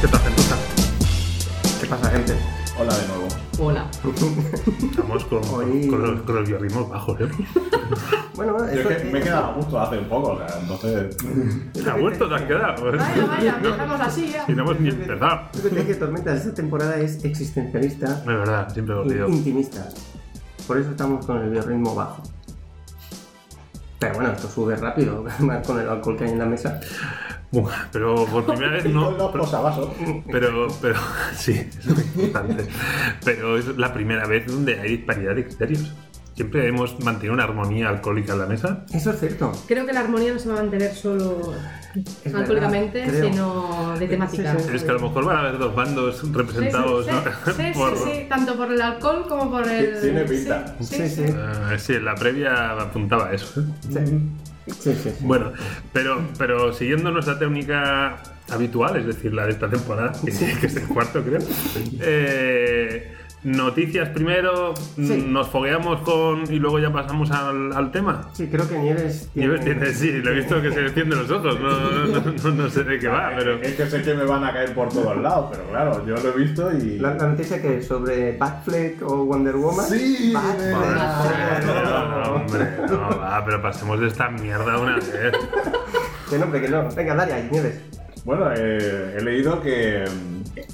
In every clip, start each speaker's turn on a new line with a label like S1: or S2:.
S1: ¿Qué pasa, gentuza? ¿Qué pasa, gente?
S2: Hola de nuevo.
S3: Hola.
S4: Estamos con,
S1: Hoy-
S4: con los, con los biorritmos bajos, ¿eh?
S1: Bueno,
S2: Yo es
S1: esto
S2: que me he quedado a gusto hace un poco, o sea, entonces.
S4: Te ha vuelto, te has quedado.
S3: Vaya, vaya,
S4: No,
S3: empezamos así ya.
S4: si no hemos ni empezado.
S1: Yo que te dije, Tormentas, esta temporada es existencialista
S4: Es verdad, siempre lo
S1: e
S4: olvido.
S1: intimista. Por eso estamos con el biorritmo bajo. Pero bueno, esto sube rápido, más con el alcohol que hay en la mesa.
S4: Buah, Pero por primera vez
S2: Y
S4: no.
S2: con los
S4: pero-
S2: posavasos.
S4: Pero, pero, sí, es muy importante. Pero es la primera vez donde hay disparidad de criterios. Siempre hemos mantenido una armonía alcohólica en la mesa.
S1: Eso es cierto.
S3: Creo que la armonía no se va a mantener solo
S1: Es
S3: alcohólicamente,
S1: verdad, creo.
S3: sino de temática.
S1: Sí, sí,
S4: Es que a lo mejor van a haber dos bandos
S3: Sí, sí,
S4: representados,
S3: sí,
S4: ¿no?
S3: sí, sí,
S4: Por-
S3: sí, tanto por el alcohol como por el.
S2: Tiene pinta.
S3: Sí,
S1: Sí,
S3: sí.
S1: sí.
S3: sí.
S4: Ah, sí, en la previa apuntaba eso. ¿eh?
S2: Mm.
S1: Sí, sí, sí.
S4: Bueno, pero, pero siguiendo nuestra técnica habitual, es decir, la de esta temporada, que, que es el cuarto, creo. eh, noticias primero,
S1: Sí.
S4: nos fogueamos con. y luego ya pasamos al, al tema.
S1: Sí, creo que Nieves tiene...
S4: Nieves tiene, sí, lo he visto que se enciende los ojos, no, no, no- no- no sé de qué va, pero.
S2: Es que sé que me van a caer por todos lados, pero claro, yo lo he visto y.
S1: La, la noticia que es sobre Batfleck o Wonder Woman.
S2: Sí,
S1: Batfleck.
S2: Madre
S4: No, no, hombre, no, va, pero pasemos de esta mierda una vez.
S1: Que no, que no. Venga, dale ahí, Nieves.
S2: Bueno, eh, he leído que,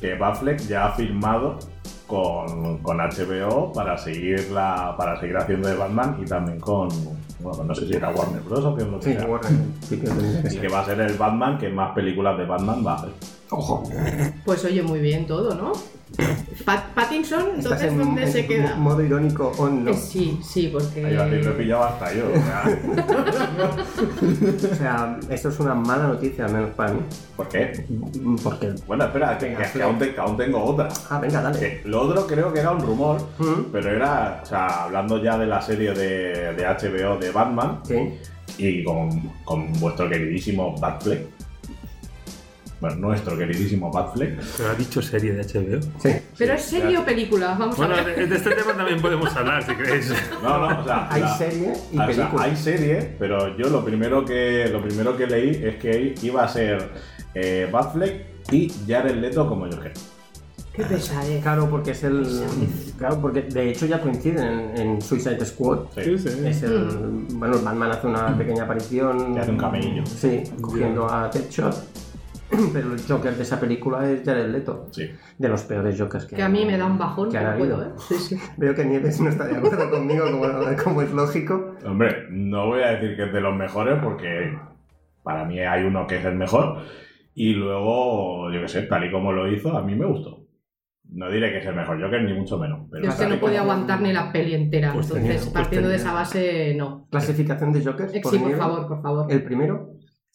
S2: que Batfleck ya ha firmado con, con HBO para seguir la para seguir haciendo de Batman y también con. Bueno, no sé si era Warner Bros. o qué es lo que
S1: Sí,
S2: era.
S1: Warren. Sí, que tendría que
S2: Y
S1: ser.
S2: que va a ser el Batman que más películas de Batman va a hacer.
S1: Ojo.
S3: Pues oye, muy bien todo, ¿no? Pat- Pattinson,
S1: Estás
S3: entonces,
S1: en,
S3: ¿dónde
S1: en
S3: se queda?
S1: modo irónico on, ¿no?
S3: Eh, Sí, sí, porque.
S2: Ahí va, lo he pillado hasta yo. o sea.
S1: O sea, esto es una mala noticia, al menos para mí.
S2: ¿Por qué?
S1: Porque...
S2: Bueno, espera, que, que- que aún, te- que aún tengo otra.
S1: Ah, venga, dale.
S2: Que lo otro creo que era un rumor,
S1: Ujú.
S2: pero era, o sea, hablando ya de la serie de, de HBO de Batman
S1: Sí.
S2: y con, con vuestro queridísimo Batfleck. Bueno, nuestro queridísimo Batfleck.
S4: Pero ha dicho serie de HBO.
S1: Sí.
S3: Pero es serie o película, vamos
S4: Bueno,
S3: a ver.
S4: de, de este tema también podemos hablar, si queréis.
S2: No, no, o sea,
S1: Hay
S2: la-
S1: serie y
S2: Ah, o sea,
S1: película.
S2: hay serie, pero yo lo primero que lo primero que leí es que iba a ser eh, Batfleck y Jared Leto como Joker.
S3: Qué eh. pesadez.
S1: Claro, porque es el... Claro, porque de hecho ya coinciden en, en Suicide Squad.
S2: Sí.
S1: Es el...
S3: Mm.
S1: Bueno, Batman hace una pequeña aparición.
S2: Que Mm. hace un camello.
S1: Sí, cogiendo a Deadshot. Pero el Joker de esa película es Jared Leto.
S2: Sí.
S1: De los peores Jokers que
S3: Que a mí me da un bajón,
S1: que
S3: que
S1: han
S3: no
S1: habido.
S3: puedo, ¿eh? Sí, sí.
S1: Veo que Nieves no está de acuerdo conmigo, como, como es lógico.
S2: Hombre, no voy a decir que es de los mejores porque para mí hay uno que es el mejor. Y luego, yo qué sé, tal y como lo hizo, a mí me gustó. No diré que es el mejor Joker, ni mucho menos. Pero
S3: Yo es que
S2: tal y
S3: no podía
S2: como-
S3: aguantar ni la peli entera,
S4: Pues tenía,
S3: entonces,
S4: pues
S3: partiendo de
S4: tenía.
S3: esa base, no.
S1: Clasificación de Jokers.
S3: Eh, Sí, por
S1: Nieves.
S3: favor, por favor.
S1: El primero.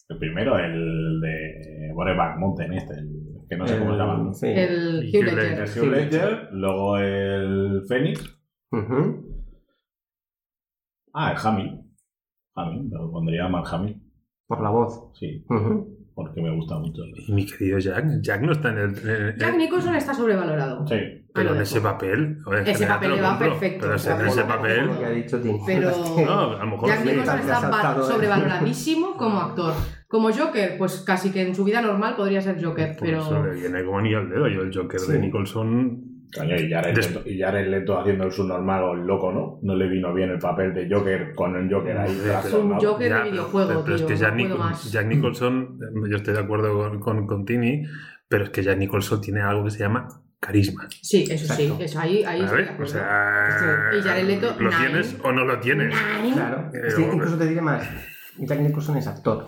S2: El primero, el de Boreback Mountain, este, el que no sé cómo se
S1: el-
S2: llama.
S1: Sí.
S3: El
S4: Y
S3: Hugh
S4: Hugh
S3: Ledger.
S2: El
S4: Ledger.
S2: Hugh Ledger, luego el Fénix.
S1: Ujú.
S2: Ah, el Hamill. Hamill, lo pondría mal Hamill.
S1: Por la voz.
S2: Sí,
S1: Ujú.
S2: porque me gusta mucho.
S4: Y mi querido Jack, Jack no está en el. en-
S3: Jack Nicholson está sobrevalorado.
S2: Sí.
S4: Pero
S3: Ahí
S4: en
S3: lo
S4: ese
S3: dejo.
S4: papel. o en
S3: Ese
S4: general
S3: papel
S4: te lo
S3: le va
S4: compro,
S3: perfecto.
S4: Pero
S3: Claro,
S4: en ese
S3: como-
S4: papel.
S1: Lo que ha dicho Tim.
S3: Pero-
S4: No, a lo mejor
S3: Jack
S4: sí.
S3: Nicholson
S1: Te has
S3: está
S1: saltado,
S3: va-
S1: ¿eh?
S3: sobrevaloradísimo como actor. Como Joker, pues casi que en su vida normal podría ser Joker,
S4: Por eso le
S3: pero
S4: pues, eh, viene como anillo al dedo. Yo, el Joker
S1: Sí.
S4: de Nicholson.
S2: Coño, y Jared,
S4: Des-
S2: Leto, y Jared Leto haciendo el subnormal o el loco, ¿no? No le vino bien el papel de Joker con el Joker ahí.
S4: Es
S3: es
S2: trastornado.
S3: un Joker de
S4: pero-
S3: videojuego,
S4: pero, es
S3: tío,
S4: que
S3: no
S4: Jack,
S3: puedo
S4: Nichol-
S3: más.
S4: Jack Nicholson, eh, yo estoy de acuerdo con, con, con Tini, pero es que Jack Nicholson tiene algo que se llama carisma.
S3: Sí, eso
S1: Exacto.
S3: sí, eso ahí, ahí estoy de
S4: ¿Sabes? O
S3: acuerdo.
S4: sea.
S3: Sí. Y Jared Leto,
S4: ¿Lo
S3: nine.
S4: tienes o no lo tienes?
S3: Nine.
S1: Claro.
S4: Eh,
S1: Sí,
S4: bueno.
S1: incluso te diré más. Jack Nicholson es actor.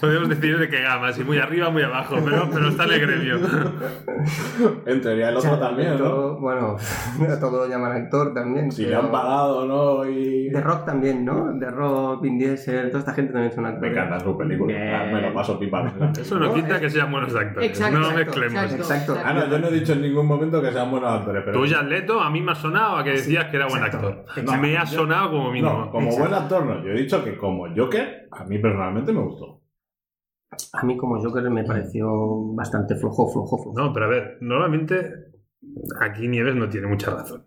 S4: Podemos decir de qué gama, si muy arriba muy abajo, pero, pero está en el gremio.
S2: En teoría el otro
S1: Ya,
S2: también, ¿no?
S1: todo- Bueno, a todo lo llaman actor también.
S2: Si le
S1: pero-
S2: han pagado, ¿no? Y...
S1: The Rock también, ¿no? The Rock, Vin Diesel, toda esta gente también son actores.
S2: Me encantan sus películas.
S1: Bien.
S2: Ah, Me lo paso pipa.
S4: Eso no quita que sean buenos actores.
S3: Exacto,
S4: no
S1: exacto,
S4: mezclemos.
S3: exacto.
S1: Exacto.
S2: Ah, no, yo no he dicho en ningún momento que sean buenos actores, pero...
S4: Tú, Jared Leto, a mí me ha sonado a que decías que era buen
S1: exacto,
S4: actor.
S1: exacto.
S4: Me ha sonado como mínimo.
S2: No, como
S1: Exacto.
S2: buen actor no. Yo he dicho que como Joker, a mí personalmente me gustó.
S1: A mí como Joker me pareció bastante flojo, flojo, flojo.
S4: No, pero a ver, normalmente aquí Nieves no tiene mucha razón.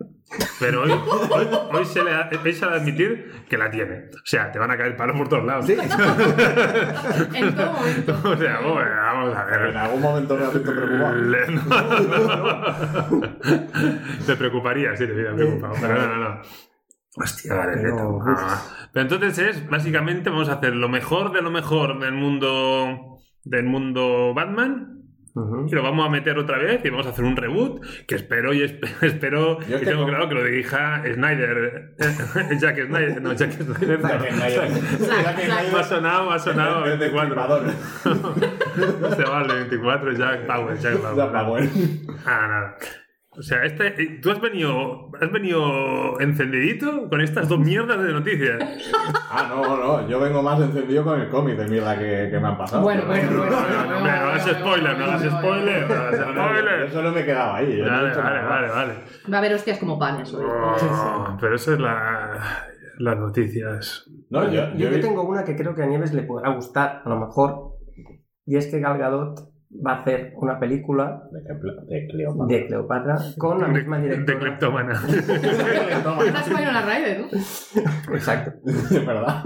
S4: Pero hoy, hoy, hoy se le ha, hoy se le ha de admitir que la tiene. O sea, te van a caer palos por todos lados.
S3: En todo momento.
S4: O sea, bueno, vamos a
S2: Pero en
S4: ver.
S2: algún momento me ha visto preocupado.
S4: Le- no. Te preocuparía, sí, te hubiera preocupado. Pero no, no, no. Hostia, vale,
S1: Pero-
S4: Beto. Ah. Pero entonces es, básicamente, vamos a hacer lo mejor de lo mejor del mundo del mundo Batman
S1: Ujú.
S4: y lo vamos a meter otra vez y vamos a hacer un reboot que espero y espe- espero
S2: Yo es
S4: y
S2: que
S4: tengo
S2: no.
S4: claro que lo dirija Snyder eh, Jack Snyder no Jack Snyder no.
S2: Zack Snyder. Zack
S4: me ha
S2: Snyder
S4: sonado me ha sonado
S2: es de
S4: 24
S2: Ecuador.
S4: se vale 24 Jack Power Jack Power
S2: Ya, pero bueno.
S4: ah nada o sea este eh, tú has venido has venido encendidito con estas dos mierdas de noticias
S2: Ah, no, no. Yo vengo más encendido con el cómic de mierda que, que me han pasado.
S3: Bueno,
S2: Pero-
S3: bueno, bueno.
S4: no, no, no, hombre, no hagas spoiler no hagas spoiler no hagas
S2: No, no, yo
S4: spoiler
S2: solo me quedaba ahí. yo no he
S4: vale
S2: dicho
S4: vale
S2: nada.
S4: vale vale
S3: Va a haber hostias como panes. hoy.
S4: Oh, pero eso es la, las noticias.
S2: No, yo,
S1: Yo,
S2: yo
S1: que
S2: vi-
S1: tengo una que creo que a Nieves le podrá gustar, a lo mejor. Y es que Gal Gadot va a hacer una película
S2: De ejemplo, de Cleopatra.
S1: de Cleopatra con la
S4: De-
S1: misma
S4: De
S1: directora.
S4: cleptómana.
S3: Estás poniendo la raíz, ¿no?
S1: Exacto.
S2: De verdad.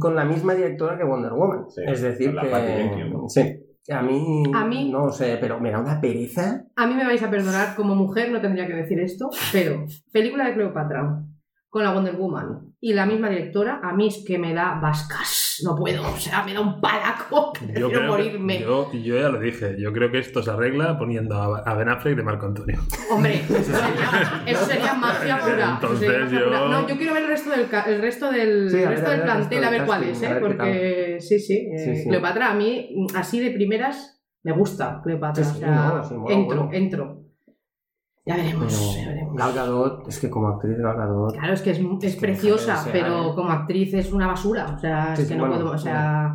S1: Con la misma directora que Wonder Woman.
S2: Sí,
S1: es decir,
S2: con la Patty
S1: que.
S2: Jenkins, ¿no?
S1: Sí. A mí,
S3: A mí-
S1: No sé, pero me da una pereza.
S3: A mí me vais a perdonar, como mujer no tendría que decir esto, pero película de Cleopatra con la Wonder Woman y la misma directora, a mí es que me da vascas. No puedo, o sea, me da un palaco. Prefiero
S4: creo que-
S3: morirme.
S4: Yo, yo ya lo dije, yo creo que esto se arregla poniendo a, a Ben Affleck de Marco Antonio.
S3: Hombre, eso sería, eso sería magia pura. eso sería
S4: Entonces
S3: magia
S4: yo-
S3: pura. No, yo quiero ver el resto del, ca- el resto del,
S1: Sí, a
S3: el
S1: ver,
S3: resto
S1: a ver
S3: del
S1: el
S3: plantel,
S1: resto
S3: a ver
S1: del
S3: cuál es,
S1: casting,
S3: ¿eh?
S1: a ver qué
S3: Porque sí, sí, eh,
S1: Sí, sí.
S3: Cleopatra a mí, mm, así de primeras, me gusta Cleopatra.
S1: Sí, sí,
S3: o sea,
S1: no, sí, mola,
S3: entro,
S1: mola.
S3: entro. Ya veremos, ya
S1: Pero
S3: veremos.
S1: Gal Gadot, es que como actriz Gal Gadot.
S3: Claro, es que es, es
S1: que
S3: preciosa,
S1: no sé,
S3: pero
S1: eh.
S3: como actriz es una basura. O sea,
S1: Sí,
S3: es que
S1: sí,
S3: no
S1: bueno,
S3: puedo. O sea,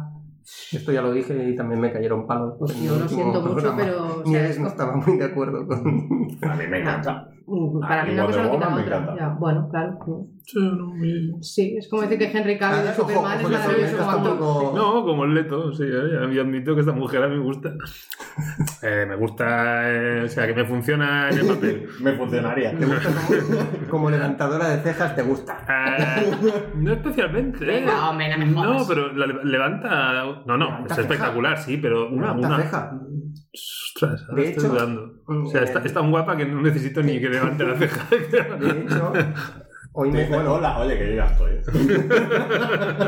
S1: Esto ya lo dije y también me cayeron palos. por el
S3: Pues yo lo
S1: último
S3: siento mucho,
S1: programa.
S3: pero. o sea,
S1: Nieves no estaba muy de acuerdo con.
S2: A mí me encanta.
S3: mm,
S2: Ah,
S3: Para mí
S2: y
S3: una cosa no
S2: Wonder
S3: quita la
S2: Woman me
S3: otra.
S2: encanta.
S3: Ya, bueno, claro. sí. Sí, es como decir que Henry Cavill de
S1: Ojo,
S3: Superman es
S1: ojo,
S3: maravilloso como
S1: está un
S3: actor.
S1: poco-
S4: No, como el Leto, sí, eh, ya me admito que esta mujer a mí me gusta. Eh, me gusta, eh, o sea, que me funciona en el papel.
S2: Me funcionaría.
S1: Te gusta como, como levantadora de cejas, te gusta.
S4: Eh, no especialmente. eh.
S3: Venga, hombre, no me
S4: No,
S3: jodas.
S4: pero la- levanta. No, no,
S1: Levanta
S4: es
S1: ceja.
S4: espectacular, sí, pero una.
S1: Levanta
S4: una...
S1: ceja.
S4: Ostras, ahora
S1: De
S4: estoy
S1: hecho, eh,
S4: dudando. O sea, está, es tan guapa que no necesito ni que levante la ceja.
S1: De hecho, hoy
S2: Te
S1: me,
S2: dicen,
S1: bueno,
S2: hola, oye, que yo ya estoy.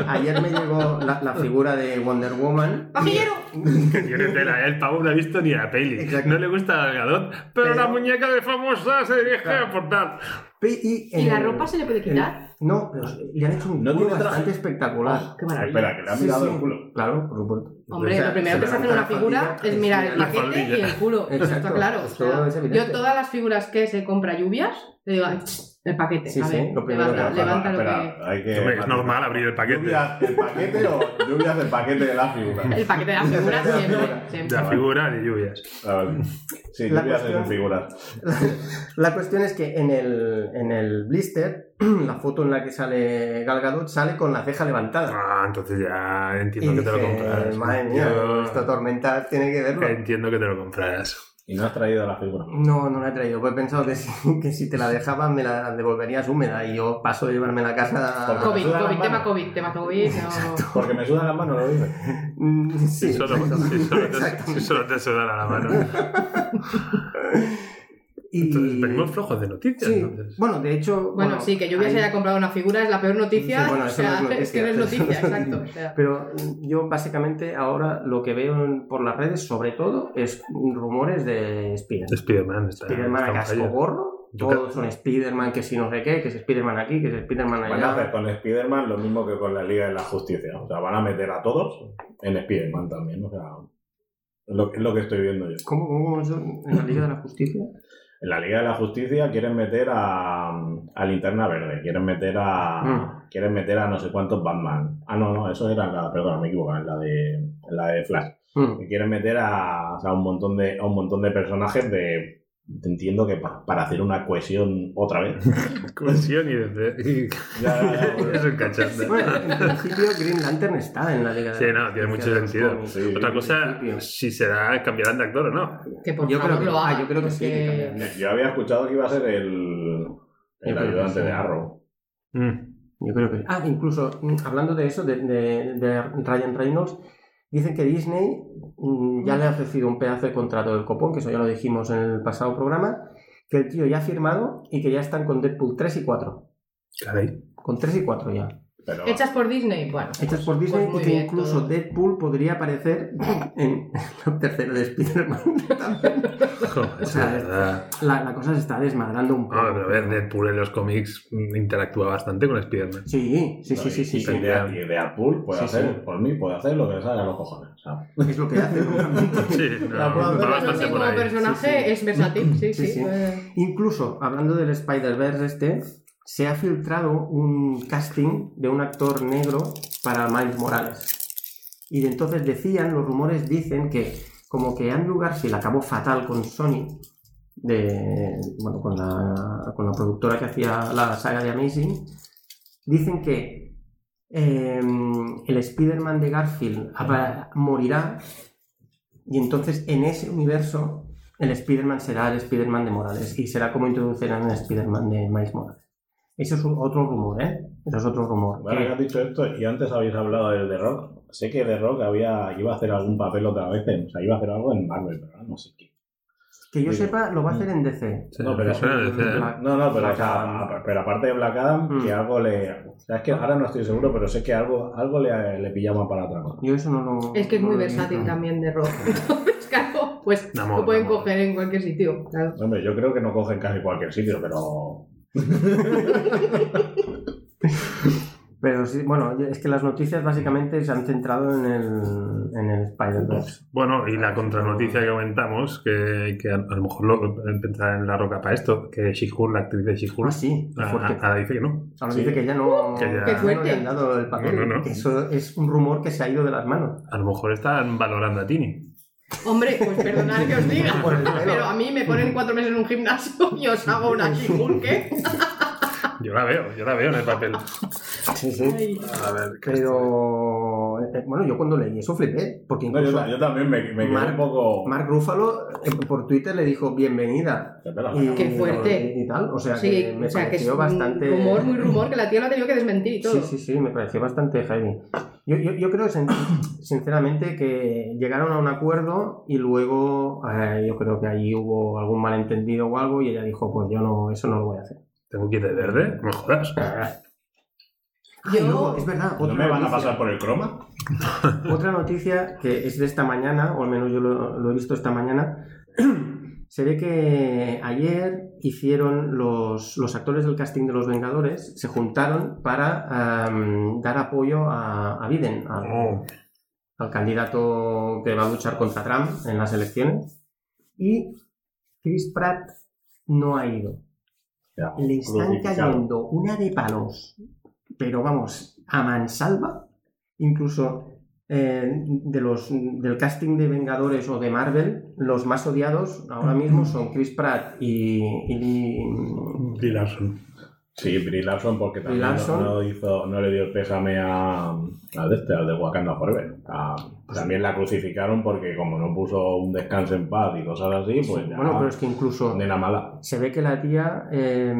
S1: ayer me llegó la, la figura de Wonder Woman.
S3: ¡Pajillero!
S4: Que tiene tela, ¿eh? el pavo no ha visto ni la peli.
S1: Exacto.
S4: No le gusta al Gadot, pero,
S1: Pero-
S4: la muñeca de famosa se dirige a portar.
S1: Y,
S3: ¿Y la ropa se le puede quitar?
S1: No, pero le han hecho un
S2: No
S1: culo
S2: tiene traje.
S1: bastante espectacular.
S3: Oh, ¡Qué maravilla!
S2: Espera, que le ha
S1: Sí,
S2: mirado
S1: sí.
S2: el culo.
S1: Claro, por supuesto.
S3: Hombre,
S4: O sea,
S3: lo primero
S1: se
S3: que se hace en una
S1: levanta la
S3: figura
S1: faldilla,
S3: es mirar
S1: es
S3: el
S1: la
S3: paquete
S4: faldilla.
S3: y el culo. Eso
S1: Exacto,
S3: está claro. O
S1: esto
S3: sea,
S1: es evidente.
S3: yo todas las figuras que se compra lluvias, le digo, "Ay, tss, el paquete.
S1: Sí,
S3: a
S1: sí,
S3: ver,
S1: lo primero
S3: levanta,
S1: que-
S3: levanta lo
S2: espera, hay que...
S4: Hombre, es normal abrir el paquete.
S2: ¿Lluvias del paquete o lluvias del paquete de la figura?
S3: que... El paquete de las figuras siempre. siempre.
S4: La figura de lluvias.
S2: A ver. Sí,
S1: La
S2: lluvias de
S1: cuestión-
S2: figuras.
S1: La cuestión es que en el, en el blister, la foto en la que sale Gal Gadot sale con la ceja levantada.
S4: Ah, entonces ya
S1: Y
S4: entiendo que te lo
S1: dije,
S4: comprarás.
S1: madre mía,
S4: Yo
S1: esta tormenta tiene que verlo.
S4: entiendo que te lo comprarás.
S2: Y no has traído la figura.
S1: No, no la he traído. Pues he pensado que si, que si te la dejaban me la devolverías húmeda y yo paso de llevarme la casa.
S3: COVID,
S2: Suda la
S3: COVID, tema
S2: mano.
S3: COVID, tema COVID. No...
S2: Porque me sudan las manos, lo dices.
S1: Mm,
S4: Si
S1: Sí,
S4: solo,
S1: exacto.
S4: si solo te, si
S1: Exactamente.
S4: solo te sudará la mano.
S1: Y-
S4: Entonces, venimos flojos de noticias.
S1: Sí.
S4: entonces.
S1: Bueno, de hecho.
S3: Bueno, sí, que lluvias
S1: ahí-
S3: haya comprado una figura es la peor noticia.
S1: Sí, bueno,
S3: o
S1: eso no
S3: sea,
S1: es noticia.
S3: que no es noticia, exacto. o sea.
S1: Pero yo básicamente ahora lo que veo en- por las redes, sobre todo, es rumores de Spider-Man.
S4: Este Spiderman está.
S1: Spider-Man a
S4: está un
S1: casco
S4: fallo.
S1: gorro
S4: Yo
S1: Todos son Spider-Man, que si no sé qué, que es Spider-Man aquí, que es Spider-Man
S2: Van a hacer
S1: allá.
S2: con Spider-Man lo mismo que con la Liga de la Justicia. O sea, van a meter a todos en Spider-Man también. O sea, es lo, es lo que estoy viendo yo.
S1: ¿Cómo, cómo eso? ¿En la Liga de la Justicia?
S2: En la Liga de la Justicia quieren meter a, a Linterna Verde, quieren meter a.
S1: Mm.
S2: Quieren meter a no sé cuántos Batman. Ah, no, no, eso era la. Perdón, me he equivocado, en la de, en la de Flash.
S1: Mm.
S2: Que quieren meter a, o sea, un montón de, a un montón de personajes de. Entiendo que pa- para hacer una cohesión otra vez.
S4: Cohesión y desde. y-
S2: Ya, ya, ya,
S4: es un cachanda.
S1: Bueno, en principio Green Lantern está en la Liga de
S4: Sí,
S1: la
S4: no, tiene mucho
S1: Justicia de los
S4: sentido.
S1: cómics.
S2: Sí.
S4: Otra cosa,
S1: principio.
S4: si será, cambiarán de actor o no.
S3: Que por
S1: Yo
S3: favor
S1: creo que-
S3: lo
S1: ah,
S3: hagan,
S1: yo creo que sí,
S3: porque-
S1: que cambiarán.
S2: Yo había escuchado que iba a ser el, el
S1: Yo creo que
S2: ayudante
S1: sí.
S2: de Arrow.
S4: Mm.
S1: Yo creo que. Ah, incluso mm, hablando de eso, de, de- de Ryan Reynolds, dicen que Disney mm, ya le ha ofrecido un pedazo de contrato del copón, que eso ya lo dijimos en el pasado programa, que el tío ya ha firmado y que ya están con Deadpool 3 y 4.
S4: Caray.
S1: Con 3 y 4 ya.
S2: Pero
S3: Hechas por Disney, bueno.
S1: Hechas por Disney
S3: pues muy
S1: y que
S3: bien,
S1: incluso
S3: todo.
S1: Deadpool podría aparecer en la tercera de Spider-Man.
S4: Joder, es
S1: sea,
S4: verdad.
S1: La, la cosa se está desmadrando un poco.
S4: Ah, pero a ver, Deadpool en los cómics mm, interactúa bastante con Spider-Man.
S1: Sí, sí,
S2: No,
S1: sí,
S2: y-
S1: sí, sí.
S2: y
S1: sí.
S2: de, y de Apul puede
S1: Sí,
S2: hacer,
S1: sí.
S2: por mí puede hacer lo que le salga a los cojones. o sea.
S1: Es lo que hace.
S4: Sí, no,
S1: La puedo
S4: va
S1: hacer.
S3: Bueno,
S4: bastante
S3: sí,
S4: por
S3: como
S4: ahí.
S3: personaje
S1: Sí, sí.
S3: es versátil, sí,
S1: Sí,
S3: sí.
S1: sí.
S3: eh,
S1: Incluso, hablando del Spider-Verse este, se ha filtrado un casting de un actor negro para Miles Morales. Y de entonces decían, los rumores dicen que como que Andrew Garfield acabó fatal con Sony, de, bueno, con la, con la productora que hacía la saga de Amazing, dicen que eh, el Spider-Man de Garfield apa- morirá y entonces en ese universo el Spider-Man será el Spider-Man de Morales y será como introducirán el Spider-Man de Miles Morales. Eso es un- otro rumor, ¿eh? Eso es otro rumor.
S2: Bueno, ya has dicho esto y antes habéis hablado del The Rock. Sé que The Rock había, iba a hacer algún papel otra vez, en- o sea, iba a hacer algo en Marvel, pero ahora no sé qué.
S1: Que yo
S2: Sí.
S1: sepa, lo va a hacer en Ah, DC.
S4: Sí,
S2: No, pero-
S4: suena de DC, ¿eh?
S1: Black-
S2: No, no, pero,
S1: Black
S2: o sea,
S1: Adam.
S2: a- Ah, pero aparte de Black Adam,
S1: Mm.
S2: que algo le. O sea, es que ahora no estoy seguro, pero sé que algo, algo le, le pillaba para otra cosa.
S1: ah. Yo eso no lo.
S3: Es que es
S1: no
S3: muy
S1: lo he visto.
S3: versátil también de rock. Entonces, claro, pues
S4: Da moda,
S3: lo pueden
S4: da moda.
S3: coger en cualquier sitio. Claro.
S2: Hombre, yo creo que no cogen casi cualquier sitio, pero.
S1: Pero sí, bueno, es que las noticias básicamente se han centrado en el, en el Spider-Verse.
S4: Bueno, y la contranoticia que comentamos, que, que a, a lo mejor lo eh, pensar en la roca para esto, que She-Hulk, la actriz de She-Hulk,
S1: Ah, sí, qué
S4: a-
S1: fuerte.
S4: a- a- dice que no.
S1: Ahora
S2: sí.
S1: dice que ya no,
S4: Que ya-
S1: ya
S4: Qué
S1: no
S3: fuerte.
S1: le han dado el papel.
S4: No, no, no.
S1: Eso es un rumor que se ha ido de las manos.
S4: A lo mejor están valorando a Tini.
S3: Hombre, pues perdonad que os diga,
S1: Por el pelo.
S3: pero a mí me ponen cuatro meses en un gimnasio y os hago una chipulque.
S4: Yo la veo, yo la veo en el papel.
S1: Sí, sí.
S4: A ver, ¿qué
S1: Pero eh, bueno, yo cuando leí eso flipé, porque
S2: No, yo,
S1: incluso
S2: ta- yo también me, me quedé
S1: Mar-
S2: un poco.
S1: Mark Ruffalo eh, por Twitter le dijo bienvenida.
S2: Te pelas la
S1: Y,
S2: cara.
S3: Qué fuerte.
S1: Y, tal, o sea
S3: Sí,
S1: que me
S3: o sea que es
S1: pareció
S3: un
S1: bastante.
S3: rumor, muy rumor, que la tía lo ha tenido que desmentir y todo.
S1: Sí, sí, sí, me pareció bastante heavy. Yo, yo, yo creo sin- sinceramente que llegaron a un acuerdo y luego eh, yo creo que allí hubo algún malentendido o algo y ella dijo, pues yo no, eso no lo voy a hacer.
S4: ¿Tengo que ir de verde? No me jodas.
S1: Ah, y
S3: Yo-
S1: luego, es verdad,
S2: ¿No
S1: otra
S2: me van a
S1: noticia.
S2: pasar por el croma?
S1: Otra noticia que es de esta mañana, o al menos yo lo, lo he visto esta mañana, se ve que ayer hicieron los, los actores del casting de Los Vengadores, se juntaron para am, dar apoyo a, a Biden, al,
S4: Oh,
S1: al candidato que va a luchar contra Trump en las elecciones. Y Chris Pratt no ha ido.
S2: Ya,
S1: Le están
S2: crucificado.
S1: cayendo una de palos, pero vamos, a mansalva, incluso eh, de los, del casting de Vengadores o de Marvel, los más odiados ahora mismo son Chris Pratt y, y Lee-
S4: Brie Larson.
S2: Sí, Brie Larson, porque también
S1: Brie Larson.
S2: No, hizo, no le dio el pésame a, al de este, al de Wakanda Forever. A- también la crucificaron porque como no puso un descanso en paz y cosas así, pues ya,
S1: Bueno, pero es que incluso
S2: condena mala.
S1: se ve que la tía, eh,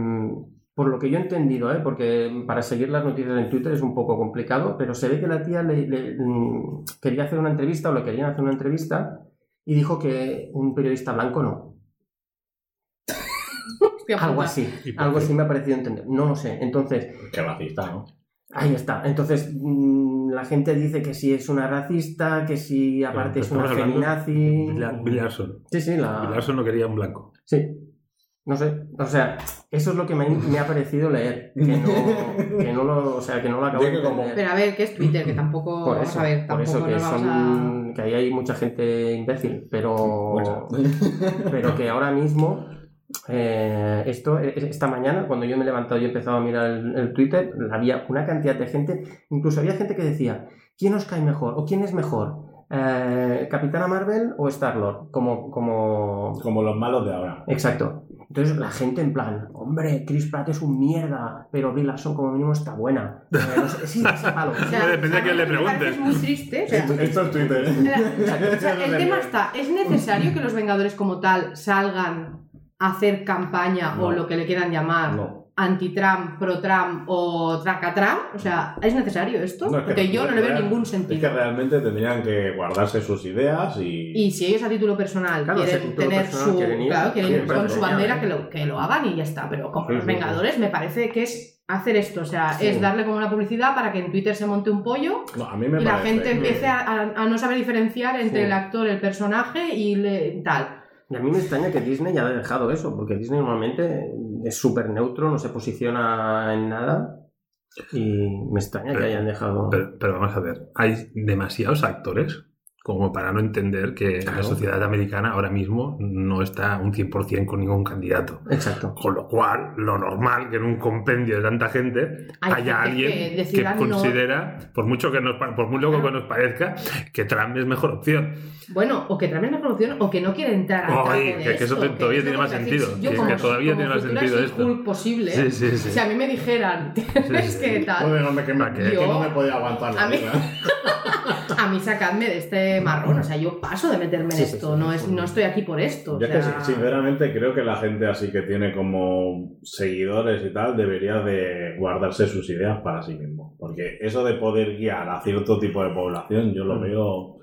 S1: por lo que yo he entendido, ¿eh? porque para seguir las noticias en Twitter es un poco complicado, pero se ve que la tía le, le- mm, quería hacer una entrevista o le querían hacer una entrevista y dijo que un periodista blanco no.
S3: Hostia
S1: Algo
S3: puta.
S1: así,
S4: ¿Y por
S1: algo
S4: qué?
S1: así me ha parecido entender. No lo sé. Entonces,
S2: Qué racista, ¿no?
S1: ahí está. Entonces, mm, la gente dice que si es una racista, que si aparte
S4: Pero
S1: es una
S4: estamos hablando
S1: feminazi.
S4: de Brie La- Brie Larson.
S1: Sí, sí,
S4: Brie
S1: la.
S4: Larson no quería un blanco.
S1: Sí. No sé, o sea, eso es lo que me, me ha parecido leer. Que no, que no lo, o sea, que no lo acabo
S2: De
S1: de,
S2: que como-
S1: entender.
S3: Pero a ver, que es Twitter, que tampoco.
S1: por
S3: vamos
S1: eso,
S3: a ver,
S1: por
S3: tampoco
S1: eso que,
S3: nos vamos a.
S1: son, que ahí hay mucha gente imbécil, pero, pero que ahora mismo, eh, esto, eh, esta mañana, cuando yo me he levantado y he empezado a mirar el, el Twitter, había una cantidad de gente, incluso había gente que decía, ¿quién os cae mejor? ¿O quién es mejor? Eh, ¿Capitana Marvel o Star-Lord? Como, como,
S2: Como los malos de ahora.
S1: Exacto. Entonces la gente en plan, hombre, Chris Pratt es un mierda, pero Brie Larson como mínimo está buena. Eh, no sé, sí, ese palo.
S3: O sea,
S4: Depende de quién le
S3: me parece
S4: preguntes.
S3: muy triste. o sea,
S2: Esto es Twitter.
S3: Espera, o sea, el tema está, ¿es necesario que los Vengadores como tal salgan a hacer campaña
S2: No.
S3: o lo que le quieran llamar
S2: No.
S3: anti-Trump, pro-Trump o traca-Trump? O sea, ¿es necesario esto?
S2: No, es que-
S3: Porque yo no le veo
S2: real-
S3: ningún
S2: Es que
S3: sentido.
S2: realmente tendrían que guardarse sus ideas y.
S3: Y si ellos a título personal
S1: Claro, si a
S3: quieren
S1: título
S3: tener
S1: personal
S3: su,
S1: quieren ir,
S3: claro, quieren
S1: sí,
S3: ir con
S1: pero
S3: su
S1: ya, ¿eh?
S3: bandera, que lo, que lo hagan y ya está. Pero como
S1: Sí,
S3: los
S1: sí, sí.
S3: Vengadores, me parece que es hacer esto. O sea,
S2: Sí.
S3: es darle como una publicidad para que en Twitter se monte un pollo
S2: No, a mí me
S3: y la
S2: parece.
S3: gente
S2: que-
S3: empiece a, a- a no saber diferenciar entre
S1: Sí.
S3: el actor, el personaje y le- tal.
S1: Y a mí me extraña que Disney ya haya dejado eso, porque Disney normalmente es súper neutro, no se posiciona en nada. Y me extraña que
S4: Pero-
S1: hayan dejado.
S4: Pero, pero vamos a ver, hay demasiados actores como para no entender que
S1: Claro.
S4: la sociedad americana ahora mismo no está un 100% con ningún candidato.
S1: Exacto.
S4: Con lo cual, lo normal que en un compendio de tanta gente
S3: Hay
S4: haya
S3: gente
S4: alguien
S3: que
S4: que,
S3: decida no-
S4: considera, por mucho que nos, pa- por muy loco
S3: Claro.
S4: que nos parezca, que Trump es mejor opción.
S3: Bueno, o que traen la producción o que no quiere entrar al trapo
S4: Ay,
S3: de
S4: que- que eso
S3: esto,
S4: te-
S3: es
S4: todavía
S3: lo
S4: tiene
S3: que
S4: más
S3: te
S4: sentido,
S3: decís.
S4: que- que todavía tiene más
S3: futura
S4: sentido
S3: She-Hulk posible.
S4: Sí, sí, sí.
S3: Si a mí me dijeran, tienes
S4: sí.
S3: que tal.
S2: Joder, no me quema, que,
S3: Yo-
S2: que no me podía aguantar la
S3: a mí-
S2: vida.
S3: A mí sacadme de este marrón. O sea, yo paso de meterme
S1: Sí,
S3: en
S1: sí,
S3: esto.
S1: sí,
S3: no,
S1: sí.
S3: es, no estoy aquí por esto. o
S2: Yo es que
S3: sea,
S2: sí, sinceramente creo que la gente así que tiene como seguidores y tal debería de guardarse sus ideas para sí mismo. Porque eso de poder guiar a cierto tipo de población, yo
S4: Mm.
S2: lo veo...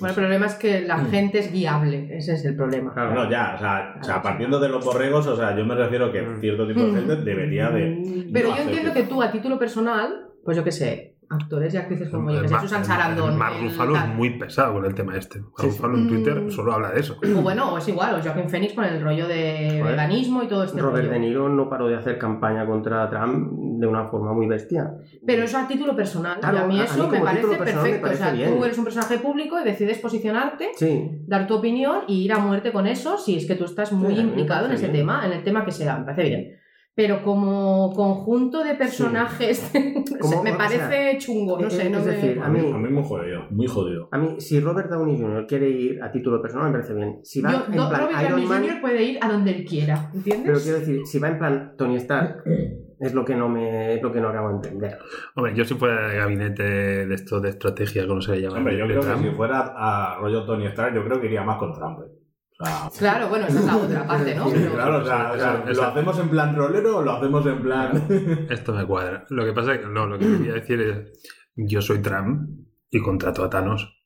S3: Bueno, el problema es que la gente es guiable. Ese es el problema.
S1: Mm. Claro.
S2: No, ya, o sea, o sea, partiendo de los borregos, o sea, yo me refiero
S4: Mm.
S2: que cierto tipo de
S3: Mm.
S2: gente debería de...
S3: Pero yo
S2: no hacer
S3: entiendo
S2: eso.
S3: que tú, a título personal, pues yo qué sé, actores y actrices como yo, que sé,
S4: Mar-
S3: Susan
S4: el-
S3: Sarandon.
S4: el Mark
S3: el
S4: Ruffalo
S3: tal.
S4: es muy pesado con el tema este. Mark
S1: Sí, sí.
S4: Ruffalo en Twitter
S3: Mm.
S4: solo habla de eso.
S3: O bueno, o es igual, o Joaquín Phoenix con el rollo de
S1: Joder.
S3: veganismo y todo este
S1: Robert
S3: rollo.
S1: De Niro no paró de hacer campaña contra Trump de una forma muy bestia.
S3: Pero eso a título personal.
S1: Claro,
S3: y a mí
S1: a- a
S3: eso me
S1: mí como
S3: parece
S1: título
S3: perfecto.
S1: personal me
S3: o sea,
S1: parece bien.
S3: tú eres un personaje público y decides posicionarte,
S1: Sí,
S3: dar tu opinión y ir a muerte con eso si es que tú estás muy
S1: Sí, a mí me
S3: implicado en
S1: parece
S3: ese
S1: bien.
S3: tema, en el tema que sea, me parece bien. Pero como conjunto de personajes, o sea,
S1: Como-
S3: me
S1: o sea,
S3: parece chungo, no
S1: es-
S3: sé, no
S1: es
S3: me-
S1: decir,
S2: A mí, a mí muy jodido, muy jodido.
S1: a mí, si Robert Downey Jr. quiere ir a título personal, me parece bien. Si va
S3: Yo,
S1: en
S3: Do-
S1: plan
S3: Robert Downey
S1: Iron Man,
S3: Jr. puede ir a donde él quiera, ¿entiendes?
S1: pero quiero decir, si va en plan Tony Stark, es lo que no me, es lo que no acabo de entender.
S4: Hombre, yo si fuera de gabinete de esto de estrategia, como se le llama.
S2: Hombre, yo
S4: de
S2: creo que
S4: Trump,
S2: si fuera a rollo Tony Stark, yo creo que iría más con Trump. eh. O sea,
S3: Claro, bueno, esa es la otra parte, ¿no?
S2: sí,
S3: Pero-
S2: claro, o sea, o sea,
S4: Esa-
S2: ¿lo
S4: esa-
S2: hacemos en plan trolero o lo hacemos en plan...?
S4: Esto me cuadra. Lo que pasa es que, no, lo que quería decir es, yo soy Trump y contrato a Thanos.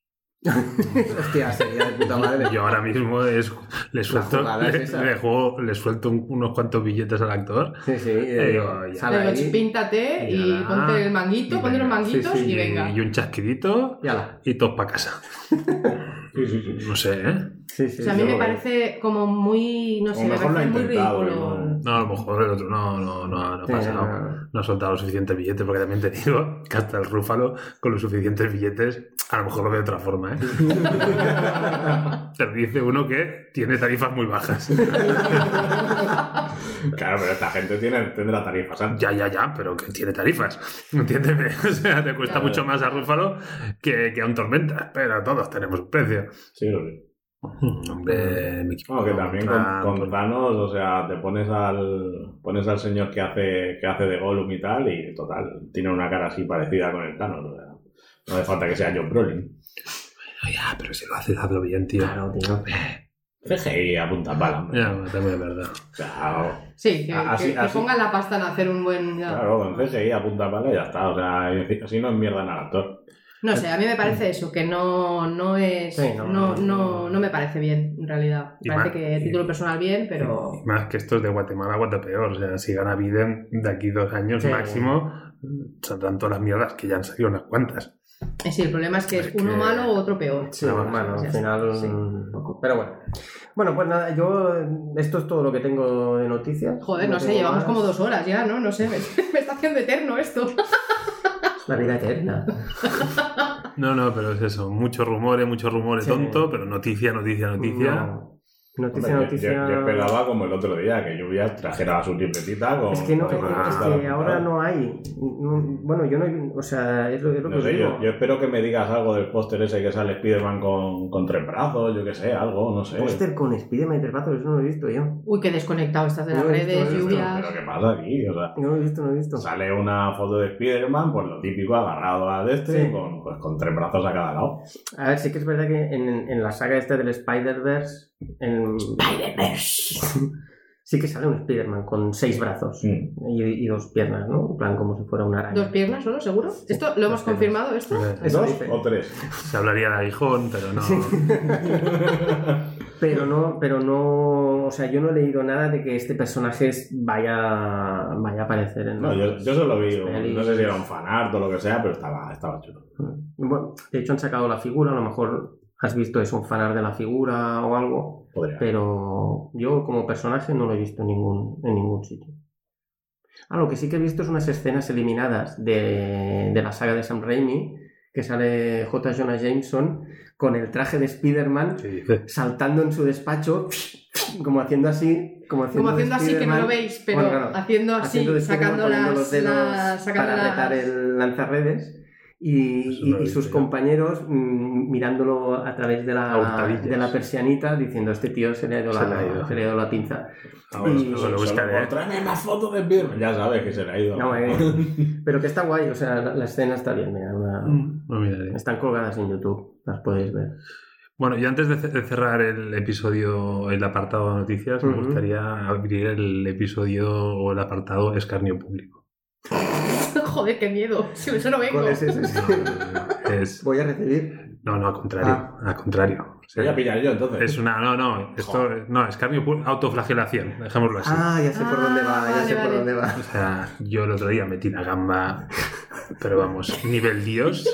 S1: Hostia, sería de puta madre.
S4: Yo ahora mismo es, le, suelto,
S1: jugada es
S4: le,
S1: esa.
S4: le juego- le suelto un- unos cuantos billetes al actor.
S1: Sí, sí.
S4: Eh,
S1: eh,
S4: digo, ya.
S1: sale
S3: Pero
S1: ahí,
S3: píntate y
S4: Ya.
S3: ponte el manguito,
S4: Y
S3: ponte los
S4: venga,
S3: manguitos
S1: sí, sí,
S3: y venga.
S4: Y un chasquidito
S1: y ala.
S4: y todos para casa.
S2: Sí, sí, sí.
S4: No sé, ¿eh?
S1: Sí, sí.
S3: O sea, a mí
S2: yo
S3: me
S2: creo que-
S3: parece como muy, no
S2: O
S3: sé, me
S2: mejor lo ha
S3: parece muy
S2: intentado,
S3: ridículo.
S2: ¿no?
S4: No, a lo mejor el otro no, no, no, no ha
S1: Eh,
S4: pasado. No ha soltado los suficientes billetes, porque también te digo que hasta el Rúfalo con los suficientes billetes, a lo mejor lo ve de otra forma, ¿eh? Te dice uno que tiene tarifas muy bajas.
S2: Claro, pero esta gente tiene, tendrá tarifas altas.
S4: Ya, ya, ya, pero que tiene tarifas. Entiéndeme. O sea, te cuesta
S3: Claro.
S4: mucho más a Rúfalo que, que a un Tormenta. Pero todos tenemos un precio.
S2: Sí, lo sé.
S4: Hombre, mi equipo
S2: Bueno, que también
S4: contra-
S2: con, con Thanos, o sea, te pones al pones al señor que hace que hace de Gollum y tal, y total, tiene una cara así parecida con el Thanos. o sea, no hace falta que sea John Brolin.
S4: No, ya, pero si lo haces, hazlo bien, tío.
S1: Claro, tío.
S2: CGI apunta pala, hombre.
S4: Ya, bueno, también es verdad.
S2: O sea,
S3: Sí, que,
S2: Ah, así-
S3: que- que
S2: así.
S3: pongan la pasta en hacer un buen... ya.
S2: claro, con CGI apunta pala y ya está. O sea, y así- así no enmierdan al actor.
S3: No sé, a mí me parece eso, que no, no es...
S1: Sí,
S3: no, no,
S1: no, no.
S3: no me parece bien, en realidad.
S4: Y
S3: parece
S4: más-
S3: que a título
S4: y-
S3: personal bien, pero...
S4: Y Más que esto es de Guatemala, guata peor. O sea, si gana Biden de aquí dos años
S1: Sí.
S4: máximo, saldrán todas las mierdas que ya han salido unas cuantas.
S3: eh, Sí, el problema es que es
S4: Porque-
S3: uno malo o otro peor.
S1: Sí,
S4: Nada más.
S1: bueno,
S3: Ya
S1: al
S3: está,
S1: final.
S3: sí.
S1: Pero bueno. Bueno, pues nada, yo. Esto es todo lo que tengo de noticias.
S3: Joder, no, sé,
S1: tengo
S3: llevamos
S1: más.
S3: como dos horas ya, ¿no? No sé, me, me está haciendo eterno esto.
S1: La vida eterna.
S4: No, no, pero es eso. Muchos rumores, muchos rumores
S1: Sí.
S4: tonto, pero noticia, noticia, noticia.
S1: No. Noticia,
S2: Hombre, yo-
S1: noticia.
S2: Yo, yo esperaba como el otro día que Lluvia trajera su libretita con.
S1: Es que, no,
S2: con-
S1: es que ahora no hay. No- bueno, yo no. O sea, es lo, es lo que
S2: No
S1: os
S2: sé,
S1: digo.
S2: yo, yo espero que me digas algo del póster ese que sale Spiderman con, con tres brazos, yo que sé, algo, no sé.
S1: Póster con Spiderman entre brazos, eso no lo he visto yo.
S3: Uy, qué desconectado estás de
S1: No,
S3: las
S1: esto
S3: redes,
S1: es-
S2: Pero-
S3: lluvias.
S2: Pero ¿qué pasa aquí? O sea,
S1: No lo he visto, no lo he visto.
S2: sale una foto de Spiderman, pues lo típico, agarrado a de este,
S1: Sí.
S2: con, pues, con tres brazos a cada lado.
S1: A ver, sí que es verdad que en, en la saga esta del Spider-Verse. en-
S3: Spider-Verse.
S1: Sí que sale un Spider-Man con seis brazos
S2: Sí.
S1: y, y dos piernas, ¿no? En plan, como si fuera una araña.
S3: ¿Dos piernas solo, seguro? ¿Esto lo hemos
S1: dos piernas.
S3: confirmado esto?
S4: Eh,
S1: Eso
S2: ¿Dos
S1: dice.
S2: o tres?
S4: Se hablaría de aguijón, pero no.
S1: Pero no, pero no. O sea, yo no he leído nada de que este personaje es- vaya, vaya a aparecer en.
S2: No, yo, yo solo vi,
S1: Pelis.
S2: no sé si era un fanart o lo que sea, pero estaba, estaba chulo.
S1: Bueno, de hecho, han sacado la figura, a lo mejor has visto eso, un fanar de la figura o algo.
S2: Podría.
S1: Pero yo como personaje no lo he visto en ningún, en ningún sitio. Ah, lo que sí que he visto es unas escenas eliminadas de, de la saga de Sam Raimi, que sale J. Jonah Jameson con el traje de Spider-Man
S4: ¿Qué dice?
S1: saltando en su despacho, como haciendo así, como haciendo,
S3: Como
S1: de
S3: haciendo así que no
S1: Spider-Man,
S3: lo veis, pero
S1: Bueno, claro.
S3: haciendo así,
S1: haciendo de Spider-Man,
S3: sacando
S1: poniendo
S3: las,
S1: los dedos
S3: las- sacando
S1: para
S3: las-
S1: retar el lanzarredes.
S4: Eso
S1: Y, y-
S4: no lo he
S1: y sus
S4: visto yo.
S1: compañeros mm, mirándolo a través de
S4: A
S1: la,
S4: hurtadillas.
S1: de la persianita diciendo este tío se le ha ido,
S4: Se
S1: la,
S4: le ha ido".
S1: se le ha ido la pinza.
S4: Ahora
S1: Y-
S4: eso lo buscaré.
S2: por, tráeme más fotos de Spiderman. Ya sabes que se le ha ido.
S1: No, eh, pero que está guay, o sea, la, la escena está bien, mira, una-
S4: Mm, lo miraré.
S1: están colgadas en YouTube, las podéis ver.
S4: Bueno, yo antes de ce- de cerrar el episodio, el apartado de noticias, me
S1: Ujú.
S4: gustaría abrir el episodio o el apartado escarnio público.
S3: Joder, qué miedo. Si eso no vengo.
S1: ¿Cuál es ese?
S4: eh, Es,
S1: Voy a recibir.
S4: no, no, al contrario. Al contrario. O sea,
S2: Voy a pillar yo entonces.
S4: es una, no, no, esto, no, escarnio público, autoflagelación, dejémoslo así.
S1: Ah, ya sé por
S3: Ah,
S1: dónde va, ya
S3: vale,
S1: sé por
S3: vale.
S1: dónde va.
S4: O sea, yo el otro día metí la gamba, pero vamos, nivel Dios.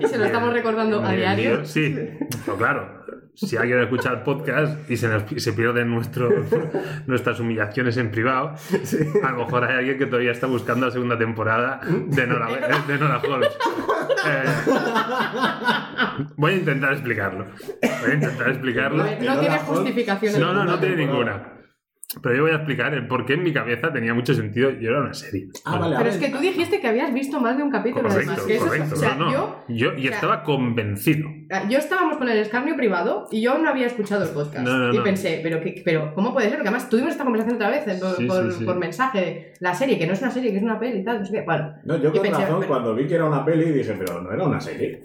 S3: Y se lo estamos recordando a
S4: Nivel
S3: diario.
S4: Dios, Sí, pero claro, si alguien escucha el podcast y se, nos- y se pierden nuestro, nuestras humillaciones en privado,
S1: Sí.
S4: a lo mejor hay alguien que todavía está buscando la segunda temporada de Nora, de Nora Holmes. Eh, voy a intentar explicarlo. Voy a intentar explicarlo.
S3: No, no tiene justificación.
S4: No, no, no tiene
S2: temporada.
S4: ninguna. Pero yo voy a explicar el por qué en mi cabeza tenía mucho sentido y era una serie.
S2: Ah, vale, a
S3: Pero
S2: ver.
S3: es que tú dijiste que habías visto más de un capítulo
S4: Correcto,
S3: además. Que eso es-
S4: correcto.
S3: o sea,
S4: no, no.
S3: yo,
S4: Yo- y
S3: o sea-
S4: estaba convencido.
S3: yo estábamos con el escarnio privado y yo aún no había escuchado el podcast.
S4: No, no,
S3: y
S4: no.
S3: pensé, pero, qué- pero ¿cómo puede ser? Porque además tuvimos esta conversación otra vez eh, por,
S4: Sí,
S3: por-
S4: sí, sí.
S3: por mensaje. de La serie, que no es una serie, que es una peli y tal. No sé qué. Bueno,
S2: No, yo
S3: Y
S2: con
S3: pensé,
S2: razón,
S3: pero-
S2: cuando vi que era una peli, dije, pero no era una serie.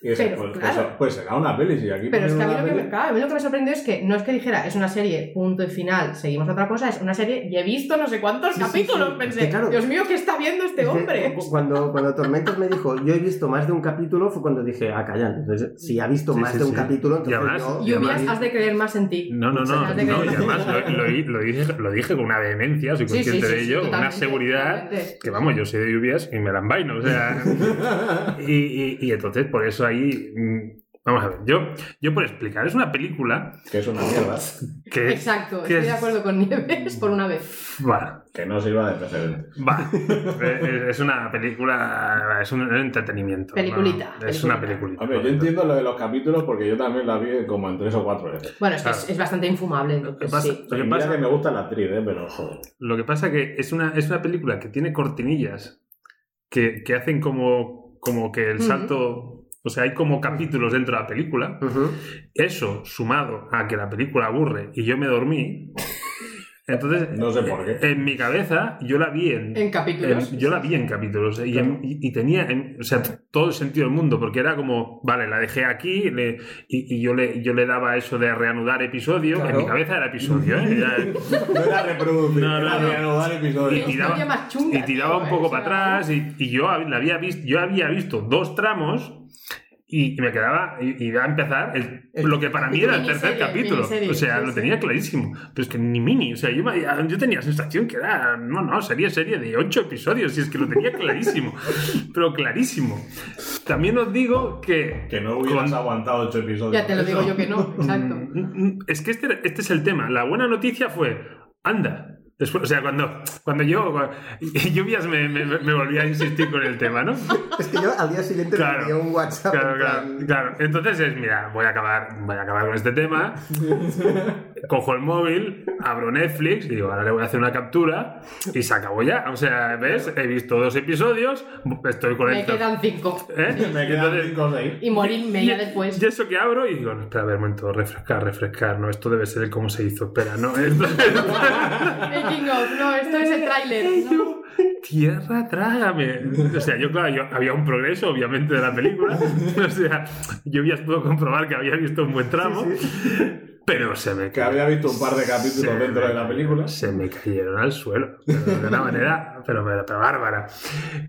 S2: Y dije,
S3: Pero,
S2: pues,
S3: claro.
S2: pues- pues será una peli, si aquí
S3: pero es que a
S2: ponen
S3: mí,
S2: una
S3: lo que me,
S2: peli-
S3: claro, a mí lo que me sorprendió es que no es que dijera, es una serie, punto y final, seguimos a otra cosa, es una serie y he visto no sé cuántos
S1: Sí, sí,
S3: capítulos.
S1: sí.
S3: Pensé,
S1: Es que claro-
S3: Dios mío, ¿qué está viendo este
S1: Es que
S3: hombre?
S1: cu- Cuando, cuando Tormentos me dijo, yo he visto más de un capítulo, fue cuando dije, ah, calla, entonces, si ha visto
S4: Sí,
S1: más
S4: sí,
S1: de un
S4: sí.
S1: capítulo, entonces
S4: Y además-
S1: yo...
S4: y además-
S3: Lluvias, has de creer más en ti.
S4: No, no,
S3: Se
S4: no.
S3: las de
S4: no, y
S3: creer.
S4: además lo, lo di- lo dije, lo dije con una vehemencia, soy
S3: Sí, sí,
S4: consciente
S3: sí,
S4: de
S3: sí,
S4: ello, con una
S3: totalmente,
S4: seguridad
S3: totalmente.
S4: que vamos, yo soy de lluvias y me la envaino. O sea, y, y- y entonces por eso ahí. mm, Vamos a ver, yo, yo por explicar, es una película
S2: Que es una mierda.
S4: que.
S3: Exacto,
S4: que
S3: estoy de
S4: es-
S3: acuerdo con Nieves por una vez.
S4: Bueno,
S2: Que no sirva de precedente.
S4: Va, Eh, es una película, es un entretenimiento.
S3: Peliculita,
S4: ¿no? Es una
S3: peliculita.
S4: peliculita.
S2: Hombre, yo entiendo lo de los capítulos porque yo también la vi como en tres o cuatro veces.
S3: Bueno, es que
S4: Claro.
S3: es, es bastante infumable,
S4: ¿Qué
S3: entonces
S4: pasa?
S3: sí.
S4: Lo
S2: Y
S4: que
S2: mira
S4: pasa-
S2: que me gusta la actriz, ¿eh? pero joder.
S4: Lo que pasa que es una, es una película que tiene cortinillas que, que hacen como, como que el
S3: Ujú.
S4: salto... O sea, hay como capítulos dentro de la película.
S1: Ujú.
S4: Eso, sumado a que la película aburre y yo me dormí. Entonces,
S2: No sé por qué.
S4: en mi cabeza, yo la vi en...
S3: En capítulos.
S4: en- yo la vi en capítulos y, en-
S2: Claro.
S4: y- y tenía en- o sea, t- todo el sentido del mundo, porque era como, vale, la dejé aquí le- y, y yo, le, yo le daba eso de reanudar episodio. En
S1: Claro.
S4: mi cabeza era episodio, ¿eh? Era-
S2: No era reproducir,
S4: No, no,
S2: era
S4: no.
S2: reanudar
S4: y
S2: episodios.
S3: Historia
S4: tiraba-
S3: más chunga,
S4: y tiraba
S3: tío,
S4: un
S3: ¿eh?
S4: poco
S3: O sea,
S4: para atrás y, y yo, hab- la había visto, yo había visto dos tramos Y, y me quedaba, y, y iba a empezar el-
S1: El-
S4: lo que para mí era el tercer
S3: Miniserie,
S4: capítulo.
S3: miniserie,
S4: o sea,
S3: sí,
S4: lo
S3: sí.
S4: tenía clarísimo. Pero es que ni mini. O sea, yo, me- yo tenía la sensación que era, no, no, sería serie de ocho episodios. Y es que lo tenía clarísimo. pero clarísimo. También os digo que.
S2: Que no hubieras aguantado ocho episodios.
S3: Ya te lo digo
S2: Eso.
S3: yo que no, exacto.
S4: Mm, mm, Es que este, este es el tema. La buena noticia fue, anda. Después, o sea, cuando, cuando yo, lluvias me, me, me volví a insistir con el tema, ¿no?
S1: Es que yo al día siguiente me
S4: Claro.
S1: envié un WhatsApp.
S4: Claro,
S1: en
S4: claro,
S1: plan,
S4: claro. Entonces es, mira, voy a acabar, voy a acabar con este tema. Cojo el móvil, abro Netflix, y digo, ahora le voy a hacer una captura y se acabó ya. O sea, ves, he visto dos episodios, estoy con
S3: Me
S4: el
S3: quedan cinco.
S4: ¿Eh?
S2: Me quedan
S4: Entonces-
S2: cinco o seis.
S3: Y morirme ya
S4: y-
S3: después.
S4: Y eso que abro y digo, no, espera, a ver, un momento, refrescar, refrescar, no, esto debe ser el cómo se hizo, espera, no, esto...
S3: Making of, no, esto es el tráiler.
S4: Y
S3: ¿no?
S4: yo, Tierra, trágame. O sea, yo, claro, yo, había un progreso, obviamente, de la película. O sea, yo ya puedo comprobar que había visto un buen tramo. Pero se me
S2: Que había visto un par de capítulos
S4: se
S2: dentro
S4: me-
S2: de la película.
S4: Se me cayeron al suelo. pero de una manera, pero, pero, pero bárbara.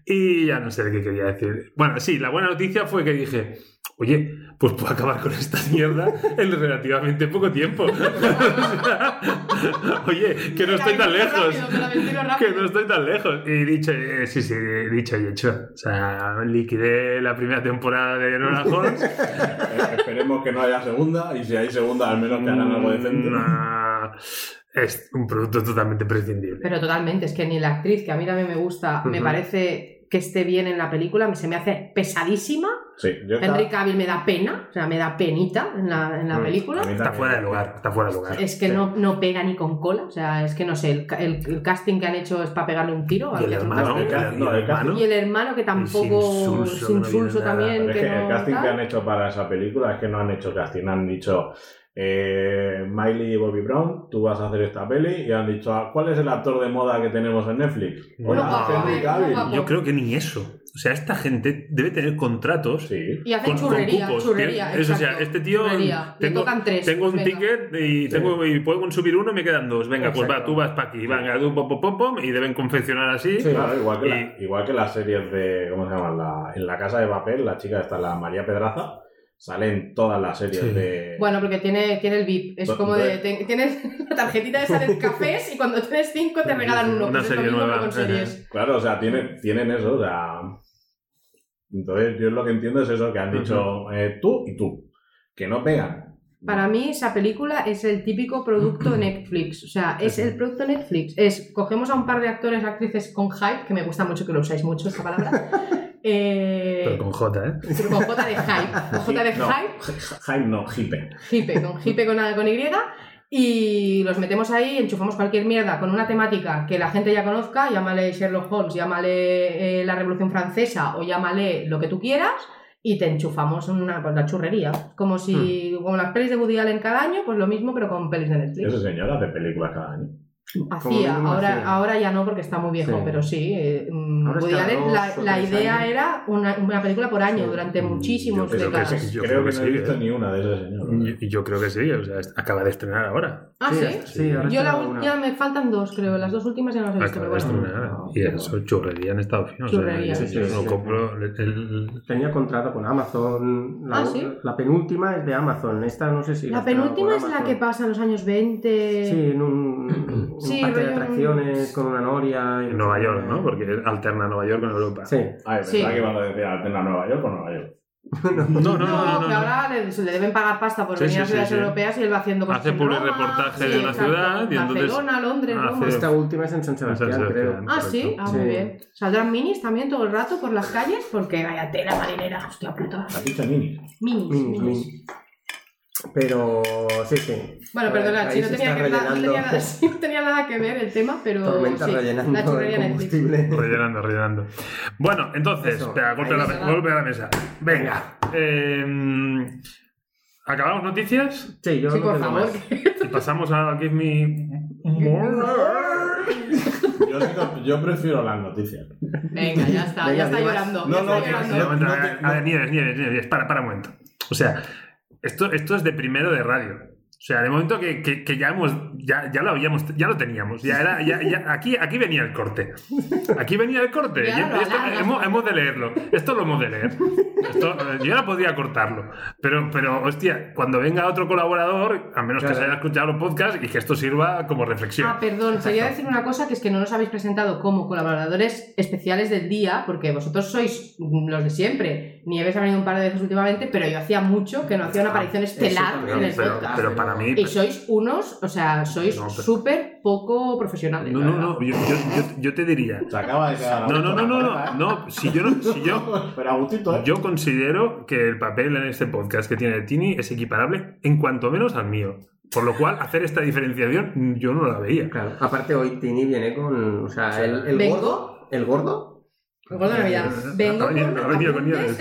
S4: Y ya no sé de qué quería decir. Bueno, sí, la buena noticia fue que dije, oye, pues puedo acabar con esta mierda en relativamente poco tiempo. O sea, oye, que no estoy tan lejos.
S3: Rápido, que la ventilo
S4: Que
S3: rápido.
S4: no estoy tan lejos. Y dicho, eh, sí, sí, dicho y hecho. O sea, liquidé la primera temporada de Nora Jones.
S2: Eh, Esperemos que no haya segunda. Y si hay segunda, al menos que hagan
S4: Mm.
S2: algo decente.
S4: Una- Es un producto totalmente prescindible.
S3: Pero totalmente, es que ni la actriz, que a mí también me gusta, me
S4: Ujú.
S3: parece que esté bien en la película, se me hace pesadísima.
S2: Sí, yo estaba-
S3: Henry Cavill me da pena, o sea, me da penita en la, en la
S4: Mm.
S3: película.
S2: A mí
S4: Está
S2: también.
S4: fuera de lugar, está fuera de lugar.
S3: Es que
S4: Sí.
S3: no, no pega ni con cola, o sea, es que no sé, el, ca- el- el casting que han hecho es para pegarle un tiro. al
S4: Y el
S3: que hace un
S4: hermano,
S3: casting.
S2: casting.
S4: y el hermano.
S3: Y el hermano que tampoco
S4: insulso,
S3: es
S4: que no
S3: insulso
S4: viene nada.
S3: también.
S2: Pero es
S3: Que
S2: que el
S3: no
S2: casting
S3: tal.
S2: que han hecho para esa película es que no han hecho casting, han dicho eh, Miley y Bobby Brown, tú vas a hacer esta peli y han dicho ah, ¿cuál es el actor de moda que tenemos en Netflix? pues
S4: Uno guapo,
S2: Henry
S3: eh,
S2: Cavill.
S3: uno guapo.
S4: Yo creo que ni eso. O sea, esta gente debe tener contratos
S2: Sí.
S3: Y hacen churrería,
S4: cupos,
S3: churrería.
S4: tío. Es, o sea,
S3: exacto,
S4: este tío.
S3: churrería. Le
S4: Tengo,
S3: tocan tres.
S4: tengo un
S3: pues venga.
S4: ticket y, tengo, y puedo consumir uno, me quedan dos. Venga, pues va,
S1: Exacto.
S4: tú vas para aquí. Venga, tú, pom, pom, pom, pom, y deben confeccionar así.
S2: Sí, claro, igual, que la-
S4: Y-
S2: igual que las series de, ¿cómo se llama? La- en la casa de papel, la chica está la María Pedraza, salen todas las series
S4: Sí.
S2: de...
S3: Bueno, porque tiene, tiene el VIP. Es
S2: Do-
S3: como de.
S2: do-
S3: ten- tienes la tarjetita esa de cafés y cuando tienes cinco te regalan uno.
S4: Una
S3: pues es lo
S4: serie
S3: mismo que
S4: nueva,
S3: con series.
S2: Claro, o sea, tienen, tienen eso, o sea... Entonces yo lo que entiendo es eso, que han dicho eh, tú y tú, que no pegan.
S3: Para mí esa película es el típico producto Netflix. O sea, es el producto Netflix. Es, cogemos a un par de actores, actrices con hype, que me gusta mucho que lo usáis mucho esta palabra. Eh,
S4: Pero con J, ¿eh?
S3: pero con J de hype. Con J de
S2: No,
S3: hype.
S2: Hype no, hipe.
S3: Hipe, con hipe con, A- con Y. Y los metemos ahí, enchufamos cualquier mierda con una temática que la gente ya conozca, llámale Sherlock Holmes, llámale eh, la Revolución Francesa o llámale lo que tú quieras y te enchufamos una, pues, la churrería. Como si,
S1: Hmm.
S3: como las pelis de Woody Allen cada año, pues lo mismo, pero con pelis de Netflix.
S2: Ese señor hace películas cada año.
S1: Como
S3: Hacía,
S1: mínimo
S3: ahora,
S1: hacía.
S3: ahora ya no porque está muy viejo,
S1: Sí.
S3: pero sí. eh, mm,
S1: Ahora es
S3: Woody
S1: cada
S3: Allen,
S1: dos
S3: la,
S1: o
S3: la
S1: tres
S3: idea
S1: años.
S3: era una, una película por año
S1: Sí.
S3: durante
S4: Mm, yo
S3: muchísimos
S4: creo que
S3: décadas.
S4: sí. yo
S2: creo,
S4: creo
S2: que,
S4: que
S2: no he
S4: sí,
S2: visto
S4: ¿eh?
S2: ni una de ese señor.
S4: Yo, yo creo que sí, o sea, es- acaba de estrenar ahora.
S3: Ah,
S1: Sí,
S3: sí.
S1: sí, ahora
S3: Yo la
S1: tengo
S3: ul-
S1: una.
S3: ya me faltan dos, creo. Las dos últimas ya no las he visto.
S4: Acaba de
S3: Pero bueno.
S4: estrenar.
S1: no,
S4: y
S1: no.
S4: eso, churrería en estado fino. O sea,
S3: Churrería.
S4: yo-
S1: Sí,
S4: yo
S1: sí,
S4: no
S1: sí.
S4: compro el- el-
S1: Tenía contrato con Amazon. La,
S3: Ah, ¿sí?
S1: la penúltima es de Amazon. Esta no sé si.
S3: La
S1: has tenido
S3: penúltima
S1: con
S3: es la
S1: Amazon.
S3: que pasa en los años 20.
S1: Sí, en un, un
S3: Sí,
S1: parque de
S3: rollo un-
S1: atracciones con una noria. y-
S4: en Nueva York, ¿no? Porque alterna Nueva York con Europa.
S1: Sí.
S2: Ay, pensaba
S3: Sí.
S2: Ah, que ibas a decir alterna Nueva York con Nueva York.
S4: No, no, no.
S3: No,
S4: no, no,
S3: que
S4: no.
S3: ahora le, se le deben pagar pasta por
S4: Sí,
S3: venir a
S4: sí,
S3: las
S4: sí,
S3: ciudades
S4: sí.
S3: europeas y él va haciendo cosas.
S4: Hace
S3: en
S4: publi
S3: Roma,
S4: reportaje de la
S3: exacto,
S4: ciudad y entonces
S3: Barcelona, Londres,
S4: hace-
S3: Roma.
S1: Esta última es en San Sebastián,
S4: Pues San Sebastián.
S1: creo.
S3: Ah, sí, ah, muy
S1: Sí.
S3: bien. Saldrán minis también todo el rato por las calles porque vaya tela marinera, hostia puta.
S2: Has dicho mini.
S3: Minis,
S1: Mm,
S3: minis.
S1: mm. Pero sí, sí.
S3: Bueno,
S1: A ver,
S3: perdona,
S1: ahí
S3: si no
S1: se
S3: tenía,
S1: está
S3: que- no,
S1: rellenando
S3: tenía nada, sí, no tenía nada que ver el tema, pero.
S1: Tormenta
S3: sí, la
S1: rellenando
S3: churrería
S1: el
S3: Netflix.
S1: combustible.
S4: Rellenando, rellenando. Bueno, entonces,
S1: Eso.
S4: espera, golpe, a
S3: Ahí
S4: la,
S3: está.
S4: golpe a la mesa. Venga. eh, ¿Acabamos noticias?
S1: Sí, yo
S3: Sí,
S1: no
S3: por
S1: tengo
S3: favor.
S1: más.
S4: Y pasamos a Give Me More.
S2: Yo, sí que- yo prefiero las noticias.
S3: Venga, ya está,
S1: Venga,
S3: ya está
S1: di más.
S3: llorando.
S2: No,
S3: ya
S2: no,
S3: está
S2: que-
S3: llorando.
S4: Un momento,
S2: no
S4: a ver,
S2: te-
S4: a ver, Nieves, Nieves, Nieves, para, para un momento. O sea, esto, esto es de primero de radio. O sea, de momento que, que- que ya hemos, ya, ya lo habíamos, ya lo teníamos. Ya era, ya, ya- aquí, aquí venía el corte. Aquí venía el corte.
S3: Ya
S4: Y
S3: lo
S4: esto-
S3: alargas.
S4: hemos, hemos de leerlo. Esto lo hemos de leer. Esto, eh, yo ahora podría cortarlo. Pero, pero, hostia, cuando venga otro colaborador, a menos que
S1: Claro.
S4: se haya escuchado los podcasts y que esto sirva como reflexión.
S3: Ah, perdón, quería decir una cosa que es que no nos habéis presentado como colaboradores especiales del día, porque vosotros sois mm, los de siempre. Nieves ha venido un par de veces últimamente, pero yo hacía mucho que no hacía una aparición estelar
S1: también,
S4: pero,
S3: en el
S4: Ah, pero-
S3: podcast.
S4: pero para mí.
S3: y sois unos, o sea, sois
S4: No, pero-
S3: súper poco profesionales.
S4: No,
S3: la
S4: no,
S3: verdad.
S4: no. Yo, yo- yo- yo te diría.
S2: Se acaba de quedar.
S4: No, no, no,
S2: Agustín
S4: no,
S2: con la
S4: no.
S2: puerta,
S4: no si yo no. Si yo,
S2: ¿eh? Pero Agustito, ¿eh?
S4: Yo considero que el papel en este podcast que tiene Tini es equiparable en cuanto menos al mío. Por lo cual, hacer esta diferenciación yo no la veía.
S1: Claro. Aparte hoy Tini viene con, o sea, el, el
S3: ¿Vengo?
S1: gordo, el gordo,
S3: Recuerdo de Navidad. Pues Vengo
S4: Ha venido- ha
S3: con
S4: venido con
S3: apuntes.
S4: nieves.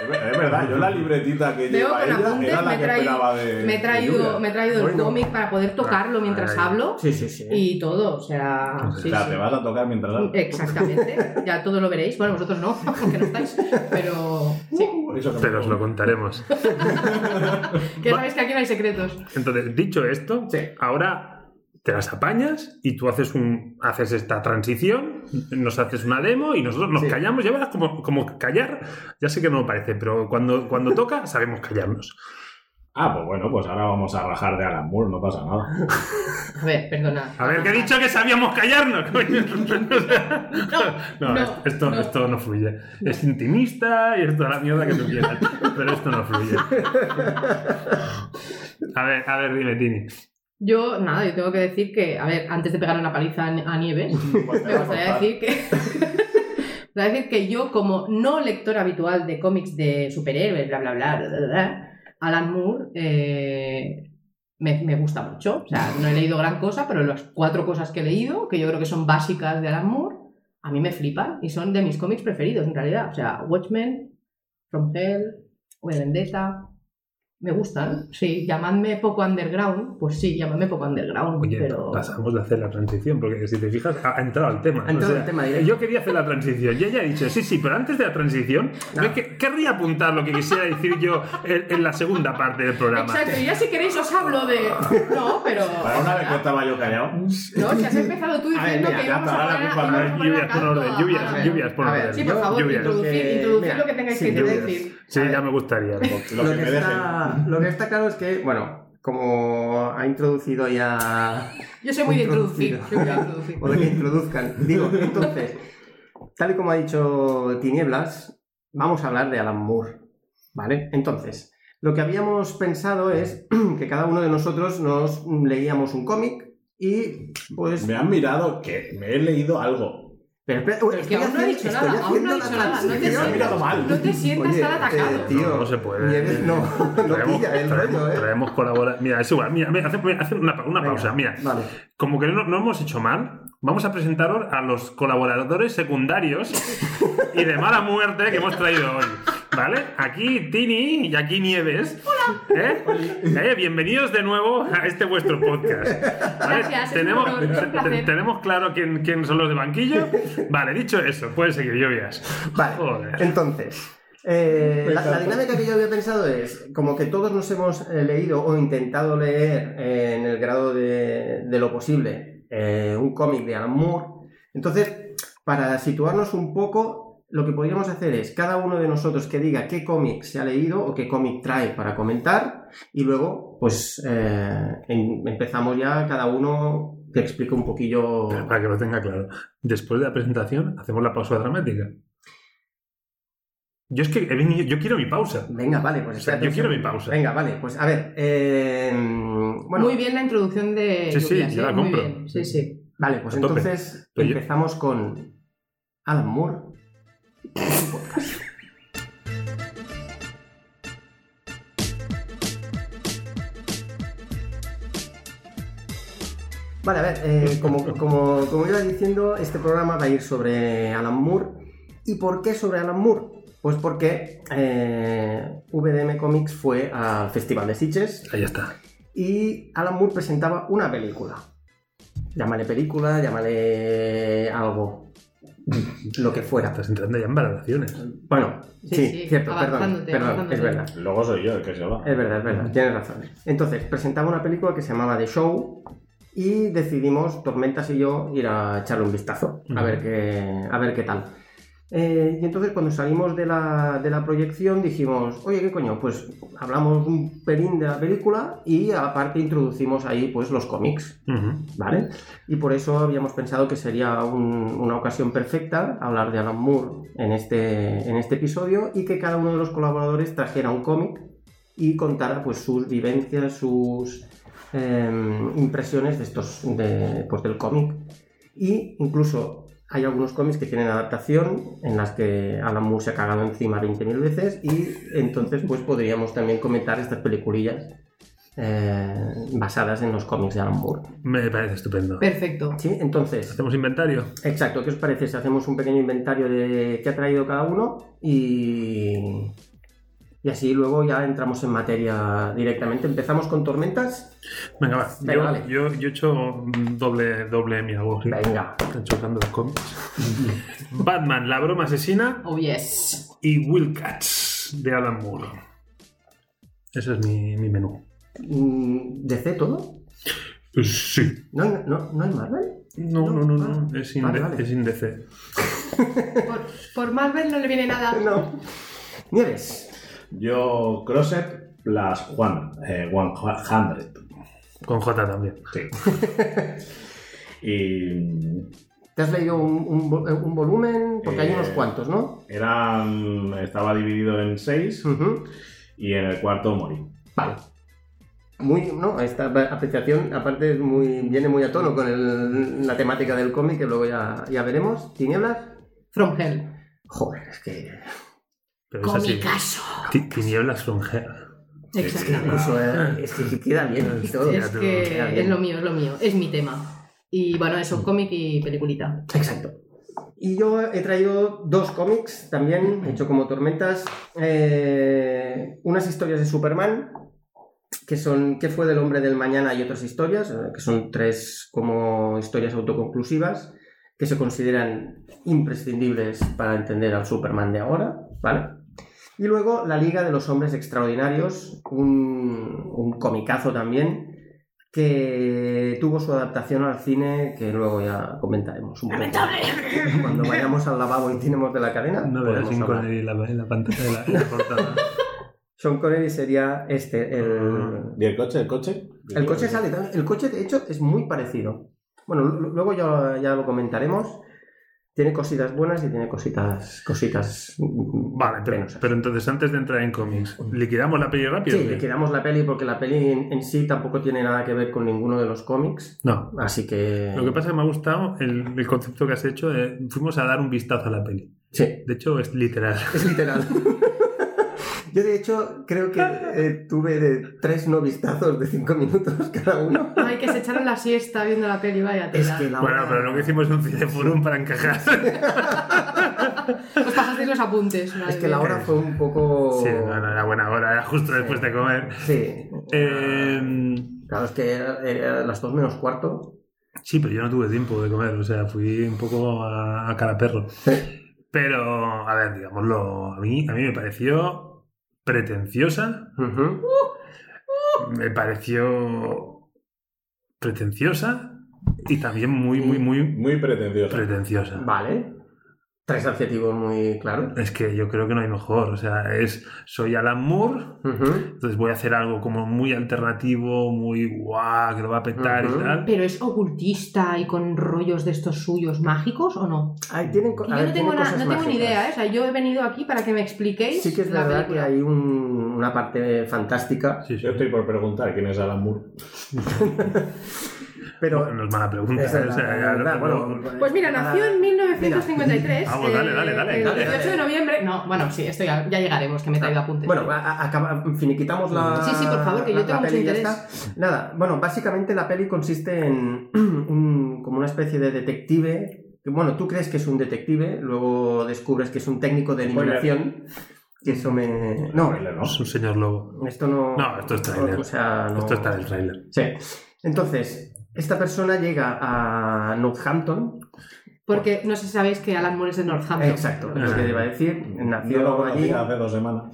S2: Es ver- es verdad, yo la libretita que
S3: Veo
S2: lleva
S3: con
S2: ella
S3: apuntes,
S2: era
S3: me
S2: la
S3: he
S2: que
S3: traído-
S2: esperaba de.
S3: Me he
S2: de
S3: traído,
S2: Julia.
S3: me he traído el
S4: Bueno. Ah,
S3: cómic para poder tocarlo mientras
S4: Ay.
S3: hablo
S1: sí, sí, sí.
S3: y todo, o sea,
S4: Entonces,
S3: sí,
S2: O sea,
S3: sí.
S2: te vas a tocar mientras hablas.
S4: Eh,
S3: Exactamente, ya todo lo veréis. Bueno, vosotros no, porque no estáis, pero sí.
S2: Eso que
S4: Pero
S2: me-
S4: os lo contaremos.
S3: Que sabéis que aquí no hay secretos.
S4: Entonces, dicho esto,
S1: Sí.
S4: ahora te las apañas y tú haces un haces esta transición, nos haces una demo y nosotros nos
S1: Sí.
S4: callamos. Ya verás como, como callar, ya sé que no lo parece, pero cuando, cuando toca sabemos callarnos.
S2: Ah, pues bueno, pues ahora vamos a rajar de Alan Moore, no pasa nada.
S3: A ver, perdona.
S4: A ver, que he dicho que sabíamos callarnos, coño. O sea, no,
S3: no,
S4: es- esto,
S3: no.
S4: esto no fluye. Es intimista y es toda la mierda que tú quieras, pero esto no fluye. A ver, a ver, dime, Tini.
S3: Yo, nada, yo tengo que decir que, a ver, antes de pegar una paliza a a Nieves,
S2: Pues te
S3: me
S2: va a
S3: gustaría
S2: costar.
S3: decir que. me gustaría decir que yo, como no lector habitual de cómics de superhéroes, bla, bla, bla, bla, bla, bla, Alan Moore eh, me, me gusta mucho. O sea, no he leído gran cosa, pero las cuatro cosas que he leído, que yo creo que son básicas de Alan Moore, a mí me flipan y son de mis cómics preferidos, en realidad. O sea, Watchmen, From Hell, V de Vendetta. Me gustan, sí. Llamadme poco underground, pues sí, llamadme poco underground.
S4: Oye,
S3: pero...
S4: pasamos de hacer la transición, porque si te fijas, ha, ha entrado al tema.
S1: Ha entrado al tema directo.
S4: Yo quería hacer la transición y ella ha dicho, sí, sí, pero antes de la transición, me que- querría apuntar lo que quisiera decir yo en, en la segunda parte del programa.
S3: Exacto, y ya si queréis os hablo de. No, pero.
S2: Para una vez que estaba yo callado.
S1: Mm.
S3: No, si has empezado tú
S2: A ver,
S3: diciendo
S2: mira,
S3: que
S2: ya
S3: íbamos a
S2: está, ahora
S3: poner a-
S2: mismo
S3: íbamos a
S2: no hay
S3: poner a canto
S4: Lluvias, por orden,
S3: a- a ver.
S4: lluvias, lluvias, por
S1: A ver,
S4: orden.
S3: Sí, por favor,
S4: Lluvias.
S3: introducir,
S1: Lo que-
S3: introducir
S1: mira,
S3: lo que tengáis
S1: sí,
S3: que
S1: lluvias.
S3: decir.
S4: Sí,
S1: A ver.
S4: ya me gustaría.
S2: pues, Lo que me dejen.
S1: está, lo que está claro es que, bueno, como ha introducido ya
S3: Yo soy muy de introducir.
S1: Introducido.
S3: Yo voy a introducir.
S1: o de que introduzcan. Digo, entonces, tal y como ha dicho Tinieblas, vamos a hablar de Alan Moore, ¿vale? Entonces, lo que habíamos pensado es que cada uno de nosotros nos leíamos un cómic y, pues...
S2: Me han mirado que me he leído algo.
S1: Pero, espera, uy,
S3: Pero es que
S1: estoy
S3: aún no he
S1: haciendo-
S3: dicho
S1: estoy
S3: nada, aún no he
S1: haciendo
S3: dicho
S1: la
S3: nada, no te
S1: transición.
S2: Me he mirado mal.
S3: No te sientas
S1: Oye,
S3: tan atacado.
S1: eh, tío,
S4: No, no se puede.
S1: Nieves, no, no
S4: Traemos,
S1: pilla el
S4: traemos-
S1: rollo, ¿eh?
S4: traemos colabora- Mira, es igual. Mira, mira, hace, hace una, pa- una
S1: Venga,
S4: pausa. Mira,
S1: Vale.
S4: como que no, no hemos hecho mal, vamos a presentaros a los colaboradores secundarios y de mala muerte que hemos traído hoy. ¿Vale? Aquí Tini y aquí Nieves. Hola. ¿Eh? Eh, Bienvenidos de nuevo a este vuestro podcast. ¿Vale?
S3: Gracias, es
S4: Tenemos,
S3: un honor, es un placer.
S4: tenemos claro quién, quién son los de banquillo. Vale, dicho eso, puedes seguir lluvias.
S1: Vale,
S4: Joder.
S1: entonces, eh,
S2: Me
S1: la, la
S2: encanta.
S1: dinámica que yo había pensado es, como que todos nos hemos eh, leído o intentado leer eh, en el grado de, de lo posible eh, un cómic de Alan Moore, entonces, para situarnos un poco, lo que podríamos hacer es cada uno de nosotros que diga qué cómic se ha leído o qué cómic trae para comentar y luego, pues, eh, en- empezamos ya cada uno que explique un poquillo...
S4: Para que lo tenga claro. Después de la presentación, hacemos la pausa dramática. Yo es que he venido- yo quiero mi pausa.
S1: Venga, vale, pues
S4: O sea,
S1: espérate
S4: yo
S1: un
S4: quiero mi
S1: segundo.
S4: pausa.
S1: Venga, vale, pues a ver. eh, bueno,
S3: Muy bien la introducción de.
S4: Sí, sí,
S3: Lluvias,
S4: yo la
S3: ¿eh? Muy
S4: compro.
S3: bien, Sí, sí.
S1: vale, pues
S4: a tope.
S1: entonces
S4: Pero yo-
S1: empezamos con Alan Moore. Vale, a ver, eh, como, como, como iba diciendo, este programa va a ir sobre Alan Moore. ¿Y por qué sobre Alan Moore? Pues porque eh, VDM Comics fue al Festival de Sitges
S4: Ahí está.
S1: y Alan Moore presentaba una película. Llámale película, llámale algo. lo que fuera.
S4: Estás entrando ya en valoraciones.
S1: Bueno, sí,
S3: Sí, sí,
S1: cierto, perdón,
S3: avanzándote,
S1: perdón,
S3: avanzándote.
S1: es verdad.
S2: Luego soy yo el que se va.
S1: Es verdad, es verdad, tienes razón. Entonces, presentaba una película que se llamaba The Show y decidimos, Tormentas y yo, ir a echarle un vistazo, a,
S4: Ujú.
S1: ver, qué, a ver qué tal. Eh, y entonces cuando salimos de la, de la proyección dijimos, oye, ¿qué coño? Pues hablamos un pelín de la película y aparte introducimos ahí pues los cómics.
S4: Ujú.
S1: ¿vale? Y por eso habíamos pensado que sería un- una ocasión perfecta hablar de Alan Moore en este, en este episodio y que cada uno de los colaboradores trajera un cómic y contara pues sus vivencias, sus em, impresiones de estos, de, pues, del cómic. Y incluso hay algunos cómics que tienen adaptación en las que Alan Moore se ha cagado encima 20.000 veces y entonces pues podríamos también comentar estas peliculillas eh, basadas en los cómics de Alan Moore.
S4: Me parece estupendo.
S3: Perfecto.
S1: Sí, entonces,
S4: ¿Hacemos inventario?
S1: exacto, ¿qué os parece si hacemos un pequeño inventario de qué ha traído cada uno y, y así luego ya entramos en materia directamente? Empezamos con tormentas.
S4: Venga, va.
S1: Venga,
S4: yo,
S1: vale.
S4: yo, yo he hecho mm, doble, doble mi voz.
S1: Venga.
S4: Chocando los cómics. Batman, la broma asesina
S3: Oh, yes.
S4: y Wildcats de Alan Moore. Ese es mi, mi menú.
S1: Mm, ¿DC todo?
S4: Sí.
S1: ¿No hay, no, no hay Marvel?
S4: No, no, no, no.
S1: Ah,
S4: Es, in
S1: vale, vale.
S4: es indecente.
S3: Por, por Marvel no le viene nada.
S1: No. Nieves.
S2: Yo, Crosset plus Juan, eh, 100.
S4: Con J también.
S2: Sí. y mm,
S1: ¿Te has leído un, un vo- eh, un volumen? Porque hay
S2: Eh,
S1: unos cuantos, ¿no?
S2: eran, estaba dividido en seis
S1: Ujú.
S2: y en el cuarto morí.
S1: Vale. Muy, no, esta apreciación aparte es muy, viene muy a tono con el- la temática del cómic que luego ya, ya veremos. ¿Tinieblas?
S3: From Hell.
S1: Joder, es que
S4: Pero es así.
S3: Comicazo.
S4: Ti- Tinieblas from hell.
S3: Exacto.
S1: incluso eh, es que queda bien y todo.
S3: Es
S1: Queda
S3: que
S1: bien.
S3: es lo mío, es lo mío. Es mi tema. Y bueno, eso, cómic y peliculita.
S1: Exacto. Y yo he traído dos cómics también, hecho como tormentas. eh, unas historias de Superman, que son ¿Qué fue del hombre del mañana? y otras historias, eh, que son tres como historias autoconclusivas, que se consideran imprescindibles para entender al Superman de ahora, ¿vale? Y luego La Liga de los Hombres Extraordinarios, un, un comicazo también, que tuvo su adaptación al cine, que luego ya comentaremos un poco. Cuando vayamos al lavabo y tenemos de la cadena.
S4: No veas
S1: podemos
S4: sin
S1: hablar.
S4: Connery en la, en la pantalla de la, en la portada.
S1: Sean Connery sería este, el...
S2: ¿Y el coche? ¿El coche?
S1: El coche sale también. El coche, de hecho, es muy parecido. Bueno, lu- luego ya, ya lo comentaremos. Tiene cositas buenas y tiene cositas cositas mm,
S4: Vale, pero,
S1: penosas.
S4: pero entonces antes de entrar en cómics, ¿liquidamos la peli rápido?
S1: Sí,
S4: o qué?
S1: le quedamos la peli porque la peli en, en sí tampoco tiene nada que ver con ninguno de los cómics.
S4: No.
S1: Así que...
S4: Lo que pasa es que me ha gustado el, el concepto que has hecho. de- fuimos a dar un vistazo a la peli.
S1: Sí,
S4: De hecho, es literal.
S1: es literal. Yo, de hecho, creo que eh, tuve de tres no vistazos de cinco minutos cada uno.
S3: Ay, que se echaron la siesta viendo la peli, vaya
S1: Es
S3: tela.
S1: que la
S4: Bueno,
S1: hora-
S4: pero lo que hicimos es un cineforum para encajar.
S3: Os pasasteis los apuntes. madre
S1: Es que la
S3: mía.
S1: hora fue un poco...
S4: Sí, no, no, era buena hora, era justo después de comer.
S1: Sí.
S4: Eh,
S1: Claro, es que era, era las dos menos cuarto.
S4: sí, pero yo no tuve tiempo de comer, o sea, fui un poco a, a cara perro. Pero, a ver, digámoslo, a mí, a mí me pareció pretenciosa, me pareció pretenciosa y también muy, muy, muy
S2: Muy pretencioso.
S4: pretenciosa.
S1: Vale. Tres adjetivos muy claros.
S4: Es que yo creo que no hay mejor, o sea, es soy Alan Moore,
S1: Ujú.
S4: entonces voy a hacer algo como muy alternativo, muy guau, que lo va a petar
S1: Ujú.
S4: y tal.
S3: ¿Pero es ocultista y con rollos de estos suyos mágicos o no?
S1: Ay, tienen co-
S3: Y yo
S1: a ver,
S3: no, tengo
S1: tienen
S3: na-
S1: cosas
S3: no tengo ni
S1: mágicas.
S3: idea, ¿eh? O sea, yo he venido aquí para que me expliquéis
S1: Sí que es
S3: la
S1: verdad que
S3: película.
S1: hay un- una parte fantástica,
S4: Sí, sí.
S2: Yo estoy por preguntar quién es Alan Moore.
S1: pero...
S4: Bueno, no es mala pregunta.
S1: Esa es
S4: o
S1: la-
S4: sea,
S1: la
S4: ya
S1: verdad,
S4: no-
S1: bueno,
S3: Pues mira, nació en 1953.
S4: Mira. Vamos, dale, dale, dale,
S3: eh, El
S4: dale,
S3: 18 de
S1: dale.
S3: noviembre. No, bueno, sí, esto ya, ya llegaremos, que me he traído apuntes.
S1: Ah, Bueno, a- a- acaba- finiquitamos la.
S3: Sí, sí, por favor, que yo
S1: la-
S3: tengo
S1: la
S3: mucho
S1: peli y ya
S3: interés.
S1: está. Nada, bueno, básicamente la peli consiste en un- como una especie de detective. que, Bueno, tú crees que es un detective, luego descubres que es un técnico de
S2: Spoiler.
S1: eliminación. Que eso me. No,
S2: Spoiler, ¿no?
S4: Es un señor lobo.
S1: esto no.
S4: No, esto es tráiler.
S1: O sea, no-
S4: Esto está en el trailer.
S1: Sí. Entonces, esta persona llega a Northampton
S3: Porque no sé si sabéis que Alan Moore es de Northampton.
S1: Exacto, es lo que te iba a decir.
S2: Yo lo
S1: Nació
S2: conocí
S1: allí.
S2: hace dos semanas.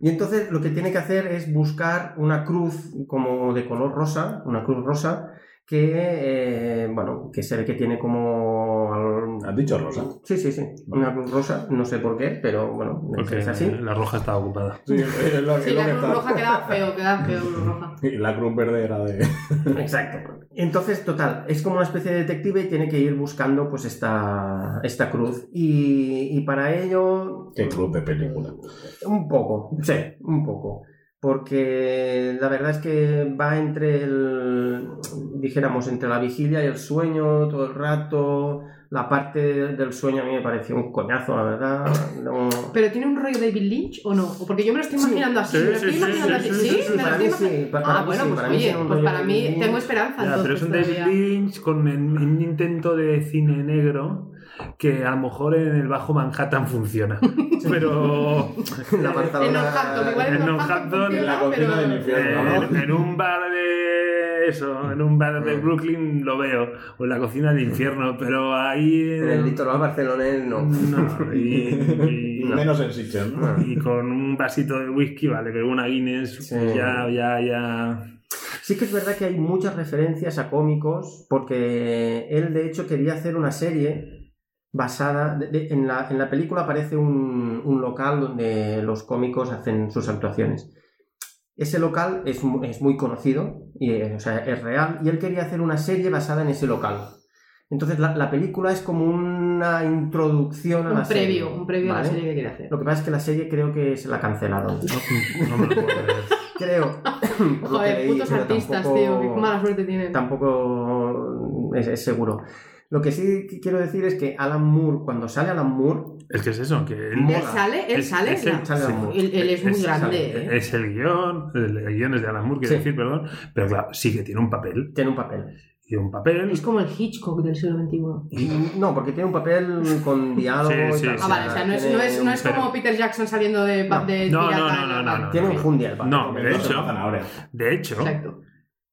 S1: Y entonces lo que tiene que hacer es buscar una cruz como de color rosa, una cruz rosa, que, eh, bueno, que se ve que tiene como... al-
S2: ¿Has dicho Rosa?
S1: Sí, sí, sí, una cruz rosa, no sé por qué, pero bueno,
S4: Porque
S1: es así.
S4: la roja estaba ocupada.
S2: Sí, es lo, es
S3: Sí,
S2: lo
S3: la
S2: que
S3: cruz
S2: está.
S3: roja quedaba feo, quedaba feo la cruz roja.
S2: Y la cruz verde era de.
S1: Exacto. Entonces, total, es como una especie de detective y tiene que ir buscando pues esta, esta cruz. Y, y para ello...
S2: Qué cruz de película.
S1: Un poco, sí, un poco. Porque la verdad es que va entre el, dijéramos, entre la vigilia y el sueño todo el rato. La parte del sueño a mí me pareció un coñazo, la verdad. No-
S3: ¿Pero tiene un rollo David Lynch o no? O Porque yo me lo estoy imaginando así.
S4: Sí,
S3: me lo estoy
S4: sí,
S3: imaginando
S4: sí,
S3: así. ¿Sí?
S4: sí, sí, sí,
S3: ¿Me lo
S1: para
S3: estoy
S1: mí sí,
S3: imagi-
S1: para- para
S3: Ah,
S1: mí
S3: bueno,
S1: sí,
S3: pues
S1: para mí
S3: oye,
S1: tiene un
S3: pues
S1: rollo
S3: para mí
S1: David
S3: tengo
S1: Lynch.
S3: esperanza.
S4: Ya, pero es
S3: Ah, entonces,
S4: un David
S3: todavía.
S4: Lynch con un un intento de cine negro que a lo mejor en el bajo Manhattan funciona. Pero
S1: la
S3: En
S1: Barcelona-
S3: Northampton, igual en
S4: En
S3: Northampton.
S4: Northampton,
S2: En la
S3: funciona,
S2: cocina
S3: pero-
S2: del infierno,
S4: Eh,
S2: ¿no?
S4: en, en un bar de eso, en un bar de Brooklyn lo veo, o en la cocina del infierno, pero ahí
S1: En el litoral barcelonés no.
S4: no, y, y-
S2: Menos en Sitges, ¿no?
S4: y con un vasito de whisky, vale, pero una Guinness,
S1: Sí.
S4: ya, ya, ya.
S1: Sí que es verdad que hay muchas referencias a cómicos, porque él de hecho quería hacer una serie basada, de- de- en, la, en la película aparece un, un local donde los cómicos hacen sus actuaciones. Ese local es, mu- es muy conocido, y, eh, o sea, es real, y él quería hacer una serie basada en ese local. Entonces la, la película es como una introducción a la
S3: Un
S1: serie.
S3: previo, un previo a la
S1: ¿vale?
S3: serie que quiere hacer.
S1: Lo que pasa es que la serie creo que se la cancelaron.
S4: No, no me lo puedo creer.
S1: Creo. por lo que
S3: Joder,
S1: leí,
S3: putos
S1: pero
S3: artistas,
S1: tampoco-
S3: tío, qué mala suerte tienen.
S1: tampoco es, es seguro. Lo que sí que quiero decir es que Alan Moore, cuando sale Alan Moore,
S4: Es que es eso, que él
S3: Él sale, él
S4: Es-
S3: sale.
S4: es el-
S3: ya.
S1: sale Alan Moore.
S3: Él él es muy
S4: Es-
S3: grande. ¿eh?
S4: es el guión, el, el guión es de Alan Moore, quiero
S1: Sí.
S4: decir, perdón, pero claro, sí que tiene un papel,
S1: tiene un papel.
S4: y un papel,
S3: Es como el Hitchcock del siglo XXI.
S1: No, porque tiene un papel con diálogo
S4: Sí, sí,
S1: y tal.
S4: sí.
S3: Ah, vale, o sea, no es, no es, no es
S4: Pero-
S3: como Peter Jackson saliendo de,
S1: No.
S3: de
S4: No, no,
S3: pirata
S4: no,
S3: en
S4: no,
S3: la-
S4: no, no.
S1: Tiene un jundia el papel.
S4: No,
S2: Comiendo
S4: de hecho,
S2: zanahoria.
S4: de hecho,
S3: Exacto.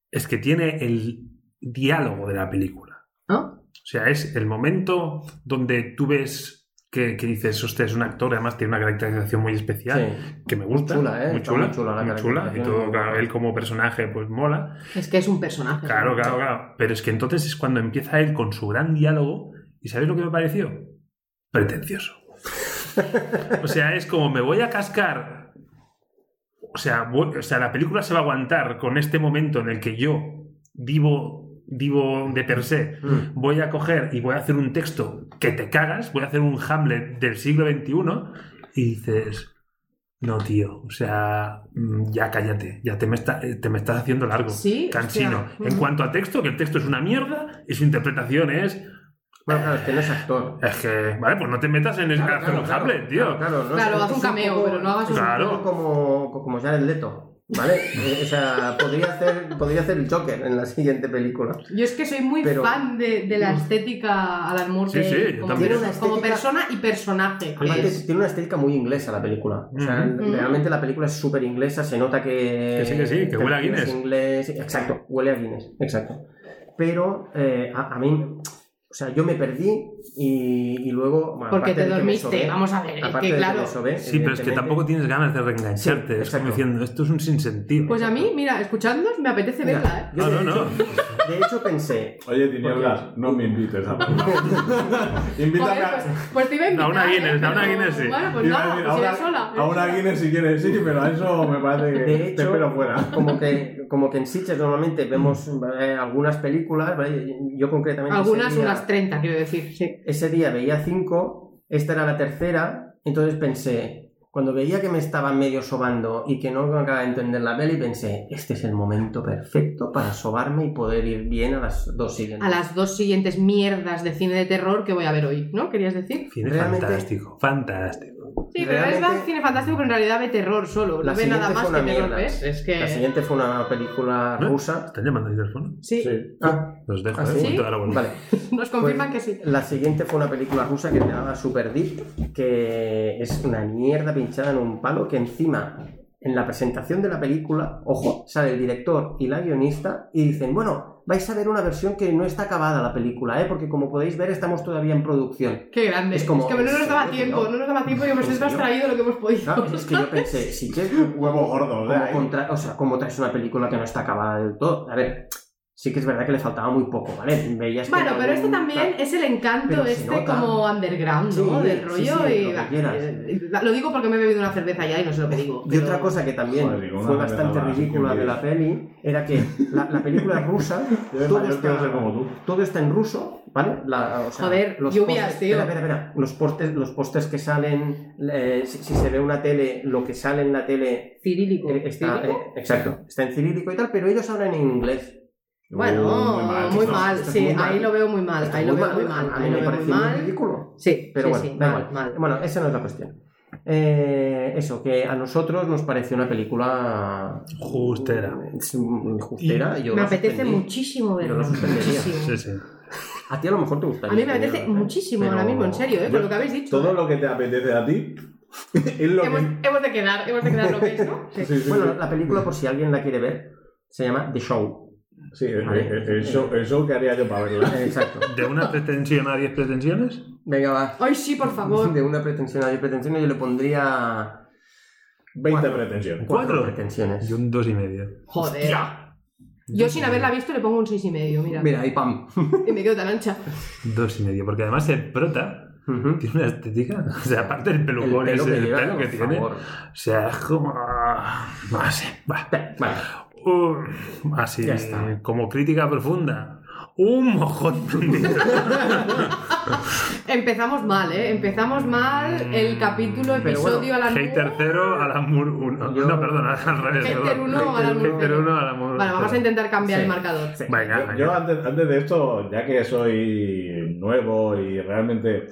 S4: es que tiene el diálogo de la película.
S3: ¿Ah?
S4: O sea, es el momento donde tú ves que, que dices, hostia, es un actor, además tiene una caracterización muy especial,
S1: Sí.
S4: que me gusta.
S1: Chula, ¿eh?
S4: Muy
S1: Está
S4: chula,
S1: muy chula la
S4: muy chula, Y
S1: caracterización.
S4: todo, claro, él como personaje, pues mola.
S3: Es que es un personaje.
S4: Claro, claro, claro. Pero es que entonces es cuando empieza él con su gran diálogo. ¿Y sabéis lo que me pareció? Pretencioso. o sea, es como me voy a cascar. O sea, voy- o sea, la película se va a aguantar con este momento en el que yo, divo, divo de per se,
S1: Mm.
S4: voy a coger y voy a hacer un texto que te cagas, voy a hacer un Hamlet del siglo XXI y dices, no, tío, o sea, mm, ya cállate, ya te me, está- eh, te me estás haciendo largo,
S3: Sí,
S4: cansino.
S3: hostia.
S4: En
S3: Mm.
S4: cuanto a texto, que el texto es una mierda y su interpretación es,
S1: Bueno, claro, es que no es actor.
S4: es que, vale, pues no te metas en el
S1: Claro,
S4: hacer un
S1: claro,
S4: Hamlet, tío.
S1: Claro, claro, no,
S3: Claro,
S1: es-
S3: haz un
S1: es
S3: cameo,
S1: poco-
S3: pero no hagas un-
S4: Claro.
S1: poco como, como Jared Leto, ¿vale? Eh, o sea, podría hacer, podría hacer el Joker en la siguiente película.
S3: Yo es que soy muy
S1: Pero-
S3: fan de, de la estética Alan Moore
S4: Sí,
S3: que-
S4: sí, yo
S3: como,
S4: también.
S3: como
S1: Estética-
S3: persona y personaje.
S1: Además,
S3: que
S1: que
S3: es.
S1: tiene una estética muy inglesa la película. O sea,
S3: Mm.
S4: Ujú.
S1: realmente la película es súper inglesa, se nota que.
S4: Que sí, que sí, que huele a
S1: es
S4: Guinness.
S1: inglés, exacto, huele a Guinness, exacto. Pero eh, a, a mí, o sea, yo me perdí y, y luego. bueno,
S3: Porque
S1: aparte
S3: te
S1: de que me
S3: dormiste,
S1: sobé,
S3: vamos a ver, es
S1: aparte
S3: que
S1: de
S3: claro.
S1: me sobé,
S4: Sí, pero es que
S1: evidentemente,
S4: tampoco tienes ganas de reengancharte.
S1: Sí,
S4: es como
S1: exacto.
S4: diciendo, esto es un sinsentido.
S3: Pues a mí, mira, escuchadnos, me apetece
S1: mira,
S3: verla, ¿eh?
S1: yo
S4: Ah,
S1: de
S4: no, no.
S1: hecho- De hecho, pensé.
S2: Oye, Tinieblas, no me invites a Invítame
S3: Joder,
S2: a.
S3: pues, pues te iba a invitar,
S4: A una
S3: ¿eh?
S4: Guinness, a una
S3: Pero,
S4: Guinness, sí.
S3: Bueno, pues
S2: iba a
S3: nada,
S2: decir,
S3: pues
S2: a
S3: iré
S2: una-
S3: sola.
S2: A una Guinness si quieres, sí, pero a eso me parece que
S1: De
S2: te
S1: hecho,
S2: espero fuera.
S1: como que, como que en Sitges normalmente vemos eh, algunas películas, ¿vale? yo concretamente. ese
S3: Algunas,
S1: día-
S3: unas 30, quiero decir, sí.
S1: Ese día veía cinco, esta era la tercera, entonces pensé, cuando veía que me estaba medio sobando y que no me acababa de entender la peli, pensé, este es el momento perfecto para sobarme y poder ir bien a las dos siguientes.
S3: A las dos siguientes mierdas de cine de terror que voy a ver hoy, ¿no? ¿Querías decir?
S4: Cine
S1: Realmente-
S4: fantástico, fantástico.
S3: Sí, pero
S1: Realmente-
S3: es cine fantástico, pero en realidad ve terror solo.
S1: La
S3: No ve nada
S1: siguiente
S3: más
S1: fue
S3: que
S1: una
S3: terror,
S1: mierda.
S3: ¿ves? Es
S1: La
S3: que...
S1: siguiente fue una película
S4: ¿Eh?
S1: rusa.
S4: ¿Están llamando al teléfono?
S3: Sí,
S2: Sí.
S1: Ah,
S4: Los dejo,
S1: ¿Ah,
S4: ¿eh?
S1: sí?
S4: Vuelto ahora vuelvo.
S1: vale.
S3: nos confirman
S1: Pues
S3: que sí.
S1: La siguiente fue una película rusa que se llamaba Super Deep, que es una mierda pinchada en un palo que encima en la presentación de la película, ojo, sale el director y la guionista y dicen, bueno, vais a ver una versión que no está acabada la película, ¿eh? porque como podéis ver estamos todavía en producción.
S3: Qué grande.
S1: Es
S3: Es,
S1: como-
S3: que no nos daba
S1: ¿en
S3: tiempo,
S1: serio?
S3: no nos daba tiempo y hemos
S1: ¿En serio?
S3: extraído lo que hemos podido.
S1: Claro, es que yo pensé, si Jeff
S2: Huevo gordo, o sea,
S1: como contra- o sea, como traes una película que no está acabada del todo. A ver, sí que es verdad que le faltaba muy poco, ¿vale? Veías que
S3: Bueno,
S1: era
S3: pero
S1: un-
S3: este también es el encanto
S1: Pero se
S3: este
S1: nota.
S3: como underground, ¿no?
S1: Sí,
S3: Del
S1: sí,
S3: rollo
S1: sí,
S3: y...
S1: lo que quieras.
S3: eh, Lo digo porque me he bebido una cerveza ya y no sé lo que digo.
S1: Y
S3: pero-
S1: otra cosa que también
S2: Joder, digo, una
S1: fue
S2: cerveza
S1: bastante
S2: más,
S1: ridícula
S2: un
S1: de la peli era que la, la película es rusa,
S2: Yo de
S1: todo
S2: mayor
S1: está-
S2: quiero ser como tú.
S1: todo está en ruso, ¿vale? La- o sea,
S3: Joder, lluvias,
S1: postes-
S3: tío.
S1: Espera, espera, espera. Los postes, los postes que salen, eh, si, si se ve una tele, lo que sale en la tele
S3: Cirílico.
S1: eh, está,
S3: Cirílico.
S1: eh, exacto, está en cirílico y tal, pero ellos hablan en inglés.
S3: Bueno,
S2: Uh,
S3: muy mal,
S2: ¿no?
S1: Está
S3: sí,
S1: muy mal.
S3: ahí lo veo muy mal,
S1: Está
S3: ahí lo veo muy mal,
S1: A mí
S3: ahí
S1: me
S3: lo veo muy
S1: pareció muy
S3: mal.
S1: ridículo.
S3: Sí,
S1: Pero
S3: sí,
S1: bueno,
S3: sí,
S1: da
S3: mal,
S1: igual.
S3: mal.
S1: Bueno, esa no es la cuestión. Eh, eso, que a nosotros nos pareció una película
S4: Justera.
S1: Mm, Justera. yo
S3: Me
S1: la
S3: apetece
S1: suspendí.
S3: muchísimo
S1: Yo
S3: verlo.
S1: lo suspendería.
S3: Muchísimo.
S4: Sí, sí.
S1: A ti a lo mejor te gusta.
S3: A mí me apetece muchísimo ahora mismo, en serio, ¿eh?
S2: Yo-
S3: Con lo que habéis dicho.
S2: Todo lo que te apetece a ti es lo
S3: hemos,
S2: que.
S3: hemos de quedar, hemos de quedar lo que es, ¿no? Sí.
S2: Sí, sí,
S1: Bueno,
S2: sí.
S1: la película, por si alguien la quiere ver, se llama The Show.
S2: Sí, el,
S1: Vale.
S2: el- el show, el show que haría yo para verla.
S1: Exacto.
S4: ¿De una pretensión a 10 pretensiones?
S1: Venga, va.
S3: Ay, sí, por favor.
S1: De una pretensión a diez pretensiones, yo le pondría
S2: 20
S1: Cuatro.
S2: pretensiones.
S1: cuatro
S4: ¿Cuatro?
S1: pretensiones.
S4: Y un 2 y medio.
S3: Joder. Yo sin haberla visto le pongo un seis y medio, mira.
S1: Mira, ahí pam.
S3: Y me quedo tan ancha.
S4: 2 y medio. Porque además el prota
S1: Ujú.
S4: tiene una estética. O sea, aparte del
S1: El
S4: pelucón,
S1: pelo
S4: ese,
S1: que
S4: el
S1: lleva,
S4: pelo que
S1: por
S4: tiene.
S1: favor.
S4: O sea, es como. No sé. va.
S1: Vale.
S4: Uh, así,
S1: Ya está.
S4: como crítica profunda. Un mojón tendido.
S3: Empezamos mal, ¿eh? Empezamos mal el capítulo,
S1: Pero bueno,
S3: episodio, a la
S4: Mm, Hater 0, Alan Moore 1.
S1: Yo-
S4: No, perdona, al revés.
S3: Hater
S4: perdón.
S3: uno, Alan Moore
S4: Hater
S3: cero.
S4: 1, Alan Moore
S3: Vale, vamos a
S4: cero.
S3: intentar cambiar
S1: Sí.
S3: el marcador.
S1: Sí.
S4: Venga, venga.
S2: Yo antes, antes de esto, ya que soy nuevo y realmente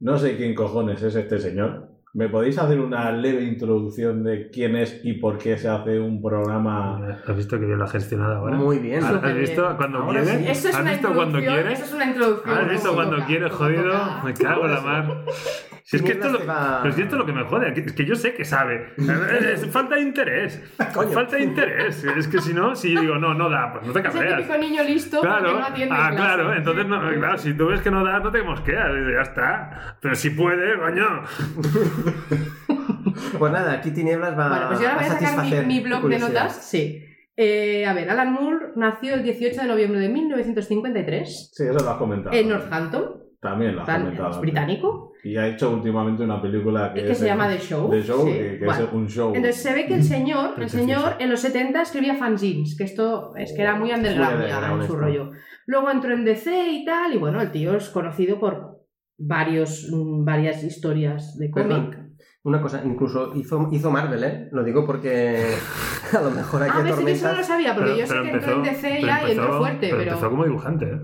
S2: no sé quién cojones es este señor, ¿me podéis hacer una leve introducción de quién es y por qué se hace un programa?
S4: Ah, ¿Has visto que bien lo ha gestionado ahora?
S1: Muy bien.
S4: ¿Has- ¿Has
S3: Súper
S4: visto
S3: bien.
S4: cuando
S1: Ahora sí.
S4: quieres?
S3: Eso es
S4: ¿Has
S3: una
S4: visto cuando
S3: introducción,
S4: quieres?
S3: Eso es una introducción.
S4: ¿Has visto
S3: como
S4: cuando
S3: toca,
S4: quieres,
S3: como
S4: jodido?
S3: toca.
S4: Me cago en la mar. Si es que esto, lo,
S1: Mierda se va.
S4: pero si esto es lo que me jode, que- es que yo sé que sabe. Es falta de interés. Falta de interés. Es que si no, si yo digo, no, no da, pues no te
S3: Es el típico
S4: cabreas.
S3: niño listo
S4: Claro,
S3: que no atiende
S4: ah,
S3: en clase.
S4: claro, entonces no, claro, si tú ves que no da, no te mosqueas, y ya está. Pero si puede, coño.
S1: Pues nada, aquí Tinieblas va
S3: Bueno, pues yo ahora
S1: a
S3: voy a sacar mi-
S1: satisfacer
S3: mi,
S1: tu
S3: blog de
S1: curiosidad.
S3: notas. Sí. Eh, a ver, Alan Moore nació el 18 de noviembre de 1953
S2: Sí, eso lo has comentado.
S3: en Northampton,
S2: También lo has
S3: tan-
S2: comentado.
S3: es británico,
S2: Y ha hecho últimamente una película que,
S3: que
S2: es
S3: se
S2: el-
S3: llama The Show.
S2: The Show,
S3: sí.
S2: que, que
S3: Bueno.
S2: es un show.
S3: Entonces se ve que el señor, el
S4: Precioso.
S3: señor en los 70 escribía fanzines, que esto es que era muy underground
S1: Muy
S3: ya,
S1: underground
S3: en su
S1: esto.
S3: rollo. Luego entró en DC y tal, y bueno, el tío es conocido por varios, mm, varias historias de
S1: Perdón,
S3: cómic.
S1: Una cosa, incluso hizo, hizo Marvel, ¿eh? Lo digo porque a lo mejor aquí
S3: A ver, sí Ah, que eso no lo
S1: atormentas.
S3: sabía, porque yo sé que entró en DC ya y entró fuerte,
S4: pero
S3: pero...
S4: empezó como dibujante, ¿eh?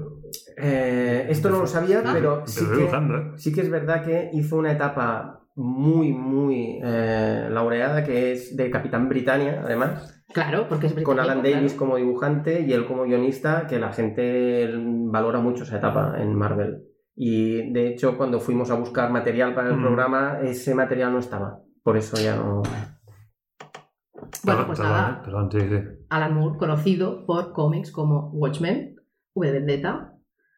S1: Eh, esto no lo sabía,
S3: Ah.
S1: pero
S4: Empezó
S1: sí que,
S4: dibujando, ¿eh?
S1: sí que es verdad que hizo una etapa muy, muy eh, laureada, que es de Capitán Britannia, además,
S3: Claro, porque es británico.
S1: con Alan Davis
S3: claro.
S1: como dibujante y él como guionista, que la gente valora mucho esa etapa en Marvel. Y de hecho, cuando fuimos a buscar material para el
S4: Mm.
S1: programa, ese material no estaba. Por eso ya no.
S3: Bueno,
S4: Perdón,
S3: pues
S4: perdón,
S3: nada,
S4: ¿eh? Perdón, sí, sí.
S3: Alan Moore, conocido por cómics como Watchmen, V de Vendetta,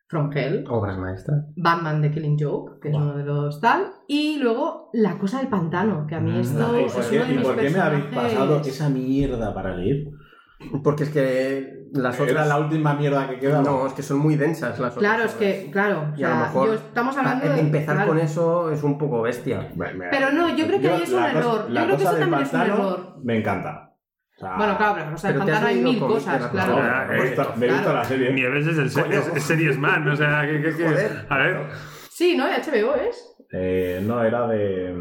S3: From Hell,
S1: Obras maestras.
S3: Batman The Killing Joke, que es
S1: Buah.
S3: uno de los tal, y luego La Cosa del Pantano, que a mí
S4: Mm.
S3: esto
S4: La
S2: ¿Y
S3: es
S2: por
S3: uno
S2: qué,
S3: de
S2: y
S3: mis
S2: por qué me habéis
S3: personajes-
S2: pasado esa mierda para leer?
S1: Porque es que las
S2: Era
S1: otras.
S2: la última mierda que quedaba.
S1: No, es que son muy densas las otras.
S3: Claro, es
S1: obras.
S3: que, claro, o
S1: Y a lo
S3: sea,
S1: mejor
S3: yo- estamos
S1: Pa-
S3: hablando de...
S1: empezar
S3: claro.
S1: con eso es un poco bestia.
S2: Me- me-
S3: Pero no, yo creo que ahí es un
S2: la cosa-
S3: error. Yo
S2: la
S3: creo que
S2: cosa
S3: eso
S2: del
S3: también es un
S2: pantano
S3: error.
S2: Me encanta. O sea,
S3: Bueno, claro, pero La Cosa del
S1: Pero te has
S3: Pantano hay
S1: leído
S3: mil
S1: cómic de
S3: cosas,
S1: la
S3: claro.
S2: no,
S4: Claro,
S2: me he visto, me he visto
S3: claro.
S2: la serie.
S4: Nieves es el se-
S1: Coño.
S4: es- es series man, o sea, que, que- que-
S1: Joder.
S4: a ver,
S3: Sí, ¿no? De HBO es.
S2: Eh, no, era de.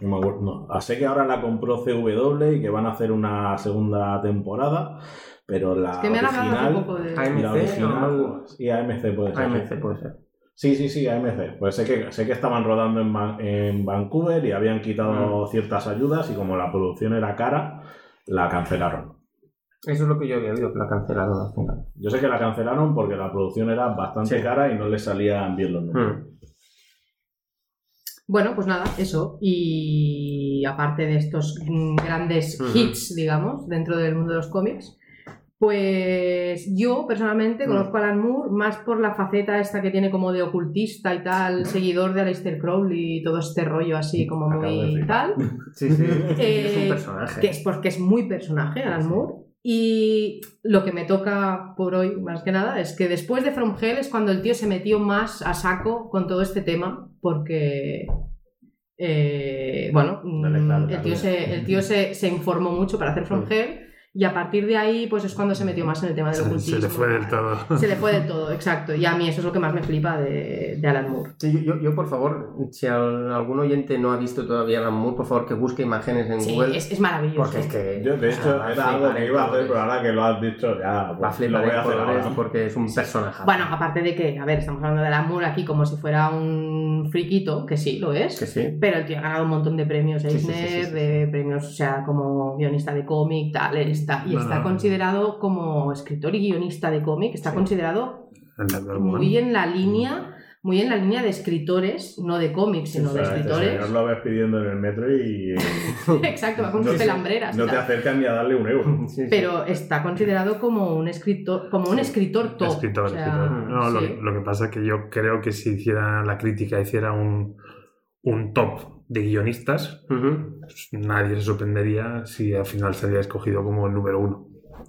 S2: No me acuerdo. no. ah, Sé que ahora la compró CW y que van a hacer una segunda temporada, pero la
S3: Es que me han hablado hace
S2: Ah, original.
S3: poco de...
S1: Ay,
S2: la
S1: AMC,
S2: original.
S1: ¿no?
S2: Sí, AMC puede ser. sí.
S1: AMC puede ser.
S2: Sí, sí, sí, AMC. Pues sé que, sé que estaban rodando en, Van- en Vancouver y habían quitado ciertas ayudas y como la producción era cara, la cancelaron.
S1: Eso es lo que yo había oído, que la cancelaron al final.
S2: Yo sé que la cancelaron porque la producción era bastante
S1: Sí.
S2: cara y no les salían bien los números.
S1: Hmm.
S3: Bueno, pues nada, eso. Y y aparte de estos mm, grandes
S1: Ujú.
S3: hits, digamos, dentro del mundo de los cómics, pues yo personalmente
S2: Mm.
S3: conozco a Alan Moore más por la faceta esta que tiene como de ocultista y tal, seguidor de Aleister Crowley y todo este rollo así como
S2: Acabo de
S3: muy
S2: flipar.
S3: tal
S1: Sí, sí.
S3: Eh,
S1: es un personaje.
S3: que es porque es muy personaje Alan
S1: Sí.
S3: Moore y lo que me toca por hoy más que nada es que después de From Hell es cuando el tío se metió más a saco con todo este tema porque eh, bueno
S2: Dale,
S3: mm,
S2: claro,
S3: el
S2: claro.
S3: tío, se, el tío se, se informó mucho para hacer From
S1: Sí.
S3: Hell y a partir de ahí pues es cuando se metió más en el tema del
S4: Se,
S3: ocultismo
S4: se le fue del todo.
S3: se le fue del todo exacto y a mí eso es lo que más me flipa de, de Alan Moore
S1: Sí, yo, yo, yo, por favor, si al- algún oyente no ha visto todavía Alan Moore, por favor que busque imágenes en
S3: Sí,
S1: Google.
S3: es, es maravilloso
S1: Porque es que.
S2: Yo, de hecho,
S1: va a
S2: era algo
S1: flipar
S2: que
S1: en
S2: iba a hacer,
S1: colores.
S2: pero ahora que lo has dicho, ya
S1: Va a
S2: pues, lo
S1: flipar
S2: voy
S1: en
S2: a hacer
S1: colores
S2: ahora.
S1: porque es un personaje.
S3: Bueno, aparte de que, a ver, estamos hablando del amor aquí como si fuera un friquito, que sí, lo es.
S1: que sí.
S3: Pero el tío ha ganado un montón de premios
S1: Sí, sí, sí,
S3: Eisner,
S1: sí, sí, sí.
S3: de premios, o sea, como guionista de cómic, tal, él está, y
S4: No,
S3: está
S4: no, no.
S3: considerado como escritor y guionista de cómic, está
S1: Sí.
S3: considerado
S4: El Wonder Woman.
S3: muy en la línea, muy en la línea de escritores, no de cómics, sino
S2: O
S3: de
S2: sea, este
S3: escritores.
S2: señor lo ves pidiendo en el metro y.
S3: Exacto, va con sus
S2: te-
S3: pelambreras.
S2: No te
S3: tal.
S2: acercas ni a darle un euro.
S1: Sí, sí.
S3: Pero está considerado como un escritor, como un escritor top.
S4: Escritor,
S3: o sea,
S4: escritor. No, lo,
S3: sí.
S4: que- lo que pasa es que yo creo que si hiciera la crítica, hiciera un, un top de guionistas,
S1: Ujú.
S4: pues nadie se sorprendería si al final se había escogido como el número uno.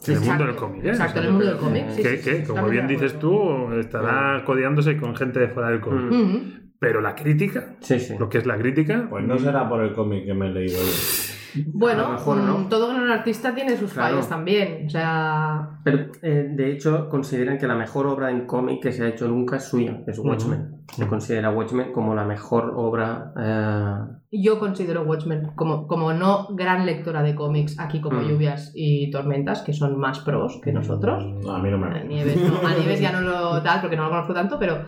S4: En el
S3: Exacto,
S4: mundo del cómic, ¿eh?
S3: Exacto, en
S4: O sea,
S3: el mundo
S4: yo
S3: del
S4: creo-
S3: cómic. sí,
S4: que,
S3: sí,
S4: que,
S3: sí,
S4: como
S3: totalmente
S4: bien
S3: de
S4: dices
S3: acuerdo.
S4: tú, pues, estará codeándose con gente de fuera del cómic.
S1: Mm.
S3: Ujú.
S4: Pero la crítica,
S1: Sí, sí.
S4: lo que es la crítica,
S2: Pues no será por el cómic que me he leído yo.
S3: Bueno,
S1: A lo mejor
S3: mm,
S1: no.
S3: todo gran artista tiene sus
S1: Claro.
S3: fallos también. O sea,
S1: Pero, eh, de hecho, consideran que la mejor obra en cómic que se ha hecho nunca es suya, es Watchmen. Se considera Watchmen como la mejor obra. eh,
S3: yo considero Watchmen como, como no gran lectora de cómics, aquí como
S4: Hmm.
S1: Mm.
S3: Lluvias y Tormentas, que son más pros que nosotros.
S2: No, a mí no
S3: A
S2: me.
S3: Nieves, no, a Nieves ya no lo tal, porque no lo conozco tanto, pero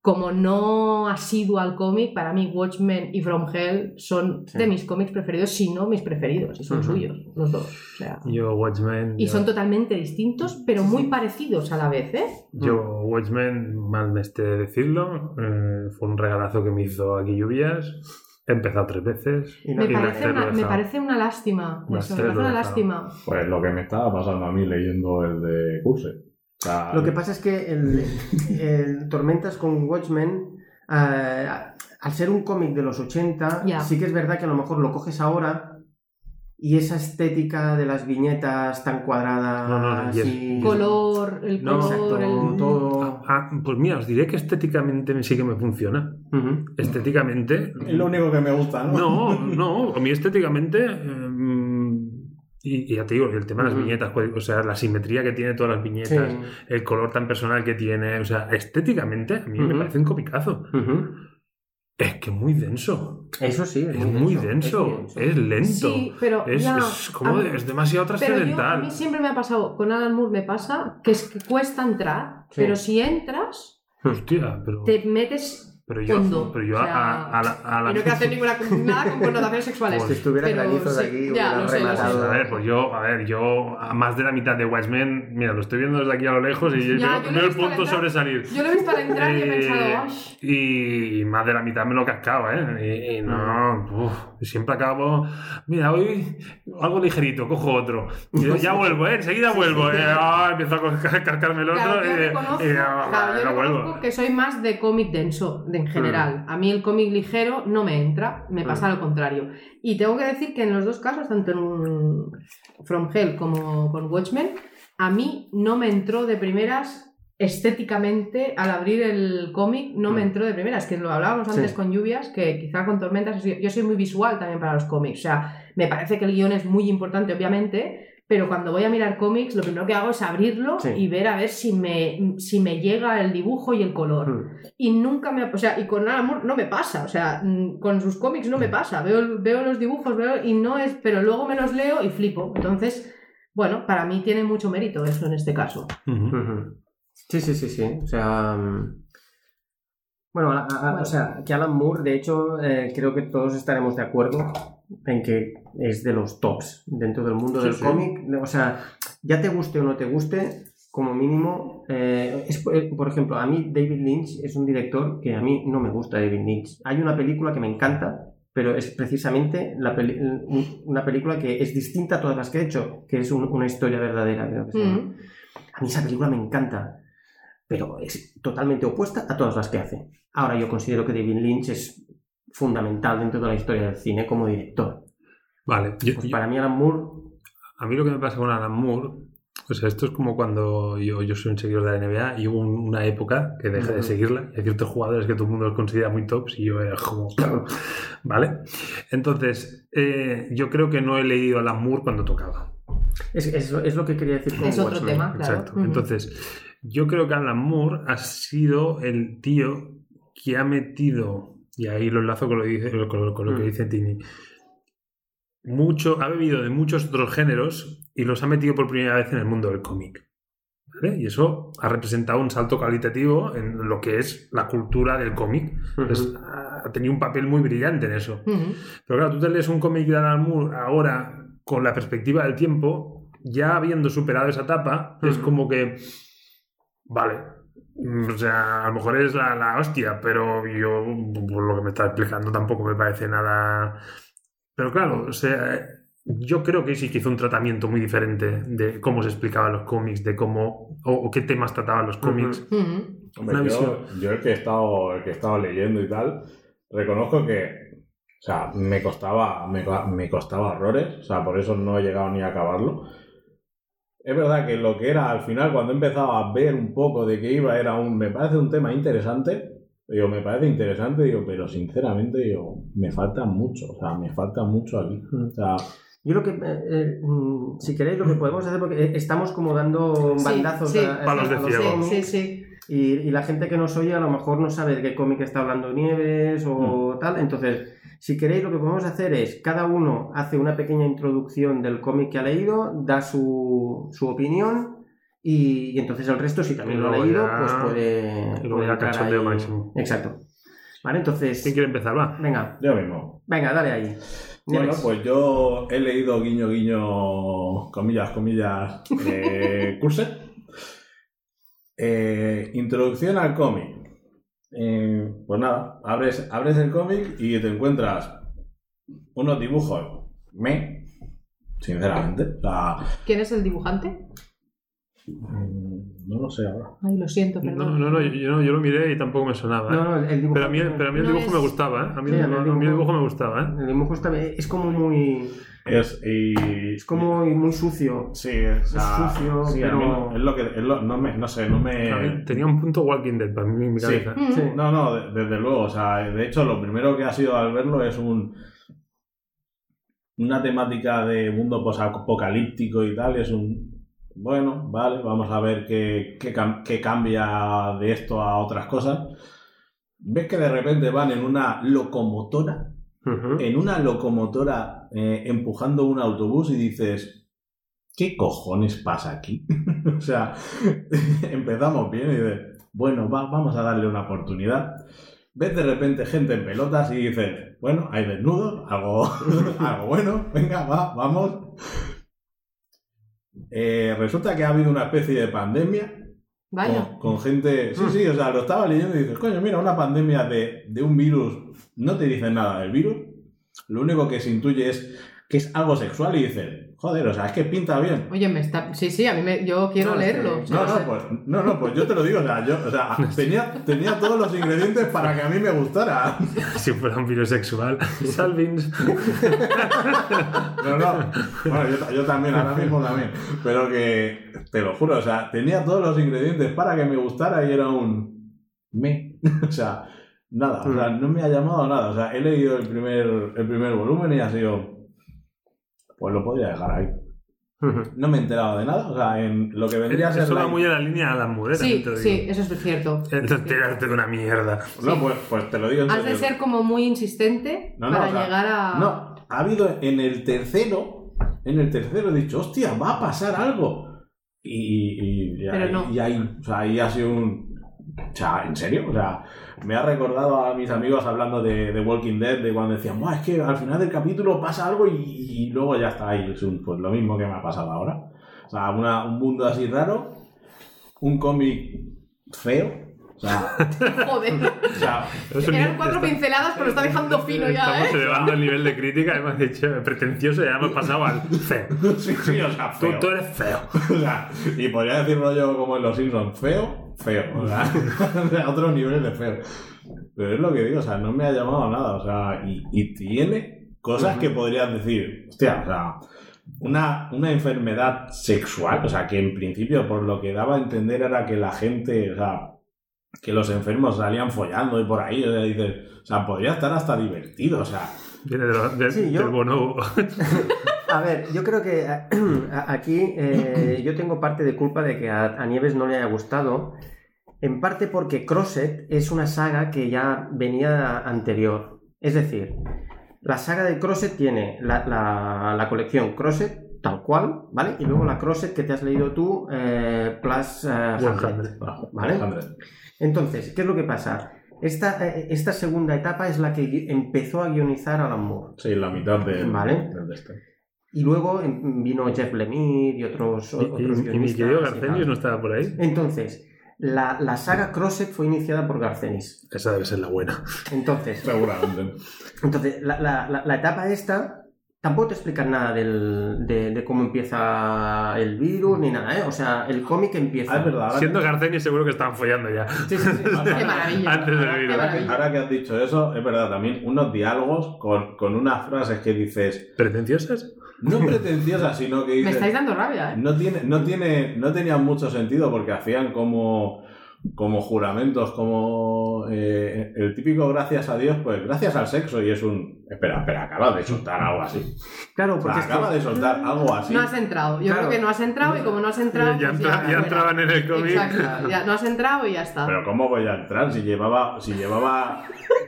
S3: como no asiduo al cómic, para mí Watchmen y From Hell son
S1: Sí.
S3: de mis cómics preferidos, si no mis preferidos, y son
S1: Ujú.
S3: suyos, los dos. O sea,
S4: yo Watchmen.
S3: y
S4: yo-
S3: son totalmente distintos, pero muy parecidos a la vez, ¿eh?
S4: Yo, Watchmen, mal me esté decirlo, eh, fue un regalazo que me hizo aquí Lluvias. He empezado tres veces.
S1: y no-
S3: Me
S1: y no-
S3: parece,
S4: hacerlo
S3: una, me
S4: dejado.
S3: parece una lástima.
S4: Me
S3: Eso, me
S4: hacerlo
S3: parece una
S4: dejado.
S3: lástima.
S2: Pues lo que me estaba pasando a mí leyendo el de Curse. O sea,
S1: Lo que pasa es que el, el Tormentas con Watchmen, eh, al ser un cómic de los 80,
S3: Ya.
S1: sí que es verdad que a lo mejor lo coges ahora y esa estética de las viñetas tan cuadradas
S4: No, no, no, y es-
S1: y-
S3: Color, el
S4: No,
S3: color,
S1: exacto.
S3: el-
S1: todo-
S4: Ah, ah, pues mira, os diré que estéticamente sí que me funciona.
S1: Ujú.
S4: Estéticamente.
S2: Es lo único que me gusta, ¿no?
S4: No, no, a mí estéticamente. eh, y, y ya te digo, el tema de las
S1: Ujú.
S4: viñetas, pues, o sea, la simetría que tiene todas las
S1: Sí.
S4: viñetas, el color tan personal que tiene, o sea, estéticamente a mí me
S1: Ujú.
S4: parece un comicazo.
S1: Ujú.
S4: Es que muy denso,
S1: Eso sí,
S4: es muy denso,
S1: es muy denso.
S4: es lento.
S3: Sí, pero
S4: Es,
S3: ya,
S4: es como
S3: a
S4: de-
S3: mí-
S4: es demasiado
S3: pero yo, a mí
S4: trascendental.
S3: siempre me ha pasado, con Alan Moore me pasa, que es que cuesta entrar,
S1: Sí.
S3: pero si entras,
S4: Hostia, pero,
S3: te metes
S4: pero yo,
S3: hondo,
S4: pero yo
S3: o
S4: a,
S3: sea,
S4: a- a la. a la-
S3: y no te hace ninguna, nada con connotaciones sexuales.
S4: Pues,
S1: Si estuviera
S3: Pero
S1: Granizos
S3: sí,
S1: aquí,
S3: ya, lo
S1: hubiera
S3: sé, lo sé.
S1: rematado.
S4: a ver, pues yo, a ver, yo a más de la mitad de Watchmen, mira, lo estoy viendo desde aquí a lo lejos y yo
S3: Ya, yo
S4: veo-
S3: lo he
S4: veo el
S3: visto
S4: punto
S3: entrar.
S4: sobresalir.
S3: Yo lo he visto al entrar y he
S4: Eh,
S3: pensado, "Ay,
S4: y más de la mitad me lo he cascado, ¿eh? Y, y no,
S3: Mm.
S4: uf, siempre acabo. Mira, hoy algo ligerito, cojo otro. Y yo, ya vuelvo, ¿eh? Enseguida vuelvo. eh, ah, empiezo a cascar- cascarme el otro.
S3: Claro, yo
S4: eh,
S3: reconozco,
S4: eh, ah,
S3: claro, yo
S4: no
S3: reconozco
S4: vuelvo. Hmm.
S3: que soy más de cómic denso de- en general. A mí el cómic ligero no me entra, me pasa lo contrario. Y tengo que decir que en los dos casos, tanto en From Hell como con Watchmen, a mí no me entró de primeras estéticamente al abrir el cómic no me
S4: Hmm.
S1: Mm.
S3: entró de primeras que lo hablábamos antes
S1: Sí.
S3: con lluvias que quizá con tormentas yo yo soy muy visual también para los cómics o sea me parece que el guión es muy importante obviamente pero cuando voy a mirar cómics, lo primero que hago es abrirlo
S1: Sí.
S3: y ver a ver si me, si me llega el dibujo y el color.
S1: Mm.
S3: Y nunca me. O sea, y con Alan Moore no me pasa. O sea, mm, con sus cómics no me pasa. Veo, veo los dibujos veo, y no es. Pero luego me los leo y flipo. Entonces, bueno, para mí tiene mucho mérito eso en este caso.
S4: Ujú.
S1: Ujú. Sí, sí, sí, sí. O sea. mm, Bueno, a- a- o sea, que Alan Moore, de hecho, eh, creo que todos estaremos de acuerdo en que es de los tops dentro del mundo
S4: Sí,
S1: del
S4: sí.
S1: cómic. O sea, ya te guste o no te guste, como mínimo. eh, es, por eh, por ejemplo, a mí David Lynch es un director que a mí no me gusta David Lynch. Hay una película que me encanta, pero es precisamente la peli- un- una película que es distinta a todas las que he hecho, que es un- una historia verdadera. creo que se llama.
S3: Mm.
S1: A mí esa película me encanta, pero es totalmente opuesta a todas las que hace. Ahora yo considero que David Lynch es fundamental dentro de la historia del cine como director.
S4: Vale, yo-
S1: Pues
S4: yo-
S1: para mí Alan Moore,
S4: a mí lo que me pasa con Alan Moore, o sea, esto es como cuando yo, yo soy un seguidor de la NBA y hubo un- una época que dejé de
S1: Ujú.
S4: seguirla y hay ciertos jugadores que todo el mundo los considera muy tops y yo era como... ¿Vale? Entonces, eh, yo creo que no he leído Alan Moore cuando tocaba.
S1: es, es- es lo que quería decir con
S3: Es otro
S1: Watchmen.
S3: tema, claro.
S4: Exacto.
S3: Ujú.
S4: Entonces, yo creo que Alan Moore ha sido el tío que ha metido, y ahí lo enlazo con lo, que dice- con lo- con lo que
S1: Mm.
S4: dice Tini, mucho, ha bebido de muchos otros géneros y los ha metido por primera vez en el mundo del cómic. ¿vale? Y eso ha representado un salto cualitativo en lo que es la cultura del cómic.
S1: Ujú.
S4: Entonces, ha- ha tenido un papel muy brillante en eso.
S3: Ujú.
S4: Pero claro, tú te lees un cómic de Alan Moore ahora con la perspectiva del tiempo, ya habiendo superado esa etapa, es
S1: Ujú.
S4: como que. Vale. mm, O sea, a lo mejor es la, la hostia, pero yo, por lo que me está explicando, tampoco me parece nada. Pero claro, o sea, yo creo que sí que hizo un tratamiento muy diferente de cómo se explicaban los cómics, de cómo. o, o qué temas trataban los cómics.
S3: hmm, Ujú.
S4: Una
S2: Hombre, yo, yo el que he estado, el que he estado leyendo y tal, reconozco que o sea, me costaba, me, co- me costaba horrores, o sea, por eso no he llegado ni a acabarlo. Es verdad que lo que era al final, cuando empezaba a ver un poco de qué iba, era un, me parece un tema interesante, digo, me parece interesante, digo, pero sinceramente, digo, me falta mucho, o sea, me falta mucho aquí, o sea,
S1: Yo lo que, eh, eh, mm, si queréis, lo que podemos hacer, porque eh, estamos como dando
S3: Sí,
S1: bandazos
S3: sí.
S1: a, a-
S4: Palos
S1: a
S4: de
S1: los
S4: ciego.
S1: cómics,
S3: Sí, sí, sí.
S1: Y, y la gente que nos oye a lo mejor no sabe de qué cómic está hablando Nieves o
S4: Mm.
S1: tal. Entonces, si queréis, lo que podemos hacer es, cada uno hace una pequeña introducción del cómic que ha leído, da su, su opinión y, y entonces el resto, si también lo ha
S4: Luego
S1: leído,
S4: ya-
S1: pues puede...
S4: luego
S1: puede
S4: ya
S1: entrar
S4: cachondeo
S1: ahí.
S4: máximo.
S1: Exacto. Vale,
S4: ¿Quién
S1: entonces...
S4: quiere empezar? Va.
S1: Venga,
S2: yo mismo.
S1: venga, dale ahí.
S2: Bueno,
S1: Nieves.
S2: pues yo he leído guiño, guiño, comillas, comillas, eh, Curse. Eh, introducción al cómic. Eh, pues nada, abres, abres el cómic y te encuentras unos dibujos. Me, sinceramente. o sea,
S3: ¿Quién es el dibujante?
S2: mm, no lo sé ahora.
S3: Ay, lo siento,
S4: No,
S3: perdón.
S4: no, no, yo, yo no- yo lo miré y tampoco me sonaba. ¿eh?
S1: No, no, el- el dibujo-
S4: Pero a mí, pero a mí el
S3: No
S4: dibujo
S3: es-
S4: me gustaba, ¿eh? A mí,
S1: Sí,
S4: el, dibujo... me gustaba, ¿eh?
S1: El dibujo está bien, es como muy.
S2: Es, y-
S1: Es como muy sucio.
S2: Sí, o sea,
S1: es sucio,
S2: sí, a mí
S1: pero-
S2: Es lo que. es lo- no, me- no sé, no me.
S4: A mí Tenía un punto Walking Dead para mí en mi
S2: Eh, Sí.
S4: cabeza.
S3: Ujú.
S1: Sí.
S2: No, no, de- desde luego. O sea, de hecho, lo primero que ha sido al verlo es un una temática de mundo apocalíptico y tal. Es un bueno, vale, vamos a ver qué, qué, cam- qué cambia de esto a otras cosas. Ves que de repente van en una locomotora,
S1: Ujú.
S2: en una locomotora eh, empujando un autobús y dices, ¿qué cojones pasa aquí? o sea, empezamos bien y dices, bueno, va, vamos a darle una oportunidad. Ves de repente gente en pelotas y dices, bueno, hay desnudos, algo, algo bueno, venga, va, vamos. Eh, resulta que ha habido una especie de pandemia
S3: Vaya. Mm.
S2: con, con gente. Sí, sí, o sea, lo estaba leyendo y dices, coño, mira, una pandemia de, de un virus. No te dicen nada del virus. Lo único que se intuye es que es algo sexual y dices, joder, o sea, es que pinta bien.
S3: Oye, me está. Sí, sí, a mí me. Yo quiero
S1: No, es que-
S3: leerlo. o sea,
S2: No,
S3: sé.
S2: no, pues, no, no, pues yo te lo digo, o sea, yo, o sea, tenía, tenía todos los ingredientes para que a mí me gustara.
S4: Si fuera un virus sexual. Salvins.
S2: No, no. Bueno, yo, ta- yo también, ahora mismo también. Pero que, te lo juro, o sea, tenía todos los ingredientes para que me gustara y era un me. O sea, nada, o sea, no me ha llamado a nada. O sea, he leído el primer, el primer volumen y ha sido. Pues lo podría dejar ahí.
S1: Ujú.
S2: No me he enterado de nada. O sea, en lo que vendría a ser.
S4: Eso
S2: la-
S4: va muy en la línea de las mujeres.
S3: Sí, sí, eso es cierto.
S4: Enterarte de una mierda.
S2: No, pues, pues te lo digo en
S3: Has de
S2: serio.
S3: ser como muy insistente
S2: No, no,
S3: para
S2: o sea,
S3: llegar a.
S2: No, ha habido en el tercero, en el tercero he dicho, hostia, va a pasar algo. Y, y- y
S3: Pero
S2: ahí,
S3: no.
S2: y ahí, o sea, ahí ha sido un... O sea, ¿en serio? O sea, me ha recordado a mis amigos hablando de, de Walking Dead, de cuando decían, "Buah, es que al final del capítulo pasa algo y, y luego ya está ahí. Es un- pues lo mismo que me ha pasado ahora. O sea, una- un mundo así raro, un cómic feo, O sea,
S3: Joder.
S2: o sea,
S4: Es un
S3: Eran
S4: nivel-
S3: cuatro
S4: está-
S3: pinceladas, pero está dejando fino ya,
S4: Estamos
S3: ¿eh?
S4: elevando el nivel de crítica, hemos dicho pretencioso, ya hemos pasado al feo.
S2: sí, sí, o sea,
S4: Tú,
S2: feo.
S4: tú eres feo.
S2: O sea, y podría decirlo yo como en los Simpsons, feo, feo, o sea, o sea, otros niveles de feo. Pero es lo que digo, o sea, no me ha llamado a nada, o sea, y, y tiene cosas que podrías decir, hostia, o sea, una, una enfermedad sexual, o sea, que en principio por lo que daba a entender era que la gente, o sea, que los enfermos salían follando y por ahí, o sea, dices, o sea, podría estar hasta divertido, o sea,
S4: Viene de lo- de-
S1: Sí, yo-
S4: del bonobo.
S1: A ver, yo creo que a- a- aquí eh, yo tengo parte de culpa de que a, a Nieves no le haya gustado, en parte porque Crosset es una saga que ya venía anterior. Es decir, la saga de Crosset tiene la, la- la colección Crosset tal cual, ¿vale? Y luego la Crosset que te has leído tú, eh, Plus eh, Hamlet. Vale.
S2: Alejandro,
S1: Entonces, ¿qué es lo que pasa? Esta, eh, esta segunda etapa es la que gui- empezó a guionizar Alan Moore.
S2: sí, la mitad de,
S1: Vale.
S2: del de este.
S1: Y luego em, vino Jeff Lemire y otros,
S4: Y,
S1: otros
S4: y- y mi
S1: guionistas
S4: querido
S1: y
S4: Garcenius
S1: tal.
S4: no estaba por ahí.
S1: Entonces, la, la saga Crosset fue iniciada por Garcenis.
S4: Esa debe ser la buena.
S1: Entonces,
S2: Seguramente.
S1: entonces la, la- la- la etapa esta tampoco te explican nada del- de, de cómo empieza el virus ni nada, ¿eh? O sea, el cómic empieza.
S2: Ah, es verdad. ahora
S4: Siendo Garcenius seguro que estaban follando ya.
S1: Sí, sí, sí.
S3: Qué maravilla.
S4: Antes del
S3: Qué
S4: vídeo.
S3: maravilla.
S2: Ahora que has dicho eso, es verdad, también unos diálogos con, con unas frases que dices,
S4: ¿Pretenciosas?
S2: no pretenciosas, sino que
S3: Me
S2: dices,
S3: estáis dando rabia, ¿eh?
S2: no tiene, no tiene, no tenían mucho sentido porque hacían como, como juramentos, como eh, el típico gracias a Dios, pues gracias al sexo y es un, espera, espera, acaba de soltar algo así,
S1: Claro,
S2: O sea,
S1: porque es que-
S2: acaba de soltar algo así.
S3: No has entrado. Yo
S1: Claro.
S3: creo que no has entrado y como no has entrado.
S4: Ya
S3: pues
S4: entra- ya
S3: fuera.
S4: entraban en el cómic.
S3: Exacto. Ya no has entrado y ya está.
S2: Pero cómo voy a entrar si llevaba, si llevaba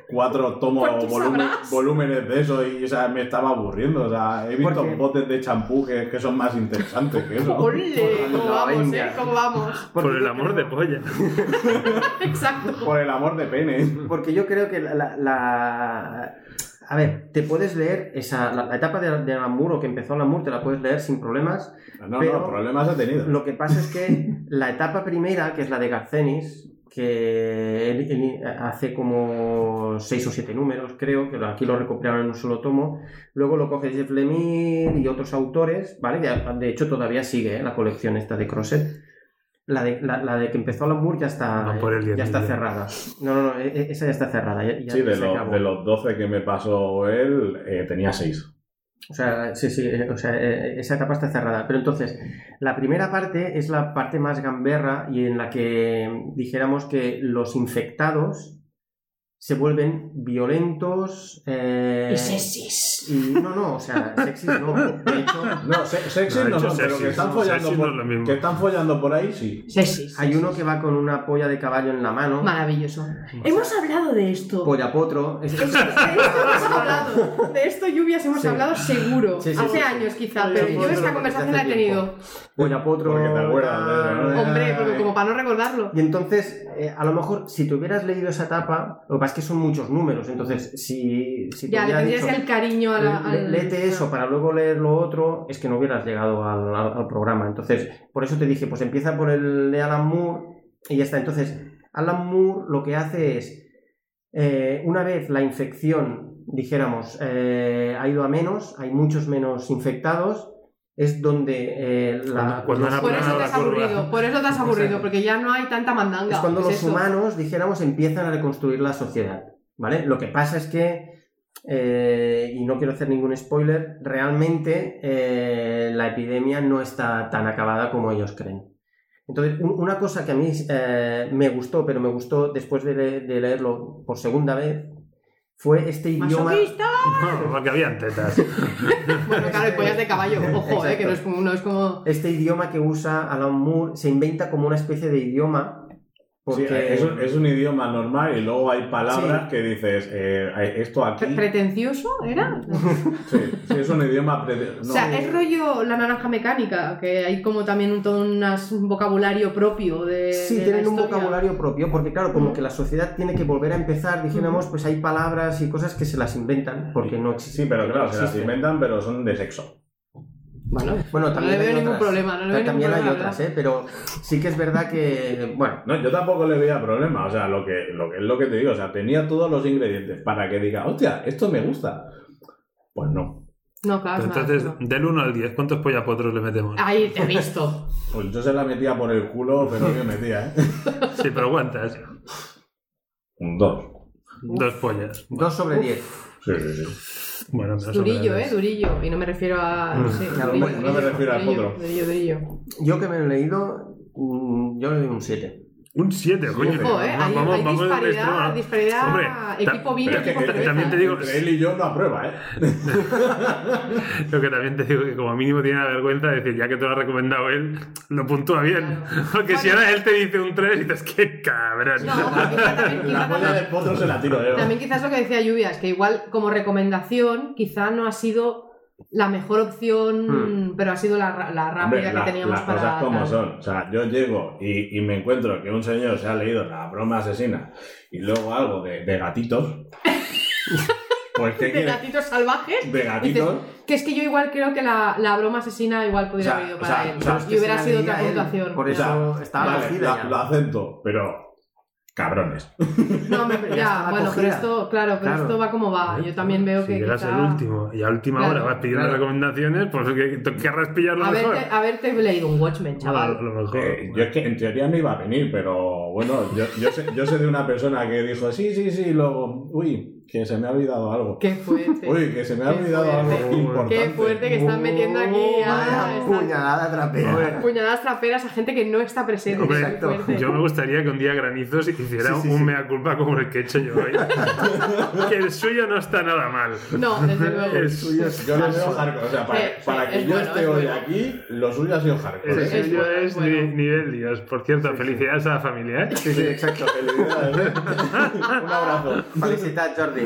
S2: cuatro
S3: Pues
S2: tomos
S3: tú
S2: volumen-
S3: sabrás.
S2: volúmenes de eso y o sea, me estaba aburriendo. O sea, he visto
S1: Porque-
S2: botes de champú que, que son más interesantes que eso.
S3: ¡Ole! ¿Cómo
S1: la
S3: vamos,
S1: venga.
S3: eh? ¿Cómo vamos?
S1: porque
S4: Por el
S1: yo
S4: amor
S1: creo-
S4: de polla.
S3: Exacto.
S2: Por el amor de pene.
S1: Porque yo creo que la. la- la- A ver, te puedes leer esa, la, la etapa de, de Alan Moore o que empezó Alan Moore, te la puedes leer sin problemas.
S2: No,
S1: Pero-
S2: no, problemas he tenido.
S1: Lo que pasa es que la etapa primera, que es la de Garcenis, que él- él hace como seis o siete números, creo, que lo- aquí lo recopilaron en un solo tomo. Luego lo coge Jeff Lemire y otros autores, ¿vale? Que, De hecho, todavía sigue ¿eh? la colección esta de Crosset. La de, la, la de que empezó Alan Moore ya está,
S4: Van por el
S1: ya está
S4: diezmillo.
S1: cerrada. No, no, no, e- e- esa ya está cerrada. ya- ya
S2: Sí, de,
S1: se
S2: lo-
S1: acabó.
S2: de los 12 que me pasó él, eh, tenía 6.
S1: O sea, sí, sí, eh, o sea, eh, esa etapa está cerrada. Pero entonces, la primera parte es la parte más gamberra y en la que mm, dijéramos que los infectados se vuelven violentos. eh,
S3: Y sexys.
S1: y- no, no, o sea, sexys no. De hecho,
S2: No, se- sexy
S4: No, de
S2: no,
S4: hecho,
S2: son, pero
S4: sexy,
S2: que están,
S4: no,
S2: follando
S4: sexy no
S2: por,
S4: es lo mismo.
S2: que están follando por ahí, sí.
S3: Sexys.
S1: hay uno que va con una polla de caballo en la mano,
S3: Maravilloso. Hemos hablado de esto.
S1: polla potro. es-
S3: Esto- De esto hemos hablado. De esto lluvias hemos
S1: Sí.
S3: hablado seguro.
S1: Sí, sí,
S3: Hace
S1: sí.
S3: años quizá,
S1: Polla
S3: pero yo
S1: potro,
S3: esta
S1: porque
S3: conversación
S1: hace
S3: la he tenido.
S1: polla potro.
S2: Porque te acuerdas de-
S1: tal.
S3: Hombre, porque como para no recordarlo.
S1: Y entonces, eh, a lo mejor, si te hubieras leído esa etapa, lo que pasa es que son muchos números, entonces, si, si te
S3: Ya, le
S1: hubiera
S3: tendrías
S1: dicho,
S3: el cariño a la.
S1: "Le-
S3: al-
S1: léete eso para luego leer lo otro, es que no hubieras llegado al, al- al programa. Entonces, por eso te dije, pues empieza por el de Alan Moore y ya está. Entonces, Alan Moore lo que hace es, eh, una vez la infección, dijéramos, eh, ha ido a menos, hay muchos menos infectados, es donde eh, la...
S4: Cuando- cuando
S1: los-
S4: han
S3: Por eso te has
S4: la curva.
S3: aburrido, por eso te has aburrido, porque ya no hay tanta mandanga.
S1: es cuando
S3: Es
S1: los
S3: pues eso.
S1: humanos, dijéramos, empiezan a reconstruir la sociedad. ¿Vale? Lo que pasa es que, eh, y no quiero hacer ningún spoiler, realmente eh, la epidemia no está tan acabada como ellos creen. Entonces, un- una cosa que a mí eh, me gustó, pero me gustó después de, le- de leerlo por segunda vez, fue este idioma.
S3: ¡Masoquista!
S4: No, porque habían
S3: Ah,
S4: tetas.
S3: Bueno, claro, y pollas de caballo. Ojo, eh, que no es como. No es como...
S1: Este idioma que usa Alan Moore se inventa como una especie de idioma.
S2: Sí,
S1: Porque
S2: es, un, es un idioma normal y luego hay palabras que dices, eh, esto aquí...
S3: ¿Pre- ¿Pretencioso era?
S2: Sí, sí, es un idioma... prete- no.
S3: O sea, es rollo la naranja mecánica, que hay como también un, todo unas- un vocabulario propio de.
S1: Sí,
S3: de la
S1: tienen un
S3: historia. Mm.
S1: vocabulario propio, porque claro, como que la sociedad tiene que volver a empezar, dijéramos, pues hay palabras y cosas que se las inventan, porque no existen.
S2: Sí, pero
S1: que
S2: claro,
S1: no
S2: se las
S1: existen.
S2: inventan, pero son de sexo.
S3: Bueno,
S1: Bueno,
S3: no
S1: también
S3: le
S1: hay
S3: veo ningún
S1: otras.
S3: problema, no le veo
S1: También
S3: ningún
S1: hay
S3: problema,
S1: otras, ¿eh? Pero sí que es verdad que, bueno,
S2: No, yo tampoco le veía problema, o sea, lo que, lo que es lo que te digo, o sea, tenía todos los ingredientes para que diga, hostia, esto me gusta. Pues no.
S3: No, claro. es
S4: Entonces,
S3: una-
S4: del 1 al 10, ¿cuántos pollapotros le metemos?
S3: Ahí te he visto.
S2: Pues yo se la metía por el culo, pero que metía, ¿eh?
S4: Sí, pero aguantas.
S2: Un 2.
S4: Dos pollas.
S1: 2 sobre 10.
S2: Sí, sí, sí.
S4: Bueno, menos o
S3: Durillo,
S4: menos. Mm.
S3: ¿eh? Durillo. Y no me refiero a. No sé.
S1: No,
S3: durillo,
S1: bueno,
S2: no me
S3: durillo,
S2: refiero al
S3: durillo,
S2: potro.
S3: Durillo, durillo.
S1: Yo que me lo he leído, mm, yo le doy un 7.
S4: Un 7, coño.
S3: Ojo, ¿eh? Hay, hay
S4: del
S3: disparidad,
S4: extremo.
S3: disparidad.
S4: Hombre, ta-
S3: equipo vino,
S4: pero
S2: es que
S3: equipo cerveza.
S4: también te digo-
S2: Entre él y yo no aprueba, ¿eh?
S4: Lo que también te digo que como mínimo tiene la vergüenza de decir, ya que te lo ha recomendado él, lo puntúa bien.
S3: Claro.
S4: Porque si
S3: Bueno.
S4: ahora él te dice un 3 y dices, qué cabrón.
S3: No, porque también,
S2: La
S3: quizá
S2: polla
S3: también-
S2: del potro se la tiro ¿eh? yo.
S3: También quizás lo que decía Lluvias, que igual como recomendación quizá no ha sido la mejor opción, pero ha sido la, ra- la
S2: Hombre,
S3: rápida
S2: la-
S3: que teníamos
S2: las
S3: para...
S2: cosas como
S3: tal.
S2: son. O sea, yo llego y, y me encuentro que un señor se ha leído la broma asesina y luego algo de, de gatitos. pues qué
S3: De
S2: quieres?
S3: gatitos salvajes.
S2: De gatitos.
S3: Dices, que es que yo igual creo que la, la broma asesina igual podría
S2: O sea,
S3: haber ido
S2: o
S3: para
S2: sea,
S3: él.
S2: o sea, es
S3: y hubiera sido otra puntuación.
S1: puntuación. Por
S3: Ya.
S1: eso
S2: Ya.
S1: estaba
S2: Vale,
S1: cogida
S2: la-
S1: ya.
S2: lo acepto, pero cabrones.
S3: No, hombre,
S1: Ya
S3: ya,
S1: estaba
S3: bueno,
S1: cogida.
S3: pero esto, claro, pero
S1: Claro.
S3: esto va como va. Ah, Yo también veo
S4: ¿eh? si
S3: que
S4: llegas
S3: quizá...
S4: el último y a última
S3: Claro.
S4: hora vas pidiendo
S1: Claro.
S4: recomendaciones, pues que que querrás pillar lo mejor.
S3: Haberte, haberte leído un Watchmen, chaval.
S4: A lo mejor.
S2: Eh, yo es que en teoría no iba a venir, pero bueno, yo, yo, sé, yo sé de una persona que dijo, sí, sí, sí, y luego, uy, que se me ha olvidado algo.
S3: Qué fuerte.
S2: Uy, que se me ha
S3: Qué
S2: olvidado algo
S3: fuerte.
S2: importante.
S3: Qué fuerte que están metiendo aquí. a-
S1: Vaya
S3: están-
S1: Uh, puñalada trapera.
S3: puñaladas traperas a gente que no está presente.
S4: Hombre,
S3: Qué fuerte.
S4: yo me gustaría que un día Granizos hiciera
S1: Sí, sí,
S4: un
S1: sí.
S4: mea culpa como el que he hecho yo hoy. que el suyo no está nada mal.
S3: No, desde luego.
S4: El
S3: Es,
S4: suyo,
S2: Yo lo veo hardcore, o sea, para,
S3: Sí, sí,
S2: para que
S3: es
S2: yo
S3: bueno,
S2: esté
S3: es
S2: hoy
S3: bueno.
S2: aquí, lo suyo ha sido hardcore.
S4: el
S2: ¿eh?
S3: Sí,
S4: suyo
S3: bueno,
S4: es
S3: bueno.
S4: ni- nivel Dios. Por cierto, felicidades a la familia. ¿eh?
S1: Sí, sí, exacto.
S2: Felicidades, ¿eh? Un abrazo.
S1: Felicidad, Jordi. Eh,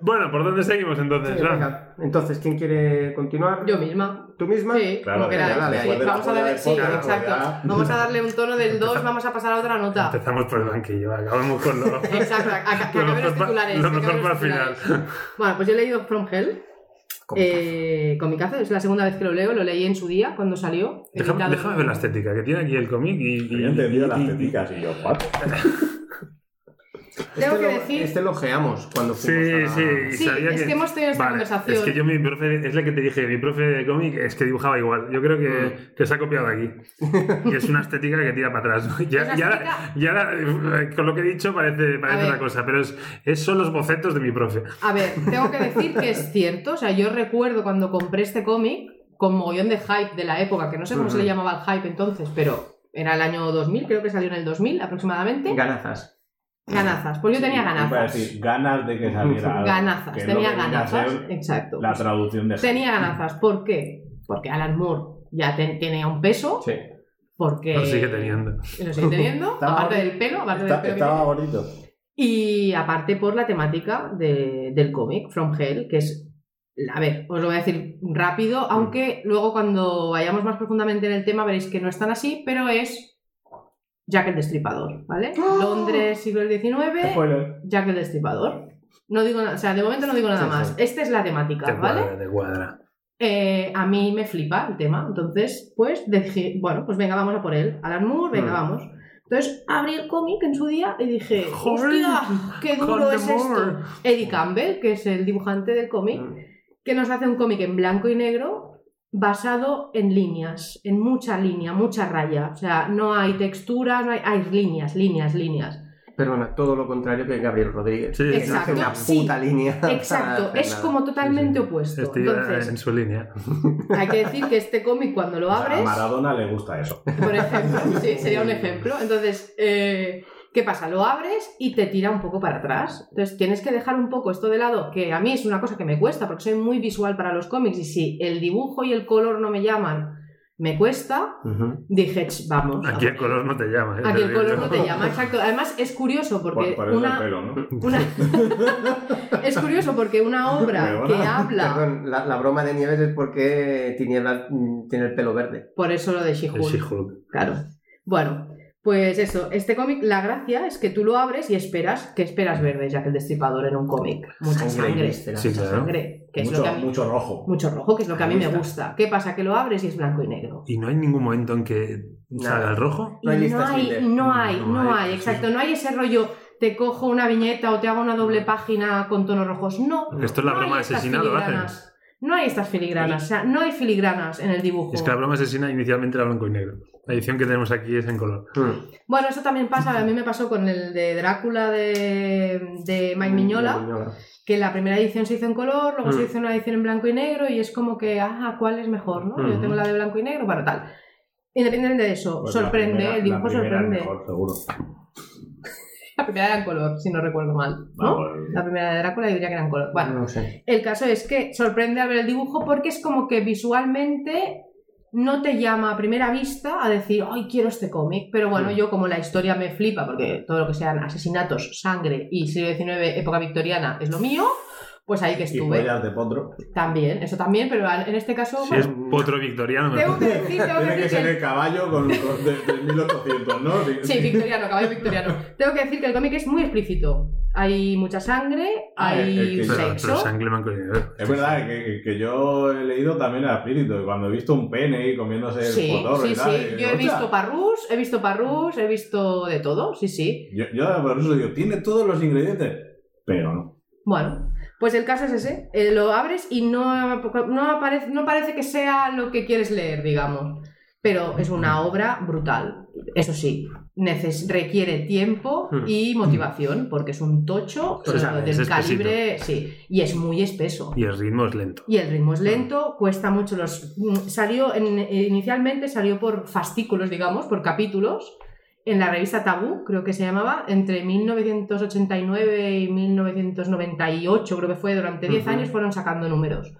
S4: Bueno, ¿por dónde seguimos entonces? Fran?
S1: venga. Entonces, ¿quién quiere continuar?
S3: Yo misma.
S1: ¿Tú misma?
S3: Sí,
S2: Claro,
S3: como queráis.
S1: ya la de
S3: Sí,
S1: ahí.
S3: vamos a darle, sí,
S2: Claro,
S3: exacto.
S2: ya.
S3: Vamos a darle un tono del 2, vamos a pasar a otra nota.
S4: Empezamos por el banquillo, acabamos con lo.
S3: Exacto, a- a- que
S4: Lo
S3: acaben los
S4: mejor pa-
S3: titulares.
S4: lo
S3: que acaben
S4: mejor
S3: los
S4: para el
S3: titulares. Bueno, pues yo he leído From Hell. Eh, comicazo, es la segunda vez que lo leo, lo leí en su día cuando salió.
S4: Déjame,
S3: editado-
S4: déjame ver la estética, que tiene aquí el cómic y.
S2: Y
S4: y-
S2: yo entendido las
S4: y-
S2: teticas y yo, ¿what?
S3: Tengo que
S1: lo,
S3: decir-
S1: este lo ojeamos cuando fuimos a
S4: Sí,
S1: la-
S4: sí, y
S3: Sí,
S4: sabía
S3: es
S4: que...
S3: que hemos tenido esta
S4: Vale,
S3: conversación.
S4: Es que yo, mi profe, es la que te dije, mi profe de cómic es que dibujaba igual. Yo creo que,
S3: Mm.
S4: que se ha copiado de aquí. Y es una estética que tira para atrás.
S3: Es
S4: Ya,
S3: una
S4: ya,
S3: estética-
S4: ya la- eh, con lo que he dicho parece,
S3: A
S4: parece
S3: ver.
S4: una cosa, pero es, es- son los bocetos de mi profe.
S3: A ver, tengo que decir que es cierto. O sea, yo recuerdo cuando compré este cómic con mogollón de hype de la época, que no sé cómo
S4: Mm.
S3: se le llamaba el hype entonces, pero era el año 2000, creo que salió en el 2000 aproximadamente.
S1: Ganazas.
S3: Ganazas. Pues yo tenía
S2: Iba a
S3: ganazas.
S2: decir, ganas de que saliera algo.
S3: Ganazas.
S2: que es lo
S3: Tenía
S2: que viene a
S3: ganazas.
S2: ser
S3: Exacto.
S2: La traducción de
S3: Tenía ganazas. ¿Por qué? Porque Alan Moore ya ten- tenía un peso.
S1: Sí.
S3: Porque.
S4: Lo sigue teniendo.
S3: Lo sigue teniendo.
S2: Estaba-
S3: aparte del pelo. Aparte del
S2: Está-
S3: pelo que
S2: estaba
S3: tiene.
S2: bonito.
S3: Y aparte por la temática de- del cómic, From Hell, que es. A ver, os lo voy a decir rápido, aunque luego cuando vayamos más profundamente en el tema veréis que no es tan así, pero es Jack el Destripador, ¿vale?
S2: ¡Ah!
S3: Londres, siglo XIX,
S2: Spoiler.
S3: Jack el Destripador. No digo nada, o sea, de momento no digo nada
S1: Sí, sí.
S3: más. Esta es la temática,
S4: Te
S3: ¿vale?
S4: cuadra, te cuadra.
S3: Eh, a mí me flipa el tema, entonces, pues dije, bueno, pues venga, vamos a por él. Alan Moore, venga,
S4: Mm.
S3: vamos. Entonces abrí el cómic en su día y dije,
S4: Joder,
S3: ¡hostia! ¡Qué duro
S4: Con
S3: es
S4: the
S3: esto!
S4: more.
S3: Eddie Campbell, que es el dibujante del
S4: Ah.
S3: cómic,
S1: Mm.
S3: que nos hace un cómic en blanco y negro basado en líneas, en mucha línea, mucha raya. O sea, no hay texturas, no hay, hay líneas, líneas, líneas.
S1: Perdona, todo lo contrario que Gabriel Rodríguez.
S4: Sí, sí,
S1: Que no hace
S3: Exacto,
S1: una
S3: sí.
S1: puta línea. para
S3: Exacto,
S1: hacer
S3: es
S1: nada.
S3: como totalmente
S4: Sí, sí.
S3: opuesto.
S4: Estoy eh, en
S3: Entonces,
S4: su línea.
S3: hay que decir que este cómic cuando lo
S2: O sea, a
S3: abres...
S2: Maradona le gusta eso.
S3: Por ejemplo, sí, sería un ejemplo. Entonces, eh, ¿qué pasa? Lo abres y te tira un poco para atrás. Entonces, tienes que dejar un poco esto de lado, que a mí es una cosa que me cuesta, porque soy muy visual para los cómics y si el dibujo y el color no me llaman, me cuesta.
S1: Ujú.
S3: Dije, "Ch, vamos.
S4: Aquí el color no te llama. eh,
S3: Aquí
S4: te
S3: el
S4: lo digo
S3: color no te llama, exacto. Además, es curioso porque
S2: Por, por eso el
S3: una...
S2: pelo, ¿no?
S3: una- es curioso porque una obra
S2: Perdona,
S3: que habla...
S1: Perdón, la, la broma de Nieves es porque Tinieblas mm, tiene el pelo verde.
S3: Por eso lo de
S4: yo. El
S3: She-Hulk.
S4: She-Hulk.
S3: Claro. Bueno, Pues eso, este cómic, la gracia es que tú lo abres y esperas que esperas ver de Jack el Destripador en un cómic. Mucha
S1: Sangre y
S3: sangre,
S1: vísceras.
S4: Sí,
S3: mucha
S4: claro.
S3: sangre, que es lo
S2: Mucho,
S3: que a mí-
S2: mucho rojo.
S3: mucho rojo, que es lo que a mí
S1: Ahí
S3: me
S1: está.
S3: gusta. ¿Qué pasa? Que lo abres y es blanco y negro.
S4: Y no hay ningún momento en que salga
S1: Nada.
S4: el rojo.
S1: No hay
S3: Y
S1: listas
S3: hay,
S1: Schindler.
S3: no hay,
S4: No
S3: no
S4: hay,
S3: hay,
S4: sí,
S3: exacto, no hay ese rollo te cojo una viñeta o te hago una doble página con tonos rojos. No,
S4: Porque esto es la
S3: no
S4: broma
S3: hay
S4: de
S3: estas
S4: asesinato, lo hacen.
S3: filigranas. No hay estas filigranas, o sea, no hay filigranas en el dibujo.
S4: Es que la broma asesina inicialmente era blanco y negro. La edición que tenemos aquí es en color.
S1: Mm.
S3: Bueno, eso también pasa, a mí me pasó con el de Drácula de, de
S2: Mm,
S3: Mike Miñola, que la primera edición se hizo en color, luego
S1: Mm.
S3: se hizo una edición en blanco y negro y es como que, ah, ¿cuál es mejor? ¿no? Yo
S4: Ujú.
S3: tengo la de blanco y negro, bueno, tal. Independientemente de eso,
S2: Pues la
S3: sorprende,
S2: primera-
S3: el dibujo
S2: la primera es
S3: sorprende.
S2: mejor, seguro.
S3: La primera era en color, si no recuerdo mal. ¿no?
S2: Vamos,
S3: La primera de Drácula diría que era en color. Bueno,
S1: No lo sé.
S3: el caso es que sorprende al ver el dibujo porque es como que visualmente no te llama a primera vista a decir, ay, quiero este cómic. Pero bueno,
S1: Mm.
S3: yo como la historia me flipa porque todo lo que sean asesinatos, sangre y siglo XIX, época victoriana, es lo mío, pues ahí que
S2: y
S3: estuve.
S2: pollas de potro.
S3: También, eso también, pero en este caso...
S4: Si es
S3: bueno,
S4: potro victoriano, me
S3: Tengo que decir, tengo que
S2: Tiene que
S3: decir
S2: ser
S3: que-
S2: el caballo con, con de, de 1800, ¿no?
S3: Sí, victoriano, caballo victoriano. Tengo que decir que el cómic es muy explícito. Hay mucha sangre,
S2: Ah, el- el
S3: hay
S2: que-
S4: pero, pero
S3: sexo.
S4: sangre blanco y negro.
S2: Es verdad que, que yo he leído también el explícito, que cuando he visto un pene ahí comiéndose el
S3: Sí,
S2: cotorro y
S3: sí,
S2: tal,
S3: sí.
S2: y
S3: Yo
S2: digo,
S3: he visto
S2: "Hostia".
S3: parrús, he visto parrús, he visto de todo, sí, sí.
S2: Yo, yo por eso digo, tiene todos los ingredientes, pero no.
S3: Bueno, pues el caso es ese. Eh, lo abres y no, no, aparece, no parece que sea lo que quieres leer, digamos. Pero es una obra brutal. Eso sí, neces- requiere tiempo
S4: Hmm.
S3: y motivación, porque es un tocho eh,
S4: Se sabe,
S3: del
S4: es espesito.
S3: calibre, sí, y es muy espeso.
S4: Y el ritmo es lento.
S3: Y el ritmo es lento, cuesta mucho los... mm, Salió, en- inicialmente salió por fascículos, digamos, por capítulos, en la revista Tabú, creo que se llamaba, entre 1989 y 1998, creo que fue, durante 10
S1: Ujú.
S3: años fueron sacando números.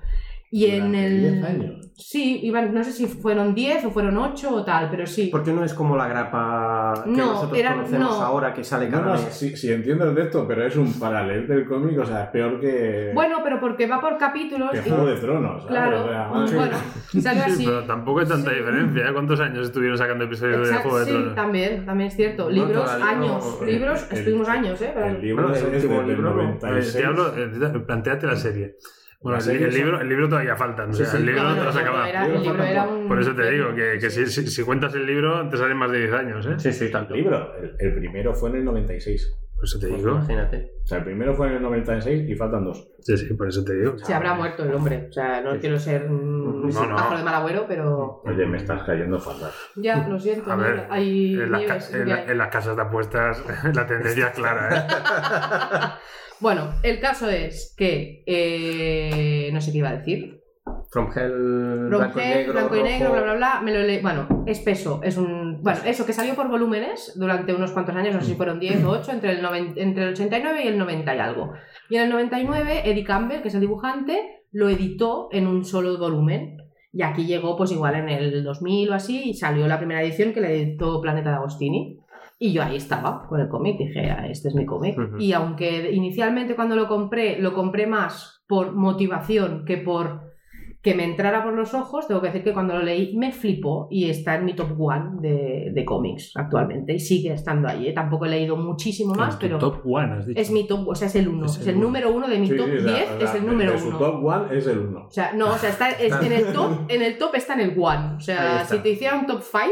S3: Y en
S2: Durante
S3: el...
S2: 10 años.
S3: Sí, iban, no sé si fueron 10 o fueron 8 o tal, pero sí.
S1: Porque no es como la grapa que
S3: No,
S1: nosotros
S3: era-
S1: conocemos
S3: no.
S1: ahora que sale
S2: No,
S1: cada
S2: no,
S1: mes.
S2: si, si entiendo el texto, pero es un paralelo del cómic, o sea, es peor que,
S3: Bueno, pero porque va por capítulos...
S2: que
S3: y-
S2: Juego de Tronos. ¿sabes?
S3: Claro,
S2: O sea, madre
S3: bueno,
S2: mía.
S3: salió
S4: Sí,
S3: así.
S4: pero tampoco hay tanta
S3: Sí.
S4: diferencia. ¿eh? ¿Cuántos años estuvieron sacando episodios de
S3: Exacto,
S4: Juego de
S3: sí,
S4: Tronos?
S3: también, también es cierto.
S1: No,
S3: Libros,
S1: todavía
S3: años,
S1: no.
S3: libros,
S2: El-
S3: estuvimos años, ¿eh? Pero-
S2: El libro
S1: Bueno,
S2: es
S1: el
S2: desde
S1: último
S2: el
S1: libro, ¿no?
S4: Bueno, el
S2: 96.
S4: diablo, eh, planteate la serie. Bueno,
S2: La
S4: el,
S2: serie
S4: el
S2: es-
S4: libro, el libro todavía faltan. O sea,
S1: Sí, sí.
S4: el libro
S3: No,
S4: no
S3: no,
S4: te lo has
S3: no,
S4: acabado.
S3: era- el libro era un-
S4: Por eso te digo que, que si, si- si cuentas el libro, te salen más de 10 años. ¿eh?
S1: Sí, sí, tanto.
S2: El libro, el, el primero fue en el 96.
S4: Por eso te
S1: Pues
S4: digo.
S1: imagínate.
S2: O sea, el primero fue en el 96 y faltan dos.
S4: Sí, sí, por eso te digo.
S3: Se habrá muerto el hombre. O sea, no
S1: Sí.
S3: quiero ser un
S4: No, no.
S3: de mal agüero, pero
S2: Oye, me estás cayendo fatal.
S3: ya, lo siento.
S4: A
S3: ¿no?
S4: ver,
S3: hay
S4: En las, ca-
S3: nieves.
S4: en
S3: ya
S4: la-
S3: hay.
S4: en las casas de apuestas la tendencia es clara. ¿eh?
S3: Bueno, el caso es que eh, no sé qué iba a decir.
S1: From Hell, blanco y
S3: Romper,
S1: negro,
S3: blanco y negro,
S1: rojo.
S3: bla, bla, bla. Me lo le... Bueno, espeso. Es un. Bueno, eso que salió por volúmenes durante unos cuantos años, no sé si fueron 10 o 8, entre el, noven- entre el 89 y el 90 y algo. Y en el 99, Eddie Campbell, que es el dibujante, lo editó en un solo volumen. Y aquí llegó, pues igual en el 2000 o así, y salió la primera edición que le editó Planeta de Agostini. Y yo ahí estaba con el cómic, dije, "Ah, este es mi cómic.
S1: Ujú.
S3: Y aunque inicialmente cuando lo compré, lo compré más por motivación que por que me entrara por los ojos, tengo que decir que cuando lo leí me flipó y está en mi top one de, de cómics actualmente y sigue estando ahí. ¿eh? Tampoco he leído muchísimo más,
S4: En tu
S3: pero
S4: top one, has dicho.
S3: es mi top, o sea, es el uno,
S4: Es
S3: es
S4: el
S3: el,
S4: uno.
S3: número uno de mi
S2: Sí,
S3: top
S2: sí,
S3: 10,
S2: o sea, o sea,
S3: es el
S2: de-
S3: número
S2: de Su
S3: uno.
S2: top one es el 1.
S3: O sea, no, o sea, está, es- en, el top, en el top está en el one. O
S1: Ahí
S3: sea,
S1: está.
S3: si te hiciera un top 5,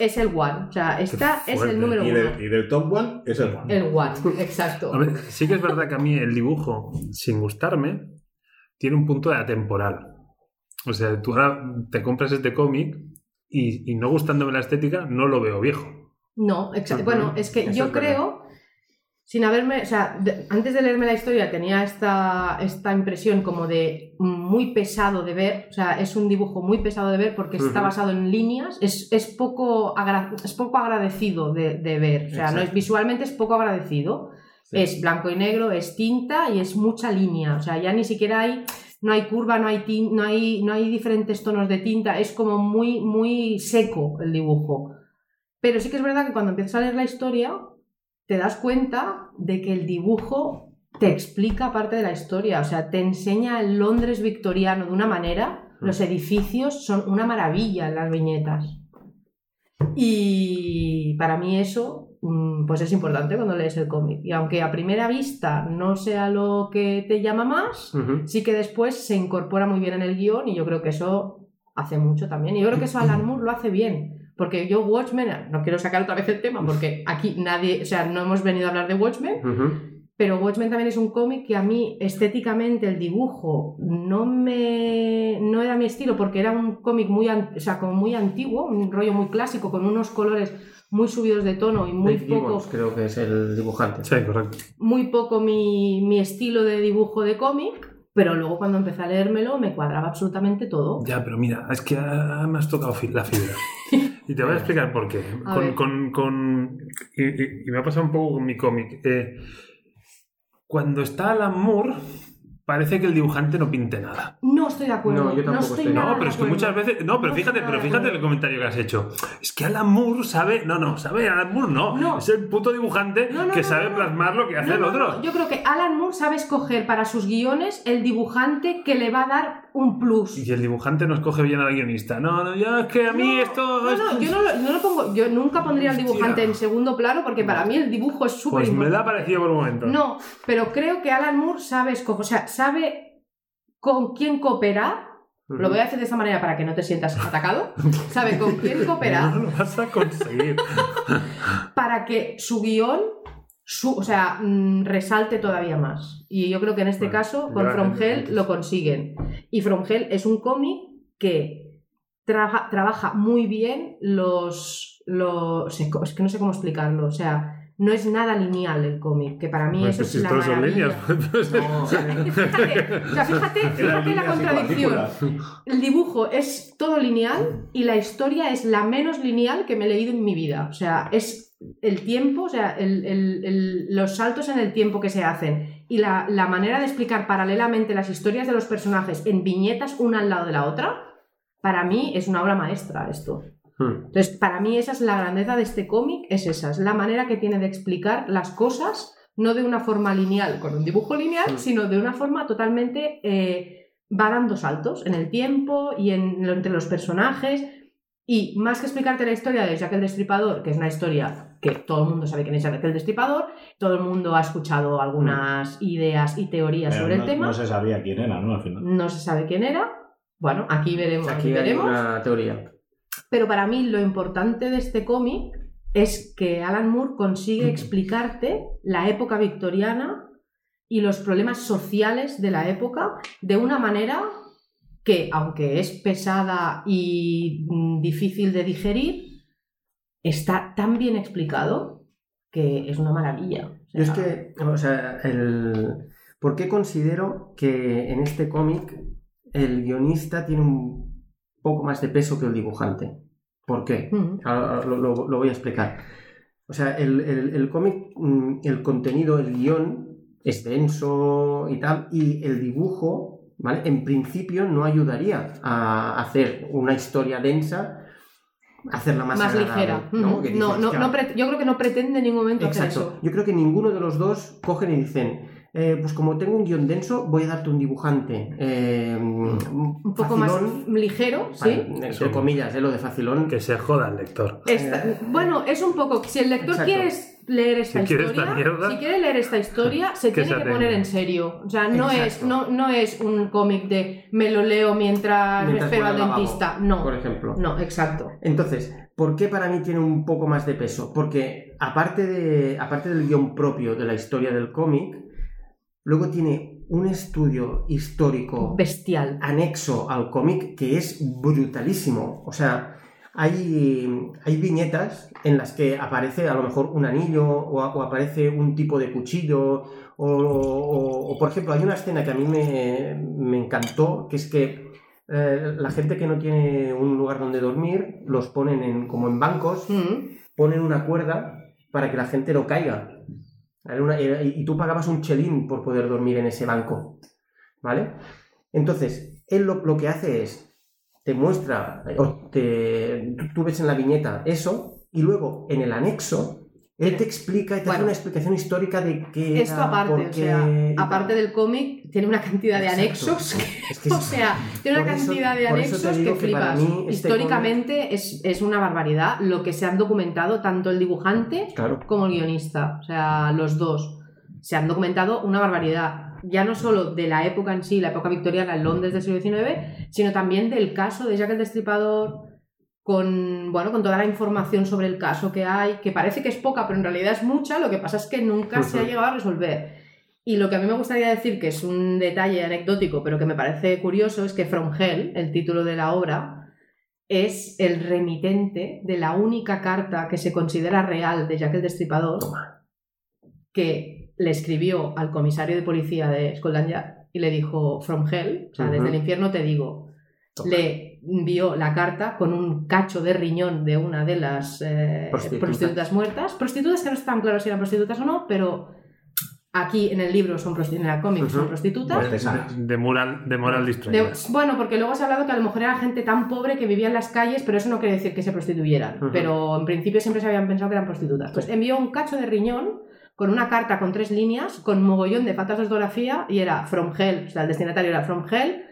S3: es el one. O sea, está, es
S4: fuerte.
S3: el número
S2: Y,
S3: uno.
S2: del- y del top one es el 1.
S3: El one, exacto.
S4: A ver, sí que es verdad que a mí el dibujo, sin gustarme, tiene un punto de atemporal. O sea, tú ahora te compras este cómic y, y no gustándome la estética, no lo veo viejo.
S3: No, exacto.
S1: Ujú.
S3: Bueno, es que
S1: Eso
S3: yo
S1: es verdad.
S3: creo, sin haberme, o sea, de- antes de leerme la historia tenía esta, esta impresión como de muy pesado de ver, o sea, es un dibujo muy pesado de ver porque está
S1: Ujú.
S3: basado en líneas, es, es poco, agra- es poco agradecido de, de ver, o sea, no es,
S1: Exacto.
S3: visualmente es poco agradecido.
S1: Sí.
S3: Es blanco y negro, es tinta y es mucha línea. O sea, ya ni siquiera hay no hay curva, no hay, tin- no hay, no hay diferentes tonos de tinta, es como muy, muy seco el dibujo. Pero sí que es verdad que cuando empiezas a leer la historia, te das cuenta de que el dibujo te explica parte de la historia, o sea, te enseña el Londres victoriano de una manera, los edificios son una maravilla en las viñetas. Y para mí eso mm, pues es importante cuando lees el cómic. Y aunque a primera vista no sea lo que te llama más,
S1: Ujú.
S3: sí que después se incorpora muy bien en el guión y yo creo que eso hace mucho también. Y yo creo que eso Alan Moore lo hace bien. Porque yo Watchmen, no quiero sacar otra vez el tema, porque aquí nadie, o sea, no hemos venido a hablar de Watchmen,
S1: Ujú.
S3: pero Watchmen también es un cómic que a mí estéticamente el dibujo no me no era mi estilo porque era un cómic muy, an- o sea, como muy antiguo, un rollo muy clásico con unos colores muy subidos de tono y muy
S1: Dave
S3: poco
S1: Gibbons creo que es el dibujante.
S4: Sí, correcto.
S3: muy poco mi, mi estilo de dibujo de cómic, pero luego cuando empecé a leérmelo me cuadraba absolutamente todo.
S4: Ya, pero mira, es que ah, me has tocado fi- la fibra. Y te voy a explicar por qué.
S3: A
S4: Con,
S3: ver.
S4: con- con- y, y- y me ha pasado un poco con mi cómic. Eh, cuando está Alan Moore, parece que el dibujante no pinte nada.
S3: No estoy de acuerdo.
S1: No, yo tampoco
S3: estoy
S1: estoy.
S3: nada
S4: No,
S3: de
S4: pero es que
S3: acuerdo.
S4: muchas veces. No, pero
S3: Ah, No
S4: fíjate,
S3: estoy
S4: pero
S3: nada de
S4: fíjate el
S3: acuerdo.
S4: comentario que has hecho. Es que Alan Moore sabe. No, no, sabe Alan Moore no.
S3: No.
S4: Es el puto dibujante
S3: No, no,
S4: que
S3: no,
S4: sabe
S3: no, no.
S4: plasmar lo que hace
S3: No,
S4: el
S3: no,
S4: otro.
S3: no, Yo creo que Alan Moore sabe escoger para sus guiones el dibujante que le va a dar un plus.
S4: Y el dibujante no escoge bien al guionista. No, no, ya es que a mí
S3: No,
S4: esto.
S3: no,
S4: esto-
S3: no, yo no lo, no lo pongo. Yo nunca pondría al
S4: Hostia.
S3: dibujante en segundo plano porque para mí el dibujo es súper
S4: Pues me la ha parecido por un momento.
S3: No, pero creo que Alan Moore sabe escoger, o sea, sabe con quién cooperar. Lo voy a hacer de esa manera para que no te sientas atacado. Sabe con quién cooperar
S4: No lo vas a conseguir.
S3: para que su guión su, o sea, mm, resalte todavía más. Y yo creo que en este
S4: Bueno,
S3: caso con
S4: ya,
S3: From
S4: ya,
S3: Hell
S4: ya.
S3: lo consiguen. Y From Hell es un cómic que trabaja, trabaja muy bien los, los... Es que no sé cómo explicarlo. O sea, no es nada lineal el cómic, que para mí
S4: Pues
S3: eso es
S4: si
S3: la
S4: todos son
S3: maravilla.
S4: líneas. pues,
S1: No,
S3: Fíjate, o sea, fíjate,
S2: Eran
S3: fíjate la
S2: líneas y
S3: contradicción.
S2: partículas.
S3: El dibujo es todo lineal y la historia es la menos lineal que me he leído en mi vida. O sea, es el tiempo, o sea, el- el- el- los saltos en el tiempo que se hacen y la, la manera de explicar paralelamente las historias de los personajes en viñetas una al lado de la otra, para mí es una obra maestra esto.
S1: Hmm.
S3: Entonces, para mí esa es la grandeza de este cómic, es esa, es la manera que tiene de explicar las cosas, no de una forma lineal, con un dibujo lineal,
S2: Mm.
S3: sino de una forma totalmente... eh, va dando saltos en el tiempo y en, lo- entre los personajes. Y más que explicarte la historia de Jack el Destripador, que es una historia que todo el mundo sabe quién es Jack el Destripador, todo el mundo ha escuchado algunas ideas y teorías
S2: Pero
S3: sobre
S2: Eh, no,
S3: el tema,
S2: no se sabía quién era, ¿no? Al final.
S3: no se sabe quién era. Bueno, aquí veremos.
S1: Aquí hay
S3: veremos.
S1: una teoría.
S3: Pero para mí lo importante de este cómic es que Alan Moore consigue explicarte la época victoriana y los problemas sociales de la época de una manera que, aunque es pesada y mm, difícil de digerir, está tan bien explicado que es una maravilla. O sea,
S1: Yo es que, o sea, el... ¿por qué considero que en este cómic el guionista tiene un poco más de peso que el dibujante? ¿Por qué?
S3: Mm,
S1: Ahora ahora lo, lo- lo voy a explicar. O sea, el, el- el cómic, mm, el contenido, el guión es denso y tal, y el dibujo, ¿vale? En principio no ayudaría a hacer una historia densa, hacerla más,
S3: Más,
S1: agradable,
S3: ligera.
S1: ¿no?
S3: Mm,
S1: Que
S3: no,
S1: dices,
S3: no,
S1: "Hostia,
S3: no pre- yo creo que no pretende en ningún momento hacer
S1: Exacto.
S3: eso.
S1: Yo creo que ninguno de los dos cogen y dicen, eh, pues como tengo un guión denso, voy a darte un dibujante. eh,
S3: Un poco
S1: facilón,
S3: más ligero, ¿sí?
S1: vale, entre comillas, eh, lo de facilón.
S4: Que se joda el lector.
S3: Esta- bueno, es un poco. Si el lector
S1: Eh, Exacto.
S3: quiere leer esta
S4: Si quiere
S3: historia,
S4: esta mierda,
S3: si quiere leer esta historia, se
S4: que
S3: tiene
S4: se
S3: que
S4: atenga.
S3: poner en serio. O sea, no es,
S1: Exacto.
S3: no, no es un cómic de me lo leo mientras, me
S1: Mientras
S3: espero
S1: voy
S3: al
S1: al lavabo,
S3: dentista. No,
S1: por ejemplo.
S3: no, exacto.
S1: Entonces, ¿por qué para mí tiene un poco más de peso? Porque aparte, de, aparte del guión propio de la historia del cómic, luego tiene un estudio histórico
S3: Bestial.
S1: anexo al cómic que es brutalísimo. O sea, hay, hay viñetas en las que aparece a lo mejor un anillo o, a- o aparece un tipo de cuchillo. O, o- o, por ejemplo, hay una escena que a mí me, me encantó, que es que eh, la gente que no tiene un lugar donde dormir los ponen en, como en bancos
S3: Mm.
S1: ponen una cuerda para que la gente no caiga. Era una- era- y y tú pagabas un chelín por poder dormir en ese banco. ¿Vale? Entonces, él lo, lo que hace es, te eh, muestra, o te, tú ves en la viñeta eso, y luego en el anexo Él te explica y te hace
S3: Bueno.
S1: una explicación histórica de qué era,
S3: Esto aparte,
S1: por
S3: o
S1: qué
S3: sea,
S1: y tal.
S3: aparte del cómic, tiene una cantidad de
S1: Exacto.
S3: anexos. que-
S1: Es que
S3: o sea, tiene una
S1: por eso-
S3: cantidad de
S1: por eso te
S3: anexos que
S1: digo que para
S3: flipas.
S1: mí este
S3: Históricamente es, es una barbaridad lo que se han documentado tanto el dibujante
S1: Claro.
S3: como el guionista. O sea, los dos. Se han documentado una barbaridad. Ya no solo de la época en sí, la época victoriana en Londres del siglo XIX, sino también del caso de Jack el Destripador, con, bueno, con toda la información sobre el caso que hay, que parece que es poca, pero en realidad es mucha, lo que pasa es que nunca se ha
S1: Ujú.
S3: llegado a resolver. Y lo que a mí me gustaría decir, que es un detalle anecdótico, pero que me parece curioso, es que From Hell, el título de la obra, es el remitente de la única carta que se considera real de Jack el Destripador que le escribió al comisario de policía de Scotland Yard y le dijo From Hell, o sea,
S1: Ujú.
S3: desde el infierno te digo.
S1: Toma.
S3: Le envió la carta con un cacho de riñón de una de las eh,
S1: Prostitutas.
S3: prostitutas. muertas. Prostitutas que no están claros si eran prostitutas o no, pero aquí en el libro son prostitutas, en el cómic
S1: Ujú.
S3: son prostitutas.
S4: De, de- de moral, de moral
S3: De-
S4: distraída.
S3: bueno, porque luego se ha hablado que a lo mejor era gente tan pobre que vivía en las calles, pero eso no quiere decir que se prostituyeran.
S1: Ujú.
S3: Pero en principio siempre se habían pensado que eran prostitutas. Pues envió un cacho de riñón con una carta con tres líneas, con mogollón de faltas de ortografía y era From Hell, o sea, el destinatario era From Hell,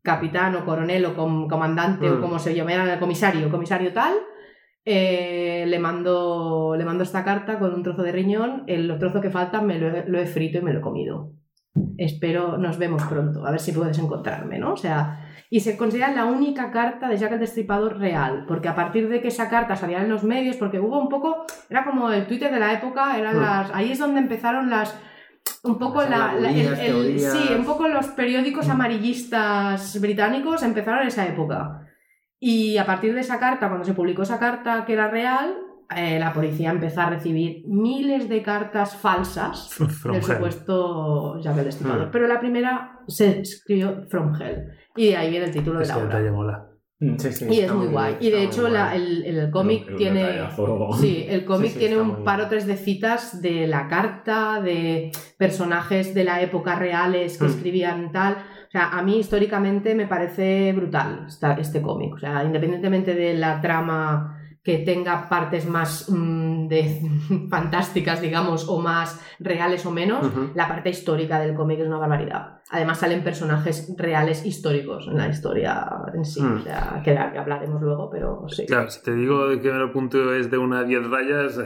S3: capitán o coronel o com- comandante
S1: Mm.
S3: o como se llamara el comisario, comisario tal. eh, le mando le mando esta carta con un trozo de riñón el trozo que falta me lo he- lo he frito y me lo he comido espero nos vemos pronto, a ver si puedes encontrarme, ¿no? O sea, y se considera la única carta de Jack el Destripador real, porque a partir de que esa carta salía en los medios, porque hubo un poco, era como el Twitter de la época, eran
S1: Mm.
S3: las, ahí es donde empezaron las, un poco
S1: Las
S3: la, la-
S1: habladurías,
S3: el- el-
S1: teorías.
S3: sí, un poco los periódicos
S1: Mm.
S3: amarillistas británicos empezaron en esa época. Y a partir de esa carta, cuando se publicó esa carta que era real, eh, la policía empezó a recibir miles de cartas falsas
S4: From
S3: del
S4: hell.
S3: supuesto Jack el Destripador.
S1: Mm.
S3: Pero la primera se escribió From Hell. Y de ahí viene el título de
S4: Ese
S3: la obra.
S4: detalle mola.
S1: Sí, sí,
S3: Y es
S1: está
S3: muy guay. Y de
S1: está
S3: hecho
S1: muy
S3: la-
S1: guay.
S3: el, el cómic
S2: Es un
S3: tiene...
S2: detallazo.
S3: Sí, el cómic
S1: Sí, sí,
S3: tiene
S1: está
S3: un
S1: muy
S3: par o
S1: bien.
S3: tres de citas de la carta, de personajes de la época reales que
S1: Mm.
S3: escribían tal. O sea, a mí históricamente me parece brutal esta- este cómic. O sea, independientemente de la trama que tenga partes más mm, de fantásticas, digamos, o más reales o menos,
S1: Ujú.
S3: la parte histórica del cómic es una barbaridad. Además salen personajes reales históricos en la historia en sí,
S1: Mm.
S3: o sea, que, que hablaremos luego, pero sí.
S4: Claro, si te digo que el punto es de una a 10 rayas,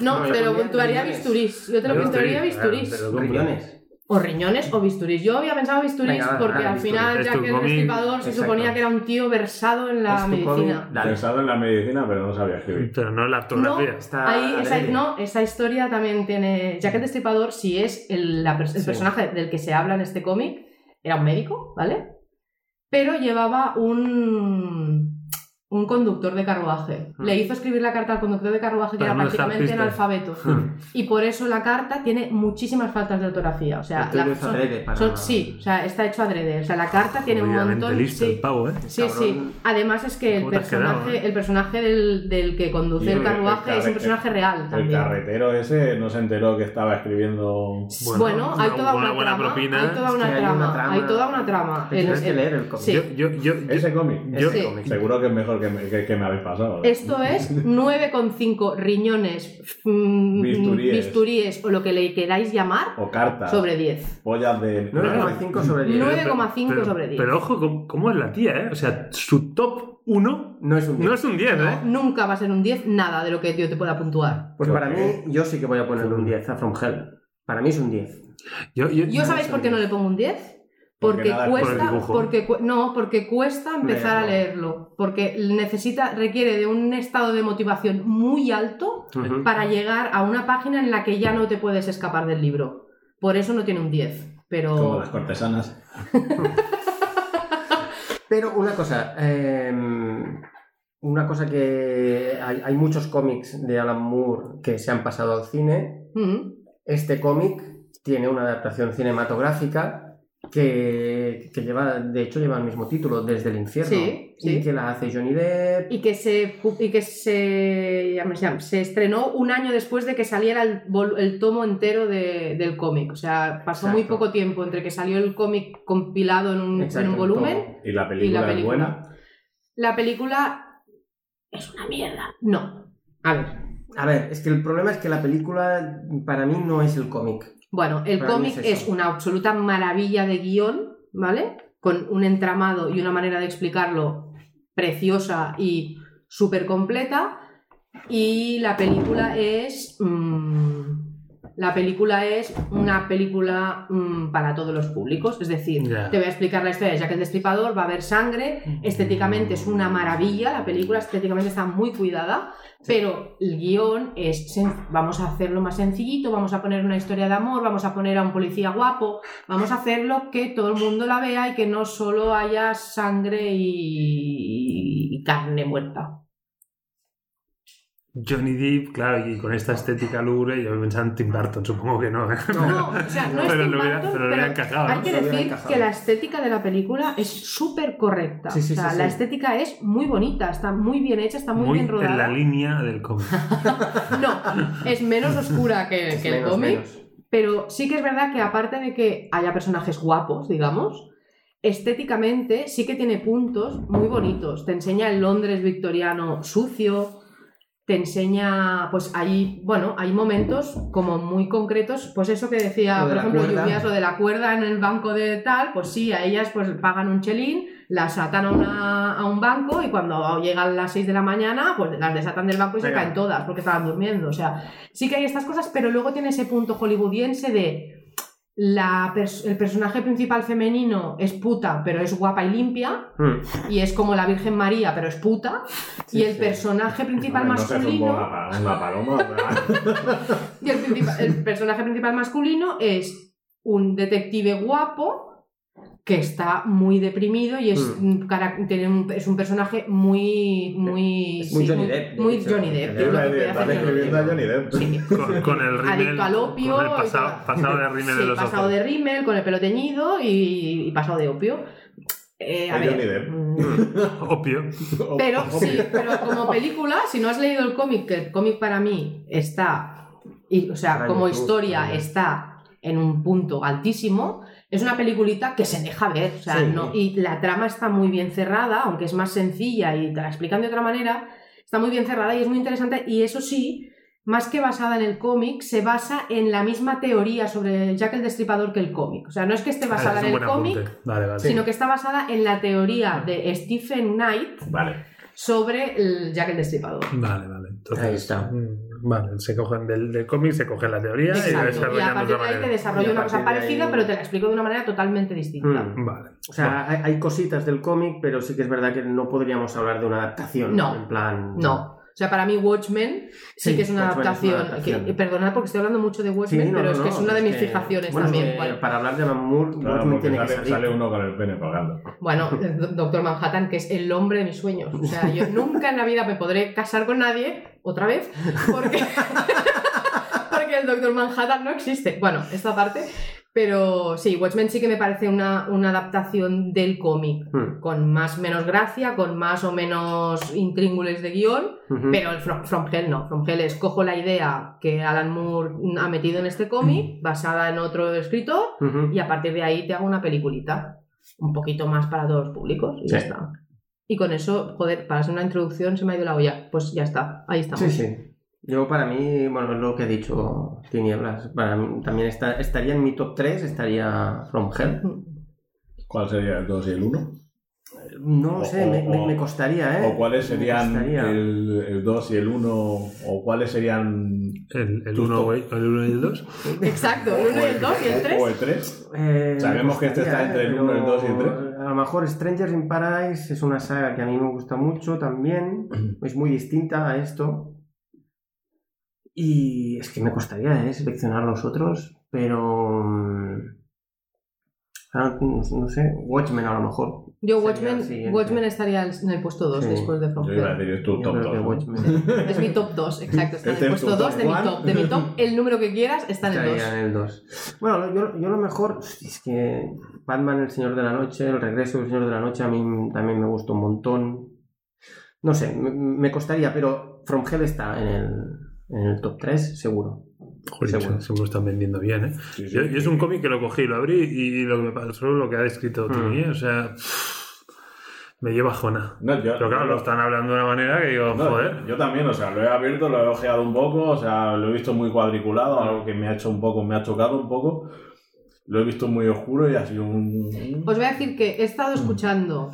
S3: No,
S1: No, yo
S3: pero
S1: pondría
S3: puntuaría
S1: riñones.
S3: bisturís. Yo te lo
S4: Yo
S3: puntuaría
S4: bisturí,
S3: bisturís.
S4: claro,
S1: Riñones.
S3: O riñones o bisturís. Yo había pensado bisturís
S1: Venga, va,
S3: porque
S1: va,
S3: al
S1: bisturís.
S3: final
S4: Es
S3: ya
S4: tu
S3: que el
S4: cómic,
S3: destripador se
S1: exacto.
S3: suponía que era un tío versado en la
S1: Es tu
S3: medicina.
S1: cómic, dale.
S2: Pensado en la medicina, pero no sabía escribir.
S4: pero no en la ortografía.
S1: Está
S3: Ahí, esa,
S1: alegre.
S3: no, esa historia también tiene. Ya que el destripador, si es el, la pers- el
S1: Sí.
S3: personaje del que se habla en este cómic, era un médico, ¿vale? Pero llevaba un. Un conductor de carruaje.
S1: Mm.
S3: Le hizo escribir la carta al conductor de carruaje que
S4: Hmm. Pero
S3: era
S4: no es
S3: prácticamente
S4: artista.
S3: analfabeto.
S1: Hmm.
S3: Y por eso la carta tiene muchísimas faltas de ortografía. O sea,
S1: Esto
S3: la-
S1: lo hizo
S3: son-
S1: adrede para-
S3: son- sí, o sea, está hecho adrede. O sea, la carta tiene un
S4: Jodidamente
S3: montón.
S4: listo
S3: sí.
S4: el pavo, ¿eh?
S3: Sí,
S1: Cabrón.
S3: sí. Además es que el
S4: ¿Cómo te has
S3: personaje,
S4: quedado, eh?
S3: el personaje del, del que
S2: Y
S3: conduce
S2: el-
S3: el,
S2: el
S3: carruaje es
S2: carre-
S3: un personaje real
S2: El
S3: Ah, también.
S2: carretero ese no se enteró que estaba escribiendo.
S3: Bueno, hay toda una,
S4: buena
S3: trama,
S4: propina. eh.
S3: hay toda
S1: Es
S3: una,
S1: que hay
S3: trama,
S1: una trama-
S3: hay toda una trama.
S1: Te
S3: El-
S1: Tienes que
S3: el-
S1: leer el cómic.
S3: sí.
S4: Yo, yo, yo, yo-
S2: Ese cómic.
S4: yo-
S3: Sí.
S2: Seguro que es mejor que me, que, que me habéis pasado. ¿eh?
S3: Esto es 9,5 riñones, mm,
S2: Bisturíes.
S3: bisturíes o lo que le queráis llamar
S2: O cartas.
S3: sobre 10.
S2: Pollas de.
S1: 9,5 sobre 10.
S3: Nueve-
S4: pero-
S3: 9,5
S4: pero-
S3: sobre 10.
S4: Pero ojo, ¿cómo, cómo es la tía, eh? O sea, su top 1
S1: No es un
S4: no
S1: 10.
S4: es un 10,
S3: No,
S4: ¿eh?
S3: nunca va a ser un 10 nada de lo que yo te pueda puntuar.
S1: Pues para
S2: Creo
S1: mí, yo sí que voy a ponerle un 10 a From Hell. Para mí es un 10.
S4: Yo, yo,
S3: ¿Yo sabéis por qué no le pongo un 10?
S2: Porque
S3: Porque,
S2: nada, por el
S3: cuesta,
S4: dibujo.
S3: porque cu- no, porque cuesta empezar a leerlo, porque necesita, requiere de un estado de motivación muy alto
S1: Ujú.
S3: para llegar a una página en la que ya no te puedes escapar del libro. Por eso no tiene un 10,
S2: Como
S3: pero
S2: las cortesanas.
S1: Pero una cosa, eh, una cosa que hay, hay muchos cómics de Alan Moore que se han pasado al cine.
S3: Mm,
S1: Este cómic tiene una adaptación cinematográfica que, que lleva, de hecho, lleva el mismo título, Desde el infierno,
S3: Sí, sí.
S1: y que la hace Johnny Depp.
S3: y que se pu- y que se, ya me- ya, se estrenó un año después de que saliera el, vol- el tomo entero de- del cómic, o sea, pasó muy
S1: Exacto.
S3: poco tiempo entre que salió el cómic compilado en un, en
S1: Exacto,
S3: un volumen.
S2: Y la
S3: y la
S2: película, es
S3: película.
S2: buena.
S3: La película es una mierda. No. A ver,
S1: A ver, es que el problema es que la película para mí no es el cómic.
S3: Bueno, el
S1: Para mí
S3: cómic
S1: es
S3: es,
S1: eso.
S3: una absoluta maravilla de guión, ¿vale? Con un entramado y una manera de explicarlo preciosa y súper completa. Y la película es. mm, la película es una película mm, para todos los públicos. Es decir,
S4: Ya.
S3: te voy a explicar la historia de Jack el Destripador, va a haber sangre. Estéticamente es una maravilla, la película estéticamente está muy cuidada. Pero el guión es, sen- vamos a hacerlo más sencillito, vamos a poner una historia de amor, vamos a poner a un policía guapo, vamos a hacerlo que todo el mundo la vea y que no solo haya sangre y, y carne muerta.
S4: Johnny Depp, claro, y con esta estética lúgubre, yo pensaba en Tim Burton, supongo que no. ¿eh?
S3: No, o sea, no es
S4: pero
S3: Tim
S4: lo hubiera,
S3: Burton,
S4: pero lo hubiera encajado,
S3: Hay
S4: ¿no?
S3: que
S1: Se hubiera
S3: decir
S1: encajado.
S3: que la estética de la película es súper correcta.
S1: Sí, sí,
S3: o sea,
S1: sí,
S3: la
S1: sí.
S3: estética es muy bonita, está muy bien hecha, está muy,
S4: Muy
S3: bien rodada.
S4: en la línea del cómic.
S3: No, es menos oscura que, que el
S1: Menos,
S3: cómic,
S1: menos.
S3: pero sí que es verdad que aparte de que haya personajes guapos, digamos, estéticamente sí que tiene puntos muy bonitos. Te enseña el Londres victoriano sucio, te enseña, pues hay, bueno, hay momentos como muy concretos, pues eso que decía,
S1: Lo de
S3: por
S1: la
S3: ejemplo,
S1: cuerda.
S3: Lluvias, lo de la cuerda en el banco de tal, pues sí, a ellas pues pagan un chelín, las atan a, una- a un banco y cuando llegan las 6 de la mañana, pues las desatan del banco y se
S1: Venga.
S3: caen todas porque estaban durmiendo, o sea, sí que hay estas cosas, pero luego tiene ese punto hollywoodiense de la pers- el personaje principal femenino es puta, pero es guapa y limpia,
S1: Mm.
S3: y es como la Virgen María, pero es puta,
S1: Sí,
S3: y el
S1: sí.
S3: personaje principal
S2: Hombre, no se zumbó
S3: masculino
S2: una, pa- una paloma, ¿verdad?
S3: y el, princip- el personaje principal masculino es un detective guapo que está muy deprimido y
S1: Mm.
S3: es, un cara- tiene un, es un personaje muy muy
S1: Es muy
S3: sí,
S1: Johnny Depp, de
S3: muy
S1: hecho.
S3: Johnny Depp,
S1: Yo
S3: es lo
S1: la
S3: que
S1: de-
S3: puede
S1: la
S2: Está
S3: hacer
S1: de-
S3: Johnny Depp.
S2: describiendo a Johnny Depp.
S3: Sí.
S4: Con, con el rímel.
S3: Adicto al opio
S4: Con el
S3: y
S4: pasado,
S3: todo.
S4: pasado de rímel
S3: Sí,
S4: de los
S3: pasado
S4: ojos.
S3: de rímel, con el pelo teñido y, y pasado de opio. Eh, a
S2: Hay Johnny
S3: ver,
S2: Depp.
S3: mm,
S4: Opio.
S3: pero sí, pero como película, si no has leído el cómic, que el cómic para mí está, y, o sea,
S1: Está en
S3: como
S1: YouTube,
S3: historia
S1: también.
S3: está en un punto altísimo, es una peliculita que se deja ver, o sea,
S1: Sí.
S3: no, y la trama está muy bien cerrada, aunque es más sencilla y te la explican de otra manera, está muy bien cerrada y es muy interesante, y eso sí, más que basada en el cómic, se basa en la misma teoría sobre Jack el Destripador que el cómic. O sea, no es que esté
S4: Ah,
S3: basada
S4: es un
S3: en el
S4: buen
S3: cómic,
S4: apunte. Vale, vale.
S3: sino que está basada en la teoría de Stephen Knight
S2: Vale.
S3: sobre el Jack el Destripador.
S4: Vale, vale. Entonces,
S1: Ahí está.
S4: mm, Vale, se cogen del, del cómic, se cogen la teoría y la
S3: Exacto. Y a
S4: desarrollan de
S3: partir
S4: otra
S3: de ahí te
S4: manera.
S3: desarrolla
S1: Y a
S3: una cosa
S1: partir de ahí-
S3: parecida, pero te la explico de una manera totalmente distinta.
S1: Mm.
S4: Vale.
S1: O sea, hay, hay cositas del cómic, pero sí que es verdad que no podríamos hablar de una adaptación.
S3: No.
S1: En plan.
S3: No. O sea, para mí Watchmen sí,
S1: Mm. Sí,
S3: que es una
S1: Watchmen es una
S3: adaptación.
S1: adaptación.
S3: que- y perdonad porque estoy hablando mucho de
S1: Sí,
S3: Watchmen,
S1: no,
S3: Pues pero
S1: no,
S3: es que
S1: no,
S3: es una de mis
S1: que-
S3: fijaciones
S1: bueno,
S3: también.
S1: eh,
S3: Bueno,
S1: para hablar de Alan Moore,
S2: Claro,
S1: Watchmen
S2: porque
S1: tiene que
S2: sale,
S1: salir.
S2: sale uno con el pene colgando.
S3: Bueno, el do- Doctor Manhattan, que es el hombre de mis sueños. O sea, yo nunca en la vida me podré casar con nadie, otra vez, porque, porque el Doctor Manhattan no existe. Bueno, esta parte. Pero sí, Watchmen sí que me parece una, una adaptación del cómic,
S1: Mm,
S3: con más o menos gracia, con más o menos intríngules de guión,
S1: ujú.
S3: pero el From, From Hell no. From Hell es cojo la idea que Alan Moore ha metido en este
S1: Mm.
S3: cómic, basada en otro escritor,
S1: Ujú.
S3: y a partir de ahí te hago una peliculita un poquito más para todos los públicos y ya
S1: Sí.
S3: está. Y con eso, joder, para hacer una introducción se me ha ido la olla. Pues ya está, ahí estamos.
S1: Sí, sí. Yo para mí, bueno, es lo que he dicho, Tinieblas. Para mí también está, estaría en mi top 3, estaría From Hell.
S3: Mm.
S2: ¿Cuál sería el 2 y el 1?
S1: No
S2: O-
S1: lo sé,
S2: o-
S1: me, me-
S2: o-
S1: me costaría, ¿eh?
S2: ¿O cuáles
S1: Me
S2: serían
S1: costaría.
S2: el 2 y el 1? ¿O cuáles serían
S4: El, el,
S2: Tú-
S4: uno, güey, el uno y el dos.
S3: Exacto, el 1 y el 2 y el 3.
S2: ¿O el 3?
S1: Eh, me
S2: Sabemos que este está entre el
S1: pero
S2: uno, el dos y el tres.
S1: A lo mejor Strangers in Paradise es una saga que a mí me gusta mucho también. Es muy distinta a esto. Y es que me costaría ¿eh? seleccionar los otros, pero. mm, claro, no, no sé, Watchmen a lo mejor.
S3: Yo
S1: Sería
S3: Watchmen,
S1: el siguiente.
S3: Watchmen estaría en el puesto 2
S1: Sí.
S3: después de From
S2: Yo iba a
S3: Hell.
S2: decir, es tu
S1: Yo
S2: top
S1: creo que
S2: 2.
S1: Watchmen
S3: Es mi top 2, exacto. Está en
S2: Este
S3: el
S2: es tu
S3: puesto
S2: top
S3: 2 de mi
S2: one.
S3: top. De mi top, el número que quieras está en el 2.
S1: estaría en el 2. Bueno, lo- yo, yo lo mejor es que Batman, El Señor de la Noche, El Regreso del Señor de la Noche, a mí también me gustó un montón. No sé, me, me costaría, pero From Hell está en el, en el top 3, seguro.
S4: Joder,
S1: Seguro.
S4: se, se me lo están vendiendo bien, ¿eh? Yo, yo es un cómic que lo cogí, lo abrí y lo que me pasó, lo que ha descrito
S1: Mm.
S4: Timmy, ¿eh? o sea... me dio bajona.
S2: No, yo,
S4: Pero claro,
S2: yo-
S4: lo están hablando de una manera que digo,
S2: No,
S4: joder.
S2: Yo también, o sea, lo he abierto, lo he ojeado un poco, o sea, lo he visto muy cuadriculado, algo que me ha hecho un poco, me ha chocado un poco. Lo he visto muy oscuro y ha sido un.
S3: Os voy a decir que he estado escuchando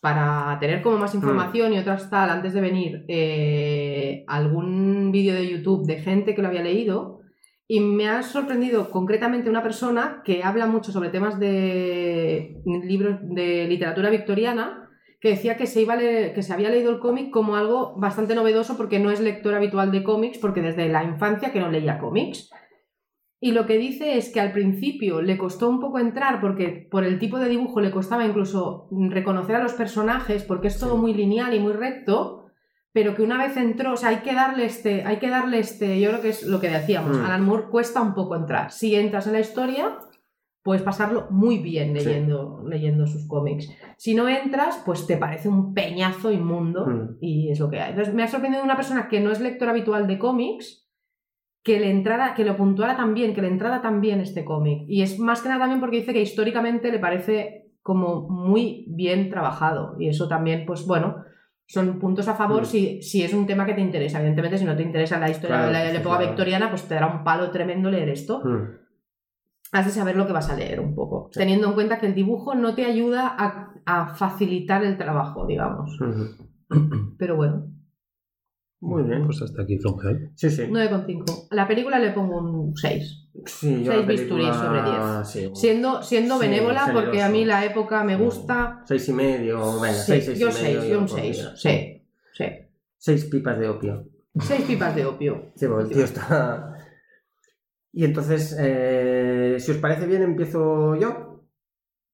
S3: para tener como más información y otras tal antes de venir eh, algún vídeo de YouTube de gente que lo había leído y me ha sorprendido concretamente una persona que habla mucho sobre temas de libros de literatura victoriana que decía que se, iba a leer- que se había leído el cómic como algo bastante novedoso porque no es lector habitual de cómics porque desde la infancia que no leía cómics y lo que dice es que al principio le costó un poco entrar porque por el tipo de dibujo le costaba incluso reconocer a los personajes porque es todo muy lineal y muy recto, pero que una vez entró, o sea, hay que darle este, hay que darle este, yo creo que es lo que decíamos,
S1: Mm.
S3: Alan Moore cuesta un poco entrar. Si entras en la historia, puedes pasarlo muy bien
S1: Sí.
S3: leyendo, leyendo sus cómics. Si no entras, pues te parece un peñazo inmundo
S1: Mm.
S3: y es lo que hay. Entonces me ha sorprendido una persona que no es lectora habitual de cómics que le entrara, que lo puntuara tan bien, que le entrara tan bien este cómic. Y es más que nada también porque dice que históricamente le parece como muy bien trabajado. Y eso también, pues bueno, son puntos a favor
S1: Mm.
S3: si, si es un tema que te interesa. Evidentemente, si no te interesa la historia
S1: Claro,
S3: de la
S1: sí,
S3: época
S1: claro.
S3: victoriana, pues te dará un palo tremendo leer esto.
S1: Mm.
S3: Has de saber lo que vas a leer un poco. Teniendo en cuenta que el dibujo no te ayuda a, a facilitar el trabajo, digamos.
S1: Mm.
S3: Pero bueno,
S1: Muy bien.
S4: Pues hasta aquí, Zongel.
S1: Sí, sí.
S3: 9,5. A La película le pongo un 6.
S1: Sí, yo
S3: Seis
S1: la película-
S3: bisturíes sobre diez.
S1: Sí, bueno.
S3: Siendo, siendo
S1: Sí,
S3: benévola,
S1: generoso.
S3: porque a mí la época me gusta.
S1: Seis y medio, venga,
S3: Sí,
S1: seis, seis
S3: yo
S1: y medio.
S3: seis, yo un
S1: por
S3: seis.
S1: mira.
S3: Sí, sí.
S1: Seis pipas de opio.
S3: Seis pipas de opio.
S1: Sí, porque el tío está... Y entonces, eh, si os parece bien, empiezo yo.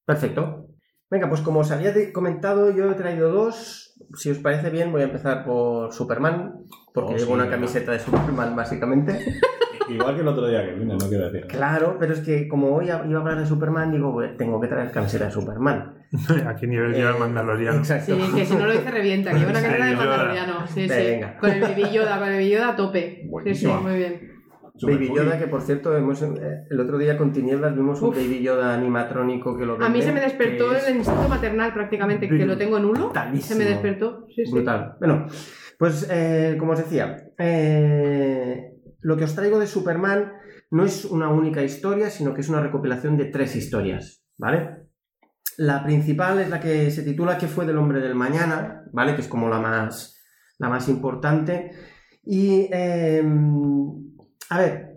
S1: Perfecto. Venga, pues como os había de- comentado, yo he traído dos. Si os parece bien, voy a empezar por Superman, porque
S2: Oh,
S1: llevo
S2: sí,
S1: una
S2: venga.
S1: camiseta de Superman, básicamente.
S2: Igual que el otro día que vine, no quiero decir. nada.
S1: claro, pero es que como hoy iba a hablar de Superman, digo, "Bueno, tengo que traer camiseta de Superman.
S4: ¿A qué nivel lleva
S1: Eh,
S4: el Mandaloriano?
S3: Sí,
S1: Exacto.
S3: que si no lo dice revienta, que yo una carrera de
S4: Baby Yoda.
S3: mandaloriano. Sí, sí.
S1: Venga.
S3: Con el baby Yoda, con el baby Yoda a tope. Sí, sí,
S2: Buenísima.
S3: muy bien.
S1: Baby
S2: Supercookie.
S1: Yoda, que por cierto, hemos, eh, el otro día con Tinieblas vimos un
S3: Uf.
S1: Baby Yoda animatrónico que lo
S3: A mí
S1: venden,
S3: se me despertó
S1: que es
S3: el instinto maternal prácticamente, que lo tengo nulo. Se
S1: brutalísimo.
S3: me despertó. Sí, sí.
S1: Brutal. Bueno, pues eh, como os decía, eh, lo que os traigo de Superman no es una única historia, sino que es una recopilación de tres historias, ¿vale? La principal es la que se titula ¿Qué fue del hombre del mañana? ¿Vale? Que es como la más, la más importante. Y, eh, a ver,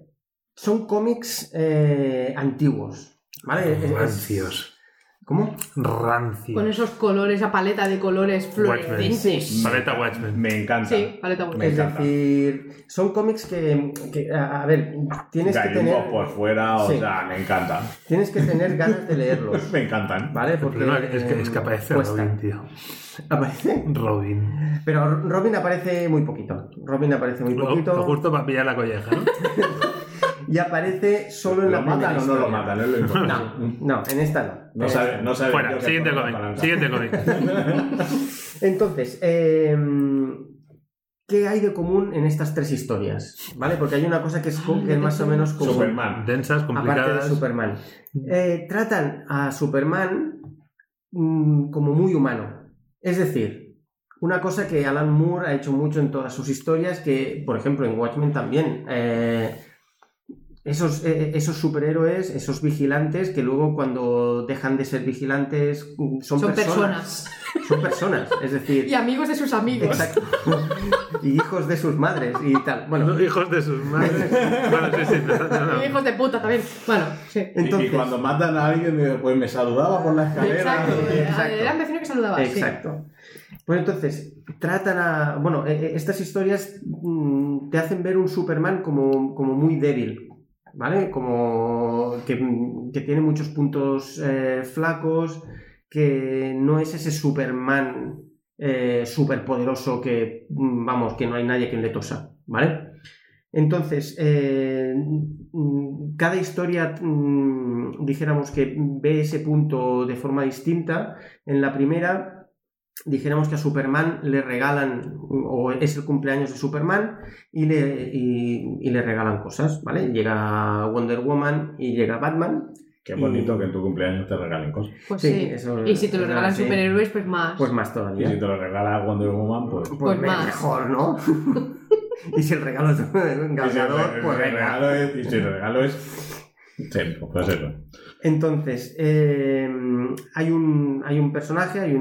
S1: son cómics eh, antiguos, ¿vale? Es- es-
S4: Rancios.
S1: ¿Cómo?
S3: Con
S4: Rancios.
S3: esos colores, esa paleta de colores fluorescentes.
S4: Paleta Watchmen.
S2: Me encanta.
S3: Sí, paleta
S2: Me
S1: es
S3: bonita.
S2: encanta.
S1: decir, son cómics que, que, a a ver, tienes que
S2: Gallumbos
S1: tener...
S2: por fuera, o
S1: Sí.
S2: sea, me encanta.
S1: Tienes que tener ganas de leerlos,
S2: Me encantan.
S1: ¿vale?
S4: El
S1: Porque
S4: problema es que,
S1: eh,
S4: es que aparece
S1: cuesta.
S4: Robin, tío.
S1: Aparece,
S4: Robin.
S1: pero Robin aparece muy poquito. Robin aparece muy
S4: Lo,
S1: poquito
S4: lo justo para pillar la colleja, ¿no?
S1: y aparece solo en la
S2: ¿Lo
S1: primera Eh,
S2: matan o no lo
S1: historia.
S2: matan? Es lo
S1: No,
S2: importante.
S1: no, en esta no.
S2: No
S1: En
S2: sabe,
S1: esta
S2: no sabe yo
S4: Fuera,
S2: que
S4: siguiente
S2: forma
S4: cómic.
S2: palanca.
S4: Siguiente cómic.
S1: Entonces, eh, ¿qué hay de común en estas tres historias? ¿Vale? Porque hay una cosa que es, co- que es más o menos común.
S2: Ah, Superman.
S4: Densas,
S1: aparte de
S4: complicadas.
S1: Superman. Eh, tratan a Superman mm, como muy humano. Es decir, una cosa que Alan Moore ha hecho mucho en todas sus historias, que por ejemplo en Watchmen también. eh, esos, eh, esos superhéroes, esos vigilantes que luego cuando dejan de ser vigilantes mm, son,
S3: Son
S1: personas.
S3: personas.
S1: Son personas, es decir,
S3: Y amigos de sus amigos.
S1: exacto. y hijos de sus madres y tal. Bueno,
S4: Los Hijos de sus madres. Bueno, sí, sí, no, no, no.
S3: Y Hijos de puta también. Bueno, sí.
S2: Y-
S1: entonces...
S2: y cuando matan a alguien, me- pues me saludaba por la escalera.
S3: Exacto, Ah,
S1: eh, exacto.
S3: era un vecino que saludaba. sí.
S1: Exacto. Pues entonces, tratan a. Bueno, e- e- estas historias mm, te hacen ver un Superman como, como muy débil, ¿vale? Como que, mm, que tiene muchos puntos eh, flacos, que no es ese Superman eh, superpoderoso que, mm, vamos, que no hay nadie quien le tosa, ¿vale? Entonces, eh, mm, cada historia, mm, dijéramos que ve ese punto de forma distinta. En la primera, dijéramos que a Superman le regalan, o es el cumpleaños de Superman, y le, y- y le regalan cosas, ¿vale? Llega Wonder Woman y llega Batman,
S2: Qué bonito que en tu cumpleaños te regalen cosas.
S3: Pues
S1: Sí,
S3: sí.
S1: eso-
S3: y si te lo regalan
S1: sí.
S3: superhéroes, pues más.
S1: Pues más
S2: Y
S1: todavía.
S2: si te lo regala Wonder Woman, pues.
S1: Pues,
S3: Pues más.
S1: mejor, ¿no? y si el regalo es un
S2: Y si el
S1: ganador,
S2: re-
S1: pues
S2: el
S1: venga.
S2: regalo es. Y si el regalo es. Sí, pues eso.
S1: Entonces, eh, hay, un, hay un personaje, hay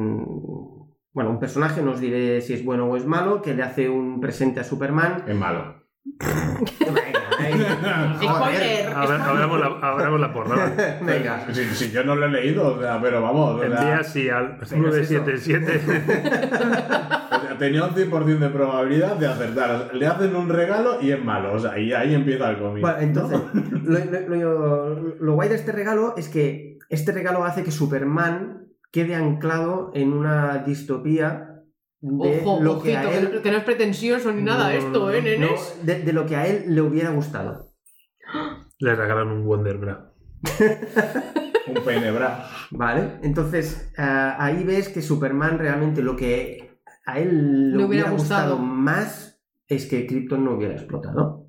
S1: un... Bueno, un personaje, no os diré si es bueno o es malo, que le hace un presente a Superman.
S2: Es malo.
S1: Venga, venga,
S3: Spoiler.
S4: Abra- Abramos la, abramos la porra.
S1: Venga.
S2: Si, si yo no lo he leído, o sea, pero vamos. o
S4: El
S2: sea,
S4: día sí al
S1: Venga, es eso.
S4: 977.
S2: o sea, tenía un 100% de probabilidad de acertar. Le hacen un regalo y es malo. O sea, y ahí empieza el cómic.
S1: Bueno, entonces, lo, lo- lo- lo guay de este regalo es que este regalo hace que Superman quede anclado en una distopía de
S3: Ojo,
S1: lo
S3: ojito,
S1: que
S3: que,
S1: a
S3: no,
S1: él... Mm,
S3: que no es pretencioso ni nada esto, ¿eh, nenes?
S1: no, de, de lo que a él le hubiera gustado.
S4: Le regalan un Wonder Bra.
S2: Un penebra.
S1: ¿Vale? Entonces, ah, ahí ves que Superman realmente lo que a él le
S3: Le
S1: hubiera,
S3: hubiera
S1: gustado
S3: gustado.
S1: más es que Krypton no hubiera explotado.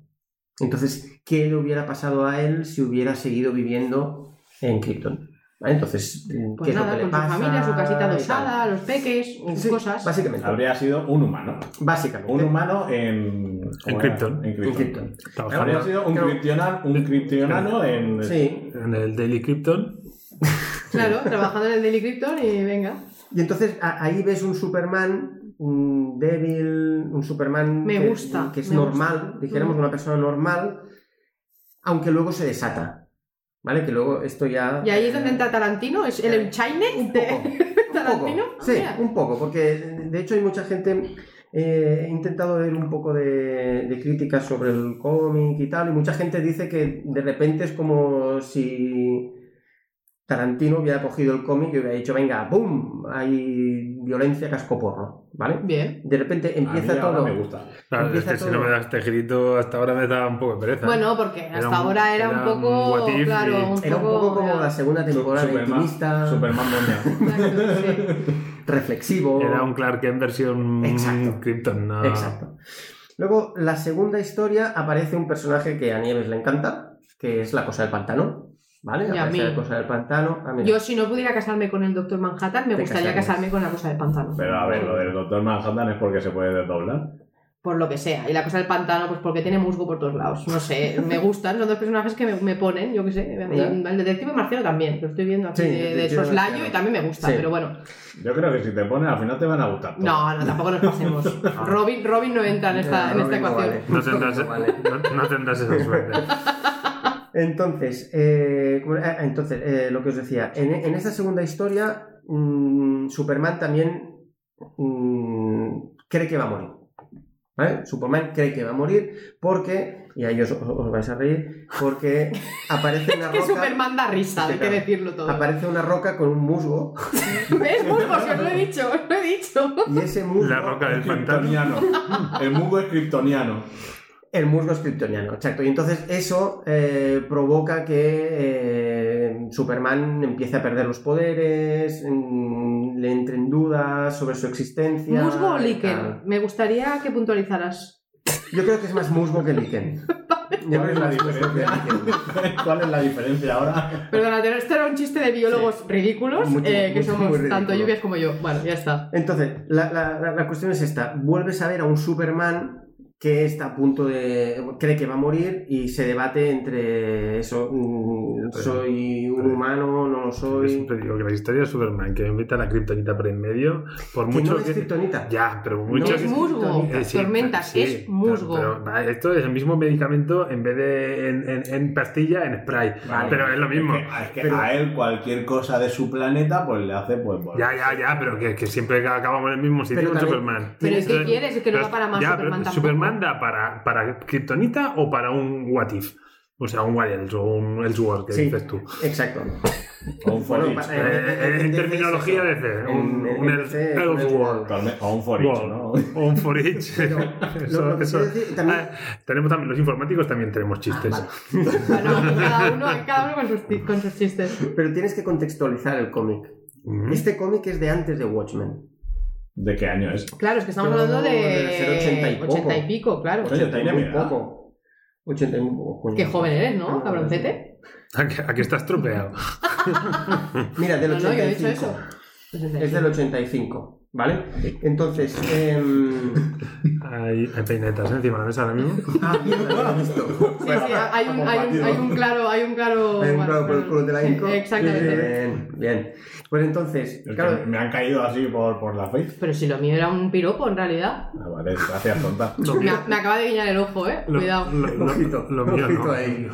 S1: Entonces, ¿qué le hubiera pasado a él si hubiera seguido viviendo en Krypton? ¿Vale? Entonces, ¿qué
S3: Pues
S1: es lo
S3: nada,
S1: que le
S3: con
S1: pasa?
S3: su familia, su casita
S1: y tal?
S3: adosada, los peques, sus
S1: Sí,
S3: cosas.
S1: Básicamente.
S2: Habría sido un humano.
S1: Básicamente.
S2: Un humano en. ¿cómo era?
S4: Krypton.
S2: En
S1: En
S2: Krypton.
S1: Krypton.
S2: Habría
S4: Trabajando
S2: sido un,
S1: Creo-
S2: kryptiona- un kryptioniano en.
S1: Sí.
S4: en el Daily Krypton.
S3: Claro, trabajando en el Daily Krypton y venga.
S1: Y entonces a- ahí ves un Superman un débil, un Superman
S3: Me
S1: que,
S3: gusta,
S1: que es
S3: me
S1: normal,
S3: gusta.
S1: dijéramos
S3: Mm.
S1: una persona normal, aunque luego se desata. ¿Vale? Que luego esto ya. eh,
S3: Y ahí es donde entra Tarantino, es el enchaine
S1: Un poco.
S3: de
S1: un poco.
S3: Tarantino.
S1: Sí,
S3: Mira.
S1: un poco, porque de hecho hay mucha gente. eh, he intentado leer un poco de, de críticas sobre el cómic y tal, y mucha gente dice que de repente es como si Tarantino hubiera cogido el cómic y hubiera dicho, venga, ¡boom! Hay violencia cascoporro, ¿vale?
S3: Bien.
S1: De repente empieza
S2: a mí ahora
S1: todo.
S2: Me gusta.
S4: Claro, es
S1: Empieza
S4: que si no
S1: todo.
S4: me das este grito, hasta ahora me daba un poco de pereza.
S3: Bueno, porque hasta
S4: un-
S3: ahora era,
S4: era
S3: un poco.
S4: un what if y-
S3: claro, un
S1: Era un poco como
S3: era-
S1: la segunda temporada de
S2: Superman,
S1: Intimista,
S2: Superman moña.
S3: Claro, sí.
S1: reflexivo.
S4: Era un Clark Kent versión
S1: Exacto.
S4: Krypton. No.
S1: Exacto. Luego, la segunda historia aparece un personaje que a Nieves le encanta, que es la cosa del pantano. ¿Vale?
S3: Y a
S1: Aparece
S3: mí.
S1: la cosa del pantano. Ah, mira.
S3: Yo, si no pudiera casarme con el Doctor Manhattan, me
S1: Te
S3: gustaría
S1: casarías.
S3: casarme con la cosa del pantano.
S2: Pero a ver, lo del Doctor Manhattan es porque se puede desdoblar.
S3: Por lo que sea. Y la cosa del pantano, pues porque tiene musgo por todos lados. No sé, me gustan. Son dos personajes que me, me ponen, yo qué sé. Y El detective Marciano también, lo estoy viendo aquí
S1: Sí,
S3: de, de
S1: Detective
S3: soslayo
S1: Marciano.
S3: y también me gusta,
S1: Sí.
S3: pero bueno.
S2: Yo creo que si te pones al final te van a gustar. todos.
S3: No, no, tampoco nos pasemos. Robin, Robin no entra en esta, en
S1: Ah. No,
S3: esta
S1: no, no
S3: ecuación.
S1: vale.
S4: No ¿eh? tendrás,
S1: No vale.
S4: no, no tendrás esa suerte.
S1: Entonces, eh, ¿cómo era? Ah, entonces eh, lo que os decía, en, en esta segunda historia, mm, Superman también mm, cree que va a morir. ¿Vale? Superman cree que va a morir porque, y ahí os, os- os vais a reír, porque aparece una
S3: Que
S1: roca.
S3: Superman da risa,
S1: Sí,
S3: hay que
S1: claro.
S3: decirlo todo.
S1: Aparece una roca con un musgo
S3: ¿Ves? Musgo, si os lo he dicho, os lo he dicho.
S1: y ese musgo
S4: La roca del
S2: Es
S4: pantano.
S2: kryptoniano. El mundo es kryptoniano.
S1: El musgo es kryptoniano, exacto. Y entonces eso eh, provoca que eh, Superman empiece a perder los poderes, mm, le entren dudas sobre su existencia.
S3: Musgo o
S1: y
S3: líquen.
S1: tal.
S3: Me gustaría que puntualizaras.
S1: Yo creo que es más musgo que líquen. Yo creo
S2: ¿Cuál
S1: que
S2: es
S1: es
S2: la
S1: más musgo que
S2: diferencia?
S1: líquen.
S2: ¿Cuál es la diferencia ahora?
S3: Perdona, pero esto era un chiste de biólogos ridículos,
S1: Mucho,
S3: eh, que
S1: mucho,
S3: somos
S1: muy
S3: tanto
S1: ridículo.
S3: lluvias como yo. Bueno, ya está.
S1: Entonces, la, la- la- la cuestión es esta. Vuelves a ver a un Superman que está a punto de... cree que va a morir y se debate entre eso, mm,
S4: Pero-
S1: soy un
S4: pero-
S1: humano, no lo
S4: Yo
S1: soy...
S4: siempre digo que la historia de Superman, que me invita a la kriptonita por en medio, por
S1: Que
S4: mucho
S1: no es
S4: que.
S1: kriptonita.
S4: Ya, pero
S1: No
S4: mucho
S3: es
S4: que.
S1: mu-
S3: musgo.
S1: Eh,
S3: Tormentas,
S4: sí,
S3: es
S4: pero-
S3: musgo.
S4: pero, va, esto es el mismo medicamento en vez de en, en- en pastilla, en spray.
S1: Vale.
S4: pero es lo mismo.
S2: Es que, es que
S1: Pero-
S2: a él cualquier cosa de su planeta pues le hace pues... bueno.
S4: Ya, ya, ya, pero que, que siempre acabamos en el mismo sitio
S1: Pero
S4: con
S1: también-
S4: Superman.
S3: Pero es que
S4: Entonces,
S3: quieres, es que no
S4: pero-
S3: va para más
S4: ya, pero
S3: Superman tampoco.
S4: ¿Superman da para, para Kryptonita o para un What If? O sea, un What Else o un Elseworld, que
S1: Sí.
S4: dices tú.
S1: Exacto.
S2: O un
S1: Bueno,
S2: forich.
S1: pa-
S4: Eh, eh, en
S1: DC
S4: terminología
S1: es eso.
S4: DC,
S1: En-
S4: un-
S1: en
S4: un
S1: DC es
S4: Elseworld.
S1: Elseworld.
S2: O un forich,
S4: Wow.
S2: ¿no?
S4: O un for each.
S1: Pero
S4: Eso-
S1: lo que
S4: eso-
S1: quiero decir también- Ah,
S4: Ah, tenemos también, los informáticos también tenemos chistes.
S3: Bueno, cada uno, cada uno con, sus, ti- con sus chistes.
S1: Pero tienes que contextualizar el cómic.
S4: Mm.
S1: Este cómic es de antes de Watchmen.
S2: ¿De qué año es?
S3: Claro, es que estamos
S1: No,
S3: hablando de.
S1: debe ser 80 y poco.
S3: 80 y pico, claro.
S2: Oye, tenía mi
S1: muy
S2: edad.
S1: poco. 80 y muy poco. coño. Ah,
S3: Qué joven eres, ¿no? Cabroncete.
S4: Aquí, aquí está estropeado.
S1: Mira, del
S3: No, no, yo he dicho
S1: 85.
S3: eso.
S1: es del 85, ¿vale? Entonces, em,
S4: Hay, hay peinetas encima de la mesa ahora mismo.
S1: ah, mierda, no lo has visto.
S3: Sí, sí, hay un, hay un- hay un claro, hay un claro.
S1: Hay un claro
S3: bueno,
S1: por el culo de la Inco.
S3: Exactamente.
S1: Bien, bien. Pues entonces,
S2: Es que
S1: claro,
S2: Me han caído así por, por la face.
S3: Pero si lo mío era un piropo, en realidad.
S2: Ah, vale, gracias, tonta.
S3: Me, me acaba de guiñar el ojo, eh.
S4: Lo-
S3: Cuidado.
S4: Lo, lo-
S1: Ojito,
S4: lo mío
S1: ojito
S4: no.
S1: ahí.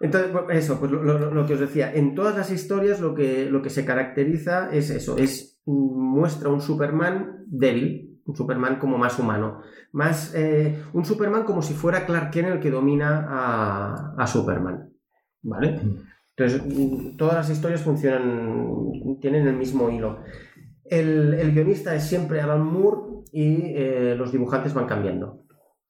S1: Entonces, pues, eso, pues lo, lo- lo que os decía, en todas las historias lo que, lo que se caracteriza es eso, es mm, muestra un Superman débil, un Superman como más humano, más eh, un Superman como si fuera Clark Kent el que domina a, a Superman, ¿vale? Entonces, mm, todas las historias funcionan, tienen el mismo hilo. El, el guionista es siempre Alan Moore y eh, los dibujantes van cambiando,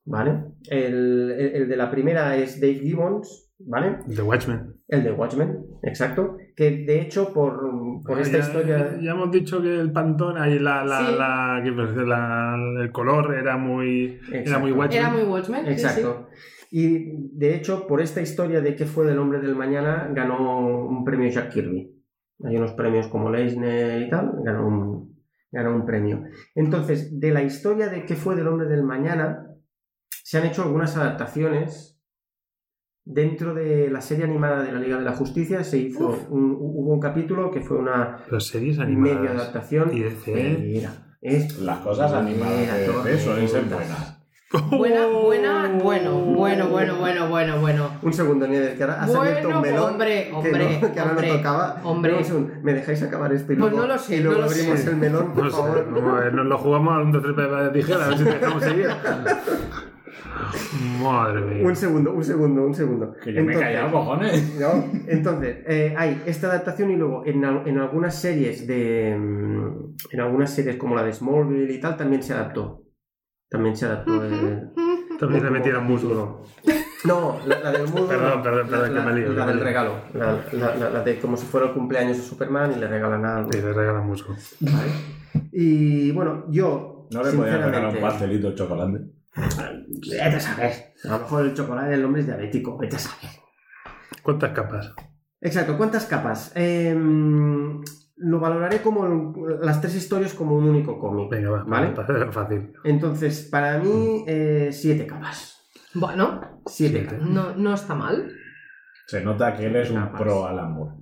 S1: ¿vale? El, el- el de la primera es Dave Gibbons, ¿vale?
S4: The Watchmen.
S1: El de Watchmen, exacto. Que de hecho, por, por esta
S4: Ah, ya,
S1: historia.
S4: Ya hemos dicho que el pantón, ahí la, la,
S3: Sí.
S4: la- que parece la- el color era muy.
S1: Exacto.
S4: muy Watchmen.
S3: Era muy Watchmen. sí,
S1: Exacto. Y de hecho, por esta historia de qué fue del hombre del mañana, ganó un premio Jack Kirby. Hay unos premios como Leisner y tal, ganó un, ganó un premio. Entonces, de la historia de qué fue del hombre del mañana, se han hecho algunas adaptaciones. Dentro de la serie animada de la Liga de la Justicia se hizo
S3: Uf.
S1: un- hubo un capítulo que fue una
S4: Las series
S1: medio
S4: animadas.
S1: adaptación.
S4: Y DC.
S1: Mira, esto.
S2: Las cosas animadas
S1: Mira,
S2: de-
S1: todo
S2: de suelen ser
S1: juntas.
S2: buenas.
S3: sí. Buena, buena,
S1: Oh.
S3: bueno, bueno, bueno, bueno, bueno, bueno.
S1: Un segundo, Nieves, que ahora has
S3: Bueno,
S1: abierto un melón.
S3: hombre,
S1: que,
S3: hombre,
S1: no- que ahora
S3: hombre,
S1: no tocaba.
S3: hombre.
S1: Un segundo, ¿Me dejáis acabar esto y
S3: Pues
S1: luego,
S3: no lo sé,
S1: y luego
S3: no lo
S1: abrimos
S3: sé.
S1: el melón, por
S4: No sé,
S1: favor?
S4: vamos a ver, nos lo jugamos a un 2 3 de tijera, a ver si te dejamos seguir. Madre mía.
S1: Un segundo, un segundo, un segundo.
S2: Que yo me he callado, cojones.
S1: ¿no? Entonces, eh, hay esta adaptación y luego en, al- en algunas series de. mm, En algunas series como la de Smallville y tal, también se adaptó. También se adaptó. eh,
S4: También le metieron músculo.
S1: No, la, la del mudo.
S4: Perdón, perdón,
S1: la-
S4: perdón,
S1: la,
S4: que me lío,
S1: la
S4: que me
S1: del
S4: lío.
S1: regalo. La, la- la- la de como si fuera el cumpleaños de Superman y le regalan algo.
S4: Y le regalan músculo.
S1: Vale. Y bueno, yo.
S2: No le podían
S1: sinceramente,
S2: regalar un pastelito de chocolate.
S1: Vete a saber. A lo mejor el chocolate del hombre es diabético. Vete a saber.
S4: ¿Cuántas capas?
S1: Exacto, ¿cuántas capas? Eh, lo valoraré como el- las tres historias como un único cómic.
S4: Venga, va,
S1: ¿Vale?
S4: pa- fácil.
S1: Entonces, para mí, eh, siete capas.
S3: Bueno,
S1: Siete,
S4: Siete.
S1: capas.
S3: no, no está mal.
S2: Se nota que él es un
S1: Nada más.
S2: pro al amor.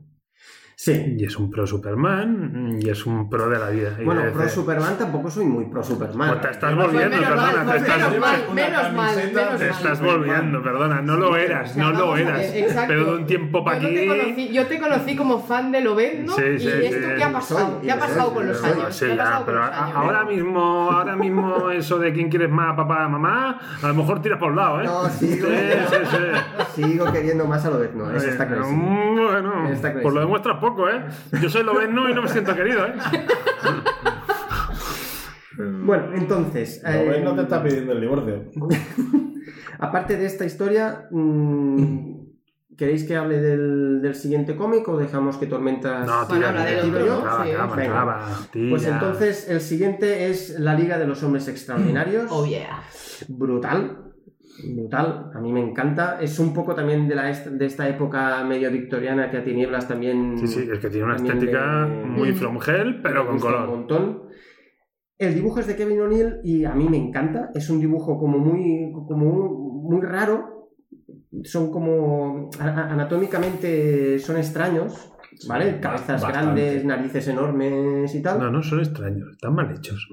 S1: Sí.
S4: Y es un pro Superman y es un pro de la vida. Y
S1: Bueno,
S4: de-
S1: pro Superman tampoco soy muy pro Superman.
S4: Pues te estás
S2: Pues
S4: volviendo,
S3: menos mal,
S4: perdona, te
S3: pues
S4: estás,
S3: menos mal,
S2: Una
S3: menos mal,
S2: camiseta
S3: menos
S4: te
S3: mal.
S4: estás volviendo, perdona. No lo eras, no lo
S3: Vamos a ver,
S4: eras.
S3: eh, exacto.
S4: Pero de un tiempo para
S3: Yo no
S4: aquí.
S3: te conocí- yo te conocí como fan de Lobezno
S4: Sí,
S3: y
S4: sí,
S3: esto
S4: sí.
S3: qué ha pasado,
S1: Soy,
S3: qué ha pasado con los
S1: soy,
S3: años.
S4: pues Sí,
S3: ¿Qué ha
S4: ya,
S3: pasado con
S4: pero
S3: los
S4: a-
S3: años?
S4: ahora mismo, ahora mismo eso de quién quieres más, papá, mamá, a lo mejor tiras por un lado, ¿eh?
S1: No, sí,
S4: sí, sí, sí.
S1: Sigo queriendo más a lo de no, eso está
S4: Eh,
S1: clarísimo.
S4: mm, Bueno,
S1: Está clarísimo.
S4: pues lo demuestras poco, ¿eh? Yo soy Lobezno y no me siento querido, ¿eh?
S1: Bueno, entonces.
S2: Lo ves, no te
S1: eh,
S2: está pidiendo el divorcio.
S1: Aparte de esta historia, mm, ¿queréis que hable del, del siguiente cómic o dejamos que Tormentas...
S4: No,
S3: Bueno,
S4: tira,
S3: habla
S4: tira,
S3: del
S4: tira,
S3: otro, ¿no?
S4: clava,
S3: Sí.
S4: clava,
S1: Venga.
S4: clava, tira.
S1: Pues entonces el siguiente es La Liga de los Hombres Extraordinarios.
S3: Oh yeah.
S1: Brutal. Brutal, a mí me encanta. Es un poco también de, la est- de esta época medio victoriana que a Tinieblas también
S4: Sí, sí, es que tiene una
S1: También
S4: estética
S1: de-
S4: muy from hell, pero
S1: me
S4: con
S1: gusta un
S4: color.
S1: montón. El dibujo es de Kevin O'Neill y a mí me encanta. Es un dibujo como muy, como un- muy raro. Son como a- a- anatómicamente son extraños, ¿vale?
S2: Sí,
S1: Cabezas
S2: bastante.
S1: grandes, narices enormes y tal.
S4: No,
S1: No,
S4: no, son extraños, están mal hechos.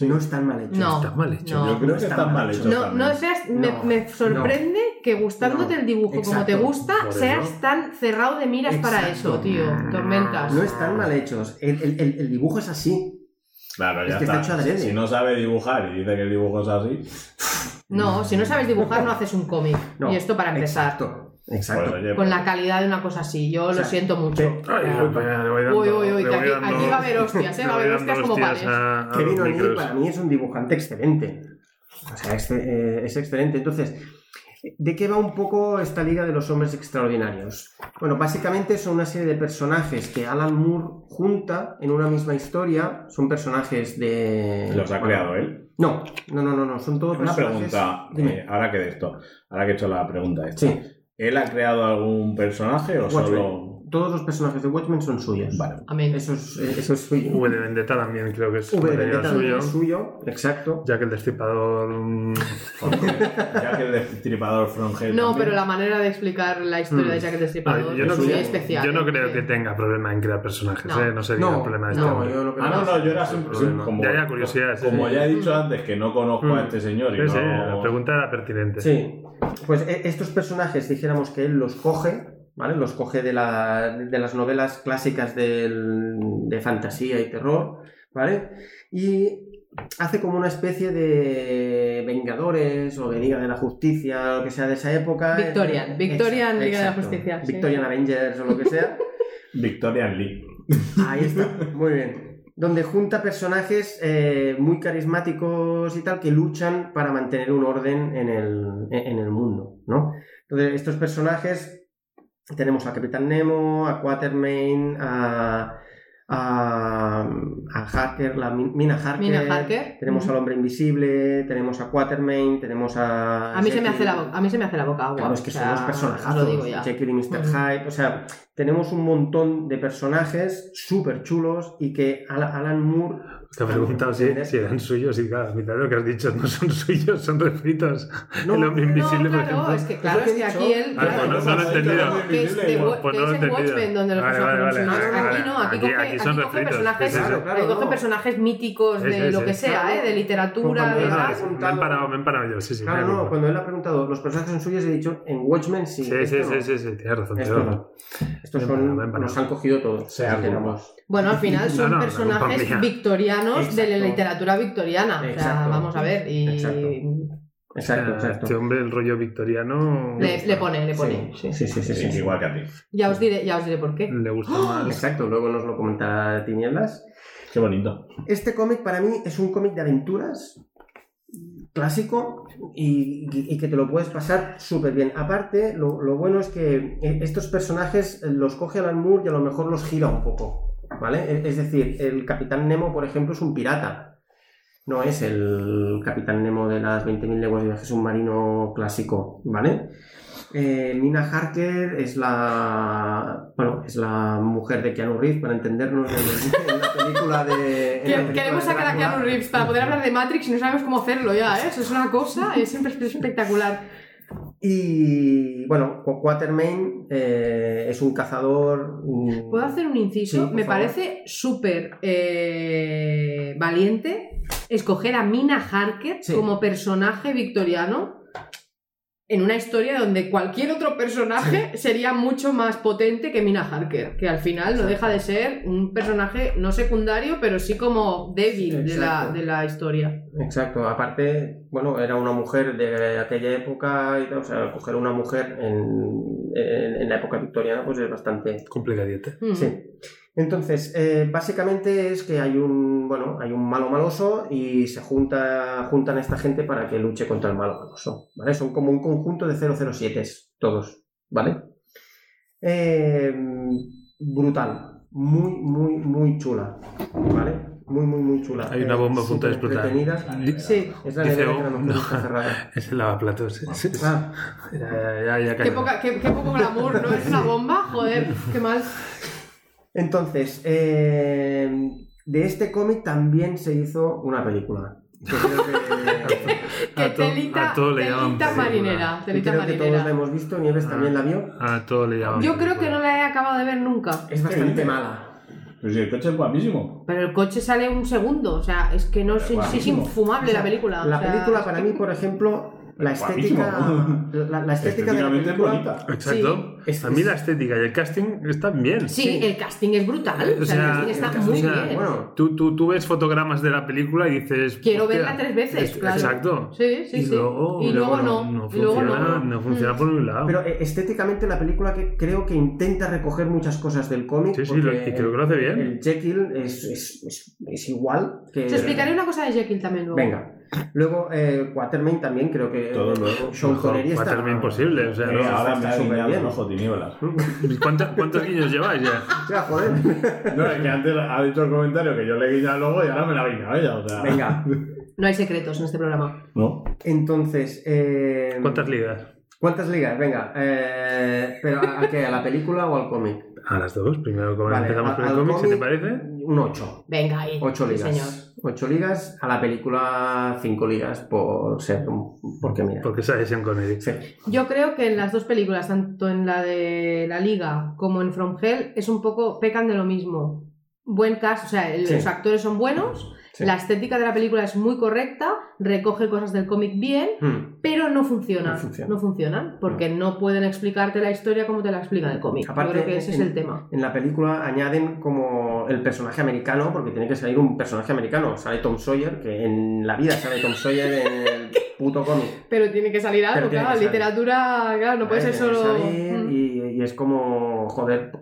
S1: están mal hechos.
S3: No.
S4: Están mal hechos.
S3: No.
S2: Yo creo que están mal hechos
S3: No,
S2: también.
S3: no seas, me,
S1: No,
S3: me sorprende que gustándote
S1: no,
S3: el dibujo como te
S1: exacto,
S3: gusta,
S4: por
S3: seas
S4: eso.
S3: tan cerrado de miras para
S1: Exacto.
S3: eso, tío. Tormentas.
S1: No están mal hechos. El, el- el- el dibujo es así.
S2: Claro,
S1: Es
S2: ya
S1: que está
S2: está.
S1: hecho adrede.
S2: Si no sabe dibujar y dice que el dibujo es así,
S4: Mm.
S3: No, si no sabes dibujar, no haces un cómic.
S1: No,
S3: y esto para empezar.
S1: Exacto.
S2: pues
S1: Exacto.
S2: oye,
S3: Con la calidad de una cosa así, yo
S1: O sea,
S3: lo siento mucho.
S1: que-
S4: Ay,
S3: Ah.
S4: vaya, le voy dando-
S3: Uy, uy, uy,
S4: le
S3: que
S4: voy
S3: aquí,
S4: dando-
S3: aquí va a haber hostias, ¿eh?
S4: le
S3: Va a
S4: voy
S3: haber
S4: dando
S3: hostias como
S4: hostias
S3: panes.
S4: a-
S2: Ah,
S4: a los
S1: Kevin O'Neill
S4: micros.
S1: para mí es un dibujante excelente. O sea, este, eh, es excelente. Entonces, ¿de qué va un poco esta Liga de los Hombres Extraordinarios? Bueno, básicamente son una serie de personajes que Alan Moore junta en una misma historia. Son personajes de.
S2: pues, los ha
S1: bueno,
S2: creado él.
S1: No, no, no, no, no. Son todos
S2: Una
S1: personajes-
S2: pregunta,
S1: Dime.
S2: eh, ahora que de esto, ahora que he hecho la pregunta esta.
S1: Sí.
S2: ¿Él ha creado algún personaje o
S1: Watchmen.
S2: solo.?
S1: Todos los personajes de Watchmen son suyos.
S4: ah.
S2: Vale.
S3: Amén.
S1: Eso es, eh, eso es suyo.
S4: V de Vendetta también creo que es
S1: V de
S4: material
S1: Vendetta
S4: suyo.
S1: es suyo, exacto.
S4: Ya que el destripador. mm,
S2: ya que el destripador Frongel.
S3: No,
S2: también.
S3: pero la manera de explicar la historia
S1: Mm.
S3: de Jack el
S4: ah,
S3: Destripador
S4: yo, no
S3: es
S4: creo,
S3: muy especial.
S4: yo no
S3: ¿eh?
S4: creo que tenga problema en crear personajes,
S3: No.
S4: ¿eh? No sería
S1: No,
S4: un problema de este
S1: no,
S4: hombre.
S1: yo lo que
S2: Ah, no, no, yo era siempre.
S4: Problema.
S2: como,
S4: ya, ya, curiosidad. sí,
S2: como
S4: sí.
S2: ya he dicho antes que no conozco a
S4: Mm.
S2: este señor y
S4: Sí,
S2: no.
S4: sí, la pregunta era pertinente.
S1: Sí. Pues e- estos personajes, dijéramos que él los coge, ¿vale? Los coge de, la- de las novelas clásicas del- de fantasía y terror, ¿vale? Y hace como una especie de Vengadores o de Liga de la Justicia, lo que sea de esa época. Eh,
S3: Victorian, Victorian Liga de la Justicia, sí.
S1: Victorian Avengers o lo que sea.
S2: Victorian Lee.
S1: Ahí está, muy bien. Donde junta personajes eh, muy carismáticos y tal que luchan para mantener un orden en el, en el mundo, ¿no? Entonces, estos personajes tenemos a Capitán Nemo, a Quatermain, a, a, a Harker, la Min- Mina Harker.
S3: Mina Harker.
S1: Tenemos al Hombre Invisible, tenemos a Quatermain, tenemos a...
S3: A mí, se me
S1: Jekyll.
S3: hace la boca, a mí se me hace la boca agua.
S1: Claro, es que
S3: o
S1: son
S3: sea,
S1: los personajes.
S3: Lo digo ya.
S1: Jekyll y Mr.
S3: Ujú.
S1: Hyde. O sea, tenemos un montón de personajes súper chulos y que Al- Alan Moore.
S4: Te he preguntado si, si eran suyos y claro, mitad de lo que has dicho no son suyos, son refritos.
S1: No,
S4: el hombre invisible,
S3: no,
S4: por
S3: claro,
S4: ejemplo.
S3: es que, claro,
S1: Es
S3: es
S1: lo que
S3: que
S1: he
S3: aquí
S1: dicho.
S3: él.
S4: Ah,
S3: claro,
S4: pues no, no lo he entendido.
S3: que es, de, Wa-
S4: Pues
S3: que
S4: no lo
S3: es
S4: he
S3: en
S4: entendido.
S3: Watchmen donde los
S4: Vale,
S3: personajes
S4: vale,
S3: son
S4: vale,
S3: humanos.
S4: vale,
S3: aquí no,
S4: vale.
S3: aquí,
S4: Aquí-
S3: cogen,
S4: aquí son
S3: cogen
S4: refritos,
S3: personajes,
S4: sí, sí,
S1: sí. Claro, claro,
S3: aquí cogen
S1: no.
S3: personajes míticos
S4: Sí,
S3: de
S4: sí,
S3: lo
S4: sí.
S3: que sea,
S1: Claro.
S3: ¿eh? de literatura,
S1: Como
S3: de
S4: No, no,
S1: cuando-
S3: tal.
S4: es- me han parado, me han parado yo, sí, sí.
S1: Claro,
S4: me
S1: no,
S3: pues,
S1: cuando él ha preguntado, los personajes son suyos, he dicho, en Watchmen sí.
S4: Sí,
S1: esto
S4: sí,
S1: no.
S4: sí, sí, sí, tienes razón.
S1: Esto
S4: tienes
S1: no.
S4: razón.
S1: Estos
S4: Ven
S1: son,
S4: para, ven para.
S1: los han cogido todos.
S2: Sea algo.
S1: dijéramos.
S3: Bueno, al final
S4: No,
S3: son
S4: no, la
S3: personajes
S4: culpa mía.
S3: victorianos de
S1: Exacto.
S3: la literatura victoriana. O sea,
S1: Exacto.
S3: vamos a ver. Y
S1: Exacto. Exacto,
S4: Ah, Este
S1: exacto.
S4: hombre, el rollo victoriano.
S3: le, le pone, le pone.
S1: Sí, sí, sí. sí,
S2: Sí,
S1: sí.
S2: eh, igual que a ti.
S3: Ya os diré, ya os diré por qué.
S4: Le gusta
S3: ¡Oh!
S4: más.
S1: Exacto, luego nos lo comentará Tinieblas.
S2: Qué bonito.
S1: Este cómic para mí es un cómic de aventuras clásico y, y- y que te lo puedes pasar súper bien. Aparte, lo, lo bueno es que eh, estos personajes eh, los coge Alan Moore y a lo mejor los gira un poco, ¿vale? E- Es decir, el Capitán Nemo, por ejemplo, es un pirata. No es el Capitán Nemo de las 20.000 leguas de viaje submarino clásico, ¿vale? Eh, Mina Harker es la bueno, es la mujer de Keanu Reeves, para entendernos en, en la película de... en la
S3: Que-
S1: película
S3: Queremos
S1: de
S3: sacar a
S1: Drácula.
S3: Keanu Reeves para poder hablar de Matrix y no sabemos cómo hacerlo ya, ¿eh? Eso es una cosa, es siempre es espectacular.
S1: Y bueno, Qu- Quatermain eh, es un cazador. mm,
S3: ¿Puedo hacer un
S1: Sí,
S3: inciso?
S1: por
S3: Me
S1: favor.
S3: parece súper eh, valiente escoger a Mina Harker
S1: Sí.
S3: como personaje victoriano en una historia donde cualquier otro personaje sería mucho más potente que Mina Harker, que al final no deja de ser un personaje no secundario, pero sí como débil de la,
S1: Exacto.
S3: de la historia.
S1: Exacto, aparte, bueno, era una mujer de aquella época, y, tal, o sea, coger una mujer en, en- en la época victoriana pues es bastante.
S4: Complicadiete.
S3: Mm.
S1: Sí. Entonces, eh, básicamente es que hay un, bueno, hay un malo maloso y se junta, juntan a esta gente para que luche contra el malo maloso, ¿vale? Son como un conjunto de 007 todos, ¿vale? Eh, brutal, muy, muy, muy chula, ¿vale? Muy, muy, muy chula.
S4: Hay una
S1: Eh,
S4: bomba a punto de
S1: súper
S4: explotar.
S1: entretenida.
S4: Di-
S3: Sí.
S1: Es la
S4: Dice,
S1: nevera que
S4: oh,
S1: la
S4: no.
S1: está cerrada.
S4: Es el lavaplatos. Sí, sí, sí.
S1: Ah,
S4: Ya, ya, ya, ya
S3: Qué,
S4: cayó.
S3: poca- qué- qué poco glamour, ¿no? Es una bomba, joder, qué mal.
S1: entonces, eh, de este cómic también se hizo una película. Yo creo que-
S3: Que
S4: A to-
S3: telita,
S4: a todo le llaman
S3: telita
S4: película.
S3: marinera,
S1: Y
S3: telita
S1: creo que todos la
S3: marinera.
S1: hemos visto,
S4: Ah.
S1: Nieves también la vio.
S4: A todo le llaman.
S3: Yo creo que no la he acabado de ver nunca.
S1: Es bastante mala.
S2: Pues sí, el coche es guapísimo.
S3: Pero el coche sale un segundo, o sea, es que no sé,
S2: Pero
S3: sí es
S2: guapísimo.
S3: infumable la película. o
S1: La
S3: sea,
S1: película para mí, por ejemplo, la
S2: Guapísimo.
S1: estética, la, la estética de la
S2: Estéticamente es
S1: película
S2: bonita.
S4: Exacto.
S1: Es-
S4: A mí
S1: es-
S4: la estética y el casting están bien.
S3: Sí,
S1: sí.
S3: el casting es brutal, o sea, el casting está
S4: el casting,
S3: muy
S4: o sea,
S3: bien.
S1: Bueno.
S4: Tú, tú, tú ves fotogramas de la película y dices.
S3: Quiero
S4: "Hostia,
S3: verla tres veces",
S4: es-
S3: claro.
S4: Exacto.
S3: Sí, sí,
S4: y
S3: sí.
S4: Luego,
S3: Y luego no,
S4: No
S3: y luego
S4: funciona,
S3: no.
S4: no funciona
S3: Mm.
S4: por un lado.
S1: Pero eh, estéticamente la película que creo que intenta recoger muchas cosas del cómic.
S4: Sí, sí,
S1: porque
S4: lo- y creo que lo hace bien.
S1: El Jekyll es, es- es- es igual que...
S3: Os Mm. explicaré una cosa de Jekyll también luego.
S1: Venga. Luego, eh, Quatermain también creo que...
S2: Todo luego.
S1: Sean Connery está...
S4: Cuatro imposible. O sea,
S2: Eh,
S4: no.
S2: ahora me ha
S1: súper
S2: guiñado
S1: bien.
S2: un ojo tinieblas.
S4: ¿Cuánta- ¿Cuántos niños lleváis ya?
S1: O sea, joder.
S2: No, es que antes ha dicho el comentario que yo le he guiñado el ojo y ahora me la ha guiñado ella, o sea.
S1: Venga.
S3: No hay secretos en este programa.
S2: No.
S1: Entonces... eh,
S4: ¿Cuántas ligas?
S1: ¿Cuántas ligas? Venga. eh, ¿Pero a, a qué? ¿A la película o al cómic?
S4: A las dos, primero con-
S1: Vale,
S4: empezamos
S1: a-
S4: con el
S1: al
S4: cómic, si te
S1: cómic-
S4: parece.
S1: Un 8.
S3: Venga, ahí.
S1: 8
S3: sí,
S1: ligas.
S3: señor.
S1: 8 ligas. A la película 5 ligas por ser... un- Porque mira.
S4: Porque sabes Sean Connery.
S1: Sí.
S3: Yo creo que en las dos películas, tanto en la de La Liga como en From Hell, es un poco, pecan de lo mismo. Buen cast, o sea, el-
S1: Sí.
S3: los actores son buenos,
S1: Sí.
S3: la estética de la película es muy correcta, recoge cosas del cómic bien,
S1: Hmm.
S3: pero no funcionan.
S1: No
S3: No,
S1: funciona.
S3: funcionan, porque no pueden explicarte la historia como te la explica en el cómic. Yo
S1: Aparte,
S3: creo que ese es
S1: en-
S3: el tema.
S1: En la película añaden como el personaje americano, porque tiene que salir un personaje americano. Sale Tom Sawyer, que en la vida sale Tom Sawyer en el puto cómic.
S3: Pero tiene que salir
S1: Pero
S3: algo,
S1: tiene
S3: claro.
S1: que salir.
S3: Literatura, claro, no puede ser
S1: Eh, tiene que
S3: solo.
S1: salir
S3: Mm.
S1: Y, y es como, joder,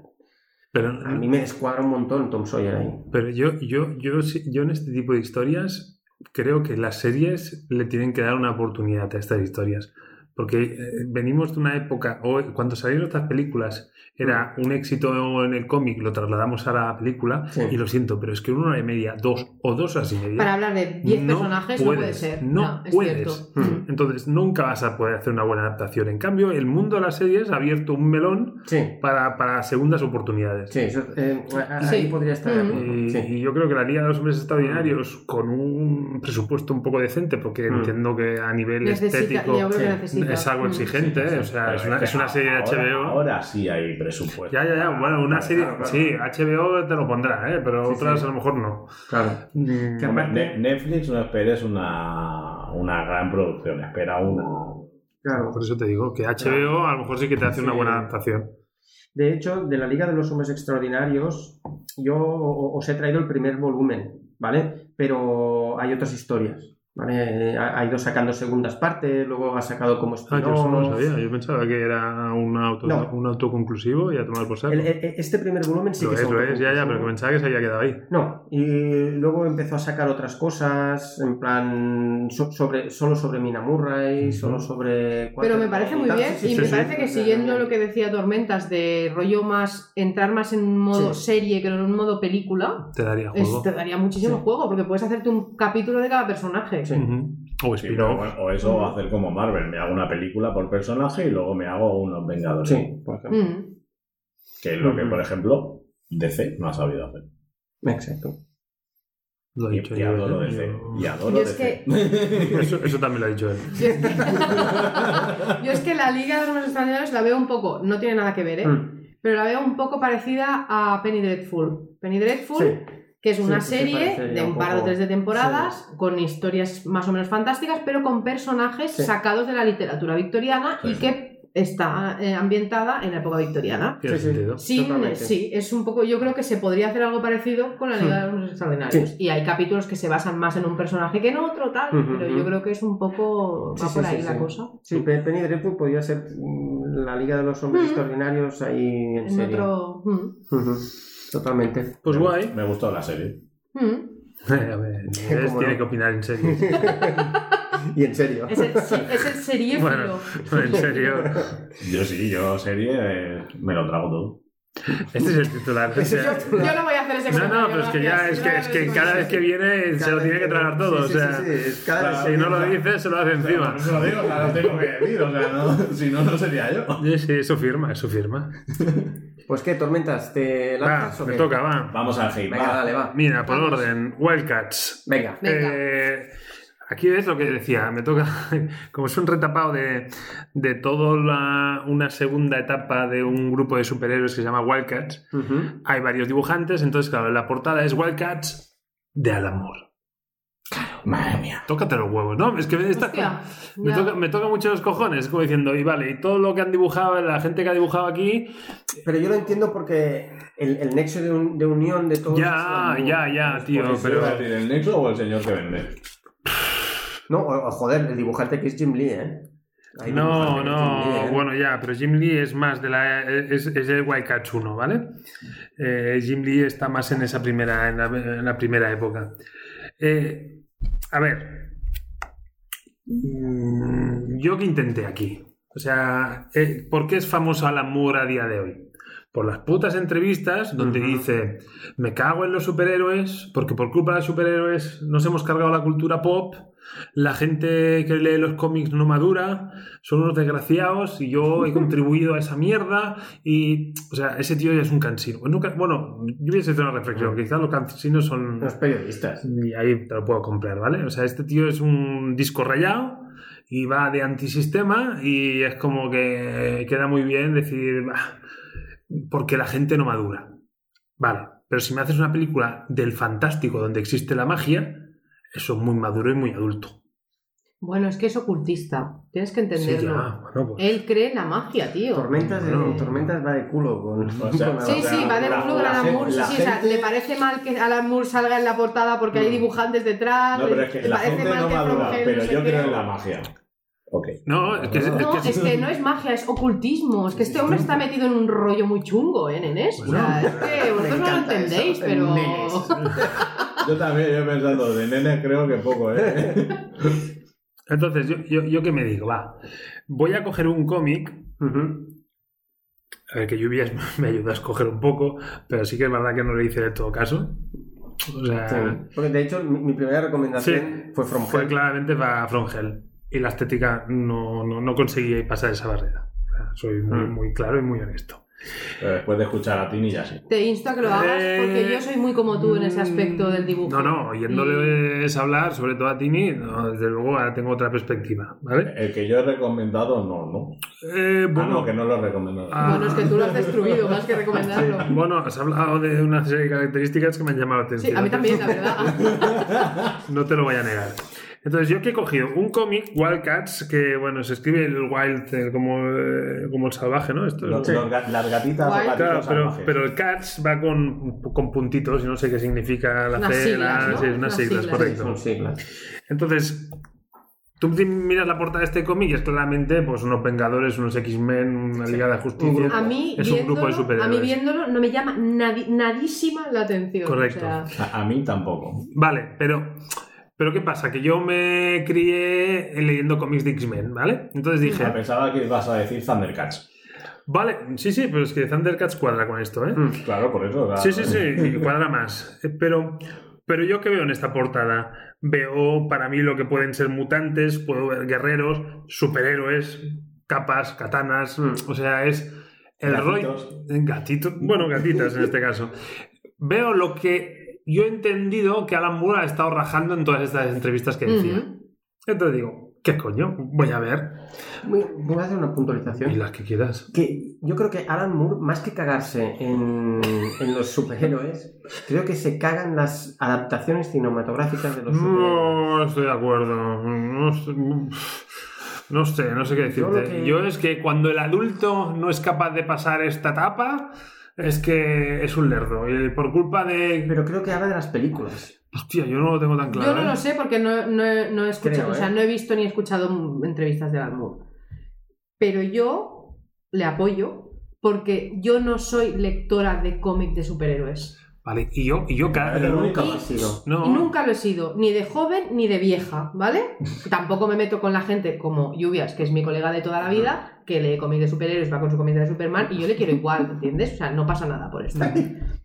S4: Pero,
S1: a mí me descuadra un montón Tom Sawyer ahí.
S4: pero yo, yo, yo, sí- yo en este tipo de historias creo que las series le tienen que dar una oportunidad a estas historias. Porque eh, venimos de una época, o cuando salieron estas películas, era un éxito en el cómic, lo trasladamos a la película,
S1: Sí.
S4: y lo siento, pero es que una hora y media, dos o dos horas y media.
S3: Para hablar de 10
S4: No
S3: personajes no puede
S4: puedes,
S3: ser.
S4: no
S3: es
S4: puedes.
S3: cierto.
S1: Mm.
S4: Entonces nunca vas a poder hacer una buena adaptación. En cambio, el mundo de las series ha abierto un melón
S1: Sí,
S4: para, para segundas oportunidades.
S1: sí, eso, eh, a- a-
S3: Sí. Mm.
S1: ahí podría estar. de acuerdo.
S4: Y,
S1: Sí.
S4: Eh, y yo creo que la Liga de los Hombres Extraordinarios, con un presupuesto un poco decente, porque
S1: Mm.
S4: entiendo que a nivel
S3: Necesita, yo
S4: estético
S3: creo que
S1: sí,
S3: necesita.
S4: es algo
S3: Mm.
S4: exigente, ¿eh?
S2: Sí, sí,
S4: o
S2: sí.
S4: sea,
S2: Pero
S4: es una,
S2: que
S4: es una serie de
S2: ahora-
S4: HBO.
S2: Ahora sí hay presupuesto.
S4: Ya, ya, ya, bueno, una
S2: Claro,
S4: serie,
S2: claro, claro.
S4: sí, HBO te lo pondrá, ¿eh? pero
S1: Sí,
S4: otras
S1: sí.
S4: a lo mejor no.
S1: Claro.
S4: Mm,
S1: Que
S2: Hombre,
S1: aparte-
S2: Ne- Netflix no esperes una, una gran producción, espera una.
S1: Claro.
S4: Por eso te digo que HBO a lo mejor sí que te hace una
S1: Sí.
S4: buena adaptación.
S1: De hecho, de la Liga de los Hombres Extraordinarios, yo o- os he traído el primer volumen, ¿vale? Pero hay otras historias, ¿vale? Ha, ha ido sacando segundas partes, luego ha sacado como
S4: Ah, yo eso no lo
S1: spin-offs.
S4: sabía, yo pensaba que era un, auto,
S1: No.
S4: un autoconclusivo y a tomar por saco.
S1: El- el- este primer volumen sí
S4: lo
S1: que
S4: es, lo es, ya, ya,
S1: autoconclusivo.
S4: pero que pensaba que se había quedado ahí.
S1: No, y luego empezó a sacar otras cosas, en plan, so- sobre, solo sobre Mina Murray, solo sobre...
S3: Pero me parece muy
S1: Tal,
S3: bien
S1: sí, sí,
S3: y
S1: sí,
S3: me
S1: sí.
S3: parece que siguiendo lo que decía Tormentas de rollo más, entrar más en un modo
S1: Sí.
S3: serie que en un modo película,
S4: Te daría
S3: es-
S4: juego.
S3: te daría muchísimo
S1: Sí.
S3: juego porque puedes hacerte un capítulo de cada personaje.
S1: Sí.
S4: Ujú. O
S2: Sí, pero
S4: spin-off.
S2: bueno, o eso, o hacer como Marvel, me hago una película por personaje y luego me hago unos Vengadores.
S1: Sí, por ejemplo.
S3: Mm.
S2: Que es lo que,
S1: Ujú.
S2: por ejemplo, DC no ha sabido hacer.
S3: Mm.
S1: Exacto.
S4: Lo ha
S2: Y,
S4: dicho
S2: y
S4: yo,
S2: adoro
S4: ¿eh?
S2: DC.
S4: Yo-
S2: Y adoro
S3: Yo es
S2: DC.
S3: que-
S4: Eso, eso también lo ha dicho él.
S3: Yo, es que... Yo es que la Liga de los Hombres Extraordinarios la veo un poco, no tiene nada que ver, ¿eh?
S1: Mm,
S3: pero la veo un poco parecida a Penny Dreadful. Penny Dreadful
S1: Sí.
S3: que es una
S1: Sí, sí,
S3: serie
S1: parece
S3: de
S1: ya
S3: un
S1: un
S3: par o
S1: poco-
S3: tres de temporadas con historias más o menos fantásticas, pero con personajes
S1: Sí.
S3: sacados de la literatura victoriana y
S2: Sí.
S3: que está eh, ambientada en la época victoriana.
S4: Tiene
S1: Sí, Pues sí.
S4: sentido.
S3: Sin-
S1: Totalmente.
S3: sí, es un poco. Yo creo que se podría hacer algo parecido con la Liga de los Extraordinarios. Y hay capítulos que se basan más en un personaje que en otro, tal.
S1: Ujú,
S3: pero
S1: ujú.
S3: yo creo que es un poco. Va
S1: Sí, sí,
S3: por
S1: sí,
S3: ahí la
S1: sí.
S3: cosa.
S1: Sí, Pe- Penny Dreadful podría ser mm, la Liga de los Hombres
S3: Mm.
S1: Extraordinarios ahí en,
S3: En
S1: serie.
S3: otro. mm,
S1: Ujú, Totalmente.
S4: Pues
S2: Me-
S4: guay.
S2: Me gustó la serie.
S3: mm.
S4: A ver, Andrés
S1: ¿Cómo
S4: tiene
S1: no?
S4: que opinar en serio.
S1: y en serio.
S3: Es el, sí, es el seriéfilo.
S4: Bueno, en serio.
S2: Yo sí, yo serie eh, me lo trago todo.
S4: Este es el titular. o sea.
S3: Yo no voy a hacer ese
S4: No, no,
S3: comentario,
S4: pero es que ya,
S3: gracias.
S4: es
S3: Yo
S4: que,
S3: no voy a hacer
S4: es que cada
S3: ese
S4: vez que viene se lo tiene que tragar todo.
S1: Sí,
S4: o
S1: sí,
S4: sea,
S1: sí, sí, es cada
S2: Claro,
S4: si no lo
S1: semana.
S4: dices, se lo hace encima.
S2: se lo digo, o sea, lo tengo que decir, o sea, no- si no, no sería yo.
S4: Sí, sí, eso firma, eso firma.
S1: Pues qué, tormentas, te
S4: Va,
S1: lanzas o
S4: me
S1: qué?
S4: toca, va.
S2: Vamos al hate.
S1: Venga,
S2: va.
S1: dale, va.
S4: Mira, por
S3: Vamos.
S4: orden, Wildcats.
S1: Venga.
S3: Venga.
S4: Eh, aquí es lo que decía, me toca, como es un retapado de, de toda la- una segunda etapa de un grupo de superhéroes que se llama Wildcats,
S1: Ujú.
S4: hay varios dibujantes, entonces claro, la portada es Wildcats de Alan Moore.
S2: Madre mía.
S4: Tócate los huevos, ¿no? Es que me, está-
S3: Hostia,
S4: me,
S3: ya.
S4: toca, me toca mucho los cojones, como diciendo, y vale, y todo lo que han dibujado, la gente que ha dibujado aquí,
S1: Pero yo lo entiendo porque el, el nexo de, un- de unión de todos... es
S4: ya,
S1: la-
S4: ya, ya, tío,
S2: Pues,
S4: pero...
S2: ¿se va a decir ¿El Nexo o el señor que vende?
S1: No, o- o joder, el dibujante que es Jim Lee, ¿eh? Hay
S4: No,
S1: dibujante que es Jim Lee,
S4: no,
S1: ¿eh?
S4: bueno, ya, pero Jim Lee es más de la. es, es el Wildcats 1, ¿vale? Eh, Jim Lee está más en esa primera, en la, en la primera época. Eh, a ver. Mm, Yo que intenté aquí. O sea, eh, ¿por qué es famoso Alan Moore a día de hoy? Por las putas entrevistas donde
S1: Ujú.
S4: dice, me cago en los superhéroes, porque por culpa de los superhéroes nos hemos cargado la cultura pop, La gente que lee los cómics no madura, son unos desgraciados y yo he contribuido a esa mierda. Y, o sea, ese tío ya es un cansino. Nunca, bueno, yo hubiese hecho una reflexión, que quizás los cansinos son.
S1: Los periodistas.
S4: Y ahí te lo puedo comprar, ¿vale? O sea, este tío es un disco rayado y va de antisistema y es como que queda muy bien decir, "Bah, porque la gente no madura. Vale, pero si me haces una película del fantástico donde existe la magia, eso es muy maduro y muy adulto.
S3: Bueno, es que es ocultista. Tienes que
S4: Sí,
S3: entenderlo.
S4: ya, bueno, pues.
S3: Él cree en la magia, tío.
S1: Tormentas, de-
S4: No.
S1: tormentas va de culo con.
S2: O sea,
S1: con-
S3: Sí,
S2: O sea,
S3: sí, va de
S2: la-
S3: culo con
S2: la
S3: Alan
S2: gen-
S3: Moore. Sí,
S2: la
S3: sí, o sea,
S2: gente- Mm.
S3: le parece mal que Alan Moore salga en la portada porque hay dibujantes detrás.
S2: No, pero es que
S3: le
S2: la
S3: parece
S2: gente
S3: mal
S2: no
S3: que
S2: madura,
S3: Frongel
S2: pero
S3: no sé
S2: yo
S3: qué.
S2: creo en la magia. Ok.
S4: No, es que, es
S3: No,
S4: que-
S3: es que no es magia, es ocultismo. Es que este hombre está metido en un rollo muy chungo, ¿eh, nenes? O sea, es que vosotros no lo
S1: encanta eso,
S3: entendéis, pero...
S1: nenes.
S2: Yo también, yo pensando, de nene creo que poco, ¿eh?
S4: Entonces, yo, yo, yo qué me digo, va. Voy a coger un cómic. A ver, que lluvias me ayuda a escoger un poco, pero sí que es verdad que no le hice de todo caso. O sea,
S1: Sí. Porque de hecho, mi, mi primera recomendación fue From
S4: fue
S1: Hell.
S4: claramente para Frongel. Y la estética no, no, no conseguí pasar esa barrera. O sea, soy muy,
S1: Mm.
S4: muy claro y muy honesto.
S2: Pero después de escuchar a Tini ya sí.
S3: Te insto a que lo hagas porque
S4: Eh, mm,
S3: yo soy muy como tú en ese aspecto del dibujo.
S4: No, no, oyéndoles hablar, sobre todo a Tini, no, desde luego ahora tengo otra perspectiva, ¿vale?
S2: El que yo he recomendado, no, ¿no?
S4: Eh,
S2: Ah,
S4: bueno,
S2: no, que no lo he recomendado.
S4: Ah.
S3: Bueno, es que tú lo has destruido, más que recomendarlo.
S4: bueno, has hablado de una serie de características que me han llamado la atención.
S3: Sí, a mí también, la verdad.
S4: No te lo voy a negar. Entonces, yo que he cogido un cómic, Wildcats, que bueno, se escribe el Wild eh, como, eh, como el salvaje, ¿no? Esto es-
S2: Los- los ga- las gatitas
S3: Guay.
S2: o gatitos
S4: Claro, pero,
S2: salvajes.
S4: pero el Cats va con, con puntitos y no sé qué significa la
S3: Unas
S4: C,
S3: siglas,
S4: la-
S3: ¿no?
S4: sí, unas,
S3: Unas
S4: siglas,
S3: siglas.
S1: Sí,
S4: correcto.
S1: son siglas.
S4: Entonces, tú te miras la portada de este cómic y es claramente pues, unos Vengadores, unos X-Men, una Liga de la
S1: Un
S4: Justicia.
S1: grupo.
S3: A mí,
S4: Es un grupo de
S3: viéndolo, a mí
S4: superhéroes.
S3: viéndolo no me llama nadi- nadísima la atención.
S4: Correcto.
S3: o sea,
S2: A, a mí tampoco.
S4: Vale, pero, pero ¿qué pasa? Que yo me crié leyendo cómics de X-Men, ¿vale? Entonces dije,
S2: Ah, Pensaba que ibas a decir Thundercats.
S4: vale, sí, sí, pero es que Thundercats cuadra con esto, ¿eh?
S2: Claro, por eso. o sea,
S4: Sí, sí, sí, y cuadra más. Eh, Pero, pero yo que veo en esta portada, veo para mí lo que pueden ser mutantes, puedo ver guerreros, superhéroes, capas, katanas, o sea, es el rollo...
S2: Gatitos.
S4: Gatitos, bueno, gatitas en este caso. Veo lo que yo he entendido que Alan Moore ha estado rajando en todas estas entrevistas que decía.
S3: ujú.
S4: Entonces digo, ¿qué coño? Voy a ver.
S1: Voy voy a hacer una puntualización.
S4: Y las que quieras.
S1: que yo creo que Alan Moore, más que cagarse en, en los superhéroes, creo que se cagan las adaptaciones cinematográficas de los superhéroes.
S4: No estoy de acuerdo. No, sé- no sé, no sé qué
S1: Yo lo
S4: decirte. Yo,
S1: que-
S4: es que cuando el adulto no es capaz de pasar esta etapa, es que es un lerdo. Y por culpa de.
S1: Pero creo que habla de las películas.
S4: Hostia, yo no lo tengo tan claro.
S3: Yo no lo
S4: ¿eh?
S3: sé porque no, no, he- no he escuchado,
S1: Creo,
S3: o sea,
S1: ¿eh?
S3: no he visto ni he escuchado mm, entrevistas de Alan Moore. Pero yo le apoyo porque yo no soy lectora de cómic de superhéroes.
S4: Vale, y yo, y yo cada.
S2: Pero
S1: Pero nunca
S2: nunca
S1: lo ha sido.
S4: No,
S3: Y nunca lo he sido, ni de joven ni de vieja, ¿vale? Tampoco me meto con la gente como Lluvias, que es mi colega de toda la vida, que lee cómic de superhéroes, va con su cómic de Superman, y yo le quiero igual, ¿entiendes? O sea, no pasa nada por esto.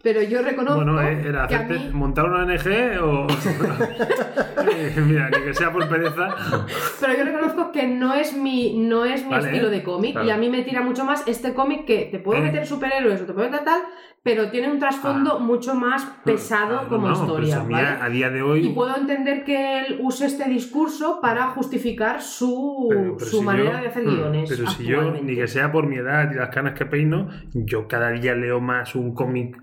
S3: Pero yo reconozco
S4: Bueno, eh, era
S3: que a
S4: hacerte-
S3: mí-
S4: montar una ONG o. Eh, Mira, ni que sea por pereza.
S3: Pero yo reconozco que no es mi, no es mi
S4: Vale,
S3: estilo de cómic
S4: claro.
S3: y a mí me tira mucho más este cómic que te puedo
S4: Eh.
S3: meter superhéroes o te puedo meter tal, pero tiene un trasfondo mucho más pesado
S4: Ah,
S3: como
S4: no,
S3: historia.
S4: pues a mí
S3: ¿vale?
S4: a- a día de hoy.
S3: Y puedo entender que él use este discurso para justificar su,
S4: Pero- pero
S3: su
S4: si
S3: manera
S4: yo-
S3: de hacer
S4: Mm,
S3: guiones.
S4: Pero si yo,
S3: actualmente.
S4: ni que sea por mi edad y las canas que peino, yo cada día leo más un cómic.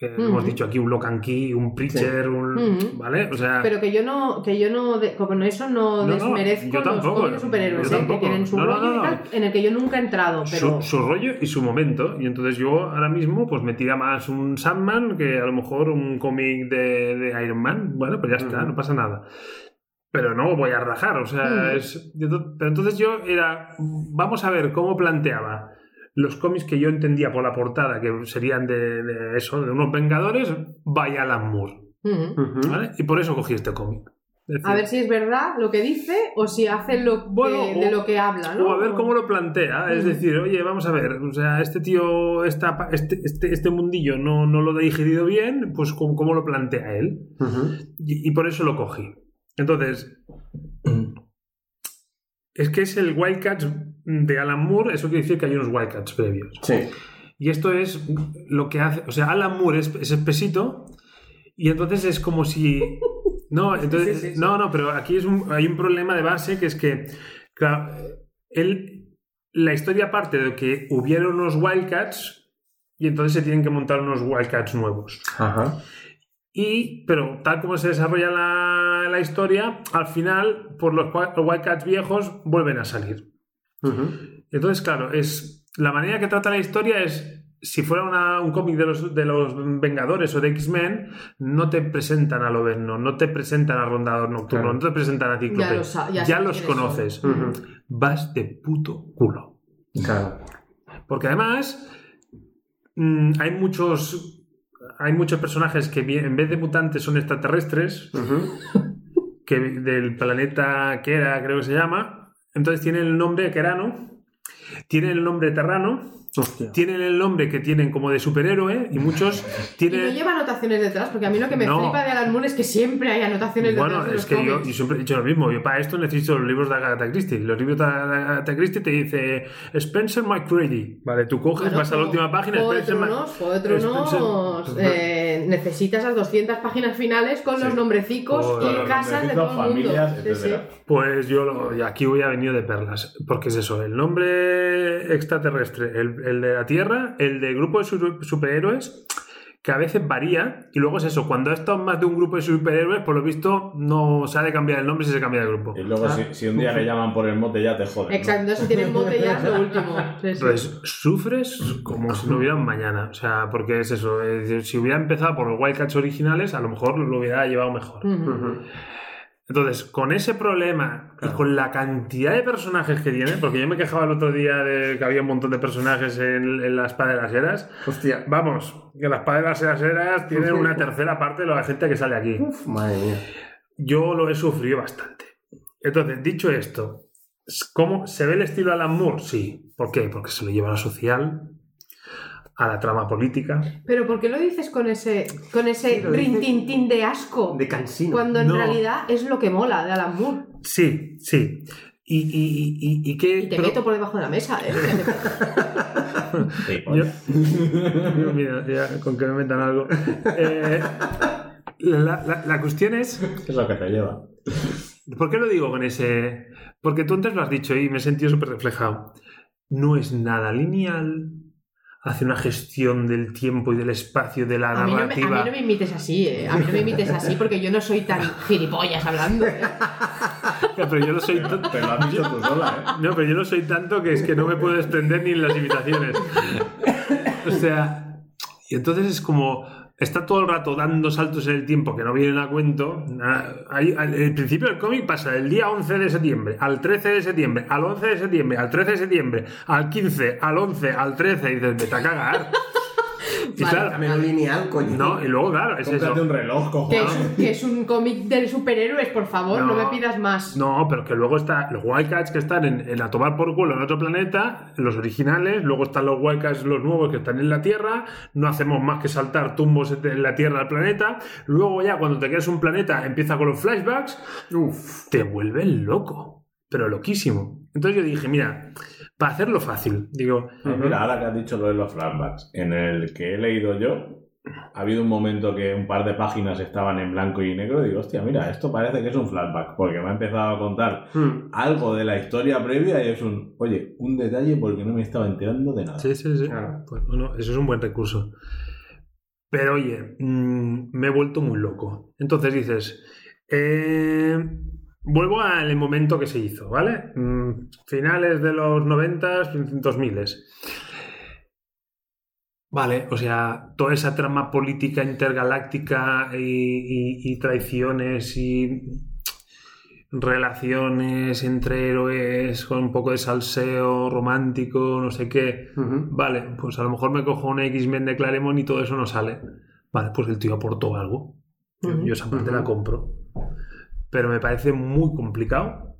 S4: eh,
S3: Ujú.
S4: Hemos dicho aquí un Locan Key, un Preacher, un.
S3: Ujú.
S4: ¿Vale? O sea.
S3: Pero que yo no, que yo no, de- como no, eso no,
S4: No, no,
S3: desmerezco
S4: yo tampoco,
S3: los cómics de superhéroes,
S4: yo
S3: ¿eh? que
S4: tampoco.
S3: tienen su
S4: No, no,
S3: rollo
S4: no,
S3: y tal, en el que yo nunca he entrado, pero
S4: Su, su rollo y su momento. Y entonces yo ahora mismo pues me tira más un Sandman que a lo mejor un cómic de, de Iron Man. Bueno, pues ya está,
S1: Ujú.
S4: no pasa nada. Pero no voy a rajar, o sea,
S3: Ujú.
S4: es- y ento- Pero entonces yo era, vamos a ver cómo planteaba los cómics que yo entendía por la portada, que serían de, de eso, de unos Vengadores, vaya Alan Moore.
S3: Ujú.
S1: Ujú.
S4: ¿vale? Y por eso cogí este cómic. Es decir,
S3: a ver si es verdad lo que dice o si hace lo que-
S4: Bueno, o-
S3: de lo que habla, ¿no?
S4: O a ver cómo lo plantea. Es
S3: Ujú.
S4: decir, oye, vamos a ver, o sea, este tío, esta, pa- este, este, este mundillo no, no lo ha digerido bien, pues ¿cómo, cómo lo plantea él?
S1: Ujú.
S4: Y, y por eso lo cogí. Entonces, Es que es el Wildcats de Alan Moore, eso quiere decir que hay unos Wildcats previos.
S1: Sí.
S4: Y esto es lo que hace. O sea, Alan Moore es, es espesito y entonces es como si. No, entonces,
S1: Sí, sí, sí.
S4: no, no, pero aquí es un- hay un problema de base que es que. Claro, él, la historia parte de que hubieron unos Wildcats y entonces se tienen que montar unos Wildcats nuevos.
S1: Ajá.
S4: Y, pero tal como se desarrolla la, la historia, al final, por los Wi- los Wildcats viejos vuelven a salir.
S1: Ujú.
S4: Entonces, claro, es la manera que trata la historia es si fuera una- un cómic de los, de los Vengadores o de X-Men, no te presentan a Lobezno, no te presentan a Rondador Nocturno,
S1: Claro.
S4: no te presentan a Cíclope.
S3: Ya los sa- ya sabes
S4: los
S3: quiénes son. Mm.
S4: conoces.
S1: Ujú.
S4: Vas de puto culo.
S1: Claro.
S4: Porque además mm, hay muchos hay muchos personajes que vi- en vez de mutantes son extraterrestres
S1: Ujú.
S4: que del planeta Kera, creo que se llama. Entonces tienen el nombre Kerano, tienen el nombre Terrano,
S1: Hostia.
S4: tienen el nombre que tienen como de superhéroe y muchos
S3: Y no
S4: tienen...
S3: lleva anotaciones detrás, porque a mí lo que me
S4: No.
S3: flipa de Alan Moore es que siempre hay anotaciones
S4: Bueno,
S3: detrás.
S4: es que yo, yo siempre he dicho lo mismo. Yo para esto necesito los libros de Agatha Christie. Los libros de Agatha Christie te dice Spencer McCready. Vale, tú coges, vas a la última página, Este,
S3: Juego de
S4: Spencer Mc-
S3: Tronos, Juego de
S4: Spencer-
S3: Tronos, eh, necesitas las 200 páginas finales con los
S4: Sí.
S3: nombrecicos
S4: Con
S3: y
S4: los
S3: casas de
S2: nombrecitos,
S3: todo el mundo.
S2: familias,
S3: Sí, sí.
S2: etcétera.
S4: Pues yo lo- y aquí voy a venir de perlas, porque es eso, el nombre extraterrestre, el, el de la Tierra, el de grupo de su- superhéroes, que a veces varía, y luego es eso, cuando ha estado más de un grupo de superhéroes, por lo visto no sale cambiar el nombre si se cambia de grupo.
S2: Y luego,
S1: Ah.
S2: si, si un día le llaman por el mote, ya te joden. ¿no?
S3: Exacto, entonces si tienen bote ya es lo último. Sí, sí.
S4: Entonces, sufres como si no hubiera un mañana, o sea, porque es eso, es decir, si hubiera empezado por los Wildcats originales, a lo mejor lo hubiera llevado mejor.
S3: Ujú.
S1: Ujú.
S4: Entonces, con ese problema y con la cantidad de personajes que tiene, porque yo me quejaba el otro día de que había un montón de personajes en, en la espada de las eras.
S1: Hostia.
S4: Vamos, que la espada de las eras, eras tiene una tercera parte de la gente que sale
S3: Mm.
S4: aquí.
S1: Uf, madre mía.
S4: Yo lo he sufrido bastante. Entonces, dicho esto, ¿cómo se ve el estilo Alan Moore? Sí. ¿Por qué? Porque se lo lleva a lo social, a la trama política.
S3: Pero ¿por qué lo dices con ese, con
S1: Sí,
S3: ese
S1: lo dices
S3: rintintín de asco?
S1: De cansino.
S3: Cuando en
S4: No.
S3: realidad es lo que mola de Alan Moore.
S4: Sí, sí. Y, y, y- y- y qué-
S3: Y te
S4: pero-
S3: meto por debajo de la mesa, ¿eh?
S2: Sí, pues.
S4: Yo- Mira, ya, con que me metan algo. Eh, la, la- la cuestión es,
S2: ¿Qué es lo que te lleva?
S4: ¿por qué lo digo con ese? Porque tú antes lo has dicho y me he sentido súper reflejado. No es nada lineal, hace una gestión del tiempo y del espacio, de la
S3: A mí, no me, a
S4: narrativa.
S3: mí no me imites así, ¿eh? A mí no me imites así porque yo no soy tan gilipollas hablando. ¿eh?
S4: Ya, Pero yo no soy... tan-
S2: Te lo has dicho tú sola, ¿eh?
S4: No, pero yo no soy tanto que es que no me puedo desprender ni en las invitaciones. O sea, y entonces es como está todo el rato dando saltos en el tiempo que no vienen a cuento. Ah, hay- al, el principio del cómic pasa del día 11 de septiembre al 13 de septiembre, al 11 de septiembre, al 13 de septiembre, al 15, al 11, al 13 y dices, vete a cagar. Y
S3: Vale,
S4: claro,
S1: Dame lo lineal, coño.
S4: no, y luego claro,
S2: ¿eh?
S4: es
S2: Cómprate
S4: eso.
S2: un reloj,
S3: Que
S2: cojones.
S3: es, un- que es un cómic de superhéroes, por favor, no,
S4: No.
S3: me pidas más.
S4: No, pero que luego está los Wildcats que están en, en a tomar por culo en otro planeta, los originales, luego están los Wildcats, los nuevos que están en la Tierra, no hacemos más que saltar tumbos en la Tierra al planeta, luego ya cuando te quedas un planeta empieza con los flashbacks, Uf. te vuelves loco, pero loquísimo. Entonces yo dije, mira, para hacerlo fácil, digo,
S2: Eh, Mira, ahora que has dicho lo de los flashbacks, en el que he leído yo, ha habido un momento que un par de páginas estaban en blanco y negro y digo, hostia, mira, esto parece que es un flashback, porque me ha empezado a contar
S1: Mm.
S2: algo de la historia previa y es un, oye, un detalle porque no me estaba enterando de nada.
S4: Sí, sí, sí.
S1: Claro.
S4: Pues, bueno, eso es un buen recurso. Pero oye, mm, me he vuelto muy loco. Entonces dices, eh, vuelvo al momento que se hizo, ¿vale? Mm, finales de los 90, 2000. Vale, o sea, toda esa trama política intergaláctica y, y- y traiciones y relaciones entre héroes con un poco de salseo romántico, no sé qué.
S1: Ujú.
S4: Vale, pues a lo mejor me cojo un X-Men de Claremont y todo eso no sale. Vale, pues el tío aportó algo. Yo,
S3: Ujú.
S4: yo esa parte la
S1: Ujú.
S4: compro. Pero me parece muy complicado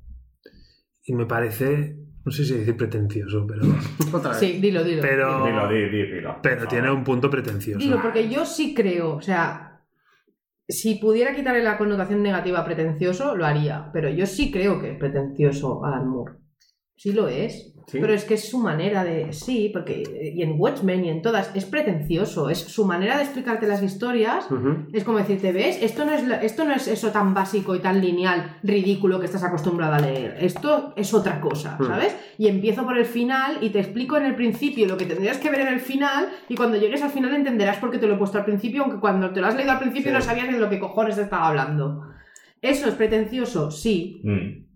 S4: y me parece, no sé si decir pretencioso, pero,
S1: Otra vez.
S3: Sí, dilo, dilo.
S4: Pero-
S2: Dilo, di, di, dilo.
S4: pero tiene un punto pretencioso.
S3: Digo, porque yo sí creo, o sea, si pudiera quitarle la connotación negativa a pretencioso, lo haría, pero yo sí creo que es pretencioso Alan Moore. Sí lo es.
S1: ¿Sí?
S3: Pero es que es su manera de. Sí, porque. Y en Watchmen y en todas. Es pretencioso. Es su manera de explicarte las historias.
S1: Ujú.
S3: Es como decirte, ¿ves? Esto no, es, la- esto no es eso tan básico y tan lineal, ridículo que estás acostumbrado a leer. Esto es otra cosa,
S1: Mm.
S3: ¿sabes? Y empiezo por el final y te explico en el principio lo que tendrías que ver en el final y cuando llegues al final entenderás por qué te lo he puesto al principio, aunque cuando te lo has leído al principio
S1: Sí.
S3: no sabías de lo que cojones estaba hablando. ¿Eso es pretencioso? Sí.
S2: Mm.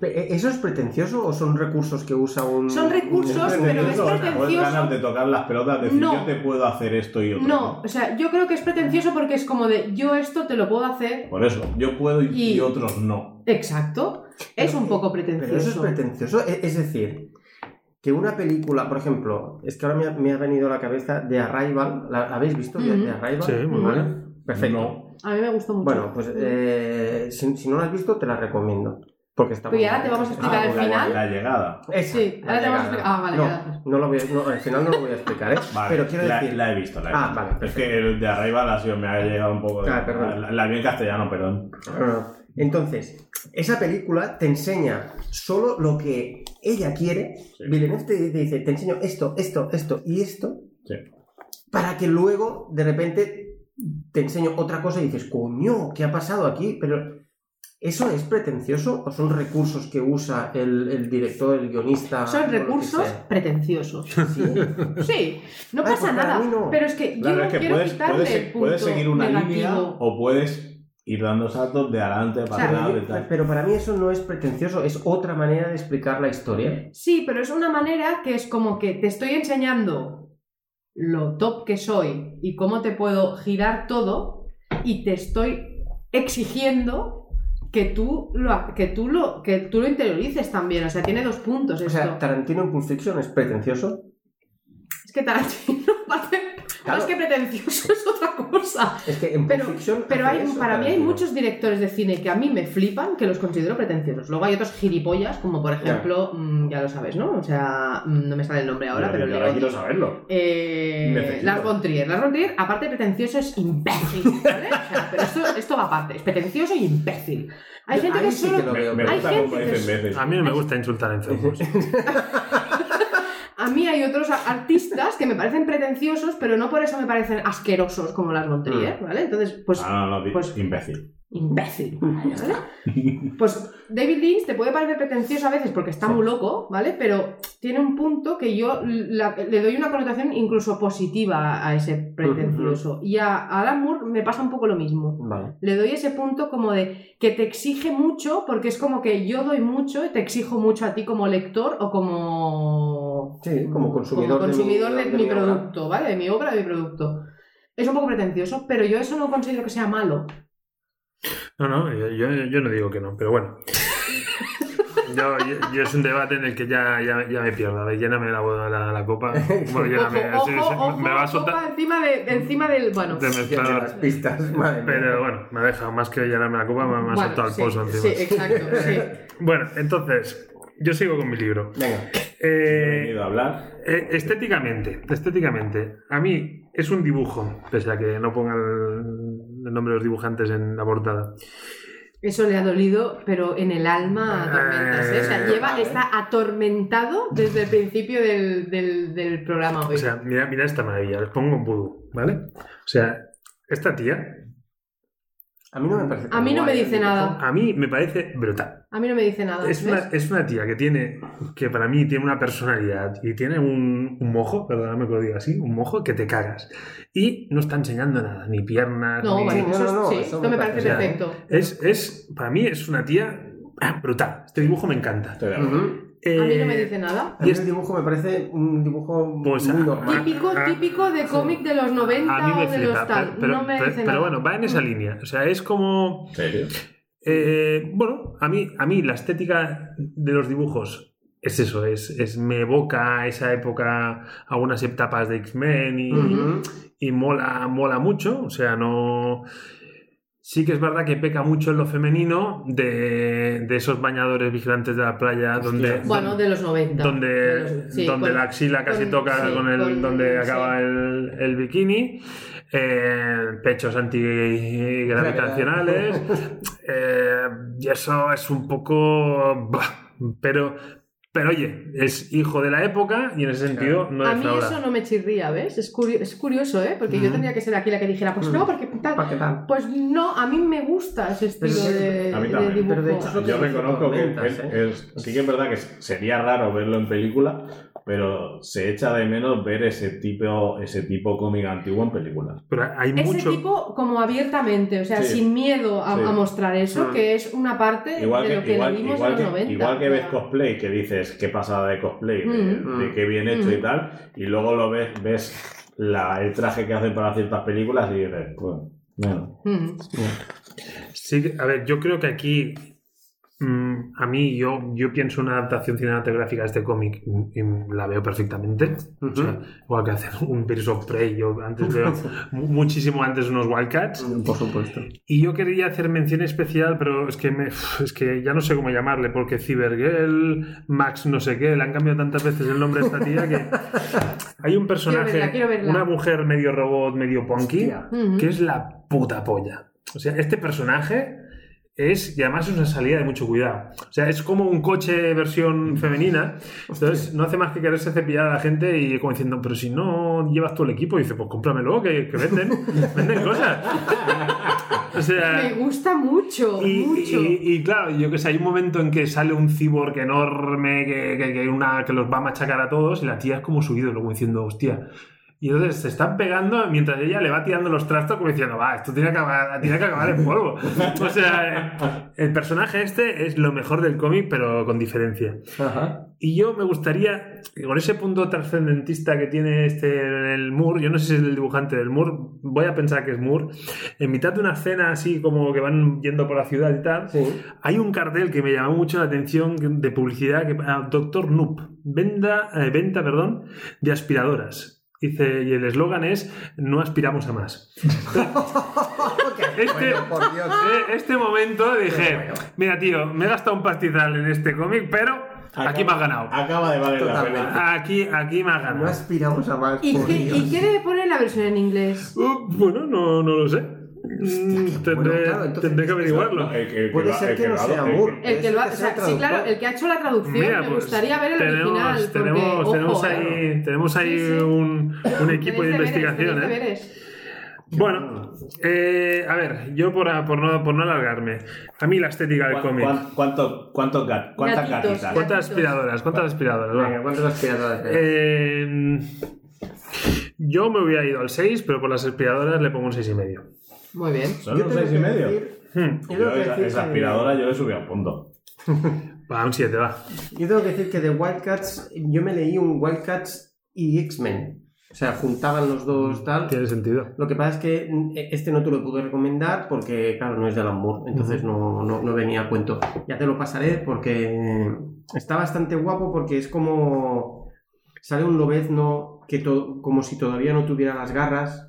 S1: Pe- e- ¿Eso es pretencioso o son recursos que usa un.
S3: Son recursos,
S1: un-
S3: pero es
S2: pretencioso,
S3: pretencioso.
S2: o es ganas de tocar las pelotas, decir
S3: No.
S2: yo te puedo hacer esto y otro.
S3: No, o sea, yo creo que es pretencioso porque es como de yo esto te lo puedo hacer.
S2: Por eso, yo puedo y,
S3: Y-
S2: y otros no.
S3: Exacto. Es
S1: Pero- eh,
S3: un poco
S1: Pero eso es
S3: pretencioso.
S1: pretencioso. E- Es decir, que una película, por ejemplo, es que ahora me ha, me ha venido a la cabeza de Arrival. ¿La habéis visto? de-
S3: Ujú.
S1: de Arrival.
S4: Sí, muy
S1: Vale.
S4: buena.
S1: Perfecto.
S2: No.
S3: A mí me gustó mucho.
S1: Bueno, pues eh, si, si no la has visto, te la recomiendo. Porque está
S3: Pero
S1: muy
S3: Pues ya
S1: bien
S3: te vamos a
S1: hecha.
S3: explicar el
S1: bueno.
S3: final.
S2: Ah, La llegada.
S1: Esa,
S3: Sí,
S1: la
S3: ahora te vamos a
S1: llegada.
S3: explicar- ah, vale, ya.
S1: No, no lo voy a, no, al final no lo voy a explicar, ¿eh?
S2: Vale,
S1: Pero quiero
S2: la,
S1: decir.
S2: la he visto, la he
S1: Ah,
S2: visto.
S1: vale,
S2: Es que el de arriba la sido, me ha llegado un poco. de-
S1: Ah, perdón.
S2: La, la vi en castellano, perdón.
S1: Ah, Entonces, esa película te enseña solo lo que ella quiere. Villeneuve te dice, dice, te enseño esto, esto, esto y esto.
S2: Sí.
S1: Para que luego, de repente, te enseño otra cosa y dices, coño, ¿qué ha pasado aquí? Pero, ¿eso es pretencioso o son recursos que usa el, el director, el guionista? o lo
S3: Son
S1: que
S3: recursos
S1: sea?
S3: pretenciosos.
S1: Sí.
S3: Sí, no
S1: Ah,
S3: pasa
S1: pues para
S3: nada.
S1: mí no.
S3: Pero es que yo
S2: Claro,
S3: no
S2: es que
S3: quiero
S2: puedes,
S3: quitarle
S2: puedes,
S3: el
S2: se-
S3: punto
S2: puedes seguir una
S3: negativo.
S2: línea o puedes ir dando saltos de adelante para
S3: O sea,
S2: atrás, de tal.
S1: Pero para mí eso no es pretencioso, es otra manera de explicar la historia.
S3: Sí, pero es una manera que es como que te estoy enseñando lo top que soy y cómo te puedo girar todo y te estoy exigiendo que tú lo que tú lo que tú lo interiorices también, o sea, tiene dos puntos
S1: O
S3: esto.
S1: sea, Tarantino en Pulp Fiction es pretencioso.
S3: es que Tarantino aparte, no
S1: Claro.
S3: es que pretencioso es otra cosa.
S1: Es que en
S3: Pero-
S1: Pulp Fiction.
S3: Pero
S1: hace
S3: hay,
S1: eso
S3: para mí hay
S1: Tarantino.
S3: muchos directores de cine que a mí me flipan, que los considero pretenciosos. Luego hay otros gilipollas, como por ejemplo, mm, ya lo sabes, ¿no? O sea, mm, no me sale el nombre ahora, pero...
S2: yo
S3: el
S2: ahora
S3: de
S2: quiero
S3: otro.
S2: saberlo.
S3: Eh,
S2: Necesito.
S3: Lars von Trier. Lars von Trier, aparte de pretencioso, es imbécil. ¿vale? O sea, pero esto, esto va aparte. Es pretencioso y imbécil. Hay
S1: Yo
S3: gente que
S1: ahí sí
S3: solo...
S1: que lo
S2: Me,
S1: veo,
S2: me
S1: pero-
S3: Hay
S2: gusta cómo
S3: gente que
S2: dicen
S3: es-
S2: veces.
S4: A mí no me gusta insultar a enfermos.
S3: A mí hay otros a- artistas que me parecen pretenciosos, pero no por eso me parecen asquerosos como Lars von Trier, ¿vale? Entonces, pues...
S2: Ah, no, no, di-
S3: pues-
S2: imbécil.
S3: imbécil. ¿vale? Pues David Lynch te puede parecer pretencioso a veces porque está muy loco, ¿vale? Pero tiene un punto que yo la- le doy una connotación incluso positiva a ese pretencioso. Y a Alan Moore me pasa un poco lo mismo.
S1: Vale.
S3: Le doy ese punto como de que te exige mucho porque es como que yo doy mucho y te exijo mucho a ti como lector o como
S1: Sí, como consumidor,
S3: como consumidor de, mi,
S1: obra.
S3: producto, ¿vale? De mi obra, de mi producto. Es un poco pretencioso, pero yo eso no considero que sea malo.
S4: No, no, yo, yo- yo no digo que no, pero bueno. Yo, yo- yo es un debate en el que ya, ya, ya me pierdo. A ver, lléname la, la, la copa. Bueno, lléname.
S3: ojo,
S4: sí, sí,
S3: ojo, ojo,
S4: me va a soltar.
S3: copa encima, de, de encima del. Bueno,
S4: de
S1: Ya de las
S4: mezclar.
S1: pistas, madre mía.
S4: Pero bueno, me ha dejado más que llenarme la copa, me, me ha
S3: Bueno,
S4: saltado el
S3: sí,
S4: pozo encima.
S3: Sí, exacto. Sí.
S4: Bueno, entonces, yo sigo con mi libro.
S1: Venga.
S2: He
S4: Eh,
S2: venido a hablar.
S4: eh, estéticamente, estéticamente, a mí es un dibujo, pese a que no ponga el, el nombre de los dibujantes en la portada.
S3: Eso le ha dolido, pero en el alma atormentas, ¿eh? O sea,
S4: Eh,
S3: lleva, está atormentado desde el principio del, del, del programa hoy.
S4: O sea, mira, mira esta maravilla, les pongo un vudú, ¿vale? O sea, esta tía
S1: A mí no me parece. tan
S3: A mí no
S1: guay,
S3: me dice
S1: ¿eh?
S3: nada.
S4: a mí me parece brutal.
S3: a mí no me dice nada.
S4: Es
S3: ¿ves?
S4: una, es una tía que tiene, que para mí tiene una personalidad y tiene un, un mojo, perdóname que lo diga así, un mojo que te cagas. Y no está enseñando nada, ni piernas,
S3: No,
S4: ni...
S3: vale,
S1: Sí, no,
S3: eso es-
S1: no, no,
S3: sí,
S1: eso
S3: esto me
S1: me
S3: parece
S4: parece
S3: perfecto.
S4: Es, es, para mí es una tía ah, brutal. Este dibujo me encanta.
S2: Estoy de acuerdo.
S1: Ujú.
S3: A mí
S4: Eh,
S3: no me dice nada.
S1: A mí
S4: Y
S1: el
S4: es-
S1: dibujo me parece un dibujo
S4: Pues,
S1: muy
S4: ah,
S1: normal.
S3: Típico,
S4: a-
S3: típico de cómic de los 90
S4: A mí me
S3: o de
S4: flipa,
S3: los tal.
S4: pero, pero-
S3: no me
S4: pero-
S3: dice
S4: pero
S3: nada.
S4: bueno, va en esa línea. O sea, es como...
S2: ¿En serio?
S4: eh, bueno, a mí, a mí la estética de los dibujos es eso, es, es me evoca esa época, algunas etapas de X-Men y,
S3: Mm.
S1: Ujú.
S4: y mola, mola mucho. O sea, no. Sí que es verdad que peca mucho en lo femenino de, de esos bañadores vigilantes de la playa donde.
S3: Bueno, de los 90.
S4: donde,
S3: de los- sí,
S4: donde
S3: con-
S4: la axila casi
S3: con-
S4: toca
S3: sí,
S4: con el
S3: con-
S4: donde
S3: sí.
S4: acaba el, el bikini eh, pechos antigravitacionales eh, y eso es un poco bah, pero Pero oye, es hijo de la época y en ese sentido no
S3: a mí
S4: defrauda.
S3: eso no me chirría, ¿ves? Es, curio- es curioso, ¿eh? Porque yo
S1: Mm.
S3: tendría que ser aquí la que dijera, pues
S1: Mm.
S3: no, porque tal.
S1: ¿Para qué tal?
S3: Pues no, a mí me gusta ese estilo
S1: Pero-
S3: de,
S2: A mí
S3: de
S2: también.
S3: dibujo.
S1: Pero de hecho-
S2: Yo reconozco que
S1: Comentas,
S2: él- es- sí que es verdad que sería raro verlo en película, pero se echa de menos ver ese tipo, ese tipo cómic antiguo en películas.
S4: Pero hay
S3: ese
S4: mucho.
S3: tipo como abiertamente, o sea,
S2: Sí.
S3: sin miedo a,
S2: Sí.
S3: a mostrar eso,
S1: Mm.
S3: que es una parte
S2: Igual
S3: de lo
S2: que,
S3: que
S2: igual,
S3: vivimos
S2: igual
S3: en
S2: que,
S3: los 90.
S2: igual que
S3: o
S2: ves
S3: sea.
S2: cosplay, que dices qué pasada de cosplay, de-
S3: Mm.
S2: de, qué bien hecho y
S3: Mm.
S2: tal, y luego lo ves, ves la- el traje que hacen para ciertas películas y dices, pues, bueno.
S3: Mm.
S4: Sí, que- a ver, yo creo que aquí. mm, a mí, yo, yo pienso una adaptación cinematográfica a este cómic y mm, la veo perfectamente. O sea, igual que hacer un Birds of Prey, yo antes veo mu- muchísimo antes unos Wildcats.
S1: Ujú. Por supuesto.
S4: Y yo quería hacer mención especial, pero es que me, es que ya no sé cómo llamarle, porque Cybergirl, Max no sé qué, le han cambiado tantas veces el nombre a esta tía que hay un personaje,
S3: Quiero verla, quiero verla.
S4: una mujer medio robot, medio punky,
S1: Hostia.
S3: Mm.
S4: que es la puta polla. O sea, este personaje es, y además es una salida de mucho cuidado. O sea, es como un coche versión femenina. Entonces, no hace más que quererse cepillar a la gente y como diciendo, pero si no llevas todo el equipo, y dice, pues cómpramelo, que, que venden, venden cosas. O sea,
S3: Me gusta mucho,
S4: y,
S3: mucho.
S4: y- y, claro, yo que sé, hay un momento en que sale un cyborg enorme que, que- que una, que los va a machacar a todos y la tía es como su ídolo, como diciendo, hostia. Y entonces se están pegando mientras ella le va tirando los trastos como diciendo, va, esto tiene que acabar, tiene que acabar en polvo. o sea, el personaje este es lo mejor del cómic, pero con diferencia.
S1: Ajá.
S4: Y yo me gustaría, con ese punto trascendentista que tiene este el Moore, yo no sé si es el dibujante del Moore, voy a pensar que es Moore, en mitad de una cena así como que van yendo por la ciudad y tal,
S1: Sí.
S4: hay un cartel que me llamó mucho la atención de publicidad que ah, Doctor Noob, venda, eh, venta perdón, de aspiradoras. Dice, y el eslogan es no aspiramos a más. este,
S5: por Dios.
S4: eh, este momento dije, mira tío, me he gastado un pastizal en este cómic, pero aquí me has ganado.
S2: Acaba de valer la
S1: Totalmente.
S2: pena.
S4: Aquí, aquí me has
S1: No
S4: ganado.
S1: aspiramos a más.
S3: ¿Y
S1: por
S3: qué,
S1: Dios.
S3: ¿Y qué debe poner la versión en inglés?
S4: Uh, bueno, no, no lo sé. Mm, tendré,
S1: claro, entonces,
S4: tendré que averiguarlo.
S2: El- el que
S1: Puede
S2: va-
S1: ser
S2: el
S1: que no
S2: va-
S1: sea
S2: el que-
S1: Moore.
S3: El que
S1: Eso
S3: lo ha,
S1: que
S3: o
S1: sea
S3: sea, sí,
S1: traductor.
S3: claro, el que ha hecho la traducción,
S4: Mira,
S3: me
S4: pues,
S3: gustaría ver el
S4: tenemos,
S3: original. Porque,
S4: tenemos,
S3: ojo,
S4: tenemos
S3: eh,
S4: ahí, tenemos ahí
S3: Sí, sí.
S4: Un, un equipo de
S3: tenéis deberes,
S4: investigación.
S3: tenéis
S4: ¿eh?
S3: deberes.
S4: Bueno, eh, a ver, yo por, por, no, por no alargarme, a mí la estética del
S2: ¿Cuán-
S4: cómic.
S2: cuán- cuánto- cuántos gat- ¿Cuántas
S3: Gatitos,
S2: gatitas?
S4: ¿Cuántas aspiradoras? ¿Cuántas aspiradoras? Va.
S1: Venga, ¿cuántas aspiradoras hay?
S4: Eh, yo me hubiera ido al 6, pero por las aspiradoras le pongo un 6,5.
S3: Muy bien.
S2: ¿Son
S1: Yo
S2: los
S1: tengo
S2: seis y
S1: que
S2: medio?
S1: decir-
S4: Hmm,
S1: yo
S2: Yo
S1: tengo que
S2: esa,
S1: decir
S2: esa
S1: que-
S2: aspiradora yo le subí a un punto.
S4: Va, un 7, va.
S1: Yo tengo que decir que de Wildcats, yo me leí un Wildcats y X-Men. O sea, juntaban los dos tal.
S4: Tiene sentido.
S1: Lo que pasa es que mm, este no te lo pude recomendar porque, claro, no es de Alan Moore, entonces no, no- no venía a cuento. Ya te lo pasaré porque mm, está bastante guapo porque es como... Sale un lobezno que to- como si todavía no tuviera las garras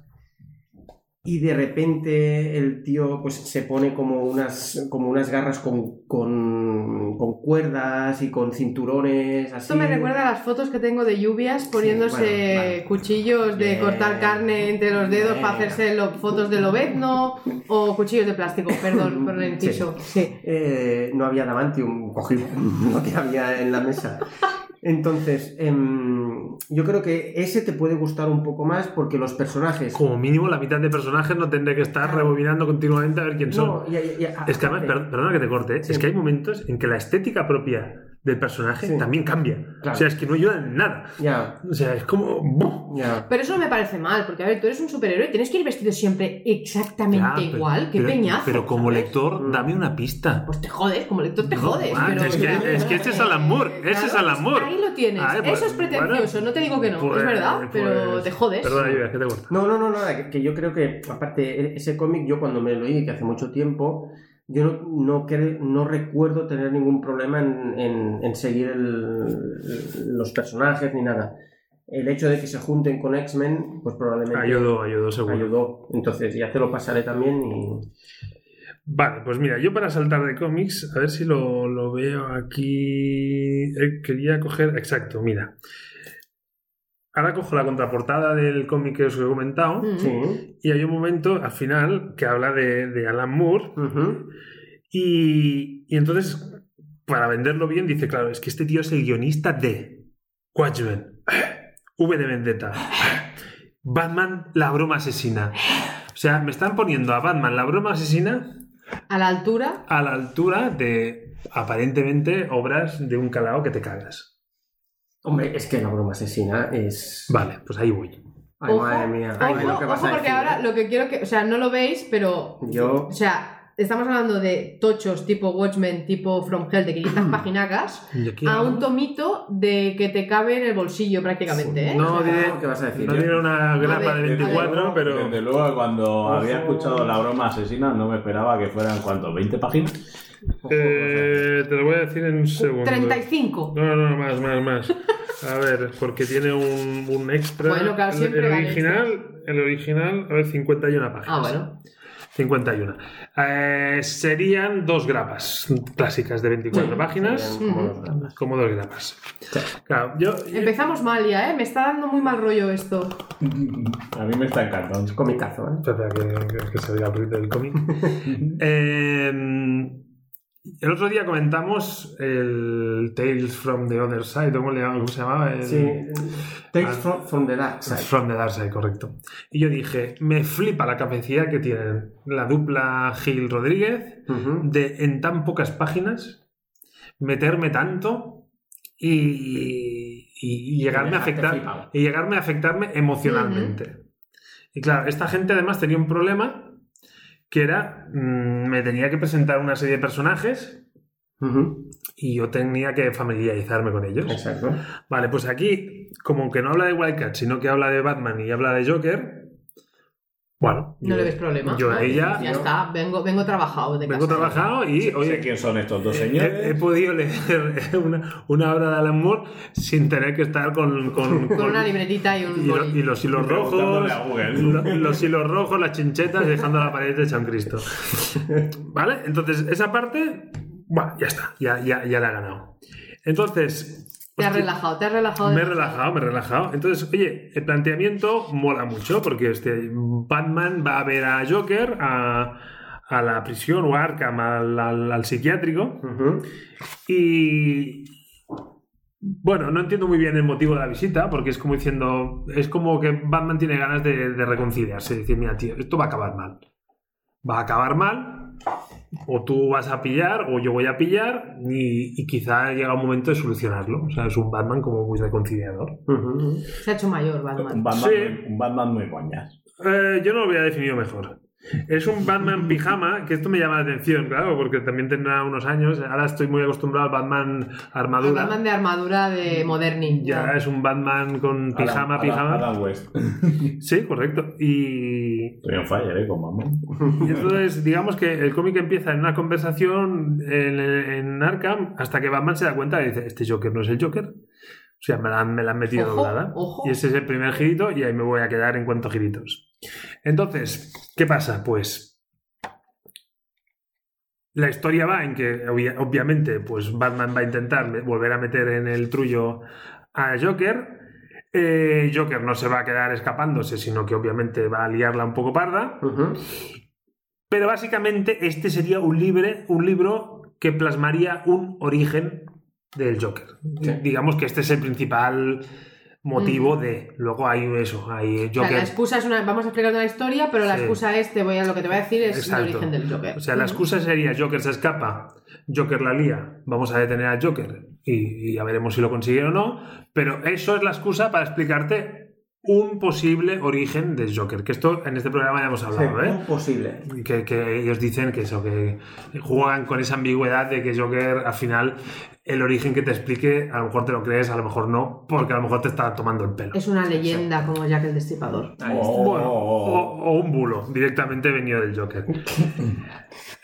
S1: y de repente el tío pues se pone como unas, como unas garras con, con, con cuerdas y con cinturones así.
S3: Esto me recuerda a las fotos que tengo de lluvias poniéndose
S1: bueno, vale.
S3: cuchillos de
S1: Bien.
S3: cortar carne entre los dedos
S1: Bien.
S3: para hacerse lo- fotos de lobezno o cuchillos de plástico, perdón por el
S1: Sí.
S3: inciso. Sí.
S1: Eh, no había damantium, cogí lo que había en la mesa. Entonces, em, yo creo que ese te puede gustar un poco más porque los personajes...
S4: Como mínimo la mitad de personajes no tendré que estar rebobinando continuamente a ver quién son.
S1: No, y- y- y-
S4: Es que
S3: eh,
S4: además, per- perdona que te corte, ¿eh?
S1: Sí.
S4: es que hay momentos en que la estética propia del personaje
S1: Sí.
S4: también cambia.
S1: Claro.
S4: O sea, es que no ayuda en nada.
S1: Ya,
S4: O sea, es como... ¡buh!
S1: ya.
S3: Pero eso no me parece mal, porque a ver, tú eres un superhéroe, tienes que ir vestido siempre exactamente
S4: Ya, pero-
S3: igual, qué
S4: pero-
S3: peñazo.
S4: Pero como
S3: ¿sabes? Mm.
S4: lector, dame una pista.
S3: Pues te jodes, como lector te
S4: No,
S3: jodes.
S4: man,
S3: pero
S4: es que- es que este es Alan Moore, ese es Alan Moore.
S3: Ahí lo tienes.
S4: Ah, pues,
S3: Eso es pretencioso,
S4: bueno,
S3: no te digo que no,
S4: pues,
S3: es verdad, pero
S4: pues,
S3: te jodes.
S4: Perdona, Lluvia, que te corto.
S1: No, no, no, nada, que, que yo creo que, aparte, e- ese cómic, yo cuando me lo leí, que hace mucho tiempo, yo no, no, cre- no recuerdo tener ningún problema en, en- en seguir el- los personajes ni nada. El hecho de que se junten con X-Men, pues probablemente...
S4: Ayudo, ayudo, seguro.
S1: ayudó. Entonces ya te lo pasaré también y...
S4: Vale, pues mira, yo para saltar de cómics, a ver si lo, lo veo aquí. Eh, quería coger, exacto, mira. Ahora cojo la contraportada del cómic que os he comentado
S3: Mm.
S1: Sí.
S4: y hay un momento al final que habla de, de Alan Moore
S1: Ujú.
S4: y, y entonces para venderlo bien, dice, claro, es que este tío es el guionista de Watchmen, V de Vendetta, Batman, la broma asesina. O sea, me están poniendo a Batman, la broma asesina,
S3: A la altura,
S4: a la altura de aparentemente obras de un calao que te cagas.
S1: Hombre, es que la broma asesina es.
S4: Vale, pues ahí voy.
S1: Ay,
S3: Ojo,
S1: madre mía. Ay,
S3: ojo,
S1: lo que vas
S3: ojo,
S1: a
S3: porque
S1: decir,
S3: ahora
S1: ¿eh?
S3: lo que quiero que, o sea, no lo veis, pero,
S1: Yo.
S3: o sea, estamos hablando de tochos tipo Watchmen, tipo From Hell, de 500 paginacas,
S4: Y aquí-
S3: a un tomito de que te cabe en el bolsillo prácticamente, ¿eh?
S4: No,
S3: O sea,
S4: diré-
S1: ¿Qué vas a decir?
S4: no tiene una grapa de
S3: Desde
S4: 24,
S2: luego-
S4: pero...
S2: Desde luego, cuando
S1: Ojo.
S2: había escuchado la broma asesina, no me esperaba que fueran, ¿cuánto? ¿20 páginas?
S4: Eh, te lo voy a decir en un segundo.
S3: 35.
S4: No, no, no, más, más, más. A ver, porque tiene un, un extra.
S3: Bueno, claro,
S4: El-
S3: siempre
S4: el
S3: van
S4: original, el original, a ver, 51 páginas.
S3: Ah, bueno.
S4: 51. Eh, serían dos grapas clásicas de 24
S3: Sí,
S4: páginas,
S1: Bien, como los
S3: Ujú.
S1: grandes.
S4: como dos grapas. Claro, yo,
S3: Empezamos mal ya, ¿eh? Me está dando muy mal rollo esto.
S2: A mí me está encantando.
S1: Comicazo, ¿eh?
S4: Espera, que, que- que se diga el ruido del cómic. Eh, el otro día comentamos el Tales from the Other Side, ¿cómo, le, cómo se llamaba? El-
S1: Sí. Tales
S4: Ah.
S1: from, from the Dark Side.
S4: From the Dark Side, correcto. Y yo dije, me flipa la capacidad que tienen la dupla Gil Rodríguez
S1: Ujú.
S4: de en tan pocas páginas meterme tanto y, y- y llegarme a
S1: Dejarte
S3: este
S4: afectar
S1: flipado.
S4: y llegarme a afectarme emocionalmente. Y claro, esta gente además tenía un problema que era mm, me tenía que presentar una serie de personajes
S1: Ujú.
S4: y yo tenía que familiarizarme con ellos.
S1: Exacto.
S4: Vale, pues aquí, como que no habla de Wildcat, sino que habla de Batman y habla de Joker, bueno,
S3: No le ves problema.
S4: yo a ella
S3: Ya está, vengo, vengo trabajado de
S4: vengo
S3: casa.
S4: trabajado y,
S2: Oye,
S4: oye, eh,
S2: ¿quién son estos dos
S4: he, he
S2: señores?
S4: podido leer una, una obra de Alan Moore sin tener que estar con... con-
S3: Con
S4: con-
S3: una libretita y un
S4: y, lo-
S3: boli.
S4: y los hilos rojos,
S2: Preguntándole a Google.
S4: lo- los hilos rojos, las chinchetas, dejando la pared de San Cristo. ¿Vale? Entonces, esa parte, bueno, ya está, ya, ya, ya la ha ganado. Entonces...
S3: Te has
S4: hostia,
S3: relajado, ¿eh? te has relajado.
S4: Me he
S3: demasiado.
S4: relajado, me he relajado. Entonces, oye, el planteamiento mola mucho porque este Batman va a ver a Joker a, a la prisión o a Arkham, al, al- al psiquiátrico.
S1: Ujú.
S4: Y. Bueno, no entiendo muy bien el motivo de la visita porque es como diciendo. Es como que Batman tiene ganas de, de reconciliarse. Decir, mira, tío, esto va a acabar mal. Va a acabar mal. O tú vas a pillar, o yo voy a pillar, y, y quizá llega un momento de solucionarlo. O sea, es un Batman como muy reconciliador.
S1: Ujú.
S3: Se ha hecho mayor,
S2: Un
S3: Batman.
S2: Batman,
S4: Sí.
S2: muy- un Batman muy coñas.
S4: Eh, yo no lo había definido mejor. Es un Batman pijama, que esto me llama la atención, claro, porque también tendrá unos años. Ahora estoy muy acostumbrado al Batman
S3: El
S4: armadura.
S3: Batman de armadura de Moderni.
S4: Ya es un Batman con pijama,
S2: Adam-
S4: pijama.
S2: Adam- Adam West.
S4: Sí, correcto. Y,
S2: Estoy en fire, ¿eh? Con Batman.
S4: y entonces, digamos que el cómic empieza en una conversación en, en Arkham hasta que Batman se da cuenta y dice, este Joker no es el Joker. O sea, me la, han- me la han metido
S3: Ojo,
S4: doblada.
S3: ojo.
S4: Y ese es el primer girito y ahí me voy a quedar en cuanto a giritos. Entonces, ¿qué pasa? Pues la historia va en que obvia- obviamente pues Batman va a intentar me- volver a meter en el trullo a Joker. Eh, Joker no se va a quedar escapándose, sino que obviamente va a liarla un poco parda.
S1: Ujú.
S4: Pero básicamente este sería un, libre, un libro que plasmaría un origen del Joker.
S1: Sí.
S4: Digamos que este es el principal motivo de... Luego hay eso, hay
S3: O sea,
S4: Joker.
S3: la excusa es una. Vamos a explicar una historia, pero la
S4: Sí.
S3: excusa es, te voy a lo que te voy a decir, es
S4: Exacto.
S3: el origen del Joker.
S4: O sea, la excusa sería Joker se escapa, Joker la lía, vamos a detener a Joker y, y ya veremos si lo consigue o no, pero eso es la excusa para explicarte un posible origen del Joker, que esto en este programa ya hemos hablado, ¿eh?
S1: Imposible.
S4: que, que ellos dicen que eso, que juegan con esa ambigüedad de que Joker al final el origen que te explique, a lo mejor te lo crees, a lo mejor no, porque a lo mejor te está tomando el pelo.
S3: Es una leyenda como Jack el Destripador.
S1: Ahí está.
S2: Oh,
S4: Bueno,
S2: oh,
S4: o, o un bulo, directamente venido del Joker.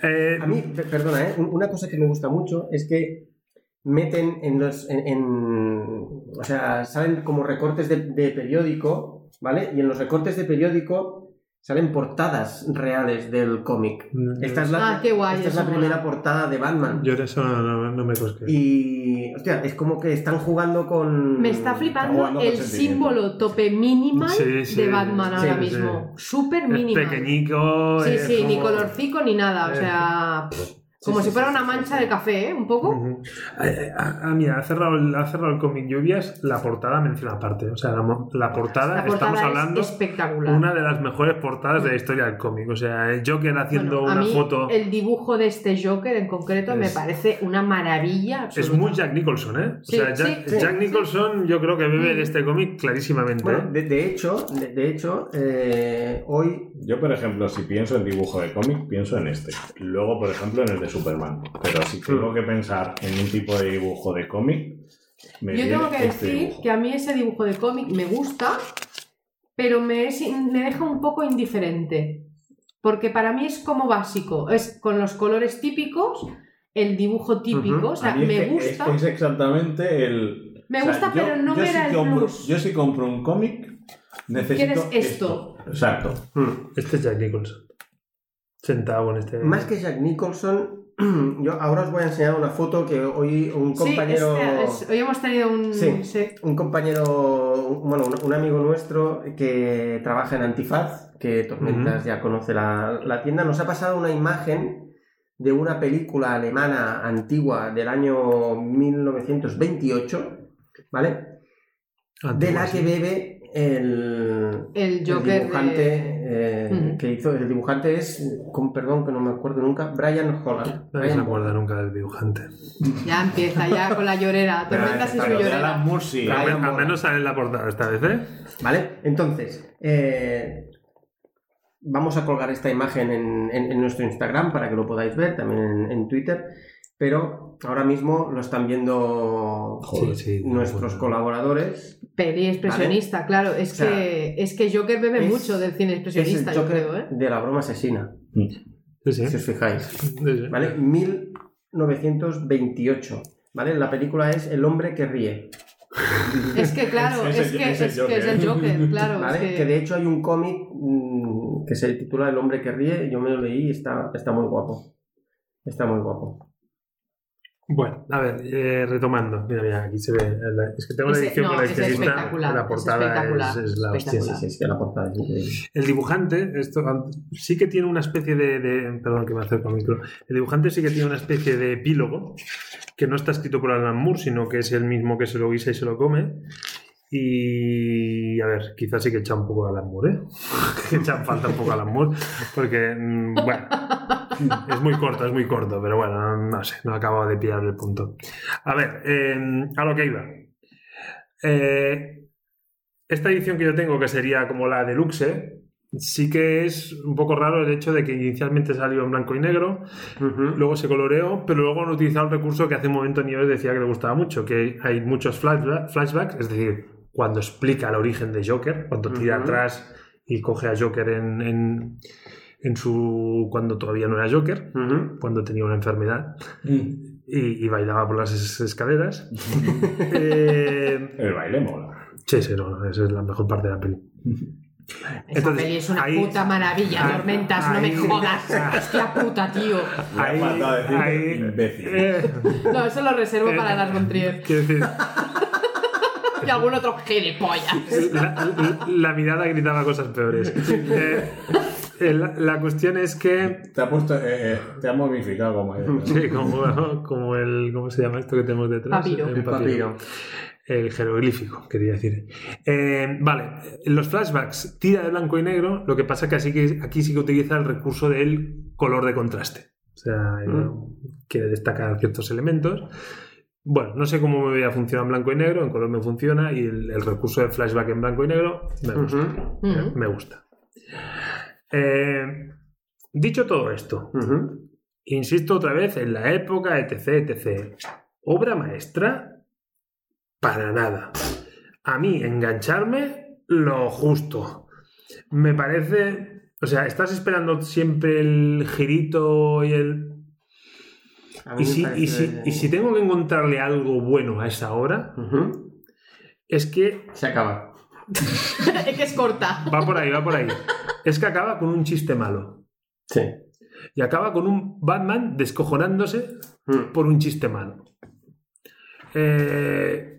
S4: Eh,
S1: A mí, pe- perdona, ¿eh? Un- una cosa que me gusta mucho es que meten en los. En, en- o sea, salen como recortes de, de periódico, ¿vale? Y en los recortes de periódico salen portadas reales del cómic. Esta es la,
S3: Ah, qué guay,
S1: esta es
S3: eso
S1: la
S3: mola.
S1: primera portada de Batman.
S4: mm, Yo de eso no, no me cosqué.
S1: Y. Hostia, es como que están jugando con.
S3: Me
S4: Mm,
S3: está
S2: jugando
S3: flipando
S2: con
S3: el
S2: sentimiento.
S3: símbolo tope minimal
S4: Sí, sí,
S3: de Batman
S4: sí,
S3: ahora
S4: sí.
S3: mismo. Súper
S4: Es
S3: minimal.
S4: pequeñico.
S3: Sí,
S4: es
S3: sí, ni
S4: como-
S3: colorcico ni nada. O
S4: Eh.
S3: sea, pff, Como si fuera una mancha de café, ¿eh? Un poco.
S4: Ujú. Eh, ah, ah, mira, ha cerrado, el- ha cerrado el cómic Lluvias, la portada menciona aparte. O sea, la, mo- la portada,
S3: La portada
S4: estamos
S3: es
S4: hablando
S3: espectacular.
S4: una de las mejores portadas de la historia del cómic. O sea, el Joker haciendo
S3: Bueno, a
S4: una
S3: mí
S4: foto.
S3: El dibujo de este Joker en concreto me
S4: Es-
S3: parece una maravilla.
S4: Es
S3: absoluta.
S4: muy Jack Nicholson, ¿eh?
S3: Sí,
S4: o sea, Jack,
S3: sí, Mm. sí,
S4: Jack Nicholson yo creo que bebe de este cómic clarísimamente.
S1: Bueno,
S4: ¿eh?
S1: de, de hecho, de, de hecho eh, hoy
S2: Yo, por ejemplo, si pienso en dibujo de cómic, pienso en este. Luego, por ejemplo, en el de Superman. Pero si
S4: Mm.
S2: tengo que pensar en un tipo de dibujo de cómic, me
S3: Yo
S2: viene
S3: tengo que
S2: este
S3: decir
S2: dibujo.
S3: que a mí ese dibujo de cómic me gusta, pero me, es- me deja un poco indiferente. Porque para mí es como básico. Es con los colores típicos, el dibujo típico.
S4: Ujú.
S3: O sea,
S2: A mí este es
S3: me
S2: que
S3: gusta.
S2: Es, es exactamente el.
S3: Me
S2: o sea,
S3: gusta,
S2: yo-
S3: pero no
S2: yo
S3: me
S2: si
S3: da el
S2: compro-
S3: plus.
S2: Yo si compro un cómic, necesito.
S3: ¿Quieres esto?
S2: Exacto.
S1: hmm,
S4: Mm, Este es Jack Nicholson. Sentado en este.
S1: Más que Jack Nicholson, yo ahora os voy a enseñar una foto que hoy un
S3: Sí, este
S1: compañero.
S3: es- es- hoy hemos tenido un.
S1: Sí.
S3: sí.
S1: Un compañero, un- bueno, un, un amigo nuestro que trabaja en Antifaz, que Tormentas ya conoce la, la tienda, nos ha pasado una imagen de una película alemana antigua del año 1928, ¿vale?
S4: antiguo,
S1: De la que
S4: sí.
S1: bebe el,
S3: El
S1: el
S3: Joker. de-
S1: dibujante eh,
S3: Ujú.
S1: que hizo. El dibujante es, con perdón que no me acuerdo nunca, Brian Holland.
S4: Nadie se
S1: Brian
S4: acuerda nunca del dibujante.
S3: Ya empieza ya con la llorera. Tormentas y su
S2: Pero de Alan
S3: llorera.
S2: Moore sí.
S4: Al men- al
S1: Moore.
S4: menos sale en la portada esta vez, ¿eh?
S1: ¿Vale? Entonces, eh, vamos a colgar esta imagen en, en- en nuestro Instagram para que lo podáis ver, también en, en Twitter, pero ahora mismo lo están viendo
S4: Joder, sí, no
S1: nuestros
S4: me acuerdo.
S1: colaboradores.
S3: Peli expresionista, claro. Es,
S1: O sea,
S3: que, es que Joker bebe
S1: es-
S3: mucho del cine
S1: Es
S3: expresionista,
S1: el
S3: yo
S1: Joker
S3: creo, ¿eh?
S1: de la broma asesina,
S4: Sí, sí.
S1: si os fijáis.
S4: Sí, sí.
S1: ¿Vale? 1928. ¿Vale? La película es El hombre que ríe.
S3: Es que, claro,
S2: Es-
S3: es,
S2: es el-
S3: que,
S2: es el
S3: es, que es el Joker, claro.
S1: ¿Vale?
S3: es
S1: Que de hecho hay un cómic mm, que se titula El hombre que ríe, yo me lo leí y está, está muy guapo. Está muy guapo.
S4: Bueno, a ver, eh, retomando. Mira, mira, aquí se ve. la- Es que tengo la
S3: Ese-
S4: edición
S3: no,
S4: con la
S3: es
S4: izquierdita.
S3: espectacular,
S4: La
S3: es
S4: portada es,
S3: espectacular,
S4: es la hostia.
S1: Sí, sí, sí, es que la portada es increíble.
S4: El dibujante, esto sí que tiene una especie de, de- Perdón, que me acerco al micro. El dibujante sí que tiene una especie de epílogo que no está escrito por Alan Moore, sino que es el mismo que se lo guisa y se lo come. Y a ver, quizás sí que echa un poco a Alan Moore, ¿eh? que echa en falta un poco a Alan Moore, porque, mm, bueno, mm, es muy corto, es muy corto, pero bueno, no, no sé, no acabo de pillar el punto. A ver, eh, a lo que iba. Eh, esta edición que yo tengo, que sería como la deluxe, sí que es un poco raro el hecho de que inicialmente salió en blanco y negro, luego se coloreó, pero luego han utilizado el recurso que hace un momento Nieves decía que le gustaba mucho, que hay muchos flashba- flashbacks, es decir, cuando explica el origen de Joker, cuando tira
S1: Ujú.
S4: atrás y coge a Joker en, en- en su... cuando todavía no era Joker,
S1: Ujú.
S4: cuando tenía una enfermedad
S2: Mm.
S4: y, y bailaba por las es- escaleras. Eh,
S2: El baile mola.
S4: sí, sí, no, esa es la mejor parte de la peli.
S3: Esa
S4: entonces,
S3: peli es una
S4: ahí-
S3: puta maravilla,
S4: ahí-
S3: Tormentas, no me
S4: ahí- Ah.
S3: jodas. Hostia puta, tío.
S2: Me ha faltado decir imbécil.
S4: eh,
S3: No, eso lo reservo para Lars von Trier
S4: Quiero decir,
S3: y algún otro gilipollas.
S4: la, la mirada gritaba cosas peores. Eh, eh, la, la cuestión es que.
S2: Te ha puesto. eh, eh, te ha momificado como es.
S4: Sí, como, como el. ¿Cómo se llama esto que tenemos detrás?
S3: Papiro.
S4: El
S1: El
S4: papiro.
S1: papiro.
S4: El jeroglífico, quería decir. Eh, vale, los flashbacks tira de blanco y negro, lo que pasa que, así que aquí sí que utiliza el recurso del color de contraste. O sea, eh,
S1: Mm.
S4: quiere destacar ciertos elementos. Bueno, no sé cómo me voy a funcionar en blanco y negro, en color me funciona y el, el recurso de flashback en blanco y negro me gusta.
S1: Ujú.
S4: Me-
S3: Mm.
S4: Me gusta. Eh, dicho todo esto,
S1: Ujú.
S4: insisto otra vez en la época, etc, etc. Obra maestra, para nada. A mí, engancharme, lo justo. Me parece... O sea, estás esperando siempre el girito y el...
S1: A
S4: Y
S1: mí me
S4: si, y,
S1: parece-
S4: si, y si tengo que encontrarle algo bueno a esa obra,
S1: Ujú.
S4: es que
S1: Se acaba.
S3: es que es corta.
S4: va por ahí, va por ahí. Es que acaba con un chiste malo.
S1: Sí.
S4: y acaba con un Batman descojonándose
S1: Mm.
S4: por un chiste malo. Eh,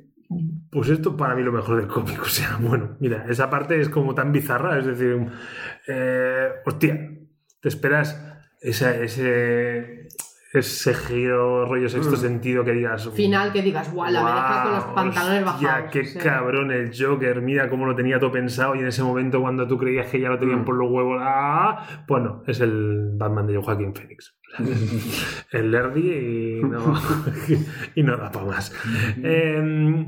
S4: pues esto para mí lo mejor del cómic. O sea, bueno, mira, esa parte es como tan bizarra. Es decir, eh, hostia, te esperas esa- ese, ese giro, rollo sexto sentido que digas.
S3: Final que digas, guau, la me deja con los
S4: "Guau,
S3: pantalones
S4: hostia,
S3: bajados.
S4: qué
S3: o sea.
S4: cabrón el Joker, mira cómo lo tenía todo pensado y en ese momento cuando tú creías que ya lo tenían por los huevos, ¡ah! pues no, es el Batman de Joaquín Phoenix. el Lerdy y no, y no da para más. Eh,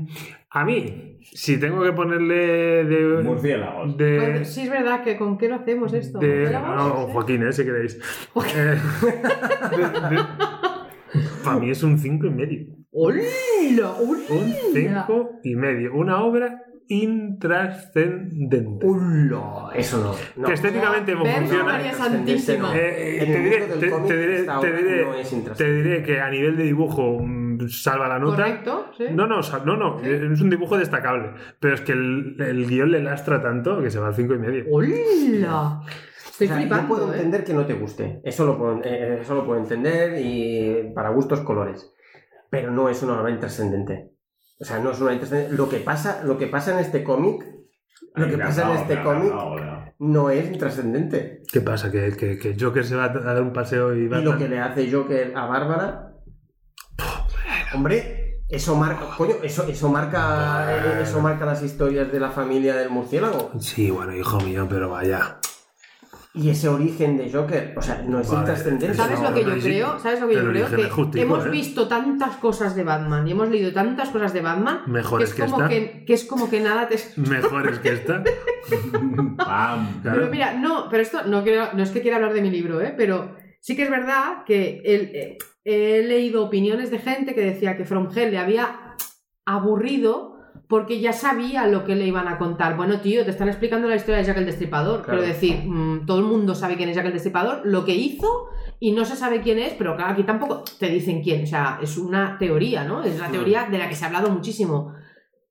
S4: a mí, si tengo que ponerle de...
S2: Murciélagos.
S4: de-
S3: Pues sí, es verdad que con qué lo hacemos esto.
S4: de- ah,
S3: ¿Murciélagos?
S4: no, Joaquín, eh, si queréis. Eh, para mí es un 5 y medio.
S3: ¡Hola!
S4: Un
S3: ¡Hola!
S4: 5 y medio. Una obra intrascendente.
S1: ¡Ulo! Eso no. no.
S4: que estéticamente
S3: Verso
S4: funciona.
S3: María Santísima.
S4: Eh, eh,
S1: En
S4: te
S1: el
S4: diré-
S1: mundo del
S4: te-
S1: cómic,
S4: te diré-
S1: esta
S4: te
S1: obra
S4: diré-
S1: no es intrascendente.
S4: Te diré que a nivel de dibujo mm, salva la nota.
S3: ¿Correcto?
S1: ¿eh?
S3: ¿Sí?
S4: No, no, sal- no, no, eh,
S3: Sí.
S4: es un dibujo destacable. Pero es que el, el guión le lastra tanto que se va al 5 y medio.
S3: ¡Hola! Estoy
S1: O sea,
S3: flipando,
S1: yo puedo
S3: ¿eh?
S1: entender que no te guste. Eso lo, puedo, eh, eso lo puedo entender y para gustos colores. Pero no es una obra intrascendente. O sea, no es una intrascendente. Lo que pasa, lo que pasa en este cómic, lo que
S2: Ahí,
S1: pasa en
S2: ahora,
S1: este
S2: ahora,
S1: cómic,
S2: ahora.
S1: no es intrascendente.
S4: ¿Qué pasa? ¿Que, que, que Joker se va a dar un paseo y va
S1: Y lo que le hace Joker a Bárbara. Hombre, eso marca. Coño, eso, eso marca. eh, Eso marca las historias de la familia del murciélago.
S4: Sí, bueno, hijo mío, pero vaya.
S1: Y ese origen de Joker. O sea, no es
S4: Vale.
S1: intrascendente.
S3: ¿Sabes
S4: No,
S3: lo que yo
S4: no, sí.
S3: creo? ¿Sabes lo que
S4: El
S3: yo creo?
S4: origen
S3: Que
S4: es justico,
S3: hemos
S4: ¿eh?
S3: visto tantas cosas de Batman y hemos leído tantas cosas de Batman que
S4: Mejores
S3: es
S4: que,
S3: como
S4: esta.
S3: que, que es como que nada te
S4: Mejores que esta. Claro.
S2: Pam.
S3: Pero mira, no, pero esto no, quiero- no es que quiera hablar de mi libro, ¿eh? pero sí que es verdad que el- eh, he leído opiniones de gente que decía que From Hell le había aburrido porque ya sabía lo que le iban a contar. Bueno, tío, te están explicando la historia de Jack el Destripador,
S1: Claro.
S3: pero decir, mm, todo el mundo sabe quién es Jack el Destripador, lo que hizo y no se sabe quién es, pero claro, aquí tampoco te dicen quién, o sea, es una teoría, ¿no? Es una
S1: Mm.
S3: teoría de la que se ha hablado muchísimo.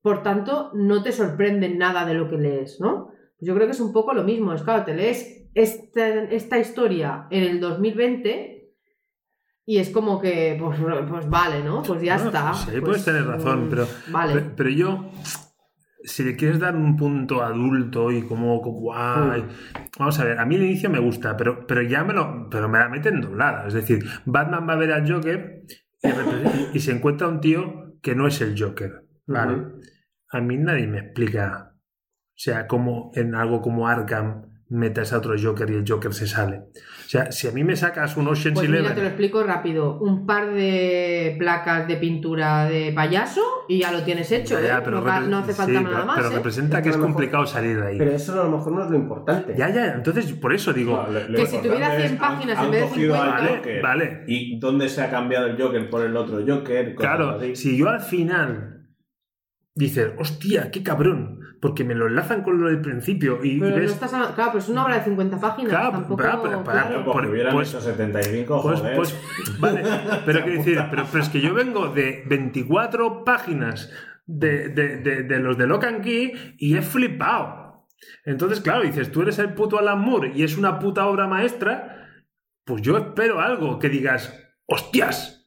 S3: Por tanto, no te sorprende nada de lo que lees, ¿no? Yo creo que es un poco lo mismo. Es claro, te lees esta, esta historia en el 2020 y es como que, pues, pues vale, ¿no? Pues ya
S4: Bueno,
S3: está.
S4: sí,
S3: Pues,
S4: puedes tener razón,
S3: mm,
S4: pero-
S3: Vale.
S4: Pe- Pero yo, si le quieres dar un punto adulto y como como
S3: Mm.
S4: guay. Vamos a ver, a mí el inicio me gusta, pero, pero ya me lo. Pero me la meten doblada. Es decir, Batman va a ver al Joker y, de repente- y se encuentra un tío que no es el Joker. Vale.
S1: Ujú.
S4: A mí nadie me explica. O sea, cómo en algo como Arkham metes a otro Joker y el Joker se sale. O sea, si a mí me sacas un Ocean's
S3: pues mira,
S4: Eleven-
S3: te lo explico rápido. Un par de placas de pintura de payaso y ya lo tienes hecho.
S4: Ya,
S3: ¿eh?
S4: pero
S3: no, pa-
S4: repre-
S3: no hace
S4: sí,
S3: falta nada
S4: pero-
S3: más.
S4: Pero
S3: ¿eh?
S4: representa
S1: Es
S4: que
S1: que a
S4: es
S1: lo mejor-
S4: complicado salir de ahí.
S1: Pero eso a lo mejor no es lo importante.
S4: Ya, ya, entonces por eso digo.
S2: No, lo- lo
S3: Que si tuviera
S2: importante
S3: 100
S2: es, han-
S3: páginas
S2: han
S3: en vez de
S2: cogido al
S3: 50.
S4: Vale,
S2: Joker.
S4: vale.
S2: ¿Y dónde se ha cambiado el Joker por el otro Joker? Cosas
S4: Claro,
S2: así.
S4: si yo al final dices, hostia, qué cabrón, porque me lo enlazan con lo del principio y
S3: Pero no
S4: ves.
S3: estás hablando- Claro, pero es una obra de 50 páginas.
S4: Claro,
S3: tampoco...
S4: pero- pero-
S1: Ah,
S4: pero-
S2: Claro,
S4: por-
S2: porque hubieran
S4: pues-
S2: hecho 75,
S4: Pues,
S2: joder.
S4: pues, vale, pero quiero decir, pero, pero es que yo vengo de 24 páginas de, de, de, de los de Locan Key y he flipado. Entonces, claro, dices, tú eres el puto Alan Moore y es una puta obra maestra, pues yo espero algo que digas, hostias.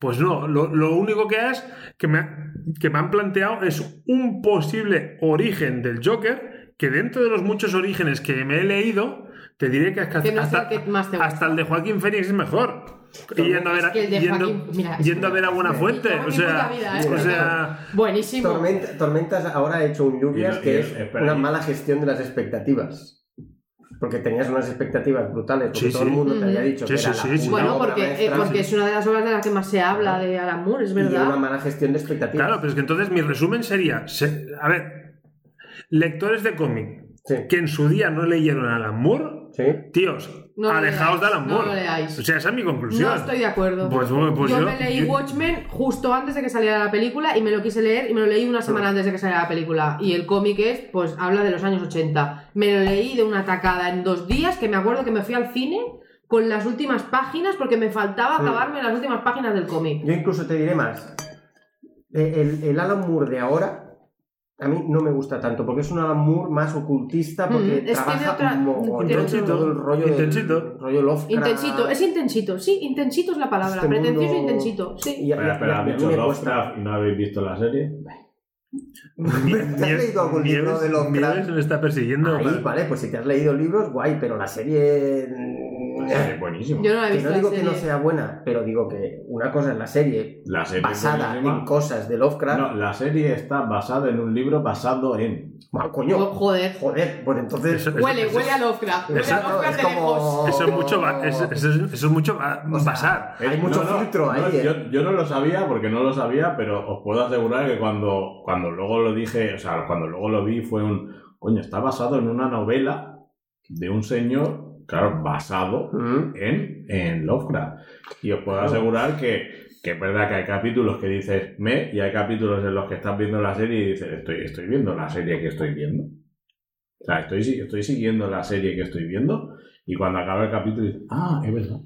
S4: Pues no, lo, lo único que es que me, ha- que me han planteado es un posible origen del Joker, que dentro de los muchos orígenes que me he leído, te diré que hasta,
S3: Que no es el
S4: hasta-
S3: que más te gusta.
S4: hasta el de Joaquín Fénix es mejor. Yendo a ver a,
S3: Es que el de
S4: yendo,
S3: Joaquín- mira, es
S4: yendo a ver a Buenafuente. O
S3: Joaquín
S4: sea,
S3: puta vida, ¿eh?
S4: o sea,
S3: Buenísimo.
S1: Tormenta- tormentas ahora ha hecho un lluvias
S2: Y no- y
S1: que
S2: no-
S1: es
S2: espera,
S1: una
S2: y-
S1: mala gestión de las expectativas. Porque tenías unas expectativas brutales, porque
S4: Sí,
S1: todo
S4: sí.
S1: el mundo te había
S3: Ujú.
S1: dicho
S4: Sí,
S1: que
S4: sí,
S1: era la
S4: sí,
S1: puta
S4: sí.
S3: Bueno,
S1: obra
S3: porque, eh,
S1: maestra,
S3: porque es una de las obras de las que más se habla de Alan Moore, es
S1: y
S3: verdad.
S1: una mala gestión de expectativas.
S4: claro, pero es que entonces mi resumen sería: se- a ver, lectores de cómic
S1: Sí,
S4: que en su día no leyeron a Alan Moore,
S1: sí.
S4: tíos,
S3: No lo leáis,
S4: alejaos de Alan
S3: no
S4: Moore.
S3: lo leáis.
S4: O sea, esa es mi conclusión.
S3: No estoy de acuerdo.
S4: Pues bueno, pues
S3: yo,
S4: yo-
S3: me leí
S4: yo-
S3: Watchmen justo antes de que saliera la película y me lo quise leer y me lo leí una semana antes de que saliera la película. Y el cómic es, pues habla de los años 80. Me lo leí de una tacada en dos días que me acuerdo que me fui al cine con las últimas páginas porque me faltaba
S1: Mm.
S3: acabarme las últimas páginas del cómic.
S1: Yo incluso te diré más. Eh, El, el Alan Moore de ahora a mí no me gusta tanto, porque es un Alan Moore más ocultista,
S3: Mm,
S1: porque
S3: es que tiene
S1: trabaja
S3: otra-
S1: mogollón
S3: tiene
S4: otro-
S1: todo el rollo, del-
S4: intensito.
S1: rollo Lovecraft.
S3: Intensito, es intensito, sí, intensito es la palabra,
S1: Este
S3: pretencioso e
S1: mundo-
S3: intensito, sí.
S1: Y a- y a-
S2: Espera,
S1: y
S2: espera,
S1: a
S2: han
S1: mí
S2: dicho
S1: me cuesta.
S2: Lovecraft y no habéis visto la serie.
S1: ¿Te has leído algún libro de
S4: Nieves
S1: Lovecraft?
S4: me está persiguiendo.
S1: Ahí,
S4: para-
S1: vale, pues si te has leído libros, guay, pero la serie. mm,
S2: Batman es buenísimo.
S3: Yo no la he
S1: Que
S3: visto.
S1: no
S3: la
S1: digo que no
S3: serie.
S1: sea buena, pero digo que una cosa es la serie
S2: La serie es
S1: basada
S2: buenísima.
S1: en cosas de Lovecraft.
S2: No, la serie está basada en un libro basado en.
S1: Ah,
S3: Jo-
S1: coño,
S3: Joder.
S1: joder, pues entonces...
S4: Eso-
S3: Huele,
S4: eso-
S3: huele a Lovecraft. Huele a
S4: Exacto,
S3: Lovecraft de lejos.
S4: Eso es mucho, va- eso, eso es- eso es mucho va-
S1: O sea,
S4: basar.
S1: Hay mucho filtro ahí, eh.
S2: Yo, yo no lo sabía porque no lo sabía, pero os puedo asegurar que cuando, cuando luego lo dije, o sea, cuando luego lo vi fue un. Coño, está basado en una novela de un señor, claro, basado
S1: Mm.
S2: en, en Lovecraft. Y os puedo
S1: Claro.
S2: asegurar que, que es verdad que hay capítulos que dices me y hay capítulos en los que estás viendo la serie y dices estoy, estoy viendo la serie que estoy viendo. O sea, estoy, si- estoy siguiendo la serie que estoy viendo y cuando acaba el capítulo dices, ah, es verdad.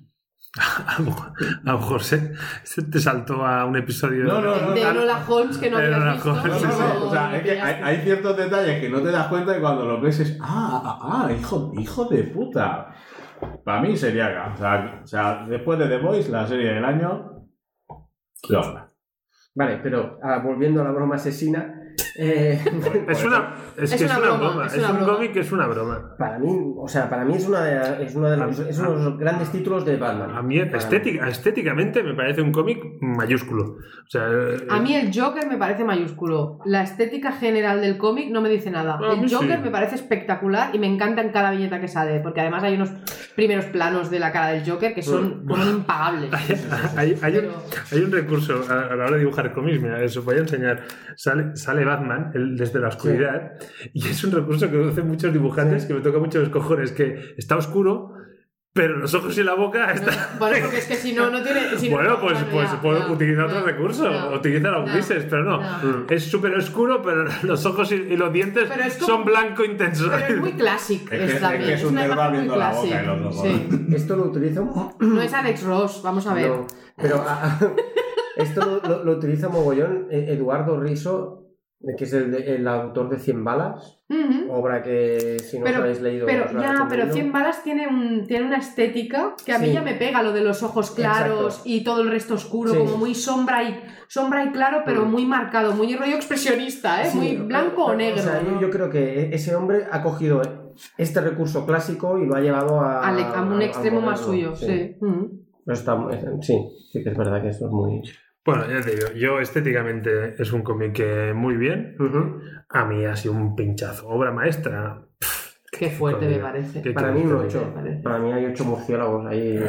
S4: A lo mejor, a lo mejor se, se te saltó a un episodio.
S2: No, no, no.
S3: de
S2: claro.
S3: Lola Holmes que no
S4: De Enola
S3: habías visto.
S4: Holmes,
S2: No, no,
S4: sí, sí.
S2: no, o sea, es que hay, hay ciertos detalles que no te das cuenta y cuando los ves es, ah, ah, ah, hijo, hijo de puta. Para mí sería, o sea, o sea, después de The Voice, la serie del año, Lovecraft.
S1: Vale, pero ah, volviendo a la broma asesina, eh,
S4: Es una, es
S3: Es
S4: que es
S3: una
S4: una
S3: broma,
S4: broma.
S3: es
S4: Es
S3: una
S4: un
S3: broma.
S4: cómic que es una broma.
S1: para mí, o sea, para mí es, una de, es, uno de los, es uno de los grandes títulos de Batman.
S4: A mí
S1: Para
S4: estética, estéticamente me parece un cómic mayúsculo. O sea,
S3: A mí el Joker me parece mayúsculo. La estética general del cómic no me dice nada.
S4: A mí
S3: el
S4: sí.
S3: Joker me parece espectacular y me encanta en cada viñeta que sale, porque además hay unos primeros planos de la cara del Joker que son, como impagables.
S4: hay, hay un,
S3: Pero-
S4: hay un recurso a, a la hora de dibujar cómics, mira, os voy a enseñar. Sale, sale Batman él desde la oscuridad y es un recurso que hacen muchos dibujantes que me toca mucho los cojones, que está oscuro, pero los ojos y la boca están...
S3: Bueno, porque es que si no, no tiene. si no-
S4: bueno, pues,
S3: no,
S4: pues
S3: ya,
S4: puedo
S3: ya,
S4: utilizar
S3: ya,
S4: otro recurso,
S3: ya.
S4: utiliza la
S3: ya,
S4: Ulises, pero no.
S1: Mm.
S3: ya.
S4: Es súper oscuro, pero los ojos y, y los dientes
S3: Pero es como-
S4: son blanco intenso.
S3: Pero es muy clásico.
S2: Es que- es que
S3: también.
S2: es un
S3: una
S2: nerva
S3: imagen muy
S2: abriendo la boca
S3: clásica.
S2: y los ojos.
S3: Sí.
S1: Esto lo utilizo
S3: No es Alex Ross, vamos a ver.
S1: No, pero ah, esto lo, lo- lo utiliza mogollón eh, Eduardo Riso, eh, que es el, de- el autor de 100 balas,
S3: Ujú.
S1: obra que si no os
S3: Pero-
S1: habéis leído...
S3: Pero
S1: os la
S3: ya, pero
S1: recomiendo.
S3: 100 balas tiene, un, tiene una estética que a mí
S1: Sí.
S3: ya me pega lo de los ojos claros
S1: Exacto.
S3: y todo el resto oscuro,
S1: Sí.
S3: como muy sombra y, sombra y claro, pero
S1: Mm.
S3: muy marcado, muy rollo expresionista, ¿eh?
S1: Sí,
S3: muy
S1: pero-
S3: blanco o
S1: pero,
S3: negro.
S1: sea, yo,
S3: ¿no?
S1: yo creo que e- ese hombre ha cogido este recurso clásico y lo ha llevado a,
S3: Al- a un
S1: a- a
S3: extremo más
S1: moderno,
S3: suyo, sí. Mm.
S1: Pero está- sí, sí que es verdad que eso es muy...
S4: Bueno, ya te digo, yo estéticamente es un cómic que muy bien. A mí ha sido un pinchazo. Obra maestra.
S3: Qué fuerte
S4: Coño,
S3: me parece.
S4: qué
S1: Para mí un
S4: bonito,
S3: me
S1: 8.
S3: parece.
S1: Para mí hay 8 murciélagos ahí.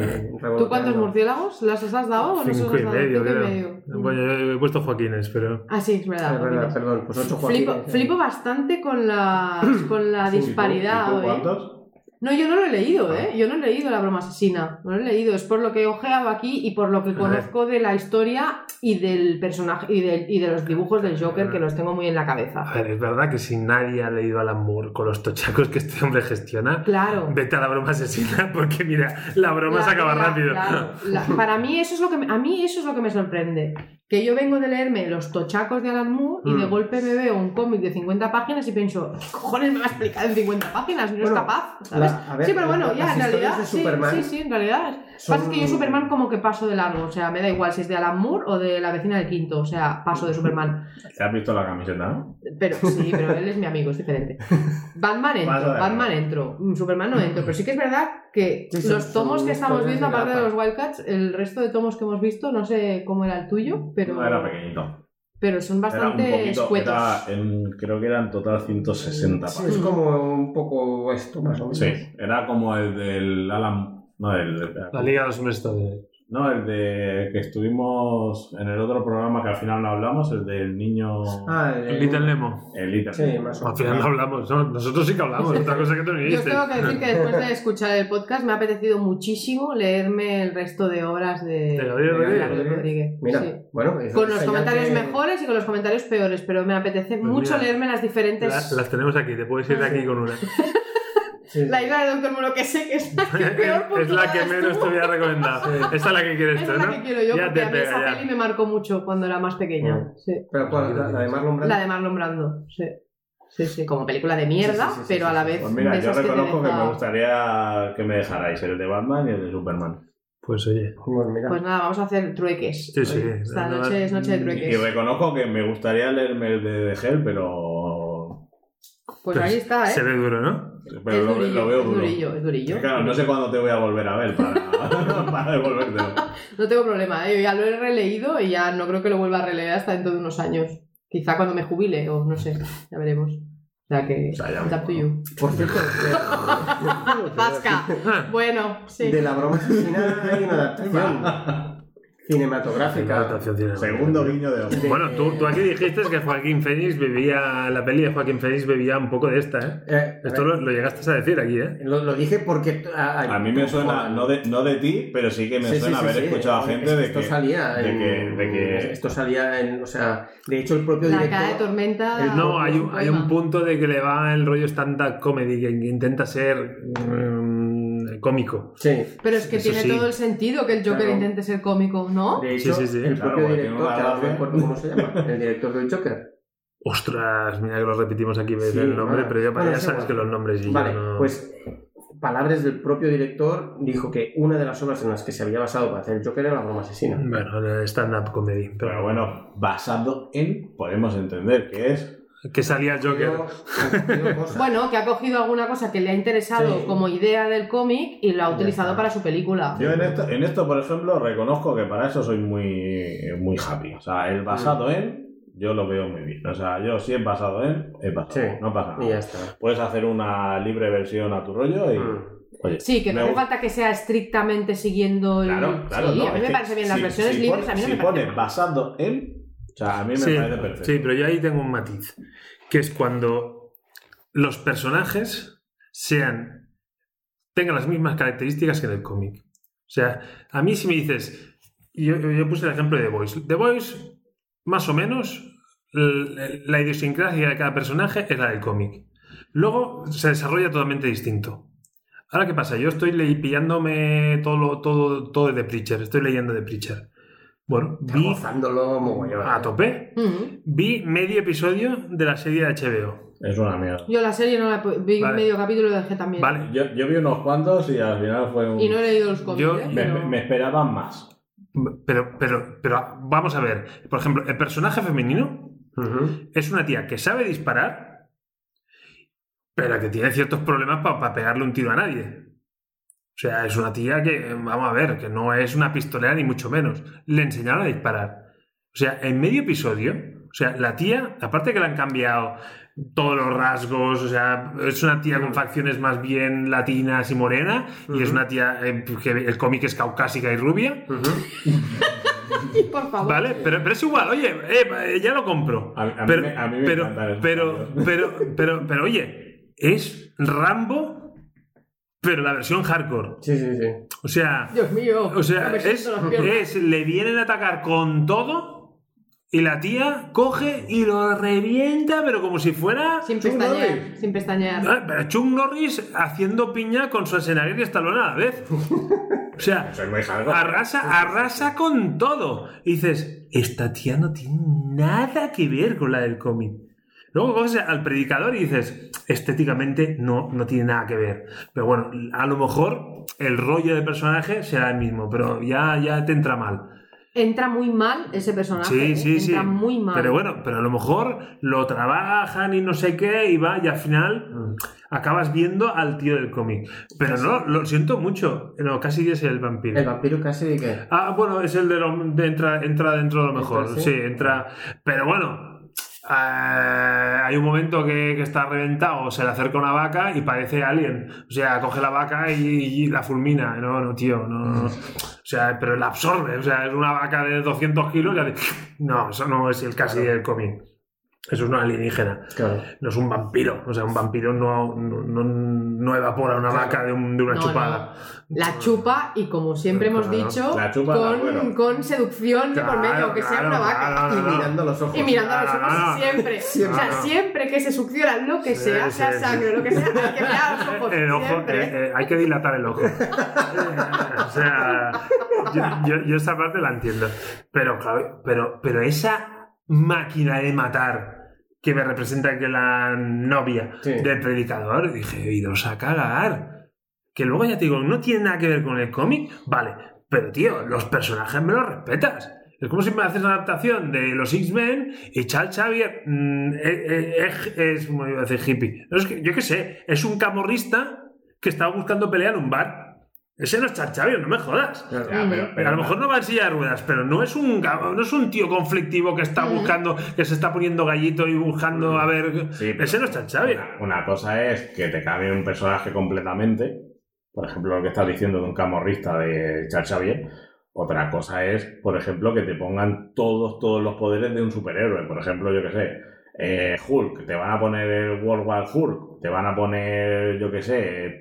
S3: ¿Tú cuántos murciélagos? ¿Las has dado o Oh, no se las
S4: Cinco
S3: has
S4: y
S3: dado?
S4: medio,
S3: Cinco y
S4: creo.
S3: medio. Mm.
S4: Bueno, yo he puesto Joaquines, pero.
S3: Ah, sí, es verdad.
S1: Es verdad,
S3: Joaquines.
S1: perdón, pues 8
S3: Flipo, flipo bastante con la, con la
S2: Sí,
S3: disparidad.
S2: ¿y tú- y tú
S3: ¿eh?
S2: ¿Cuántos?
S3: No, yo no lo he leído, ¿eh? Yo no he leído La broma asesina. No lo he leído. Es por lo que he ojeado aquí y por lo que
S4: ver.
S3: conozco de la historia y del personaje y de, y de los dibujos del Joker que los tengo muy en la cabeza.
S4: A ver, es verdad que si nadie ha leído Alan Moore con los tochacos que este hombre gestiona,
S3: Claro.
S4: vete a la broma asesina, porque mira, la broma
S3: La-
S4: se acaba
S3: la-
S4: rápido.
S3: la- la- para mí eso es lo que me- a mí eso es lo que me sorprende. Que yo vengo de leerme los tochacos de Alan Moore y de
S4: Mm.
S3: golpe me veo un cómic de 50 páginas y pienso, ¿qué cojones me va a explicar en 50 páginas? No
S1: Bueno,
S3: es capaz, ¿sabes?
S1: la- a ver,
S3: sí, pero bueno, ya,
S1: las
S3: en
S1: historias
S3: realidad.
S1: de
S3: sí,
S1: Superman
S3: sí, sí, en realidad.
S1: son-
S3: Pasa que yo Superman como que paso de largo, o sea, me da igual si es de Alan Moore o de la vecina del quinto, o sea, paso de Superman.
S2: ¿Te has visto la camiseta, no?
S3: Pero sí, pero él es mi amigo, es diferente. Batman
S2: Paso
S3: entro,
S2: de
S3: Batman
S2: largo.
S3: entro, mm, Superman no entro, pero sí que es verdad que
S1: Sí, son-
S3: los tomos
S1: son
S3: que estamos
S1: historias
S3: viendo,
S1: de
S3: aparte de
S1: grapa.
S3: los Wildcats, el resto de tomos que hemos visto, no sé cómo era el tuyo, pero,
S2: No, era pequeñito.
S3: pero son
S2: Era un
S3: bastante
S2: poquito,
S3: escuetos.
S2: era en- creo que era en total 160
S1: Sí,
S2: páginas.
S1: es como un poco esto, más o menos.
S2: Sí, era como el del Alan... No, el, de-
S4: La Liga de los Hombres Estables.
S2: no, el de que estuvimos en el otro programa que al final no hablamos, el del niño...
S1: Ah, el-
S4: Little Nemo.
S2: El Little.
S1: Sí, más o
S4: Al final no hablamos, ¿no? nosotros sí que hablamos, otra cosa que tú no
S3: Yo os
S4: dijiste.
S3: tengo que decir que después de escuchar el podcast me ha apetecido muchísimo leerme el resto de obras de,
S4: De Gabriel
S3: de
S1: Rodríguez.
S3: Rodríguez.
S1: Mira,
S3: sí.
S1: bueno. es
S3: Con
S1: un
S3: los
S1: señal
S3: comentarios
S1: que-
S3: mejores y con los comentarios peores, pero me apetece
S4: Pues
S3: mucho
S4: mira,
S3: leerme las diferentes. Ah,
S4: La- las tenemos aquí, te puedes ir de aquí con una.
S1: Sí,
S3: La isla de Doctor Muro, que sé que es la que peor
S4: es la que
S3: puntuada
S4: menos te
S3: estuvo.
S4: voy a recomendar.
S1: Sí.
S4: Esta es la que quieres
S3: Esa
S4: tú,
S3: es la que
S4: ¿no?
S3: quiero yo,
S4: Ya
S3: porque
S4: te
S3: a mí esa
S4: pega, ya.
S3: peli me marcó mucho cuando era más pequeña.
S2: Mm.
S1: Bueno.
S3: Sí.
S1: Pero ¿cuál? La, la de Marlon Brando.
S3: La de Marlon Brando, sí. Sí, sí, como película de mierda,
S1: Sí, sí, sí,
S3: pero
S1: sí,
S3: a la
S1: sí.
S3: vez.
S2: Pues mira,
S3: de
S2: yo
S3: esas te
S2: reconozco que,
S3: deja-
S2: me gustaría que me dejarais el de Batman y el de Superman.
S4: Pues oye,
S1: Bueno, mira.
S3: Pues nada, vamos a hacer trueques.
S4: sí, sí.
S3: Esta
S4: No, mm,
S3: noche es noche de
S2: Y,
S3: trueques.
S2: y reconozco que me gustaría leerme el de The Hell, pero...
S3: Pues ahí está, ¿eh?
S4: Se ve duro, ¿no?
S2: Pero
S3: es
S2: lo,
S3: durillo,
S2: lo veo
S3: es
S2: duro.
S3: durillo, es durillo.
S2: Claro, no sé cuándo te voy a volver a ver para, para devolvértelo.
S3: No tengo problema, ¿eh? yo ya lo he releído y ya no creo que lo vuelva a releer hasta dentro de unos años. Quizá cuando me jubile o no sé, ya veremos. O sea que,
S2: O sea, ya
S3: it's up to
S2: mismo,
S3: you.
S1: Por cierto, de-
S3: Vasca. Bueno, sí.
S1: de la broma asesina hay una adaptación
S4: Venga,
S1: cinematográfica.
S4: adaptación cinematográfica.
S2: Segundo guiño de ojo.
S4: Bueno, tú, tú aquí dijiste que Joaquín Fénix bebía, la peli de Joaquín Fénix bebía un poco de esta, ¿eh?
S1: Eh,
S4: Esto lo, lo llegaste a decir aquí, ¿eh?
S1: lo, lo dije porque... ah, A,
S2: A mí me suena, no de, no de ti, pero sí que me
S1: Sí, sí,
S2: suena
S1: sí,
S2: haber
S1: sí.
S2: escuchado a
S1: Es
S2: gente de
S1: esto
S2: que.
S1: salía
S2: de
S1: en-
S2: que- de que-
S1: esto salía en o sea de hecho el propio
S3: La
S1: director
S3: cara de tormenta.
S1: El-
S4: Eh, No, hay un,
S3: Ah, poema.
S4: hay un punto de que le va el rollo stand-up comedy, que intenta ser mm, cómico.
S1: sí
S3: Pero es que
S4: Eso
S3: tiene
S4: sí.
S3: todo el sentido que el Joker
S1: Claro.
S3: intente ser cómico, ¿no?
S1: de hecho
S4: sí, sí.
S1: el
S2: Claro,
S1: propio
S2: porque tiene
S1: director
S2: una
S1: que ahora no
S2: gracia.
S1: me acuerdo cómo se llama el director del Joker
S4: Ostras, mira que lo repetimos aquí veces
S1: Sí,
S4: el nombre,
S1: vale.
S4: pero ya,
S1: Bueno,
S4: ya
S1: sí,
S4: sabes
S1: bueno.
S4: que los nombres y yo
S1: vale
S4: no-
S1: pues palabras del propio director dijo que una de las obras en las que se había basado para hacer el Joker era la broma asesina
S4: Bueno, el stand-up comedy. Pero,
S2: Pero bueno, basado en, podemos entender que es.
S4: Que salía el Joker.
S1: Yo- yo cosas.
S3: Bueno, que ha cogido alguna cosa que le ha interesado
S1: Sí.
S3: como idea del cómic y lo ha
S1: Ya
S3: utilizado
S1: está.
S3: para su película.
S2: Yo en esto, en esto, por ejemplo, reconozco que para eso soy muy, muy happy. O sea, el
S1: Mm.
S2: basado en, yo lo veo muy bien. O sea, yo si es basado en, es basado.
S1: Sí.
S2: No pasa nada.
S1: y ya está
S2: Puedes hacer una libre versión a tu rollo y.
S1: Mm.
S2: Oye,
S3: Sí, que no
S2: me
S3: hace
S2: gusta.
S3: falta que sea estrictamente siguiendo el.
S2: Claro, claro.
S3: sí,
S2: no,
S3: a mí
S2: es
S3: me
S2: que
S3: parece bien las
S2: si-
S3: versiones
S2: si
S3: libres,
S2: pone-
S3: a mí no
S2: si
S3: me parece
S2: pone
S3: mal.
S2: basado en. O sea, a mí me
S4: sí,
S2: parece perfecto.
S4: sí, pero yo ahí tengo un matiz, que es cuando los personajes sean tengan las mismas características que en el cómic. O sea, a mí si me dices, yo, yo- yo puse el ejemplo de The Voice. The Voice, más o menos, l- la idiosincrasia de cada personaje es la del cómic. Luego se desarrolla totalmente distinto. Ahora, ¿qué pasa? Yo estoy le- pillándome todo, lo- todo, todo de The Preacher, estoy leyendo The Preacher. Bueno,
S1: Está
S4: vi
S1: gozándolo mogollón.
S4: a tope,
S3: Mm.
S4: Vi medio episodio de la serie de HBO.
S2: Es una mierda.
S3: Yo la serie no la he pu- vi
S4: Vale.
S3: medio capítulo y lo dejé también.
S4: Vale.
S2: Yo, yo vi unos cuantos y al final fue un.
S3: Y no he leído los cómics.
S4: Yo-
S3: ¿eh?
S2: me,
S3: Pero-
S2: me esperaban más.
S4: Pero, pero, pero vamos a ver. Por ejemplo, el personaje femenino
S1: Ujú.
S4: es una tía que sabe disparar, pero que tiene ciertos problemas para pegarle un tiro a nadie. O sea, es una tía que, vamos a ver, que no es una pistolera ni mucho menos. Le enseñaron a disparar. O sea, en medio episodio, o sea, la tía, aparte que le han cambiado todos los rasgos, o sea, es una tía con facciones más bien latinas y morena, y es
S1: Ujú.
S4: una tía eh, que el cómic es caucásica y rubia,
S1: Ujú.
S3: Por favor.
S4: ¿vale? Pero, pero es igual, oye, eh, ya lo compro
S2: A, a
S4: pero,
S2: mí, me- a mí me
S4: pero,
S2: encantan esos
S4: pero,
S2: cambios.
S4: pero, pero, pero, oye, es Rambo, pero la versión hardcore.
S1: sí sí sí
S4: O sea,
S3: Dios mío.
S4: o sea,
S3: no me
S4: es,
S3: siento las piernas.
S4: es- le vienen a atacar con todo y la tía coge y lo revienta, pero como si fuera
S3: Sin
S2: Chulo,
S3: pestañear.
S2: ¿eh?
S3: Sin pestañear.
S4: Ah, pero Chuck Norris haciendo piña con Schwarzenegger y Stallone a la vez. O sea,
S2: Soy muy hardcore.
S3: Ah,
S4: arrasa, arrasa con todo. Y dices, esta tía no tiene nada que ver con la del cómic. Luego coges al predicador y dices, estéticamente no, no tiene nada que ver. Pero bueno, a lo mejor el rollo de personaje será el mismo, pero ya, ya te entra mal.
S3: Entra muy mal ese personaje.
S4: Sí,
S3: ¿eh?
S4: sí, sí.
S3: Entra muy mal.
S4: Pero bueno, pero a lo mejor lo trabajan y no sé qué, y va, y al final acabas viendo al tío del cómic. Pero no, lo siento mucho. No, casi es el vampiro.
S1: el vampiro casi de que
S4: Ah, bueno, es el de lo- de entra, entra dentro de lo mejor.
S1: Entra,
S4: sí?
S1: sí.
S4: entra. Pero bueno. eh, hay un momento que, que está reventado, se le acerca una vaca y parece alien. O sea, coge la vaca y, y la fulmina. No, no, tío, no, no. O sea, pero la absorbe. O sea, es una vaca de 200 kilos y hace- No, eso no es el casi del cómic. Eso es una alienígena,
S1: claro
S4: no es un vampiro. O sea, un vampiro no, no, no- no evapora una
S1: Claro.
S4: vaca de, un- de una
S3: No,
S4: chupada.
S3: La chupa y como siempre hemos
S4: Claro,
S3: dicho,
S2: la chupa,
S3: con,
S2: bueno.
S3: con seducción de por medio,
S4: Claro,
S3: aunque sea
S4: claro,
S3: una vaca.
S4: claro,
S1: y
S4: claro.
S1: mirando los ojos
S3: Y mirando a los
S4: Claro,
S3: ojos
S4: claro.
S3: siempre.
S4: Siempre.
S3: O sea, siempre que se succiona lo que
S4: Sí,
S3: sea, sea
S4: sí, sí.
S3: sangre, lo que sea, hay que mirar a los ojos.
S4: El ojo,
S3: siempre.
S4: eh, eh, hay que dilatar el ojo. Eh, o sea, yo, yo, yo esa parte la entiendo. Pero, claro, pero, pero esa máquina de matar que me representa que la novia
S1: Sí.
S4: del predicador, dije, iros a cagar. Que luego ya te digo, no tiene nada que ver con el cómic, vale, pero tío, los personajes me los respetas. Es como si me haces una adaptación de los X-Men y Chal Xavier mm, eh, eh, eh, es, como iba a decir, hippie. No, es que, yo qué sé, es un camorrista que estaba buscando pelea en un bar. Ese no es Chal Xavier, no me jodas.
S2: Ya, pero, pero
S4: a
S3: mm.
S4: lo mejor no va en silla de ruedas, pero no es un ga- no es un tío conflictivo que está buscando, que se está poniendo gallito y buscando a ver.
S2: Sí, pero-
S4: Ese no es Chal Xavier.
S2: Una, una cosa es que te cambie un personaje completamente, por ejemplo, lo que estás diciendo de un camorrista de Charles Xavier. Otra cosa es, por ejemplo, que te pongan todos, todos los poderes de un superhéroe. Por ejemplo, yo que sé, eh, Hulk, te van a poner el World War Hulk, te van a poner, yo que sé,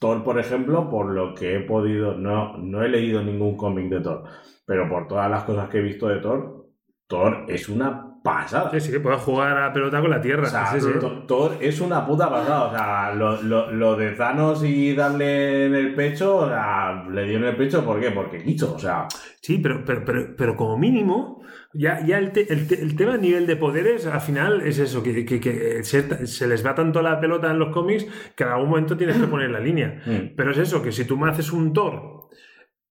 S2: Thor, por ejemplo, por lo que he podido, no, no he leído ningún cómic de Thor, pero por todas las cosas que he visto de Thor, Thor es una pasada.
S4: Sí, sí, que puedes jugar a pelota con la tierra.
S2: O sea,
S4: sí, sí.
S2: to- Thor es una puta pasada. O sea, lo, lo- lo de Thanos y darle en el pecho, o sea, le dio en el pecho, ¿por qué? Porque quiso, o sea.
S4: Sí, pero, pero, pero, pero como mínimo, ya, ya el, te- el te- el tema a nivel de poderes, al final es eso, que, que- que se, se les va tanto la pelota en los cómics que en algún momento tienes que poner la línea. Pero es eso, que si tú me haces un Thor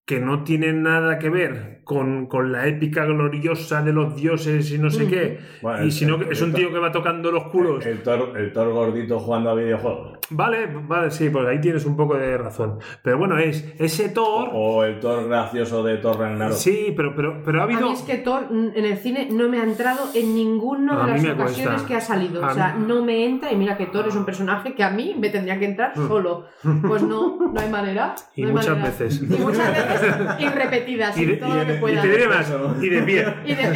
S4: que no tiene nada que ver con, con la épica gloriosa de los dioses y no sé qué,
S2: Bueno,
S4: y
S2: el-
S4: sino
S2: el-
S4: que Eh, es
S2: el
S4: un
S2: Thor-
S4: tío que va tocando los culos.
S2: El, Thor, el Thor gordito jugando a videojuegos.
S4: Vale, vale, sí, pues ahí tienes un poco de razón. Pero bueno, es ese Thor...
S2: O el Thor gracioso de Thor Ragnarok.
S4: Sí, pero, pero, pero ha
S3: A
S4: habido...
S3: mí es que Thor mm, en el cine no me ha entrado en ninguna
S4: A
S3: de las
S4: mí me
S3: ocasiones
S4: cuesta.
S3: que ha salido.
S4: A
S3: O sea,
S4: mí-
S3: no me entra y mira que Thor es un personaje que a mí me tendría que entrar solo. Pues no, no hay manera.
S4: Mm. Y
S3: no hay
S4: muchas
S3: manera.
S4: veces.
S3: Y muchas veces. Y repetidas.
S4: Y
S3: Y
S4: de-
S3: todo lo que
S2: y
S4: Y
S3: pueda.
S4: te diré más,
S2: Eso.
S4: y de pie.
S3: Y de-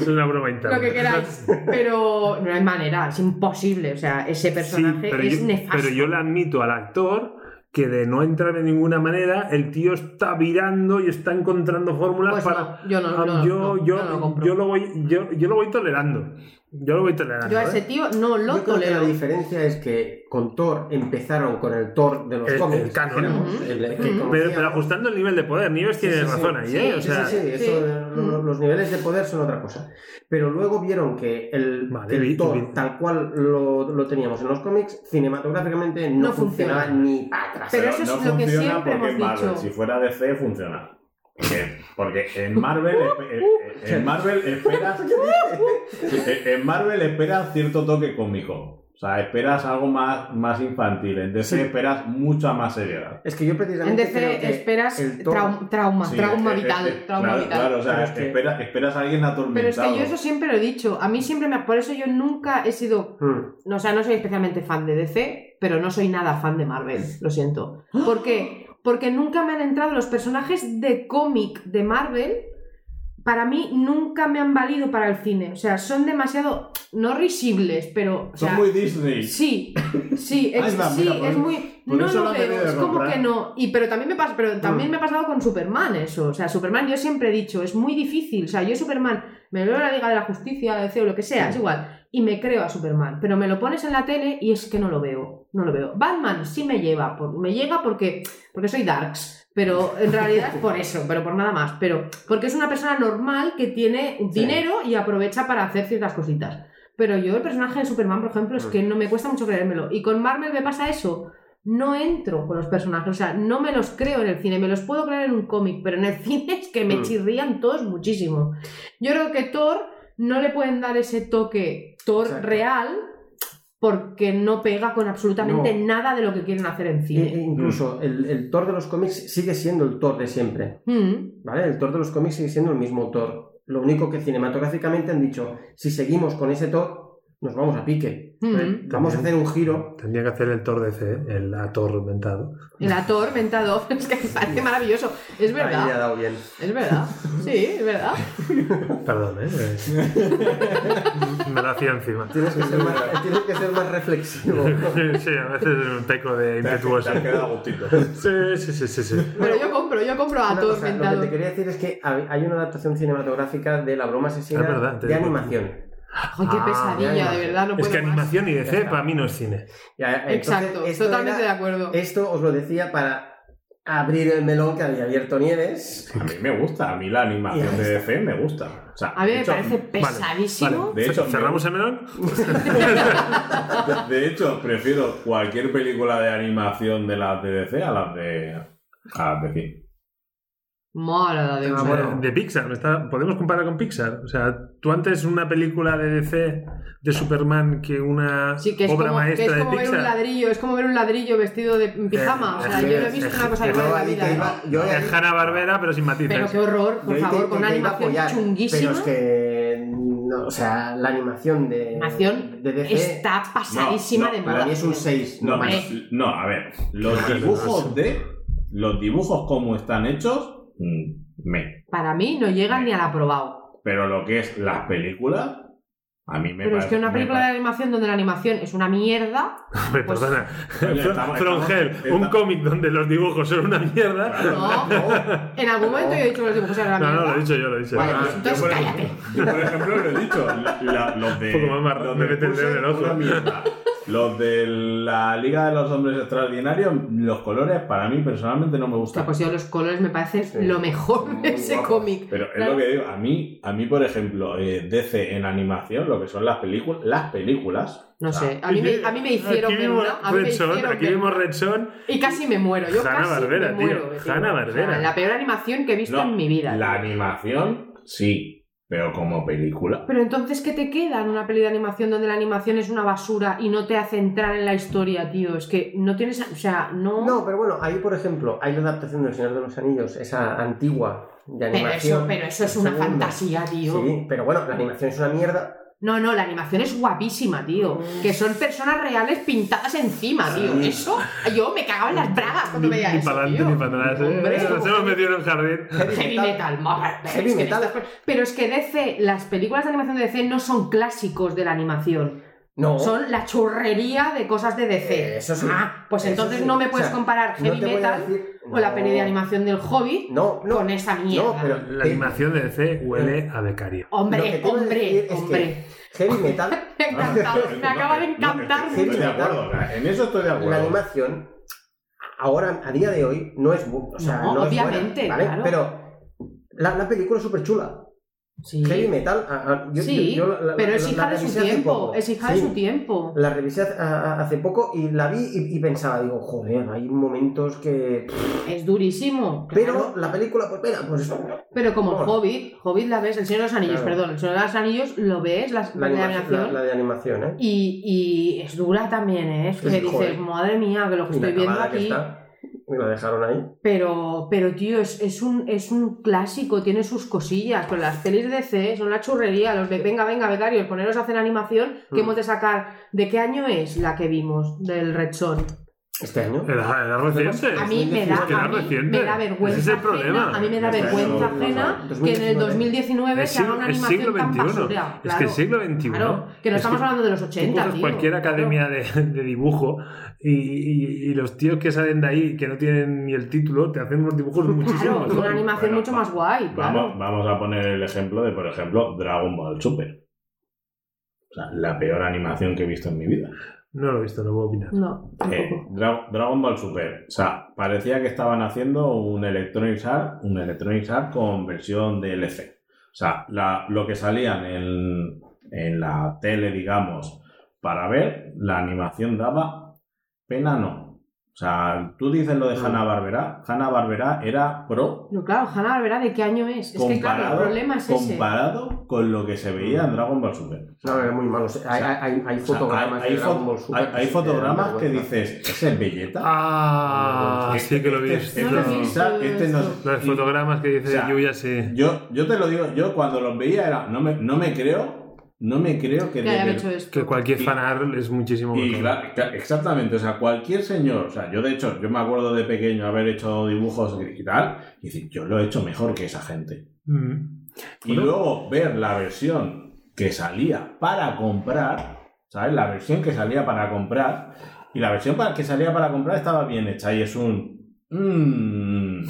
S4: Es una broma interna.
S3: lo que queráis. Pero no hay manera, es imposible. O sea, ese
S4: Sí,
S3: personaje
S4: pero,
S3: es
S4: yo,
S3: nefasto.
S4: pero yo le admito al actor que de no entrar de ninguna manera, el tío está virando y está encontrando fórmulas
S3: Pues
S4: para.
S3: no, yo no,
S4: Ah,
S3: no,
S4: yo,
S3: no,
S4: yo,
S3: no lo compro.
S4: yo lo voy, yo, yo lo voy tolerando. Yo lo voy tolerando.
S3: Yo a
S4: ¿eh?
S3: ese tío no lo
S1: Yo creo que la
S3: tolero.
S1: diferencia es que con Thor empezaron con el Thor de los
S4: El-
S1: cómics.
S4: el canon.
S1: digamos, el- el que
S3: Ujú.
S4: pero,
S1: conocíamos.
S4: pero ajustando el nivel de poder, Nieves
S1: Sí,
S4: tiene
S1: sí, sí.
S4: razón ahí,
S3: Sí,
S4: ¿eh? O
S1: Sí,
S4: sea,
S1: sí, sí, eso,
S3: sí.
S1: lo- lo- los niveles de poder son otra cosa. Pero luego vieron que el,
S4: Vale,
S1: que el
S4: vi-
S1: Thor,
S4: vi-
S1: tal cual lo, lo teníamos en los cómics, cinematográficamente no,
S3: No funciona.
S1: funcionaba ni para atrás.
S3: Pero eso es
S2: no
S3: lo que
S2: funciona
S3: siempre
S2: porque
S3: hemos
S2: en Marvel,
S3: dicho.
S2: Si fuera DC, funciona. Porque, porque en Marvel
S3: Uh,
S2: espe- en- en Marvel esperas
S3: uh.
S2: en- en Marvel esperas cierto toque cómico. O sea, esperas algo más, más infantil. En DC
S1: Sí.
S2: esperas mucha más seriedad.
S1: Es que yo
S3: En
S1: precisamente creo
S3: DC
S1: que
S3: esperas
S1: el Thor-
S3: traum- trauma,
S2: Sí,
S3: trauma
S2: eh, eh,
S3: vital,
S2: eh,
S3: trauma
S2: claro,
S3: vital.
S2: Claro, o sea,
S1: Pero es que-
S2: espera- esperas a alguien
S3: Pero es
S2: atormentado.
S3: que yo eso siempre lo he dicho. A mí siempre me. Por eso yo nunca he sido.
S1: Mm.
S3: no, O sea, no soy especialmente fan de DC, pero no soy nada fan de Marvel. Lo siento. ¿Por qué? Porque nunca me han entrado los personajes de cómic de Marvel. Para mí nunca me han valido para el cine. O sea, son demasiado. No risibles, pero. O
S2: Son
S3: sea,
S2: muy Disney.
S3: Sí, sí, es,
S2: Ahí va,
S3: sí,
S2: mira, por-
S3: es muy.
S2: por
S3: No
S2: eso
S3: lo
S2: lo han
S3: veo,
S2: debido
S3: es como
S2: comprar. Mm.
S3: que no. Y pero también me pasa, pero también me ha pasado con Superman eso. O sea, Superman, yo siempre he dicho, es muy difícil. O sea, yo Superman, me veo en la Liga de la Justicia, DC o lo que sea, es igual. Y me creo a Superman. Pero me lo pones en la tele y es que no lo veo. No lo veo. Batman sí me lleva, por- me llega porque, porque soy Darks. Pero en realidad es por eso, pero por nada más. Pero porque es una persona normal que tiene dinero y aprovecha para hacer ciertas cositas. Pero yo el personaje de Superman, por ejemplo,
S1: Mm.
S3: es que no me cuesta mucho creérmelo. Y con Marvel me pasa eso. No entro con los personajes, o sea, no me los creo en el cine, me los puedo creer en un cómic, pero en el cine es que me
S1: Mm.
S3: chirrían todos muchísimo. Yo creo que Thor no le pueden dar ese toque Thor
S1: Exacto.
S3: real porque no pega con absolutamente
S1: No.
S3: nada de lo que quieren hacer en
S1: e- e
S3: cine.
S1: incluso el, el Thor de los cómics sigue siendo el Thor de siempre.
S3: Mm.
S1: ¿vale? El Thor de los cómics sigue siendo el mismo Thor. Lo único que cinematográficamente han dicho, si seguimos con ese Thor, nos vamos a pique.
S3: Mm.
S1: Vamos a hacer un giro.
S4: Tendría que hacer el Thor DC, el atormentado.
S3: El actor mentado, es que me parece maravilloso. Es
S1: Ahí le ha
S3: verdad,
S1: dado bien.
S3: es verdad. Sí, es verdad.
S4: Perdón, ¿eh? Me lo hacía encima.
S1: Tienes que ser más, tienes que ser más reflexivo.
S4: Sí, a veces un peco de
S2: Te has-
S4: impetuoso.
S2: te has quedado a gustito.
S4: Sí, sí, sí, sí. sí.
S3: Pero yo compro, yo compro a
S1: Una
S3: Thor
S1: cosa, lo
S3: mentado.
S1: que te quería decir es que hay hay una adaptación cinematográfica de La broma asesina
S4: Es verdad, te
S1: de
S4: digo.
S1: animación.
S3: Ay, qué
S4: Ah,
S3: pesadilla,
S1: ya,
S3: de
S1: ya.
S3: verdad, no
S4: Es
S3: puedo
S4: que
S3: más.
S4: animación y
S1: Ya
S4: DC
S1: está.
S4: para mí no es cine.
S1: Ya, eh, entonces,
S3: Exacto,
S1: esto
S3: totalmente
S1: era-
S3: de acuerdo.
S1: Esto os lo decía para abrir el melón que había abierto Nieves.
S2: A mí me gusta, a mí la animación de DC me gusta. O sea,
S3: A mí
S2: de
S3: me
S2: hecho,
S3: parece pesadísimo.
S2: De hecho,
S4: ¿Cerramos el melón?
S2: De hecho, prefiero cualquier película de animación de las de DC a las de. a las de cine.
S3: Mola de
S4: O sea, de Pixar, me está- podemos comparar con Pixar. O sea, tú antes una película de DC de Superman que una
S3: Sí, que es
S4: obra
S3: como, que
S4: maestra
S3: es como
S4: de
S3: ver un
S4: Pixar.
S3: ladrillo, es como ver un ladrillo vestido de en pijama. o sea, yo no he visto una cosa
S4: Eh,
S3: igual en la
S1: Adita
S3: vida.
S1: iba-
S3: ¿no?
S1: yo ahí-
S4: Es Eh, Hanna Barbera, pero sin matices.
S3: Pero qué horror,
S1: yo
S3: por
S1: ahí te-
S3: favor,
S1: te-
S3: con una
S1: te iba
S3: animación
S1: a apoyar,
S3: chunguísima.
S1: Pero es que. no, o sea, la animación de.
S3: Animación
S1: de DC.
S3: Está pasadísima
S2: no,
S3: de
S1: Para
S3: moda.
S1: mí es un 6.
S2: No,
S1: más.
S3: hombre.
S2: no, a ver, los dibujos de. Los dibujos como están hechos, mm, me.
S3: Para mí no llega ni al aprobado.
S2: Pero lo que es las películas, a mí me
S3: Pero es
S2: parece.
S3: que una
S2: me
S3: película de animación donde la animación es una mierda.
S4: Hombre,
S3: Pues-
S4: perdona.
S2: Oye, estamos-
S4: From
S2: estamos-
S4: Hell, un
S2: estamos-
S4: cómic donde los dibujos son una mierda.
S3: No.
S1: Oh,
S3: En algún momento yo he dicho que los dibujos eran una
S4: No, no, lo he
S3: mierda.
S4: dicho yo, lo he dicho.
S1: Vale,
S4: yo.
S1: pues
S3: entonces
S2: por-
S3: cállate.
S2: yo, por ejemplo, lo he dicho. la- la- los de.
S4: Un poco más marrón
S2: los
S4: de
S2: de
S4: meter el dedo en el
S2: Pulse,
S4: ojo.
S2: una mierda. Los de la Liga de los Hombres Extraordinarios, los colores, para mí personalmente no me
S3: Hostia,
S2: gustan.
S3: pues yo los colores me parece
S1: Sí.
S3: lo mejor
S1: Muy
S3: de ese
S1: guapo.
S3: cómic.
S2: Pero es
S3: Claro.
S2: lo que digo, a mí, a mí por ejemplo, eh, DC en animación, lo que son las películas, las películas.
S3: No
S2: o sea,
S3: sé, a mí, me, a mí me hicieron
S4: Aquí
S3: ver
S4: vimos
S3: una, a mí me
S4: Red Son,
S3: hicieron
S4: aquí
S3: ver
S4: vimos
S3: una.
S4: Red Son.
S3: Y casi me muero, yo
S4: Hanna
S3: casi
S4: Barbera,
S3: me
S4: tío,
S3: muero. me
S4: Hanna
S3: muero.
S4: Barbera.
S3: O sea, la peor animación que he visto
S2: No,
S3: en mi vida.
S2: La animación, sí, pero como película.
S3: Pero entonces, ¿qué te queda en una peli de animación donde la animación es una basura y no te hace entrar en la historia, tío? Es que no tienes, o sea, no...
S1: No, pero bueno, ahí por ejemplo, hay la adaptación del Señor de los Anillos, esa antigua de
S3: pero, eso,
S1: animación.
S3: pero eso
S1: del
S3: es una
S1: segundo.
S3: fantasía, tío.
S1: Sí, pero bueno, la animación es una mierda.
S3: No, no, la animación es guapísima, tío. Que son personas reales pintadas encima, tío.
S1: Sí.
S3: Eso, yo me cagaba en las bragas
S4: Ni,
S3: cuando
S4: ni
S3: veía eso,
S4: para adelante
S3: tío.
S4: ni para atrás. eh.
S3: Hombre,
S4: Nos hemos metido en un jardín.
S3: Heavy metal, ma- pero
S1: Heavy
S3: es que
S1: metal.
S3: estas- Pero es que DC, las películas de animación de DC no son clásicos de la animación.
S1: No.
S3: Son la churrería de cosas de DC.
S1: Eh, eso sí.
S3: Ah, pues
S1: Eso
S3: entonces
S1: sí.
S3: no me
S1: O
S3: puedes
S1: sea,
S3: comparar
S1: no
S3: heavy
S1: te voy a
S3: metal
S1: decir-
S3: o la peli de
S1: no.
S3: animación del Hobbit
S1: No, no.
S3: con esa mierda.
S1: No, pero
S4: La
S1: te-
S4: animación de DC huele a becario.
S1: lo que
S3: Hombre,
S1: te iba a decir
S3: hombre,
S1: es que
S3: hombre.
S1: Heavy metal,
S3: Me ha encantado, me acaba de encantar.
S2: encantarme Estoy de acuerdo, o sea, en eso estoy de
S1: la
S2: acuerdo.
S1: animación, ahora, a día de hoy, no es bu- o sea,
S3: No,
S1: es buena,
S3: obviamente,
S1: ¿vale?
S3: claro.
S1: Pero la, la película es súper chula.
S3: Sí,
S1: Heavy metal, a- a- yo-
S3: sí,
S1: yo- yo la- la-
S3: pero es
S1: la-
S3: hija
S1: la
S3: de su
S1: revisé hace
S3: tiempo.
S1: poco.
S3: Es hija de
S1: Sí.
S3: su tiempo.
S1: La revisé hace, a- a- hace poco y la vi y, y pensaba, digo, joder, hay momentos que...
S3: Es durísimo. claro.
S1: Pero la película, pues venga, pues...
S3: Pero como
S1: Bueno.
S3: Hobbit, Hobbit la ves, el Señor de los Anillos,
S1: Claro.
S3: perdón, el Señor de los Anillos lo ves, la,
S1: La,
S3: la de
S1: anima-
S3: animación,
S1: la- la de animación, ¿eh?
S3: Y, y es dura también, ¿eh? Es que
S1: Sí,
S3: dices,
S1: joder.
S3: madre mía, que lo que
S1: Y la
S3: estoy viendo
S1: acabada que
S3: aquí.
S1: está, me la dejaron ahí.
S3: Pero, pero tío, es, es, un, es un clásico, tiene sus cosillas. Con las pelis de C son la churrería, los de venga, venga, becarios, poneros a hacer animación, que
S1: Mm.
S3: hemos de sacar. ¿De qué año es la que vimos del Red Son?
S1: Este año.
S4: Era, era reciente.
S3: A mí me da,
S4: Es que era
S3: a mí
S4: reciente.
S3: me da
S4: Ese es
S3: vergüenza.
S4: el problema.
S3: ajena- A mí me da
S1: Este año,
S3: vergüenza
S1: no, no,
S3: ajena
S1: no, no.
S3: que en el 2019
S4: Es
S3: se haga una
S4: siglo, es
S3: animación
S4: siglo
S3: tan
S4: XXI.
S3: basura.
S4: Es que
S3: claro.
S4: el siglo XXI.
S3: Claro, que no
S4: es
S3: estamos hablando de los
S4: tú
S3: 80,
S4: coges
S3: tío.
S4: cualquier academia de, de dibujo y, y- y los tíos que salen de ahí que no tienen ni el título te hacen unos dibujos muchísimo
S3: Claro, una
S4: mejor.
S3: animación
S2: Bueno,
S3: mucho más guay, claro.
S2: Vamos, vamos a poner el ejemplo de, por ejemplo, Dragon Ball Super. O sea, la peor animación que he visto en mi vida.
S4: No lo he visto, no puedo opinar.
S3: No,
S2: Eh,
S3: tampoco.
S2: Dra- Dragon Ball Super. O sea, parecía que estaban haciendo un Electronic Art, un Electronic Art con versión DLC. O sea, la- lo que salían en, en la tele, digamos, para ver, la animación daba pena no. O sea, tú dices lo de
S1: Mm.
S2: Hanna Barbera. Hanna Barbera era pro
S3: No, claro, Hanna Barbera, ¿de qué año es? Es que claro, el
S2: comparado,
S3: problema es ese.
S2: comparado con lo que se veía en Dragon Ball Super.
S1: No, era muy malo. Hay, hay- hay, hay
S2: O sea,
S1: fotogramas
S2: hay, hay
S1: de
S2: fo-
S1: Dragon Ball Super
S2: hay-
S1: que
S2: hay
S1: sí te dan
S2: fotogramas que
S1: vergüenza.
S2: dices, ¿es el Vegeta?
S4: Ah, sí que lo vi.
S2: Este,
S3: No lo he
S2: este-
S3: visto.
S2: este no-
S4: Los
S2: y-
S4: fotogramas que dice
S2: O sea,
S4: Yuya, sí.
S2: Yo, yo te lo digo, yo cuando los veía era, no me, no me creo, no me creo que...
S3: Que hayan
S2: de-
S3: hecho esto.
S4: Que cualquier
S2: y-
S4: fanart es muchísimo
S2: y
S4: mejor.
S2: claro, claro, exactamente, o sea, cualquier señor, o sea, yo de hecho, yo me acuerdo de pequeño haber hecho dibujos y tal, y decir, yo lo he hecho mejor que esa gente.
S4: Mm.
S2: Y luego ver la versión que salía para comprar, ¿sabes? La versión que salía para comprar, y la versión para, que salía para comprar estaba bien hecha, y es un... Mmm...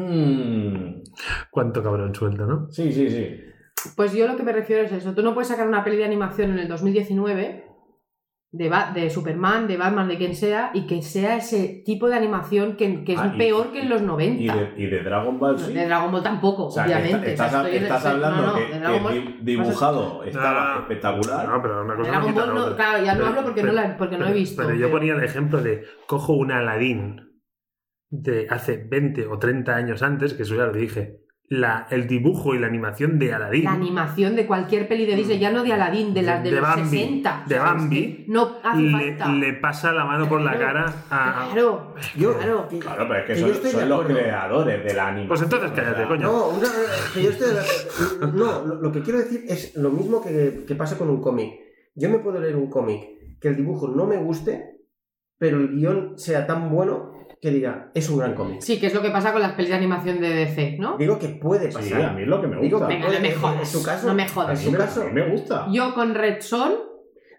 S2: Mmm...
S4: Cuánto cabrón suelto, ¿no?
S2: Sí, sí, sí.
S3: Pues yo lo que me refiero es eso. Tú no puedes sacar una peli de animación en el 2019 de, Ba- de Superman, de Batman, de quien sea, y que sea ese tipo de animación que, que es
S2: Ah, y-
S3: peor que en los 90.
S2: Y de, y de Dragon Ball sí.
S3: De Dragon Ball tampoco,
S2: O sea, que
S3: obviamente.
S2: está-
S3: O sea,
S2: estás,
S3: estoy-
S2: estás
S3: estoy-
S2: hablando
S3: no, no,
S2: que,
S3: de
S2: que
S3: Dragon Ball-
S2: di- dibujado estaba
S4: Ah.
S2: espectacular.
S4: No, pero una cosa no
S3: Dragon
S4: quita
S3: Ball
S4: la
S3: no-
S4: otra.
S3: claro, ya no hablo porque no la- porque no la he visto,
S4: Pero yo
S3: pero-
S4: ponía el ejemplo de cojo un Aladín de hace 20 o 30 años antes, que eso ya lo dije, la, el dibujo y la animación de Aladdin.
S3: La animación de cualquier peli de Disney, ya no de Aladdin, de las de,
S4: De
S3: los
S4: Bambi,
S3: 60.
S4: de
S3: ¿sabes?
S4: Bambi.
S3: No hace
S4: le,
S3: falta.
S4: le pasa la mano por la cara a...
S3: Claro,
S1: Yo,
S3: claro.
S1: que-
S2: Claro, pero es que
S1: que
S2: son,
S1: yo estoy
S2: son
S1: de
S2: los
S1: acuerdo.
S2: creadores del anime.
S4: Pues entonces cállate, coño.
S1: No, una- que yo estoy de la- no lo, lo que quiero decir es lo mismo que, que pasa con un cómic. Yo me puedo leer un cómic que el dibujo no me guste, pero el guión sea tan bueno que diga, es un gran cómic.
S3: Sí, que es lo que pasa con las pelis de animación de DC, ¿no?
S1: Digo que puede pasar.
S2: Sí, a mí es lo que me
S1: Digo
S2: gusta.
S1: que-
S3: Venga, no me jodas.
S1: en su caso-
S3: no me
S2: A
S1: en
S3: jodas.
S2: mí
S1: su
S2: me-
S1: caso,
S2: a mí me gusta.
S3: Yo con Red Sol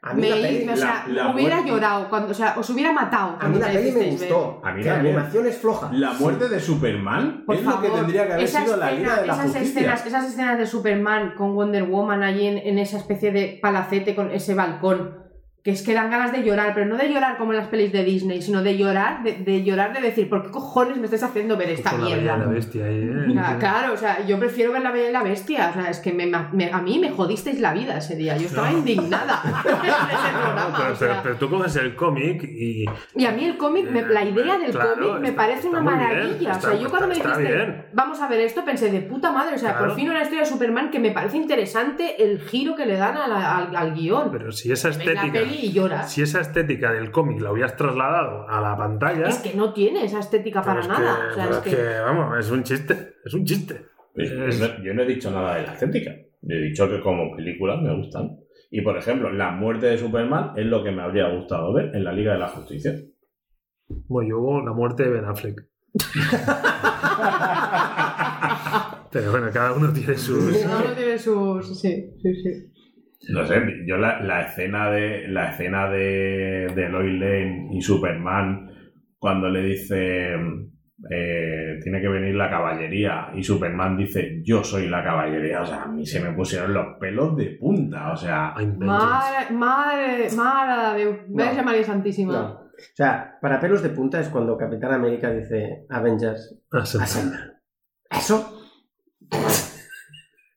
S1: a mí
S3: me
S1: la
S3: hice-
S1: peli,
S3: o sea,
S2: la- la
S3: hubiera
S2: muerte-
S3: llorado, cuando, o sea, os hubiera matado.
S1: a mí
S3: cuando
S1: la peli me
S3: hicisteis ver.
S1: gustó.
S2: A mí
S1: que la
S2: también.
S1: animación es floja.
S2: La muerte de Superman
S3: Por
S2: es
S3: favor,
S2: lo que tendría que haber
S3: esa
S2: sido la
S3: escena-
S2: Liga de la
S3: esas
S2: Justicia.
S3: escenas, esas escenas de Superman con Wonder Woman allí en, en esa especie de palacete con ese balcón, que es que dan ganas de llorar, pero no de llorar como en las pelis de Disney, sino de llorar, de, de llorar, de decir, ¿por qué cojones me estáis haciendo ver esta
S4: Con la bella y la
S3: mierda?
S4: bestia ahí, ¿eh?
S3: Ah, claro, o sea, yo prefiero ver la Bella y la Bestia. O sea, es que me- me- a mí me jodisteis la vida ese día. Yo estaba indignada en ese programa,
S4: No, pero,
S3: o sea.
S4: pero- pero tú coges el cómic y...
S3: Y a mí el cómic, me- la idea del
S4: Claro,
S3: cómic me
S4: está-
S3: parece una
S4: está muy
S3: maravilla.
S4: bien,
S3: o sea,
S4: está-
S3: yo cuando me
S4: está- está bien.
S3: dijiste, vamos a ver esto, pensé de puta madre. O sea,
S4: Claro.
S3: por fin una historia de Superman que me parece interesante el giro que le dan a la- al, al guión.
S4: Pero si esa
S3: Ves la
S4: estética...
S3: peli y lloras.
S4: Si esa estética del cómic la hubieras trasladado a la pantalla...
S3: Es que no tiene esa estética para
S4: pero es
S3: nada.
S4: que-
S3: o sea,
S4: pero
S3: es que-
S4: vamos, es un chiste. Es un chiste.
S2: Yo no, yo no he dicho nada de la estética. Yo he dicho que como películas me gustan. Y por ejemplo, la muerte de Superman es lo que me habría gustado ver en la Liga de la Justicia.
S4: Bueno, yo hubo la muerte de Ben Affleck. Pero bueno, cada uno tiene sus...
S3: No, no tiene sus. Sí, sí, sí.
S2: No sé, yo la, la escena de la escena de, de Lois Lane y Superman cuando le dice eh, tiene que venir la caballería y Superman dice yo soy la caballería, o sea, a mí se me pusieron los pelos de punta, o sea,
S4: I'm vengeance.
S3: Madre, madre, madre de. Verse María Santísima.
S1: No. O sea, para pelos de punta es cuando Capitán América dice Avengers,
S4: Ah, sí.
S1: asembla. ¿Eso?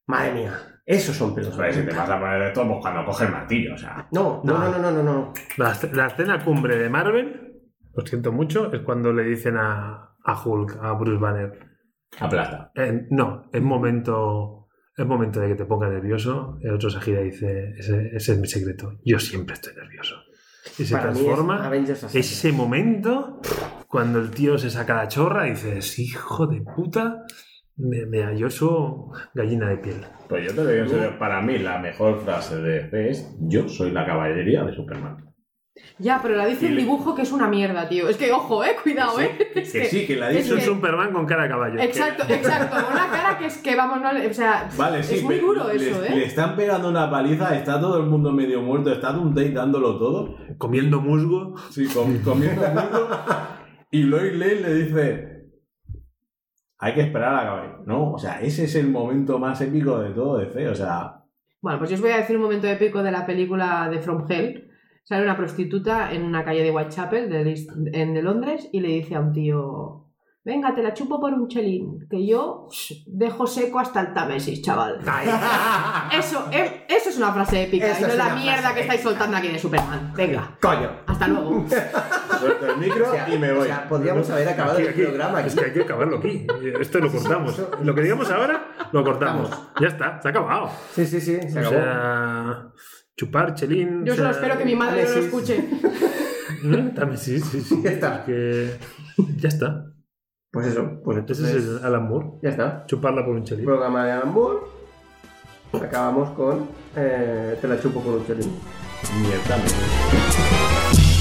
S1: Madre mía, esos son pelos. de
S2: joder, Pues, si te
S1: punta.
S2: vas a poner esto, pues cuando coge el martillo, o sea,
S1: No, no, no, no, no, no. no.
S4: La, escena- la escena cumbre de Marvel, lo siento mucho, es cuando le dicen a, a Hulk, a Bruce Banner,
S2: aplasta.
S4: eh, no, es momento, es momento de que te pongas nervioso. El otro se gira y dice, ese, ese es mi secreto, yo siempre estoy nervioso. Y se
S1: Para mí es
S4: transforma.
S1: Avengers Assemble.
S4: Ese momento, cuando el tío se saca la chorra y dices, hijo de puta, me, me halloso gallina de piel.
S2: Pues yo te lo digo en serio, para mí la mejor frase de DC es yo soy la caballería de Superman.
S3: Ya, pero la dice
S2: Y
S3: el
S2: le-
S3: dibujo que es una mierda, tío. Es que, ojo, eh, cuidado,
S2: Sí,
S3: eh. Es
S2: que sí, que la
S3: es
S4: Es un
S3: que-
S2: dice...
S4: Superman con cara de caballo.
S3: Exacto, exacto. Con una cara que es que vamos, no, le- o sea,
S2: Vale,
S3: es
S2: sí,
S3: muy
S2: ve-
S3: duro
S2: le-
S3: eso,
S2: Le
S3: ¿eh?
S2: están pegando una paliza, está todo el mundo medio muerto, está Dundee dándolo todo.
S4: Comiendo musgo.
S2: Sí, com- comiendo mundo. Y Lois Lane le dice: Hay que esperar a acabar. No, o sea, ese es el momento más épico de todo DC. O sea,
S3: Bueno, pues yo os voy a decir un momento épico de la película de From Hell. Sale una prostituta en una calle de Whitechapel, de, Lis- en, de Londres, y le dice a un tío: Venga, te la chupo por un chelín, que yo psh, dejo seco hasta el Támesis, chaval.
S1: Ah.
S3: Eso, eh, eso es una frase épica,
S1: Eso
S3: y no
S1: es
S3: la
S1: una
S3: mierda
S1: frase
S3: que estáis
S1: épica.
S3: soltando aquí de Superman. Venga,
S1: Coño.
S3: hasta luego.
S2: suelto el micro
S1: O sea,
S2: y me voy.
S1: o sea, podríamos haber acabado
S4: Aquí,
S1: el
S4: aquí.
S1: programa aquí.
S4: Es que hay que acabarlo aquí. Esto lo cortamos. Lo que digamos ahora, lo cortamos. Ya está, se ha acabado.
S1: Sí, sí, sí, se
S4: O
S1: acabó.
S4: sea, chupar, chelín.
S3: Yo
S4: o
S3: solo
S4: sea,
S3: espero que mi madre no lo
S1: Támesis.
S3: escuche.
S4: ¿eh? También sí, sí, sí.
S1: Ya está.
S4: Es que ya está.
S1: Pues eso, pues
S4: Ese
S1: entonces
S4: es el Alan Moore.
S1: ya está.
S4: Chuparla por un chelín.
S1: Programa de Alan Moore. Acabamos con eh, Te la chupo con un cholín.
S2: Mierda.